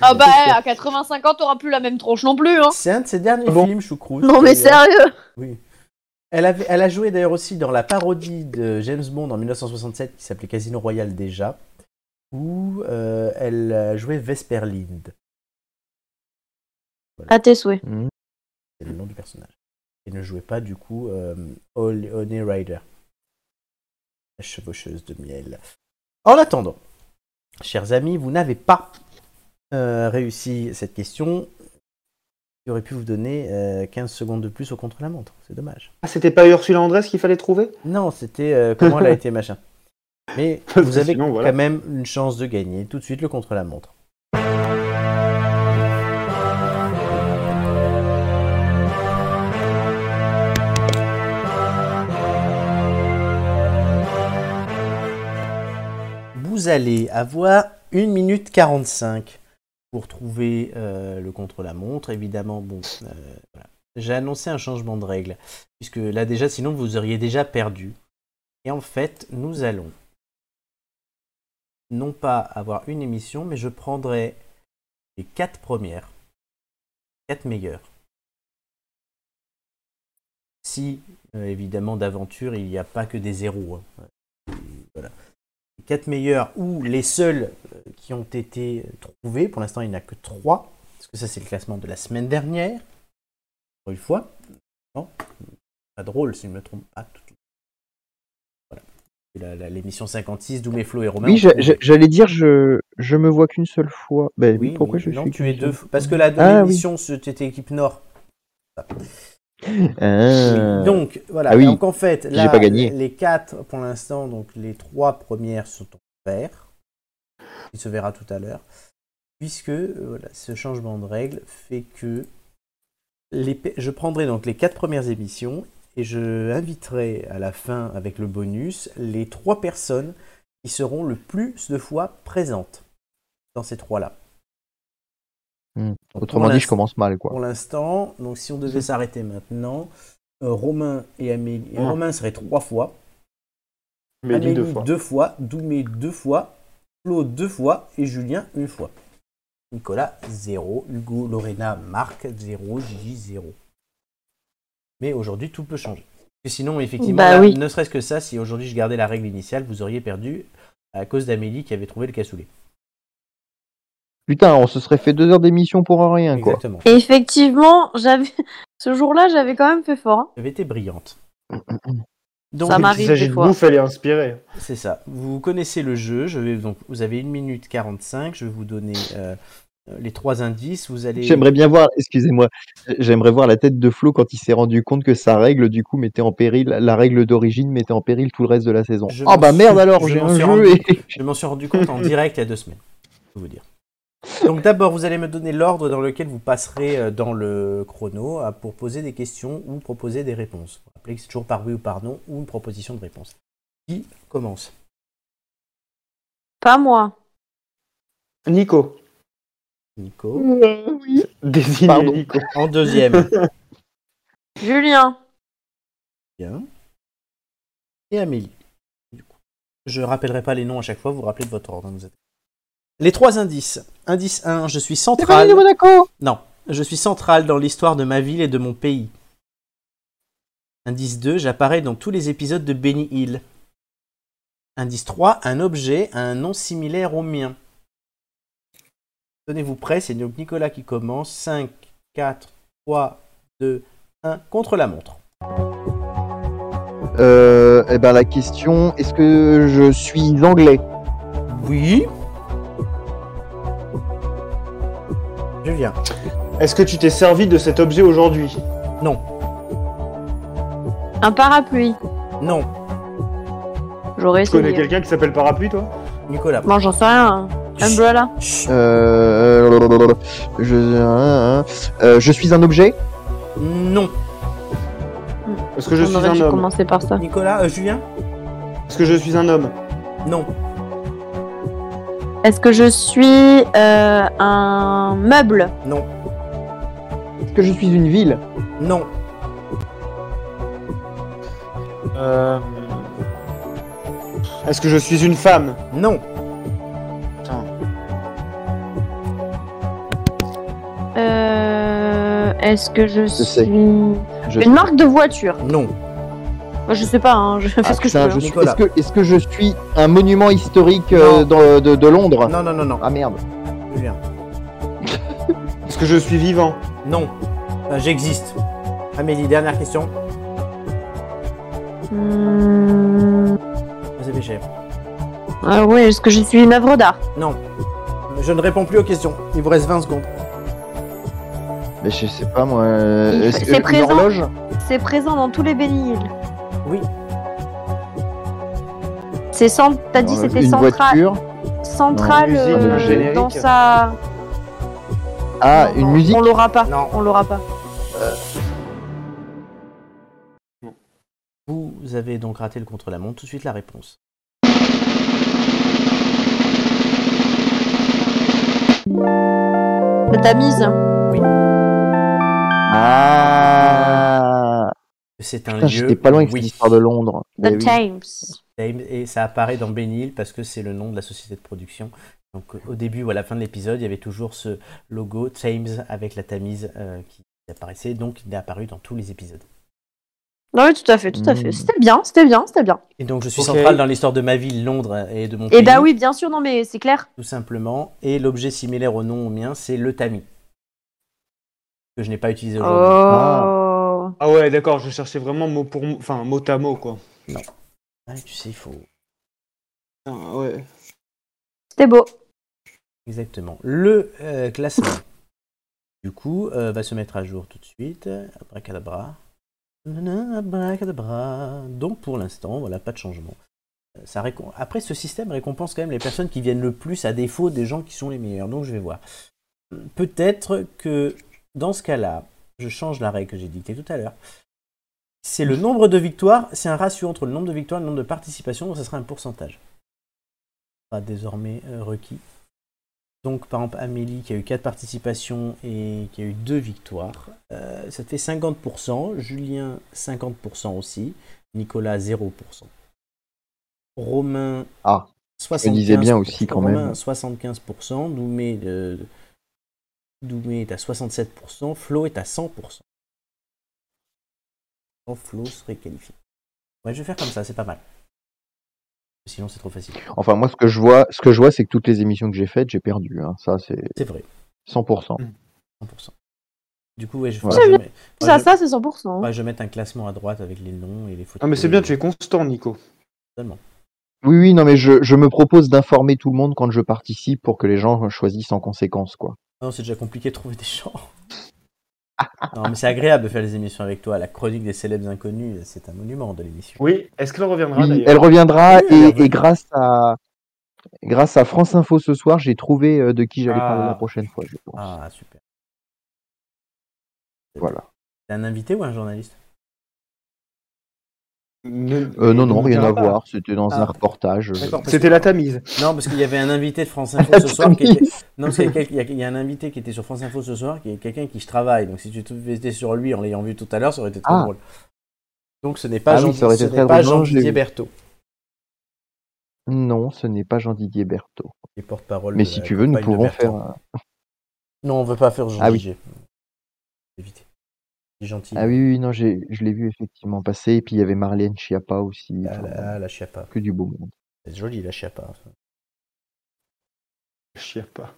[SPEAKER 3] Ah bah, eh, à 85 ans, t'auras plus la même tronche non plus, hein.
[SPEAKER 1] C'est un de ses derniers
[SPEAKER 4] Bon.
[SPEAKER 1] films, choucroute.
[SPEAKER 3] Non, mais
[SPEAKER 1] Et, euh,
[SPEAKER 3] sérieux.
[SPEAKER 1] Elle, avait- elle a joué d'ailleurs aussi dans la parodie de James Bond en 1967 qui s'appelait Casino Royale déjà, où euh, elle a joué Vesper Lind,
[SPEAKER 3] À tes souhaits.
[SPEAKER 1] c'est le nom du personnage. Et ne jouait pas du coup euh, Ol- Honey Rider, la chevaucheuse de miel. En attendant, chers amis, vous n'avez pas euh, réussi cette question qui aurait pu vous donner euh, 15 secondes de plus au contre-la-montre. C'est dommage.
[SPEAKER 4] Ah, c'était pas Ursula Andress qu'il fallait trouver
[SPEAKER 1] Non, c'était euh, comment elle a été machin. Mais
[SPEAKER 4] Parce
[SPEAKER 1] vous
[SPEAKER 4] que
[SPEAKER 1] avez
[SPEAKER 4] sinon, voilà.
[SPEAKER 1] quand même une chance de gagner tout de suite le contre-la-montre. Vous allez avoir 1 minute 45 pour trouver euh, le contre-la-montre. Évidemment, bon, euh, voilà. j'ai annoncé un changement de règle, puisque là déjà, sinon vous auriez déjà perdu. Et en fait, nous allons non pas avoir une émission, mais je prendrai les quatre premières, quatre meilleures. Si, euh, évidemment, d'aventure, il n'y a pas que des zéros. hein. Voilà. Les quatre meilleures ou les seuls euh, qui ont été euh, trouvés. Pour l'instant, il n'y en a que trois, parce que ça, c'est le classement de la semaine dernière. Encore une fois. Non. Pas drôle, si je ne me trompe pas. Tout- Voilà. La- la- L'émission 56, Doumé, Flo et Romain.
[SPEAKER 2] Oui,
[SPEAKER 1] ont
[SPEAKER 2] j'a-
[SPEAKER 1] trouvé.
[SPEAKER 2] j'a- j'allais dire, je, je me vois qu'une seule fois. Ben oui,
[SPEAKER 1] Oui,
[SPEAKER 2] pourquoi
[SPEAKER 1] mais
[SPEAKER 2] je
[SPEAKER 1] non,
[SPEAKER 2] suis.
[SPEAKER 1] tu es deux. Parce que la
[SPEAKER 2] Ah,
[SPEAKER 1] deuxième émission, c'était équipe Nord.
[SPEAKER 2] Ah.
[SPEAKER 1] Donc voilà.
[SPEAKER 2] Ah oui.
[SPEAKER 1] Donc en fait,
[SPEAKER 2] J'ai
[SPEAKER 1] là,
[SPEAKER 2] pas gagné.
[SPEAKER 1] les quatre pour l'instant, donc les trois premières sont en vert. Il se verra tout à l'heure, puisque euh, voilà, ce changement de règle fait que les pa- je prendrai donc les quatre premières émissions et je inviterai à la fin avec le bonus les trois personnes qui seront le plus de fois présentes dans ces trois-là.
[SPEAKER 2] Hmm.
[SPEAKER 1] Donc,
[SPEAKER 2] Autrement
[SPEAKER 1] pour
[SPEAKER 2] dit, je
[SPEAKER 1] l'instant-
[SPEAKER 2] commence mal, quoi.
[SPEAKER 1] pour l'instant. Donc si on devait s'arrêter maintenant, euh, Romain et Amélie. et
[SPEAKER 4] Ah.
[SPEAKER 1] Romain serait trois fois.
[SPEAKER 4] Mais
[SPEAKER 1] Amélie
[SPEAKER 4] dit deux fois.
[SPEAKER 1] Doumé deux fois. Flo deux fois. Et Julien une fois. Nicolas zéro. Hugo, Lorena, Marc zéro. Gigi zéro. Mais aujourd'hui, tout peut changer. Et sinon, effectivement,
[SPEAKER 3] Bah
[SPEAKER 1] là,
[SPEAKER 3] oui.
[SPEAKER 1] ne serait-ce que ça, si aujourd'hui je gardais la règle initiale, vous auriez perdu à cause d'Amélie qui avait trouvé le cassoulet.
[SPEAKER 2] Putain, on se serait fait deux heures d'émission pour un rien, quoi.
[SPEAKER 1] Exactement.
[SPEAKER 3] Et effectivement, j'avais ce jour-là, j'avais quand même fait fort. hein.
[SPEAKER 1] Elle avait été brillante.
[SPEAKER 3] Mm, Ça
[SPEAKER 1] Donc,
[SPEAKER 3] m'arrive
[SPEAKER 4] Il s'agit
[SPEAKER 3] des
[SPEAKER 4] de
[SPEAKER 3] fois.
[SPEAKER 4] bouffe, elle est inspirée.
[SPEAKER 1] C'est ça. Vous connaissez le jeu. Je vais donc vous avez 1 minute 45. Je vais vous donner euh, les trois indices. Vous allez.
[SPEAKER 2] J'aimerais bien voir, excusez-moi, j'aimerais voir la tête de Flo quand il s'est rendu compte que sa règle, du coup, mettait en péril, la règle d'origine mettait en péril tout le reste de la saison.
[SPEAKER 1] Je
[SPEAKER 2] Ah
[SPEAKER 1] m'en
[SPEAKER 2] bah
[SPEAKER 1] suis-
[SPEAKER 2] merde alors,
[SPEAKER 1] je
[SPEAKER 2] j'ai
[SPEAKER 1] m'en
[SPEAKER 2] un
[SPEAKER 1] suis
[SPEAKER 2] jeu
[SPEAKER 1] rendu
[SPEAKER 2] et...
[SPEAKER 1] Je m'en suis rendu compte en direct il y a deux semaines. Je vais vous dire. Donc d'abord, vous allez me donner l'ordre dans lequel vous passerez euh, dans le chrono euh, pour poser des questions ou proposer des réponses. Vous rappelez que c'est toujours par oui ou par non ou une proposition de réponse. Qui commence
[SPEAKER 3] Pas moi.
[SPEAKER 4] Nico.
[SPEAKER 2] Ah,
[SPEAKER 1] Nico.
[SPEAKER 4] Désigné
[SPEAKER 2] Pardon.
[SPEAKER 4] Nico.
[SPEAKER 1] En deuxième.
[SPEAKER 3] Julien.
[SPEAKER 1] Bien. Et Amélie. Du coup, je rappellerai pas les noms à chaque fois, vous rappelez de votre ordre. hein, vous êtes- Les trois indices. Indice 1, je suis central.
[SPEAKER 2] Monaco
[SPEAKER 1] Non, je suis central dans l'histoire de ma ville et de mon pays. Indice 2, j'apparais dans tous les épisodes de Benny Hill. Indice 3, un objet a un nom similaire au mien. Tenez-vous prêts, c'est donc Nicolas qui commence. 5, 4, 3, 2, 1, contre la montre.
[SPEAKER 2] euh, Eh ben la question, est-ce que je suis anglais
[SPEAKER 1] Oui. Je viens.
[SPEAKER 4] Est-ce que tu t'es servi de cet objet aujourd'hui
[SPEAKER 3] Un parapluie.
[SPEAKER 1] Non.
[SPEAKER 3] J'aurais
[SPEAKER 4] Tu connais
[SPEAKER 3] essayé.
[SPEAKER 4] quelqu'un qui s'appelle Parapluie, toi
[SPEAKER 1] Nicolas.
[SPEAKER 3] Bon, j'en sais rien. hein. Umbrella.
[SPEAKER 1] Chut.
[SPEAKER 2] Euh, je, euh, euh, je suis un objet
[SPEAKER 1] Non.
[SPEAKER 4] Est-ce que je
[SPEAKER 3] On
[SPEAKER 4] suis
[SPEAKER 3] aurait
[SPEAKER 4] un
[SPEAKER 3] dû
[SPEAKER 4] homme
[SPEAKER 3] commencer par ça.
[SPEAKER 1] Nicolas, euh, Julien
[SPEAKER 4] Est-ce que je suis un homme
[SPEAKER 1] Non.
[SPEAKER 3] Est-ce que je suis euh, un meuble
[SPEAKER 1] Non.
[SPEAKER 2] Est-ce que je suis une ville
[SPEAKER 1] Non.
[SPEAKER 4] Euh, Est-ce que je suis une femme
[SPEAKER 1] Non.
[SPEAKER 3] Euh, Est-ce que je,
[SPEAKER 2] sais.
[SPEAKER 3] suis une
[SPEAKER 2] je
[SPEAKER 3] marque de voiture
[SPEAKER 1] Non.
[SPEAKER 3] Moi, Je sais pas, hein, je fais
[SPEAKER 2] Ah,
[SPEAKER 3] ce que je
[SPEAKER 2] putain,
[SPEAKER 3] veux.
[SPEAKER 2] je suis-
[SPEAKER 1] Nicolas.
[SPEAKER 2] Est-ce que, est-ce que je suis un monument historique euh,
[SPEAKER 1] Non.
[SPEAKER 2] dans- de, de Londres
[SPEAKER 1] Non, non, non, non.
[SPEAKER 2] Ah merde.
[SPEAKER 1] Julien.
[SPEAKER 4] Est-ce que je suis vivant
[SPEAKER 1] Non. Enfin, J'existe. Amélie, dernière question.
[SPEAKER 3] Hmm,
[SPEAKER 1] Vous avez cher.
[SPEAKER 3] Ah ouais, est-ce que je suis une œuvre d'art
[SPEAKER 1] Je ne réponds plus aux questions. Il vous reste 20 secondes.
[SPEAKER 2] Mais je sais pas moi. euh,
[SPEAKER 3] Il-
[SPEAKER 2] Est-ce que
[SPEAKER 3] c'est
[SPEAKER 2] une
[SPEAKER 3] présent.
[SPEAKER 2] horloge
[SPEAKER 3] C'est présent dans tous les bénils.
[SPEAKER 1] Oui.
[SPEAKER 3] C'est cent... T'as dit
[SPEAKER 2] Euh,
[SPEAKER 3] c'était
[SPEAKER 2] Une
[SPEAKER 3] central,
[SPEAKER 2] voiture
[SPEAKER 3] central
[SPEAKER 4] Non,
[SPEAKER 2] musique,
[SPEAKER 3] euh,
[SPEAKER 2] le
[SPEAKER 4] générique.
[SPEAKER 3] dans sa.
[SPEAKER 2] Ah,
[SPEAKER 3] Non,
[SPEAKER 2] une musique
[SPEAKER 3] On l'aura pas.
[SPEAKER 1] Non.
[SPEAKER 3] On l'aura pas.
[SPEAKER 1] Vous avez donc raté le contre-la-montre. Tout de suite la réponse.
[SPEAKER 3] La Tamise.
[SPEAKER 2] Ah
[SPEAKER 1] C'est un
[SPEAKER 2] Putain,
[SPEAKER 1] lieu.
[SPEAKER 2] J'étais pas loin avec
[SPEAKER 1] oui.
[SPEAKER 2] cette histoire de Londres.
[SPEAKER 3] The
[SPEAKER 2] Mais Eh oui.
[SPEAKER 3] Thames.
[SPEAKER 1] Thames, et ça apparaît dans Benil parce que c'est le nom de la société de production. Donc euh, au début ou à la fin de l'épisode, il y avait toujours ce logo Thames avec la Tamise euh, qui apparaissait, donc il est apparu dans tous les épisodes.
[SPEAKER 3] Non, oui, Ah tout à fait, tout à fait.
[SPEAKER 2] Mm.
[SPEAKER 3] C'était bien, c'était bien, c'était bien.
[SPEAKER 1] Et donc je suis
[SPEAKER 4] Ok.
[SPEAKER 1] central dans l'histoire de ma ville, Londres euh, et de mon pays,
[SPEAKER 3] Et bah oui, bien sûr, non, mais c'est clair.
[SPEAKER 1] tout simplement. Et l'objet similaire au nom au mien, c'est le tamis que je n'ai pas utilisé
[SPEAKER 3] Oh.
[SPEAKER 1] aujourd'hui.
[SPEAKER 4] Ah ouais, d'accord, je cherchais vraiment mot pour mot, enfin mot à mot quoi.
[SPEAKER 1] Ouais, tu sais, il faut
[SPEAKER 4] Ah ouais.
[SPEAKER 3] C'était beau.
[SPEAKER 1] exactement. Le euh, classement, du coup, euh, va se mettre à jour tout de suite. Abracadabra. Nanana, abracadabra. Donc pour l'instant, voilà, pas de changement. Euh, Ça récom- Après, ce système récompense quand même les personnes qui viennent le plus à défaut des gens qui sont les meilleurs. Donc je vais voir. Peut-être que dans ce cas-là, je change la règle que j'ai dictée tout à l'heure. C'est le nombre de victoires, c'est un ratio entre le nombre de victoires et le nombre de participations, donc ce sera un pourcentage. Ce sera désormais euh, requis. Donc par exemple Amélie qui a eu 4 participations et qui a eu 2 victoires, euh, ça te fait 50%, Julien 50% aussi, Nicolas 0%. Romain
[SPEAKER 2] Ah,
[SPEAKER 1] 75%.
[SPEAKER 2] disais bien aussi, quand même.
[SPEAKER 1] Romain 75%, Doumé, euh, Doumé est à 67%, Flo est à 100%. Oh, Flo serait qualifié. Ouais, je vais faire comme ça, c'est pas mal. Sinon c'est trop facile.
[SPEAKER 2] Enfin, moi, ce que je vois, ce que je vois, c'est que toutes les émissions que j'ai faites, j'ai perdu. hein. Ça, c'est
[SPEAKER 1] C'est vrai,
[SPEAKER 2] 100%.
[SPEAKER 1] 100%. Du coup, ouais, je,
[SPEAKER 2] Ouais.
[SPEAKER 1] faudra que je mets-
[SPEAKER 3] ça,
[SPEAKER 1] faudra que je-
[SPEAKER 3] ça, c'est 100%.
[SPEAKER 1] faudra que je mette un classement à droite avec les noms et les photos.
[SPEAKER 4] Ah mais c'est bien, tu es constant Nico.
[SPEAKER 2] Oui, oui, non, mais je, je me propose d'informer tout le monde quand je participe pour que les gens choisissent en conséquence, quoi.
[SPEAKER 1] Non, c'est déjà compliqué de trouver des gens. non, mais c'est agréable de faire les émissions avec toi. La chronique des célèbres inconnus, c'est un monument de l'émission.
[SPEAKER 4] Oui, est-ce qu'elle reviendra
[SPEAKER 2] Oui,
[SPEAKER 4] d'ailleurs
[SPEAKER 2] elle reviendra
[SPEAKER 1] Ah, Oui, elle est
[SPEAKER 2] et,
[SPEAKER 1] revenue.
[SPEAKER 2] et grâce à grâce à France Info ce soir, j'ai trouvé euh, de qui j'allais parler
[SPEAKER 4] Ah.
[SPEAKER 2] la prochaine fois, je pense.
[SPEAKER 1] Ah, super.
[SPEAKER 2] Voilà.
[SPEAKER 1] T'es un invité ou un journaliste
[SPEAKER 2] Euh, non, non, rien à
[SPEAKER 4] pas.
[SPEAKER 2] voir. C'était dans
[SPEAKER 1] Ah.
[SPEAKER 2] un reportage. euh,
[SPEAKER 1] D'accord, parce
[SPEAKER 4] C'était la tamise.
[SPEAKER 1] que- Non, parce qu'il y avait un invité de France Info ce soir qui était... Non, parce qu'il y a quel- il y, a- il y a un invité qui était sur France Info ce soir, qui est quelqu'un qui je travaille. Donc si tu te faisais sur lui en l'ayant vu tout à l'heure, ça aurait été très
[SPEAKER 2] Ah.
[SPEAKER 1] drôle. Donc ce n'est pas
[SPEAKER 2] Ah oui,
[SPEAKER 1] Jean,
[SPEAKER 2] ça aurait été
[SPEAKER 1] ce
[SPEAKER 2] très
[SPEAKER 1] n'est
[SPEAKER 2] drôle.
[SPEAKER 1] pas
[SPEAKER 2] Non,
[SPEAKER 1] Jean
[SPEAKER 2] je l'ai
[SPEAKER 1] Didier
[SPEAKER 2] vu.
[SPEAKER 1] Berthaud,
[SPEAKER 2] Non, ce n'est pas Jean-Didier Berthaud.
[SPEAKER 1] qui est porte-parole.
[SPEAKER 2] Mais
[SPEAKER 1] de
[SPEAKER 2] si
[SPEAKER 1] la
[SPEAKER 2] tu veux, nous
[SPEAKER 1] campagne de
[SPEAKER 2] pouvons
[SPEAKER 1] Bertrand.
[SPEAKER 2] faire. un-
[SPEAKER 1] Non, on veut pas faire Jean
[SPEAKER 2] Ah oui.
[SPEAKER 1] Didier. Éviter. C'est gentil.
[SPEAKER 2] Ah oui, oui, non, j'ai- je l'ai vu effectivement passer. Et puis il y avait Marlène Schiappa aussi.
[SPEAKER 1] Ah,
[SPEAKER 2] Enfin,
[SPEAKER 1] la, la chiappa.
[SPEAKER 2] Que du beau monde.
[SPEAKER 1] C'est joli la chiappa.
[SPEAKER 4] Je sais pas.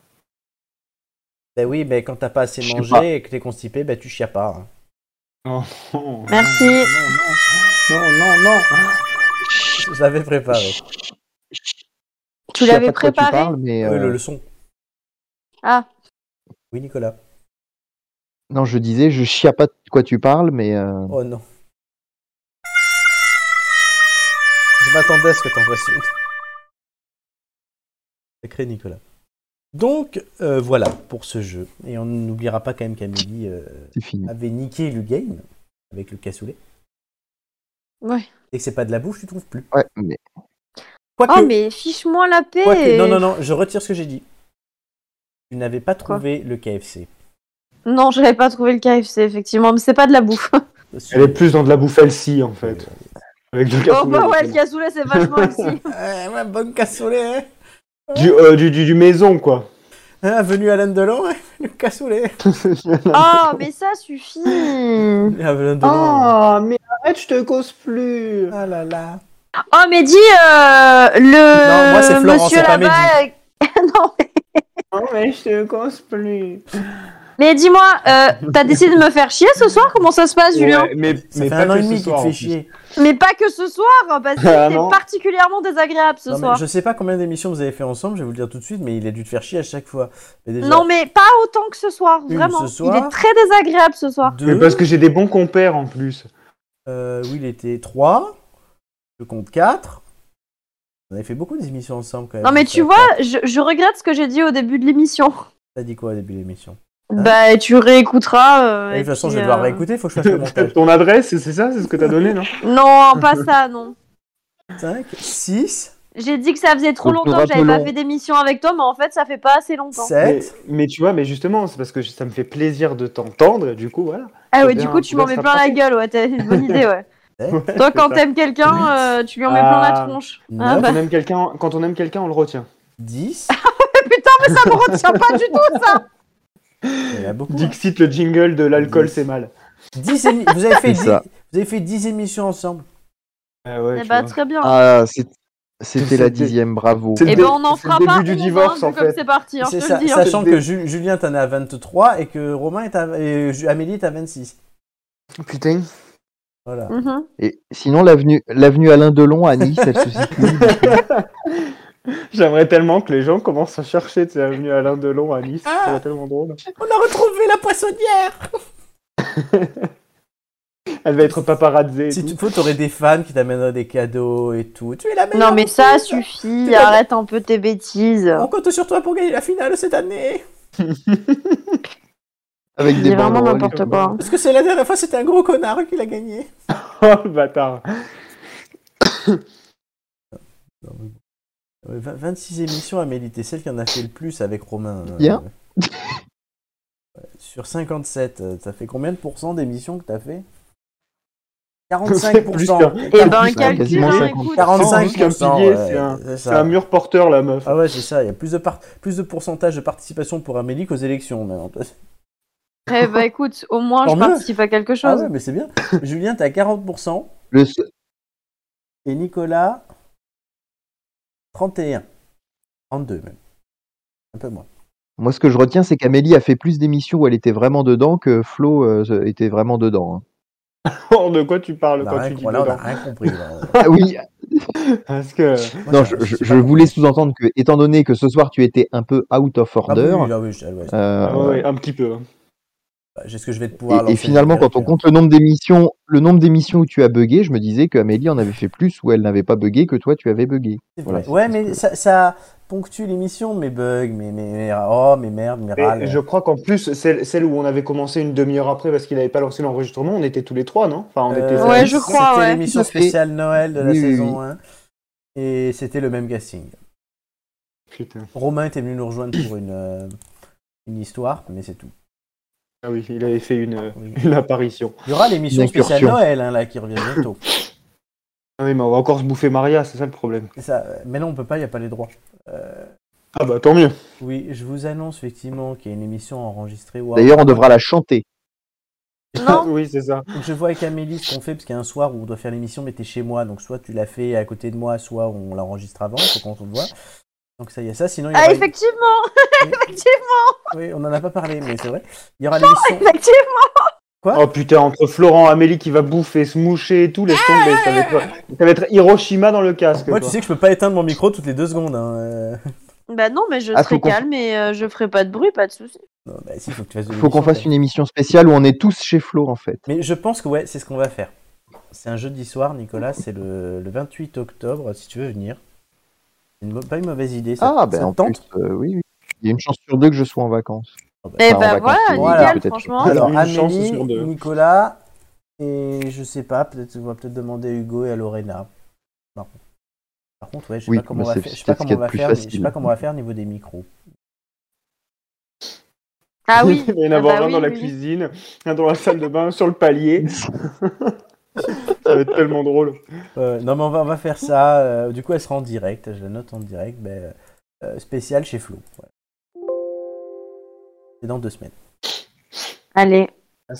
[SPEAKER 1] Ben oui, mais quand t'as pas assez
[SPEAKER 2] Je sais
[SPEAKER 1] mangé
[SPEAKER 2] pas.
[SPEAKER 1] et que t'es constipé, ben tu chias pas. hein.
[SPEAKER 4] Non,
[SPEAKER 3] Merci.
[SPEAKER 4] non, non, non.
[SPEAKER 1] Je l'avais préparé.
[SPEAKER 2] Je
[SPEAKER 3] Tu
[SPEAKER 2] sais
[SPEAKER 3] l'avais
[SPEAKER 2] pas de quoi
[SPEAKER 3] préparé
[SPEAKER 2] tu parles, mais,
[SPEAKER 1] Oui,
[SPEAKER 2] euh,
[SPEAKER 1] le leçon.
[SPEAKER 3] Ah.
[SPEAKER 1] Oui, Nicolas.
[SPEAKER 2] Non, je disais, je chia pas de quoi tu parles, mais euh,
[SPEAKER 1] Oh non. Je m'attendais à ce que t'en fasses une. Sacré Nicolas. Donc, euh, voilà pour ce jeu. Et on n'oubliera pas quand même qu'Amélie euh,
[SPEAKER 2] C'est fini.
[SPEAKER 1] avait niqué le game avec le cassoulet.
[SPEAKER 3] Ouais.
[SPEAKER 1] Et que c'est pas de la bouche, tu trouves plus.
[SPEAKER 2] Ouais, mais
[SPEAKER 1] Quoique,
[SPEAKER 3] Oh, mais fiche-moi la paix.
[SPEAKER 1] quoique- non, non, non, je retire ce que j'ai dit. Tu n'avais pas
[SPEAKER 3] Quoi
[SPEAKER 1] trouvé le KFC.
[SPEAKER 3] Non, je n'avais pas trouvé le KFC, effectivement, mais c'est pas de la bouffe.
[SPEAKER 4] Elle est plus dans de la bouffelcie, en fait. Avec du
[SPEAKER 3] Oh, bah ouais, le
[SPEAKER 4] cassoulet.
[SPEAKER 3] cassoulet, c'est vachement aussi.
[SPEAKER 1] Euh, ouais, bonne cassoulet, hein.
[SPEAKER 4] Du, euh, du, du, du maison, quoi.
[SPEAKER 1] Hein, Venu Alain Delon, hein, le cassoulet.
[SPEAKER 3] Oh, mais ça suffit. Oh,
[SPEAKER 1] Alain Delon.
[SPEAKER 4] Ah,
[SPEAKER 6] Oh, mais arrête, je te cause plus.
[SPEAKER 1] Ah là là.
[SPEAKER 3] Oh, mais dis, euh, le
[SPEAKER 1] Non, moi, c'est Florent,
[SPEAKER 3] monsieur
[SPEAKER 1] c'est pas
[SPEAKER 3] là-bas. euh, non, mais,
[SPEAKER 6] Non, mais je te cause plus.
[SPEAKER 3] mais dis-moi, euh, t'as décidé de me faire chier ce soir Comment ça se passe, Julien
[SPEAKER 4] Ouais, mais
[SPEAKER 1] Ça
[SPEAKER 4] mais
[SPEAKER 1] fait
[SPEAKER 4] pas
[SPEAKER 1] un an
[SPEAKER 4] que
[SPEAKER 1] et
[SPEAKER 4] ce
[SPEAKER 1] demi qu'il
[SPEAKER 4] soir,
[SPEAKER 1] te
[SPEAKER 4] en
[SPEAKER 1] fait
[SPEAKER 4] plus.
[SPEAKER 1] chier.
[SPEAKER 3] Mais pas que ce soir, hein, parce que
[SPEAKER 4] Ah,
[SPEAKER 3] c'est
[SPEAKER 4] non.
[SPEAKER 3] particulièrement désagréable ce
[SPEAKER 1] Non, mais
[SPEAKER 3] soir.
[SPEAKER 1] je sais pas combien d'émissions vous avez fait ensemble, je vais vous le dire tout de suite, mais il a dû te faire chier à chaque fois. Mais déjà,
[SPEAKER 3] Non, mais pas autant que ce soir,
[SPEAKER 1] Une
[SPEAKER 3] vraiment.
[SPEAKER 1] ce soir.
[SPEAKER 3] Il est très désagréable ce soir.
[SPEAKER 1] deux,
[SPEAKER 4] Mais parce que j'ai des bons compères en plus.
[SPEAKER 1] euh, oui, il était trois, je compte quatre. On avait fait beaucoup d'émissions ensemble quand même.
[SPEAKER 3] Non, mais
[SPEAKER 1] Ça,
[SPEAKER 3] tu vois, je, je regrette ce que j'ai dit au début de l'émission.
[SPEAKER 1] T'as dit quoi au début de l'émission
[SPEAKER 3] Bah, tu réécouteras. euh,
[SPEAKER 1] Et Ah. De toute
[SPEAKER 3] et
[SPEAKER 1] façon,
[SPEAKER 3] puis,
[SPEAKER 1] je vais devoir
[SPEAKER 3] euh,
[SPEAKER 1] réécouter, faut que je fasse le montage.
[SPEAKER 4] Ton adresse, c'est c'est ça C'est ce que t'as donné, non
[SPEAKER 3] Non, pas ça, non.
[SPEAKER 1] 5, 6,
[SPEAKER 3] J'ai dit que ça faisait trop
[SPEAKER 4] Nous
[SPEAKER 3] longtemps que j'avais pas
[SPEAKER 4] rappelons.
[SPEAKER 3] fait d'émission avec toi, mais en fait, ça fait pas assez longtemps.
[SPEAKER 4] mais,
[SPEAKER 1] 7.
[SPEAKER 4] mais tu vois, mais justement, c'est parce que ça me fait plaisir de t'entendre, et du coup, voilà.
[SPEAKER 3] Ah ouais,
[SPEAKER 4] bien,
[SPEAKER 3] du coup, tu
[SPEAKER 4] on
[SPEAKER 3] m'en
[SPEAKER 4] doit
[SPEAKER 3] mets plein la
[SPEAKER 4] s'approcher.
[SPEAKER 3] gueule, ouais, t'as une bonne idée, ouais.
[SPEAKER 1] Ouais,
[SPEAKER 3] Toi, quand t'aimes quelqu'un, euh, tu lui en mets plein la
[SPEAKER 4] Ah.
[SPEAKER 3] tronche. Ah
[SPEAKER 1] neuf,
[SPEAKER 3] bah
[SPEAKER 4] Quand on aime quelqu'un, quand on aime quelqu'un, on le retient.
[SPEAKER 1] 10.
[SPEAKER 3] putain, mais ça me retient pas du tout
[SPEAKER 1] Il y en a
[SPEAKER 3] Ah.
[SPEAKER 1] beaucoup. hein.
[SPEAKER 4] Dixit, le jingle de l'alcool,
[SPEAKER 1] Dix.
[SPEAKER 4] c'est mal.
[SPEAKER 1] 10 émi- Vous avez fait
[SPEAKER 2] C'est
[SPEAKER 1] 10
[SPEAKER 2] ça.
[SPEAKER 1] vous avez fait 10 émissions ensemble.
[SPEAKER 4] Ah ouais,
[SPEAKER 3] Eh
[SPEAKER 4] tu
[SPEAKER 3] bah,
[SPEAKER 4] vois.
[SPEAKER 3] très bien.
[SPEAKER 2] ah, c'est- c'était la
[SPEAKER 4] C'est-
[SPEAKER 2] dixième, bravo.
[SPEAKER 4] c'est-
[SPEAKER 3] Et ben, on en
[SPEAKER 4] c'est le
[SPEAKER 3] fera pas.
[SPEAKER 4] début du
[SPEAKER 3] on en
[SPEAKER 4] divorce,
[SPEAKER 3] parle
[SPEAKER 4] en
[SPEAKER 3] comme
[SPEAKER 4] fait.
[SPEAKER 3] c'est parti, hein, je
[SPEAKER 1] C'est
[SPEAKER 3] te
[SPEAKER 1] ça,
[SPEAKER 3] le dis. hein.
[SPEAKER 1] sachant
[SPEAKER 4] C'est
[SPEAKER 1] que
[SPEAKER 4] des-
[SPEAKER 1] Ju- Julien t'en as 23 et que Romain est à- et Ju- Amélie est à 26.
[SPEAKER 4] Oh, Putain.
[SPEAKER 1] Voilà.
[SPEAKER 3] Mhm.
[SPEAKER 2] Et sinon, l'avenue, l'avenue Alain Delon à Nice, elle se situe.
[SPEAKER 4] J'aimerais tellement que les gens commencent à chercher, tu sais, avenue Alain Delon à Nice.
[SPEAKER 1] Ah.
[SPEAKER 4] C'est tellement drôle.
[SPEAKER 1] On a retrouvé la poissonnière
[SPEAKER 4] Elle va être paparazzée. et
[SPEAKER 1] Si
[SPEAKER 4] tout.
[SPEAKER 1] tu peux, t'aurais des fans qui t'amèneraient des cadeaux et tout. Tu es la meilleure
[SPEAKER 3] Non, mais
[SPEAKER 1] en
[SPEAKER 3] ça
[SPEAKER 1] plus.
[SPEAKER 3] suffit, hein. arrête un peu tes bêtises.
[SPEAKER 1] On compte sur toi pour gagner la finale cette année
[SPEAKER 2] Avec
[SPEAKER 3] C'est
[SPEAKER 2] des
[SPEAKER 3] vraiment
[SPEAKER 2] banderoles et
[SPEAKER 3] n'importe
[SPEAKER 2] tout.
[SPEAKER 3] quoi.
[SPEAKER 1] Parce que c'est la dernière fois, c'était un gros connard qui l'a gagné.
[SPEAKER 4] Oh le bâtard.
[SPEAKER 1] Non, mais bon. Ouais, vingt- 26 émissions, Amélie, t'es celle qui en a fait le plus avec Romain. euh,
[SPEAKER 2] Bien.
[SPEAKER 1] ouais. Sur 57, euh, ça fait combien de pourcents d'émissions que t'as fait 45
[SPEAKER 4] Plus qu'un.
[SPEAKER 3] Et ben,
[SPEAKER 2] plus, ouais,
[SPEAKER 3] calcul,
[SPEAKER 2] quasiment
[SPEAKER 3] hein,
[SPEAKER 2] 50.
[SPEAKER 3] écoute.
[SPEAKER 1] 45
[SPEAKER 4] Plus qu'un pilier, c'est un-
[SPEAKER 1] ouais,
[SPEAKER 4] C'est un
[SPEAKER 1] ça.
[SPEAKER 4] mur porteur, la meuf.
[SPEAKER 1] Ah ouais, c'est ça. Il y a plus de, par- plus de pourcentage de participation pour Amélie qu'aux élections maintenant.
[SPEAKER 3] Eh bah, écoute, au moins,
[SPEAKER 1] Tant
[SPEAKER 3] je
[SPEAKER 1] mieux.
[SPEAKER 3] participe à quelque
[SPEAKER 1] Ah
[SPEAKER 3] chose.
[SPEAKER 1] ouais, mais c'est bien. Julien, t'es à 40%
[SPEAKER 2] Le seul-
[SPEAKER 1] et Nicolas, 31. 32 même. Un peu moins.
[SPEAKER 2] Moi, ce que je retiens, c'est qu'Amélie a fait plus d'émissions où elle était vraiment dedans que Flo euh, était vraiment dedans. hein.
[SPEAKER 4] Oh, de quoi tu parles
[SPEAKER 1] On a
[SPEAKER 4] quand
[SPEAKER 1] rien
[SPEAKER 4] tu dis
[SPEAKER 1] com- là, on a
[SPEAKER 4] dedans
[SPEAKER 1] rien compris. là.
[SPEAKER 2] Ah oui,
[SPEAKER 4] Parce que.
[SPEAKER 1] Moi, ça-
[SPEAKER 2] non, je, je-
[SPEAKER 1] sais
[SPEAKER 2] je
[SPEAKER 1] pas.
[SPEAKER 2] voulais sous-entendre que, étant donné que ce soir tu étais un peu out of
[SPEAKER 1] Ah oui,
[SPEAKER 2] order,
[SPEAKER 1] ah oui, je- ah ouais,
[SPEAKER 2] euh,
[SPEAKER 4] Ah ouais, un petit peu. hein.
[SPEAKER 1] Bah, J'ai ce que je vais te pouvoir.
[SPEAKER 2] et, et
[SPEAKER 1] lancer
[SPEAKER 2] finalement,
[SPEAKER 1] derrière,
[SPEAKER 2] quand on
[SPEAKER 1] tu vois.
[SPEAKER 2] compte le nombre d'émissions, le nombre d'émissions où tu as bugué, je me disais que Amélie en avait fait plus où elle n'avait pas bugué que toi tu avais bugué.
[SPEAKER 1] C'est
[SPEAKER 2] Voilà,
[SPEAKER 1] vrai.
[SPEAKER 2] c'est
[SPEAKER 1] ouais,
[SPEAKER 2] parce
[SPEAKER 1] mais
[SPEAKER 2] que-
[SPEAKER 1] ça, ça ponctue l'émission, mes bugs, mes, mes, mes- oh, mes merdes, mes
[SPEAKER 4] Mais
[SPEAKER 1] râles.
[SPEAKER 4] je crois qu'en plus, celle, celle où on avait commencé une demi-heure après parce qu'il n'avait pas lancé l'enregistrement, on était tous les trois, non Enfin, on
[SPEAKER 1] Euh,
[SPEAKER 4] était.
[SPEAKER 3] Ouais, je crois,
[SPEAKER 1] C'était
[SPEAKER 3] ouais.
[SPEAKER 1] l'émission
[SPEAKER 2] Tout à fait.
[SPEAKER 1] spéciale Noël de la
[SPEAKER 2] Oui, oui,
[SPEAKER 1] saison
[SPEAKER 2] oui.
[SPEAKER 1] 1. Et c'était le même casting.
[SPEAKER 4] Putain.
[SPEAKER 1] Romain était venu nous rejoindre pour une, euh, une histoire, mais c'est tout.
[SPEAKER 4] Ah oui, il avait fait une, euh,
[SPEAKER 1] Oui.
[SPEAKER 4] une apparition.
[SPEAKER 1] Il y aura l'émission
[SPEAKER 2] Une
[SPEAKER 1] spéciale
[SPEAKER 2] incursion.
[SPEAKER 1] Noël hein, là, qui revient bientôt.
[SPEAKER 4] Ah oui, mais on va encore se bouffer Maria, c'est ça le problème.
[SPEAKER 1] C'est ça. euh, Mais non, on peut pas, il n'y a pas les droits. Euh,
[SPEAKER 4] Ah bah tant mieux.
[SPEAKER 1] oui, je vous annonce effectivement qu'il y a une émission enregistrée. Waouh.
[SPEAKER 2] D'ailleurs, on devra la chanter.
[SPEAKER 3] Non.
[SPEAKER 4] oui, c'est ça.
[SPEAKER 1] Donc, je vois avec Amélie ce qu'on fait, parce qu'il y a un soir où on doit faire l'émission, mais t'es chez moi, donc soit tu l'as fait à côté de moi, soit on l'enregistre avant, il faut qu'on te voit. Donc ça, il y a ça, sinon il y aura
[SPEAKER 3] Ah,
[SPEAKER 1] une-
[SPEAKER 3] effectivement, effectivement,
[SPEAKER 1] Oui, on en a pas parlé, mais c'est vrai. Il y aura l'émission...
[SPEAKER 3] effectivement.
[SPEAKER 4] Oh putain, entre Florent, Amélie qui va bouffer, se moucher et tout,
[SPEAKER 3] Ah,
[SPEAKER 4] laisse tomber. Ça va être, ça va être Hiroshima dans le casque.
[SPEAKER 1] Moi, tu
[SPEAKER 4] quoi.
[SPEAKER 1] sais que je peux pas éteindre mon micro toutes les deux secondes. Hein. euh.
[SPEAKER 3] Bah non, mais je
[SPEAKER 2] Ah,
[SPEAKER 3] serai
[SPEAKER 2] faut qu'on-
[SPEAKER 3] calme et euh, je ferai pas de bruit, pas de soucis.
[SPEAKER 1] Non, bah, si, faut que tu fasses de
[SPEAKER 2] Il faut qu'on
[SPEAKER 1] l'émission,
[SPEAKER 2] fasse
[SPEAKER 1] quoi.
[SPEAKER 2] une émission spéciale où on est tous chez Flo en fait.
[SPEAKER 1] Mais je pense que ouais, c'est ce qu'on va faire. C'est un jeudi soir, Nicolas, c'est le, le 28 octobre, si tu veux venir. C'est une mo- pas une mauvaise idée, ça,
[SPEAKER 2] Ah,
[SPEAKER 1] ça
[SPEAKER 2] ben en
[SPEAKER 1] te tente
[SPEAKER 2] plus, euh, oui, oui. Il y a une chance sur deux que je sois en vacances.
[SPEAKER 3] Eh
[SPEAKER 2] Enfin, en
[SPEAKER 3] ben
[SPEAKER 2] vacances,
[SPEAKER 3] voilà,
[SPEAKER 2] oui,
[SPEAKER 1] voilà,
[SPEAKER 3] nickel,
[SPEAKER 2] peut-être.
[SPEAKER 3] franchement.
[SPEAKER 4] Ah,
[SPEAKER 1] Alors,
[SPEAKER 4] une chance
[SPEAKER 1] Amélie,
[SPEAKER 4] sur deux.
[SPEAKER 1] Nicolas, et je sais pas, peut-être on va peut-être demander à Hugo et à Lorena. Par contre- Par contre, ouais, je sais
[SPEAKER 2] Oui,
[SPEAKER 1] pas comment
[SPEAKER 2] mais
[SPEAKER 1] on va
[SPEAKER 2] c'est
[SPEAKER 1] faire. Je sais pas
[SPEAKER 2] peut-être ce
[SPEAKER 1] comment
[SPEAKER 2] qu'il y a
[SPEAKER 1] on
[SPEAKER 2] de
[SPEAKER 1] va
[SPEAKER 2] plus
[SPEAKER 1] faire. mais Je sais
[SPEAKER 2] facile.
[SPEAKER 1] pas comment on va faire au niveau des micros.
[SPEAKER 3] Ah oui.
[SPEAKER 4] Il va y en
[SPEAKER 3] ah
[SPEAKER 4] avoir
[SPEAKER 3] bah
[SPEAKER 4] un
[SPEAKER 3] oui,
[SPEAKER 4] dans la
[SPEAKER 3] oui, oui.
[SPEAKER 4] cuisine, un dans la salle de bain, sur le palier. ça va être tellement drôle.
[SPEAKER 1] Euh, non, mais on va, on va faire ça. euh, du coup, elle sera en direct. Je la note en direct. Ben, euh, spécial chez Flo. Voilà. C'est dans deux semaines.
[SPEAKER 3] Allez.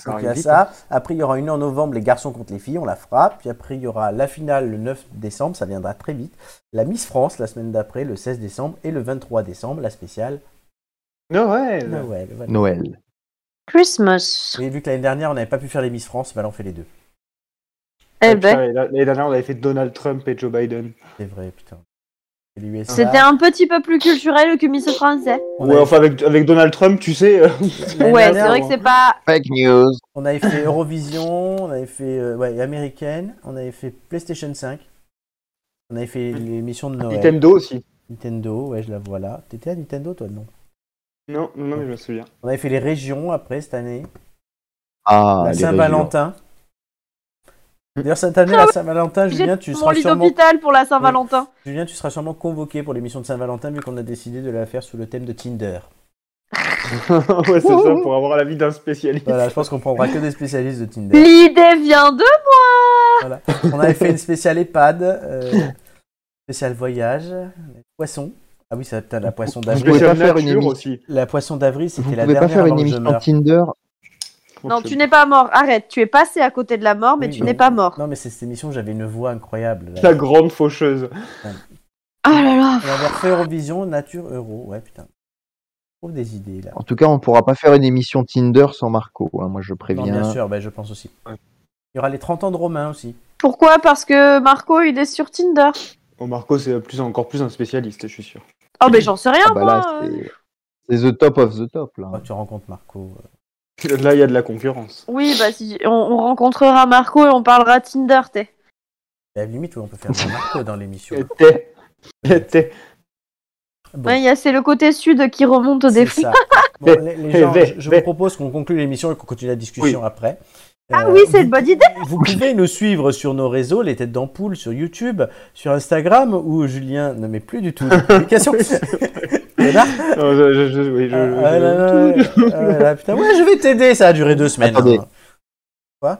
[SPEAKER 1] Donc, il y a ça. Après, il y aura une en novembre, les garçons contre les filles, on la fera. Puis après, il y aura la finale le 9 décembre, ça viendra très vite. La Miss France la semaine d'après, le 16 décembre. Et le 23 décembre, la spéciale
[SPEAKER 3] Ah
[SPEAKER 4] Noël.
[SPEAKER 1] Noël. Voilà.
[SPEAKER 2] Noël.
[SPEAKER 3] Christmas.
[SPEAKER 1] Oui, vu que l'année dernière, on n'avait pas pu faire les Miss France, ben, là, on fait les deux.
[SPEAKER 3] Eh
[SPEAKER 4] Ah, putain,
[SPEAKER 3] ben,
[SPEAKER 4] L'année l'année dernière, on avait fait Donald Trump et Joe Biden.
[SPEAKER 1] C'est vrai, putain. Et l'USA,
[SPEAKER 3] c'était un petit peu plus culturel que Miss Français.
[SPEAKER 2] Eh
[SPEAKER 1] on
[SPEAKER 4] ouais,
[SPEAKER 1] avait- Ah
[SPEAKER 4] enfin, avec, avec Donald Trump, tu sais. euh,
[SPEAKER 1] l'année
[SPEAKER 3] Ouais, c'est
[SPEAKER 1] dernière,
[SPEAKER 3] vrai que
[SPEAKER 1] on-
[SPEAKER 3] c'est pas.
[SPEAKER 2] Fake news.
[SPEAKER 1] On avait fait Eurovision, on avait fait euh, ouais, américaine, on avait fait PlayStation 5, on avait fait l'émission de Noël.
[SPEAKER 4] Nintendo aussi.
[SPEAKER 1] Nintendo, ouais, je la vois là. T'étais à Nintendo, toi, non
[SPEAKER 4] Non, non, mais je me souviens.
[SPEAKER 1] On avait fait les régions après cette année.
[SPEAKER 2] Ah,
[SPEAKER 1] la
[SPEAKER 2] les
[SPEAKER 1] Saint-Valentin. D'ailleurs, cette année, la Saint-Valentin,
[SPEAKER 3] Ah J'ai
[SPEAKER 1] Ah, Julien tu,
[SPEAKER 3] mon
[SPEAKER 1] seras
[SPEAKER 3] lit
[SPEAKER 1] sûrement,
[SPEAKER 3] d'hôpital pour la Saint-Valentin.
[SPEAKER 1] Julien, tu seras sûrement convoqué pour l'émission de Saint-Valentin, vu qu'on a décidé de la faire sous le thème de Tinder.
[SPEAKER 4] ouais, c'est ça, pour avoir la vie d'un spécialiste.
[SPEAKER 1] Voilà, je pense qu'on prendra que des spécialistes de Tinder.
[SPEAKER 3] L'idée vient de.
[SPEAKER 1] On avait fait une spéciale EHPAD, euh, spéciale voyage, poisson. Ah oui, ça, putain, la poisson
[SPEAKER 2] Vous
[SPEAKER 1] d'avril.
[SPEAKER 2] pouvez pas
[SPEAKER 4] Spécial
[SPEAKER 2] faire une
[SPEAKER 4] nature
[SPEAKER 2] émission.
[SPEAKER 4] aussi.
[SPEAKER 1] La poisson d'avril,
[SPEAKER 2] Vous
[SPEAKER 1] c'était la
[SPEAKER 2] pouvez
[SPEAKER 1] dernière
[SPEAKER 2] pas faire
[SPEAKER 1] avant
[SPEAKER 2] une
[SPEAKER 1] que je
[SPEAKER 2] émission
[SPEAKER 1] meure.
[SPEAKER 2] Tinder.
[SPEAKER 3] Non, tu n'es pas mort. Arrête, tu es passé à côté de la mort, mais
[SPEAKER 1] Oui,
[SPEAKER 3] tu
[SPEAKER 1] non.
[SPEAKER 3] n'es pas mort.
[SPEAKER 1] Non, mais c'est cette émission, j'avais une voix incroyable. là.
[SPEAKER 4] La grande faucheuse.
[SPEAKER 3] Oh là là.
[SPEAKER 1] On avait refait Eurovision, Nature, Euro. Ouais, putain. Je trouve des idées, là.
[SPEAKER 2] En tout cas, on pourra pas faire une émission Tinder sans Marco. hein, moi, je
[SPEAKER 1] Non,
[SPEAKER 2] préviens.
[SPEAKER 1] bien sûr, bah, je pense aussi.
[SPEAKER 4] Ouais.
[SPEAKER 1] Il y aura les 30 ans de Romain aussi.
[SPEAKER 3] Pourquoi Parce que Marco, il est sur Tinder.
[SPEAKER 4] Oh, Marco, c'est plus, encore plus un spécialiste, je suis sûr.
[SPEAKER 3] Oh, mais j'en sais rien,
[SPEAKER 2] Ah bah
[SPEAKER 3] moi.
[SPEAKER 2] là,
[SPEAKER 3] euh.
[SPEAKER 2] c'est- c'est the top of the top là.
[SPEAKER 1] Quand Oh, tu rencontres Marco. euh,
[SPEAKER 4] Là, il y a de la concurrence.
[SPEAKER 3] Oui, bah si on, on rencontrera Marco et on parlera Tinder, t'es.
[SPEAKER 1] À la limite, oui, on peut faire un Marco dans l'émission.
[SPEAKER 4] Était. Était.
[SPEAKER 1] Bon,
[SPEAKER 3] Ouais, il y a- c'est le côté sud qui remonte
[SPEAKER 1] c'est
[SPEAKER 3] des flics.
[SPEAKER 1] ça. Bon, les,
[SPEAKER 2] Eh,
[SPEAKER 1] les gens,
[SPEAKER 4] Vais,
[SPEAKER 1] je, je
[SPEAKER 4] vais.
[SPEAKER 1] vous propose qu'on conclue l'émission et qu'on continue la discussion après.
[SPEAKER 3] Ah
[SPEAKER 1] Euh,
[SPEAKER 3] oui, c'est une bonne idée.
[SPEAKER 1] Vous pouvez nous suivre sur nos réseaux, les têtes d'ampoule, sur YouTube, sur Instagram, où Julien ne met plus du tout de publication. Connard.
[SPEAKER 4] Non, je- je- je- oui, je-
[SPEAKER 1] Ah, là, là,
[SPEAKER 4] je-
[SPEAKER 1] là, là, là, putain, ouais, je vais t'aider, ça a duré deux semaines.
[SPEAKER 2] Attendez.
[SPEAKER 1] hein.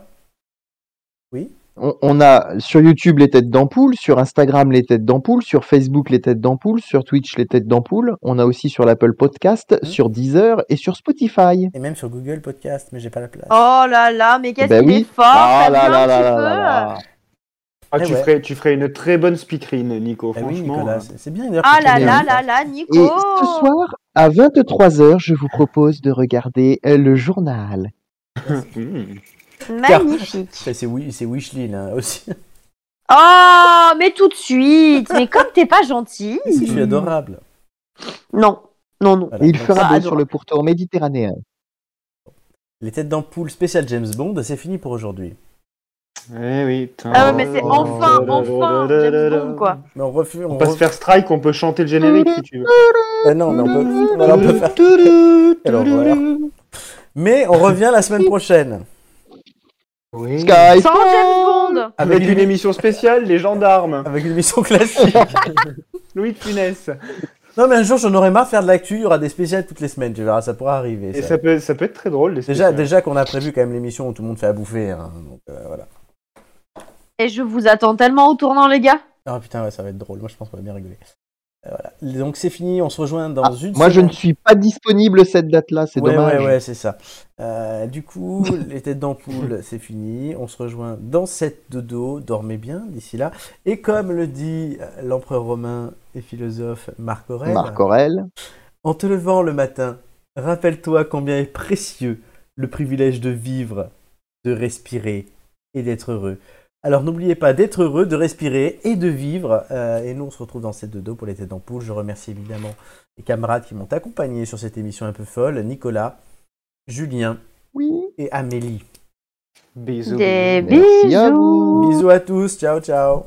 [SPEAKER 2] On, on a sur YouTube les têtes d'ampoule, sur Instagram les têtes d'ampoule, sur Facebook les têtes d'ampoule, sur Twitch les têtes d'ampoule. On a aussi sur l'Apple Podcast,
[SPEAKER 1] Mhm.
[SPEAKER 2] sur Deezer et sur Spotify.
[SPEAKER 1] Et même sur Google Podcast, mais j'ai pas la place.
[SPEAKER 3] Oh là là, mais qu'est-ce
[SPEAKER 2] Bah
[SPEAKER 3] qu'il
[SPEAKER 2] oui.
[SPEAKER 3] est fort.
[SPEAKER 2] Ah
[SPEAKER 3] Fabien,
[SPEAKER 2] là là là
[SPEAKER 3] tu
[SPEAKER 2] là
[SPEAKER 3] peux.
[SPEAKER 2] là là.
[SPEAKER 4] Ah,
[SPEAKER 1] Eh
[SPEAKER 4] tu,
[SPEAKER 1] ouais.
[SPEAKER 4] ferais, tu ferais une très bonne speakerine, Nico,
[SPEAKER 1] Eh oui,
[SPEAKER 4] franchement.
[SPEAKER 1] Nicolas, c'est c'est bien. d'ailleurs,
[SPEAKER 3] Ah
[SPEAKER 1] que
[SPEAKER 3] là
[SPEAKER 1] tu hein.
[SPEAKER 3] là
[SPEAKER 1] viennes.
[SPEAKER 3] là là,
[SPEAKER 2] Et
[SPEAKER 3] Nico.
[SPEAKER 2] ce soir, à 23h, je vous propose de regarder euh, le journal.
[SPEAKER 4] Mmh.
[SPEAKER 3] Magnifique.
[SPEAKER 1] Après, C'est Wi- c'est Wishlin hein, aussi.
[SPEAKER 3] Oh, mais tout de suite. Mais comme t'es pas gentil.
[SPEAKER 1] je suis adorable.
[SPEAKER 3] Non, non, non.
[SPEAKER 1] Voilà,
[SPEAKER 2] Et il
[SPEAKER 1] donc,
[SPEAKER 2] fera
[SPEAKER 3] ça,
[SPEAKER 2] beau
[SPEAKER 3] adorable.
[SPEAKER 2] sur le pourtour méditerranéen.
[SPEAKER 1] Les têtes d'ampoule spécial James Bond, c'est fini pour aujourd'hui.
[SPEAKER 4] Eh oui, putain.
[SPEAKER 3] Ah ouais, mais c'est
[SPEAKER 4] Oh,
[SPEAKER 3] enfin,
[SPEAKER 4] da, da,
[SPEAKER 3] enfin,
[SPEAKER 4] da, da, da,
[SPEAKER 3] James
[SPEAKER 4] da.
[SPEAKER 3] Bond, quoi.
[SPEAKER 1] Mais on refait.
[SPEAKER 4] On peut se faire strike, on peut chanter le générique si tu veux.
[SPEAKER 1] Ah non, mais on peut, voilà, on peut faire. Quelle horreur. Mais on revient la semaine prochaine.
[SPEAKER 4] Oui.
[SPEAKER 2] Sky
[SPEAKER 3] Sans James Bond.
[SPEAKER 4] Avec une émission spéciale, les gendarmes.
[SPEAKER 1] Avec une émission classique.
[SPEAKER 4] Louis de Funès.
[SPEAKER 1] non, mais un jour, j'en aurais marre de faire de l'actu. Il y aura des spéciales toutes les semaines. Tu verras, ça pourra arriver.
[SPEAKER 4] Et
[SPEAKER 1] ça.
[SPEAKER 4] ça peut, ça peut être très drôle. les
[SPEAKER 1] Déjà,
[SPEAKER 4] spéciales.
[SPEAKER 1] déjà qu'on a prévu quand même l'émission où tout le monde fait à bouffer. hein, donc, euh, voilà.
[SPEAKER 3] Et je vous attends tellement au tournant, les gars.
[SPEAKER 1] Ah putain, ouais, ça va être drôle. Moi, je pense qu'on va bien rigoler. Euh, voilà. Donc, c'est fini. On se rejoint dans
[SPEAKER 2] Ah,
[SPEAKER 1] une
[SPEAKER 2] Moi, je
[SPEAKER 1] semaine.
[SPEAKER 2] ne suis pas disponible cette date-là, c'est
[SPEAKER 1] ouais,
[SPEAKER 2] dommage.
[SPEAKER 1] Ouais, ouais, c'est ça. Euh, du coup, les têtes d'ampoule, c'est fini. On se rejoint dans cette dodo. Dormez bien d'ici là. Et comme le dit euh, l'empereur romain et philosophe Marc Aurèle,
[SPEAKER 2] Marc Aurel.
[SPEAKER 1] en te levant le matin, rappelle-toi combien est précieux le privilège de vivre, de respirer et d'être heureux. Alors n'oubliez pas d'être heureux, de respirer et de vivre. Euh, et nous, on se retrouve dans cette dodo pour les têtes d'ampoule. Je remercie évidemment les camarades qui m'ont accompagné sur cette émission un peu folle, Nicolas, Julien
[SPEAKER 2] Oui.
[SPEAKER 1] et Amélie.
[SPEAKER 9] Bisous.
[SPEAKER 10] Des
[SPEAKER 11] Merci à
[SPEAKER 10] bisous.
[SPEAKER 11] vous.
[SPEAKER 3] Bisous à tous, ciao ciao.